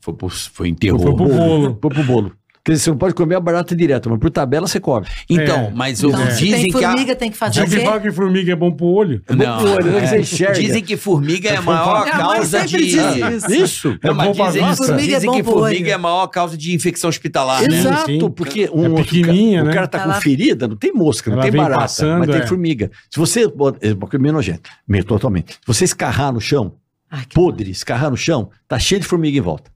Speaker 2: Foi, pro- foi enterrou.
Speaker 4: Foi pro bolo.
Speaker 5: Foi pro bolo. Quer dizer, você não pode comer a barata direto, mas por tabela você come.
Speaker 2: Então,
Speaker 4: É.
Speaker 2: mas o-
Speaker 6: Então, se
Speaker 2: dizem
Speaker 6: tem
Speaker 2: que a...
Speaker 6: formiga, tem que fazer
Speaker 4: Já
Speaker 6: o
Speaker 4: que
Speaker 6: quê?
Speaker 4: fala que formiga é bom pro olho.
Speaker 2: Não.
Speaker 5: Bom pro olho, né, que você enxerga.
Speaker 2: Dizem que formiga é a maior
Speaker 6: Minha mãe
Speaker 2: causa
Speaker 6: sempre
Speaker 2: de... Ah,
Speaker 6: disse isso.
Speaker 5: Isso.
Speaker 4: É
Speaker 2: Não, mas
Speaker 4: bom pra
Speaker 2: dizem,
Speaker 4: vista.
Speaker 6: Formiga é
Speaker 2: dizem
Speaker 6: bom
Speaker 2: que
Speaker 6: pro
Speaker 2: formiga
Speaker 6: olho.
Speaker 2: é a maior causa de infecção hospitalar, né?
Speaker 5: Exato,
Speaker 4: Sim.
Speaker 5: porque
Speaker 4: É
Speaker 5: um,
Speaker 4: pequenininha,
Speaker 5: o
Speaker 4: né?
Speaker 5: cara tá
Speaker 6: Ela-
Speaker 5: com ferida, não tem mosca, não
Speaker 4: Ela
Speaker 5: tem
Speaker 4: vem
Speaker 5: barata,
Speaker 4: passando,
Speaker 5: mas tem
Speaker 4: é.
Speaker 5: formiga. Se você, bota- é uma coisa meio nojenta, meio totalmente. Se você escarrar no chão,
Speaker 6: Ai, Ah, que
Speaker 5: podre, escarrar no chão, tá cheio de formiga em volta.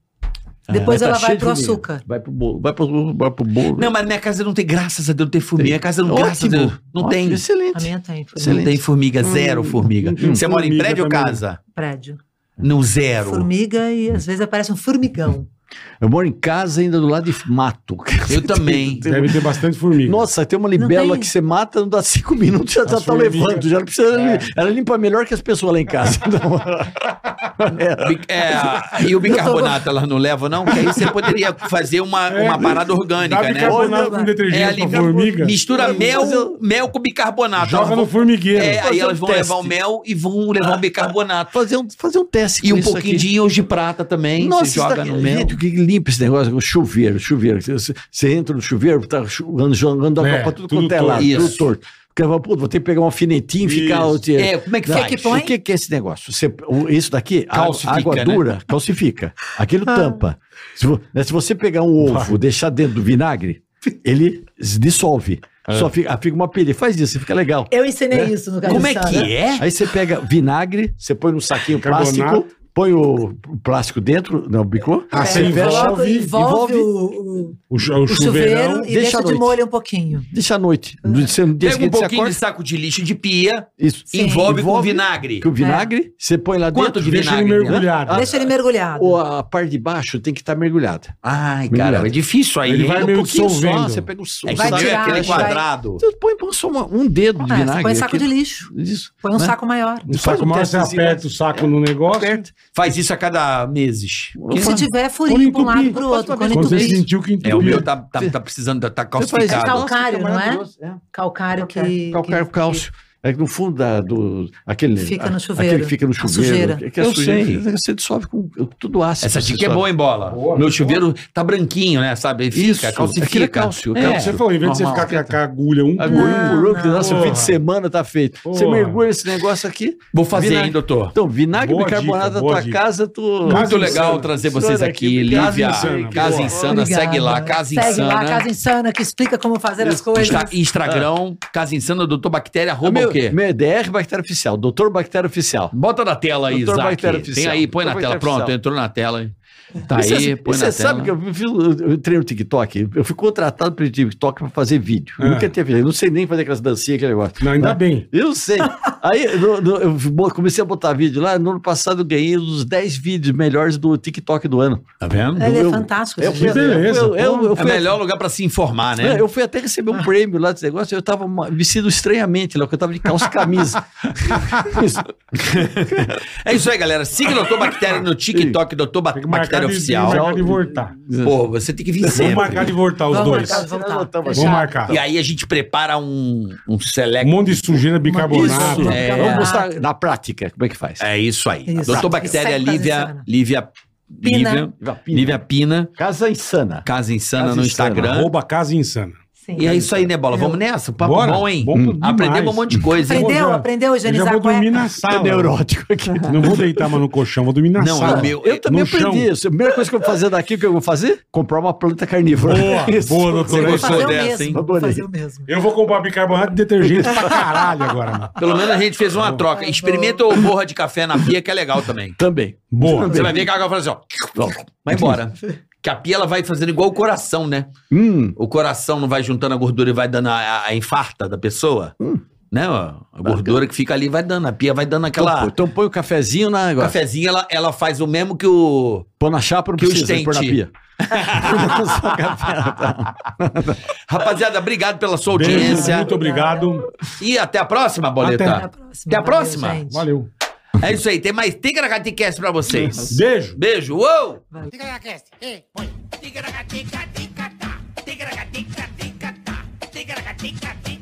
Speaker 6: É, Depois
Speaker 5: tá
Speaker 6: ela
Speaker 5: cheio
Speaker 6: vai
Speaker 5: de
Speaker 6: pro
Speaker 5: formiga.
Speaker 6: açúcar.
Speaker 5: Vai pro bolo, vai pro, vai pro bolo.
Speaker 2: Não, mas na minha casa não tem, graças a Deus, não tem formiga. Minha casa não, graças a
Speaker 5: Ótimo.
Speaker 2: Deus, não tem.
Speaker 5: Ótimo,
Speaker 6: A
Speaker 5: Excelente.
Speaker 6: minha tá tem, foi
Speaker 2: Não tem formiga, zero formiga.
Speaker 5: hum,
Speaker 2: Você mora em
Speaker 4: formiga
Speaker 2: prédio ou
Speaker 4: também.
Speaker 2: casa?
Speaker 6: no prédio.
Speaker 2: Não, zero.
Speaker 6: Formiga e às vezes aparece um formigão.
Speaker 5: Eu moro em casa ainda do lado de mato.
Speaker 2: Eu também.
Speaker 4: Deve ter bastante formiga.
Speaker 5: Nossa, tem uma
Speaker 6: Não
Speaker 5: libélula
Speaker 6: tem.
Speaker 5: que você mata, não dá cinco minutos, já
Speaker 4: As
Speaker 5: tá, tá
Speaker 4: formigas.
Speaker 5: levando. Já não precisa,
Speaker 4: É.
Speaker 5: Ela limpa melhor que as pessoas lá em casa. Então,
Speaker 2: Bi- é, e o bicarbonato ela não leva, não? Que aí você poderia fazer uma,
Speaker 4: É,
Speaker 2: uma parada
Speaker 4: Dá
Speaker 2: orgânica, né?
Speaker 4: bicarbonato com
Speaker 2: É,
Speaker 4: detergente
Speaker 2: ali,
Speaker 4: pra formiga.
Speaker 2: Mistura
Speaker 5: Mas
Speaker 2: mel,
Speaker 5: eu-
Speaker 2: mel com bicarbonato.
Speaker 4: Joga
Speaker 2: Elas
Speaker 4: no
Speaker 2: vão-
Speaker 4: formigueiro.
Speaker 2: é, aí
Speaker 5: Fazer um
Speaker 2: elas vão
Speaker 5: teste.
Speaker 2: levar o mel e vão levar o bicarbonato.
Speaker 5: fazer, um, fazer um teste
Speaker 2: E
Speaker 5: com
Speaker 2: um
Speaker 5: isso
Speaker 2: pouquinho
Speaker 5: aqui.
Speaker 2: de íons de prata também.
Speaker 5: Nossa,
Speaker 2: você joga
Speaker 5: tá-
Speaker 2: no mel.
Speaker 5: Gente, o que que limpa esse negócio? O chuveiro, chuveiro. Você- Você, você entra no chuveiro, tá jogando, jogando a
Speaker 4: É,
Speaker 5: copa tudo,
Speaker 4: tudo
Speaker 5: quanto é
Speaker 4: torto.
Speaker 5: lá,
Speaker 2: Isso.
Speaker 5: tudo torto. O cara fala, pô, vou ter que pegar um alfinetinho e ficar...
Speaker 4: Isso.
Speaker 5: o te-
Speaker 2: É, como é que
Speaker 5: Não,
Speaker 2: faz?
Speaker 6: que põe?
Speaker 5: O que, que é esse negócio? Você- o- isso daqui, a-
Speaker 2: Calcifica,
Speaker 5: água
Speaker 2: né?
Speaker 5: dura, calcifica. Aquilo
Speaker 2: Ah.
Speaker 5: tampa. Se, vo- né, se você pegar um ovo e deixar dentro do vinagre, ele se dissolve.
Speaker 4: É.
Speaker 5: Só fica, fica uma pele. Faz isso, fica legal.
Speaker 6: Eu ensinei isso no
Speaker 2: Como é que é?
Speaker 5: Aí você pega vinagre, você põe num saquinho
Speaker 4: Carbonato.
Speaker 5: plástico, põe o o plástico dentro, não, bicou?
Speaker 4: Ah,
Speaker 5: Você
Speaker 4: sim,
Speaker 5: fecha,
Speaker 4: envolve-
Speaker 6: envolve, É, envolve,
Speaker 5: envolve
Speaker 6: o, o-
Speaker 4: O, chu- o
Speaker 6: o chuveiro
Speaker 4: chuveirão.
Speaker 6: e
Speaker 5: deixa
Speaker 6: deixa,
Speaker 5: à
Speaker 6: de
Speaker 5: noite.
Speaker 6: molho um pouquinho.
Speaker 5: deixa à noite. No, você, no
Speaker 2: Pega
Speaker 5: dia
Speaker 2: um
Speaker 5: seguinte você
Speaker 2: pouquinho de
Speaker 5: acorda,
Speaker 2: saco de lixo de pia,
Speaker 5: isso.
Speaker 6: Sim.
Speaker 2: envolve, com
Speaker 5: Envolve-
Speaker 2: vinagre.
Speaker 5: Que o vinagre, você põe lá
Speaker 2: Quanto
Speaker 5: dentro.
Speaker 2: de
Speaker 4: Deixa ele
Speaker 2: vinagre? né?
Speaker 4: mergulhado.
Speaker 6: deixa ele mergulhado. É,
Speaker 5: Ou a parte de baixo tem que estar mergulhada.
Speaker 2: Ai, cara, é difícil aí.
Speaker 4: Ele
Speaker 2: hein?
Speaker 4: vai
Speaker 5: Pega
Speaker 4: meio
Speaker 5: só,
Speaker 4: dissolvendo.
Speaker 5: você pega o sol.
Speaker 2: É que
Speaker 6: Vai
Speaker 2: o meu é
Speaker 6: tirar,
Speaker 2: aquele
Speaker 6: vai-
Speaker 2: quadrado.
Speaker 5: Você põe, põe só uma- um dedo de
Speaker 6: Ah, você
Speaker 5: vinagre.
Speaker 6: põe saco de
Speaker 5: aqui.
Speaker 6: lixo.
Speaker 5: Isso.
Speaker 6: Põe um
Speaker 5: né?
Speaker 6: saco maior.
Speaker 4: O
Speaker 5: Faz
Speaker 4: saco
Speaker 5: um
Speaker 4: maior, você
Speaker 5: testezinho,
Speaker 4: aperta o saco no negócio.
Speaker 5: Aperta.
Speaker 2: Faz isso a cada meses.
Speaker 5: Eu
Speaker 6: Se
Speaker 5: faço-
Speaker 6: tiver furinho para um
Speaker 4: entupir.
Speaker 6: lado para o outro, quando
Speaker 4: Quando você
Speaker 6: entupir,
Speaker 4: sentiu
Speaker 2: É,
Speaker 4: que
Speaker 2: o
Speaker 4: entupiu.
Speaker 2: meu tá, tá, tá precisando, tá
Speaker 5: Você faz isso. um
Speaker 6: É
Speaker 2: calcificado.
Speaker 6: calcário,
Speaker 5: Nossa,
Speaker 6: não é?
Speaker 5: maravilhoso, é?
Speaker 6: calcário que...
Speaker 5: Calcário
Speaker 6: que-
Speaker 5: cálcio. É que no fundo da, do. Aquele,
Speaker 6: Fica
Speaker 5: a-
Speaker 6: no chuveiro.
Speaker 5: Aquele que fica no
Speaker 6: A
Speaker 5: chuveiro.
Speaker 6: sujeira.
Speaker 5: que é
Speaker 2: Eu
Speaker 5: sujeira. Você dissolve com tudo ácido.
Speaker 2: Essa
Speaker 5: você
Speaker 2: dica é
Speaker 5: dissolve.
Speaker 2: boa, hein, bola?
Speaker 4: Boa,
Speaker 2: meu
Speaker 4: boa.
Speaker 2: chuveiro tá branquinho, né? Sabe? Fica,
Speaker 5: Isso, aquilo
Speaker 2: calcifica.
Speaker 5: é cálcio,
Speaker 2: É.
Speaker 5: cálcio.
Speaker 4: Você falou, em vez de você
Speaker 5: Normal.
Speaker 4: ficar com a- com a agulha um por
Speaker 5: Agulha
Speaker 6: Não,
Speaker 5: por um, que
Speaker 6: não.
Speaker 5: nosso
Speaker 4: Porra.
Speaker 5: fim de semana tá feito. Você
Speaker 4: Porra.
Speaker 5: mergulha esse negócio aqui.
Speaker 2: Vou fazer,
Speaker 5: Vinagre.
Speaker 2: hein, doutor?
Speaker 5: Então, vinagre
Speaker 4: Boa
Speaker 5: bicarbonato
Speaker 4: dica,
Speaker 5: da
Speaker 4: boa
Speaker 5: tua
Speaker 4: dica.
Speaker 5: casa, tu.
Speaker 4: Casa
Speaker 2: Muito legal
Speaker 4: Insana.
Speaker 2: trazer
Speaker 5: Insana
Speaker 2: vocês
Speaker 5: aqui,
Speaker 2: aqui,
Speaker 5: Casa
Speaker 2: Lívia.
Speaker 4: Insana,
Speaker 2: Casa
Speaker 4: boa.
Speaker 2: Insana,
Speaker 6: Obrigada.
Speaker 2: segue lá, Casa Insana.
Speaker 6: lá, Casa Insana, que explica como fazer as coisas.
Speaker 2: Insta- Instagram, Casa Insana, doutor Bactéria, arroba
Speaker 5: Ah, Meu,
Speaker 2: o quê?
Speaker 5: meu DR Bactéria Oficial, Doutor Bactéria Oficial.
Speaker 2: Bota na tela aí,
Speaker 5: Doutor
Speaker 2: Isaac.
Speaker 5: Bactéria
Speaker 2: Tem
Speaker 5: Oficial.
Speaker 2: aí, põe
Speaker 5: Doutor
Speaker 2: na tela.
Speaker 5: Bactéria
Speaker 2: Pronto,
Speaker 5: Oficial.
Speaker 2: entrou na tela. hein? Tá
Speaker 5: E
Speaker 2: aí,
Speaker 5: cê-
Speaker 2: põe
Speaker 5: e
Speaker 2: na
Speaker 5: Você assim, é, sabe
Speaker 2: tela.
Speaker 5: que eu, fiz, eu eu entrei no TikTok, eu fui contratado pelo TikTok pra fazer vídeo.
Speaker 4: Ah.
Speaker 5: Eu Nunca teve, eu não sei nem fazer aquelas dancinhas, aquele negócio.
Speaker 4: Não, ainda bem.
Speaker 5: Eu sei. Aí no- no- eu bo- comecei a botar vídeo lá. No ano passado eu ganhei os 10 vídeos melhores do TikTok do ano.
Speaker 2: Tá vendo?
Speaker 6: Ele é
Speaker 5: eu-
Speaker 6: fantástico.
Speaker 5: Eu
Speaker 6: esse
Speaker 5: fui,
Speaker 4: Que
Speaker 6: jogo.
Speaker 4: beleza,
Speaker 5: eu- eu- eu
Speaker 2: É o
Speaker 5: fui-
Speaker 2: melhor lugar pra se informar, né?
Speaker 5: é, eu fui até receber um prêmio lá desse negócio. Eu tava ma- vestido estranhamente lá, porque eu tava de calça e camisa.
Speaker 2: É isso aí, galera. Siga o Dr. Bactéria no TikTok, Dr. Ba-
Speaker 4: Tem que marcar
Speaker 2: Bactéria
Speaker 4: de, tem que
Speaker 2: Oficial.
Speaker 4: marcar de voltar.
Speaker 5: né?
Speaker 2: Pô, você tem que vir
Speaker 4: Vamos
Speaker 2: sempre.
Speaker 4: marcar de voltar os
Speaker 6: Vamos
Speaker 4: dois.
Speaker 6: marcar, vamos lá.
Speaker 5: Vamos
Speaker 4: Vamos marcar.
Speaker 2: E aí a gente prepara um, um
Speaker 4: Um
Speaker 2: select.
Speaker 4: monte de sujeira, bicarbonato.
Speaker 5: Isso.
Speaker 2: É.
Speaker 5: Vamos mostrar na prática como é que faz.
Speaker 2: É isso aí.
Speaker 6: Isso.
Speaker 2: Dr. Bactéria
Speaker 6: Isso.
Speaker 2: Lívia, Lívia,
Speaker 6: Pina.
Speaker 2: Lívia, Lívia Pina,
Speaker 5: Casa insana.
Speaker 2: Casa Insana
Speaker 5: Casa
Speaker 2: no
Speaker 5: Insana.
Speaker 2: Instagram.
Speaker 4: Arroba casa insana.
Speaker 6: Sim.
Speaker 2: E é isso aí, né, Bola? Vamos nessa? O papo
Speaker 4: Bora.
Speaker 2: bom, hein?
Speaker 4: Bom demais.
Speaker 2: Aprendemos um monte de coisa, hein?
Speaker 4: Aprendi-
Speaker 6: Aprendeu?
Speaker 4: já-
Speaker 6: Aprendeu a
Speaker 4: Eu já
Speaker 6: higienizar
Speaker 4: vou
Speaker 6: a
Speaker 4: dormir
Speaker 6: cueca?
Speaker 4: na
Speaker 5: É
Speaker 4: sala.
Speaker 5: neurótico aqui.
Speaker 4: Não vou deitar mais no colchão, vou dormir na
Speaker 2: Não,
Speaker 4: Tá sala.
Speaker 2: é o meu.
Speaker 5: Eu também
Speaker 4: No chão.
Speaker 5: aprendi isso. A primeira coisa que eu vou fazer daqui, o que eu vou fazer? Comprar uma planta carnívora.
Speaker 4: Boa,
Speaker 5: Isso.
Speaker 4: boa,
Speaker 2: Você
Speaker 4: doutor.
Speaker 6: Vou
Speaker 4: Isso.
Speaker 2: gostou?
Speaker 6: fazer o
Speaker 2: dessa, hein?
Speaker 6: mesmo. Vou
Speaker 5: Adorei.
Speaker 6: fazer o mesmo.
Speaker 4: Eu vou comprar bicarbonato de detergente pra caralho agora, mano.
Speaker 2: Pelo menos a gente fez uma troca. Experimenta o borra de café na pia, que é legal também.
Speaker 5: Também.
Speaker 4: Boa.
Speaker 2: Você vai ver que a água fala assim, ó. Vai embora. Que a pia ela vai fazendo igual o coração, né?
Speaker 5: Hum,
Speaker 2: O coração não vai juntando a gordura e vai dando a, a- a infarta da pessoa.
Speaker 4: Hum.
Speaker 2: Né? ó? A gordura que fica ali vai dando. A pia vai dando
Speaker 5: então, pô,
Speaker 2: aquela.
Speaker 5: então põe o cafezinho na
Speaker 2: O
Speaker 5: água.
Speaker 2: cafezinho, ela, ela faz o mesmo que o.
Speaker 5: Põe na chapa, não
Speaker 2: Que o
Speaker 5: precisa de pôr na
Speaker 2: estente.
Speaker 5: pia. Só café.
Speaker 2: Rapaziada, obrigado pela sua
Speaker 4: Beijo,
Speaker 2: audiência.
Speaker 4: muito obrigado.
Speaker 2: E até a próxima, Boleta.
Speaker 4: Até.
Speaker 6: Até a próxima.
Speaker 2: Até a
Speaker 6: Valeu,
Speaker 2: próxima.
Speaker 6: gente.
Speaker 4: Valeu.
Speaker 2: É isso aí. Tem mais Ticaracatecast pra vocês.
Speaker 4: Beijo.
Speaker 2: Beijo. Uou!
Speaker 1: Fica na cast. Ei, põe. Tica, tica, tica, tica, tá. Tica, tica, tica, tica, tá. Tica, tica, tica, tica.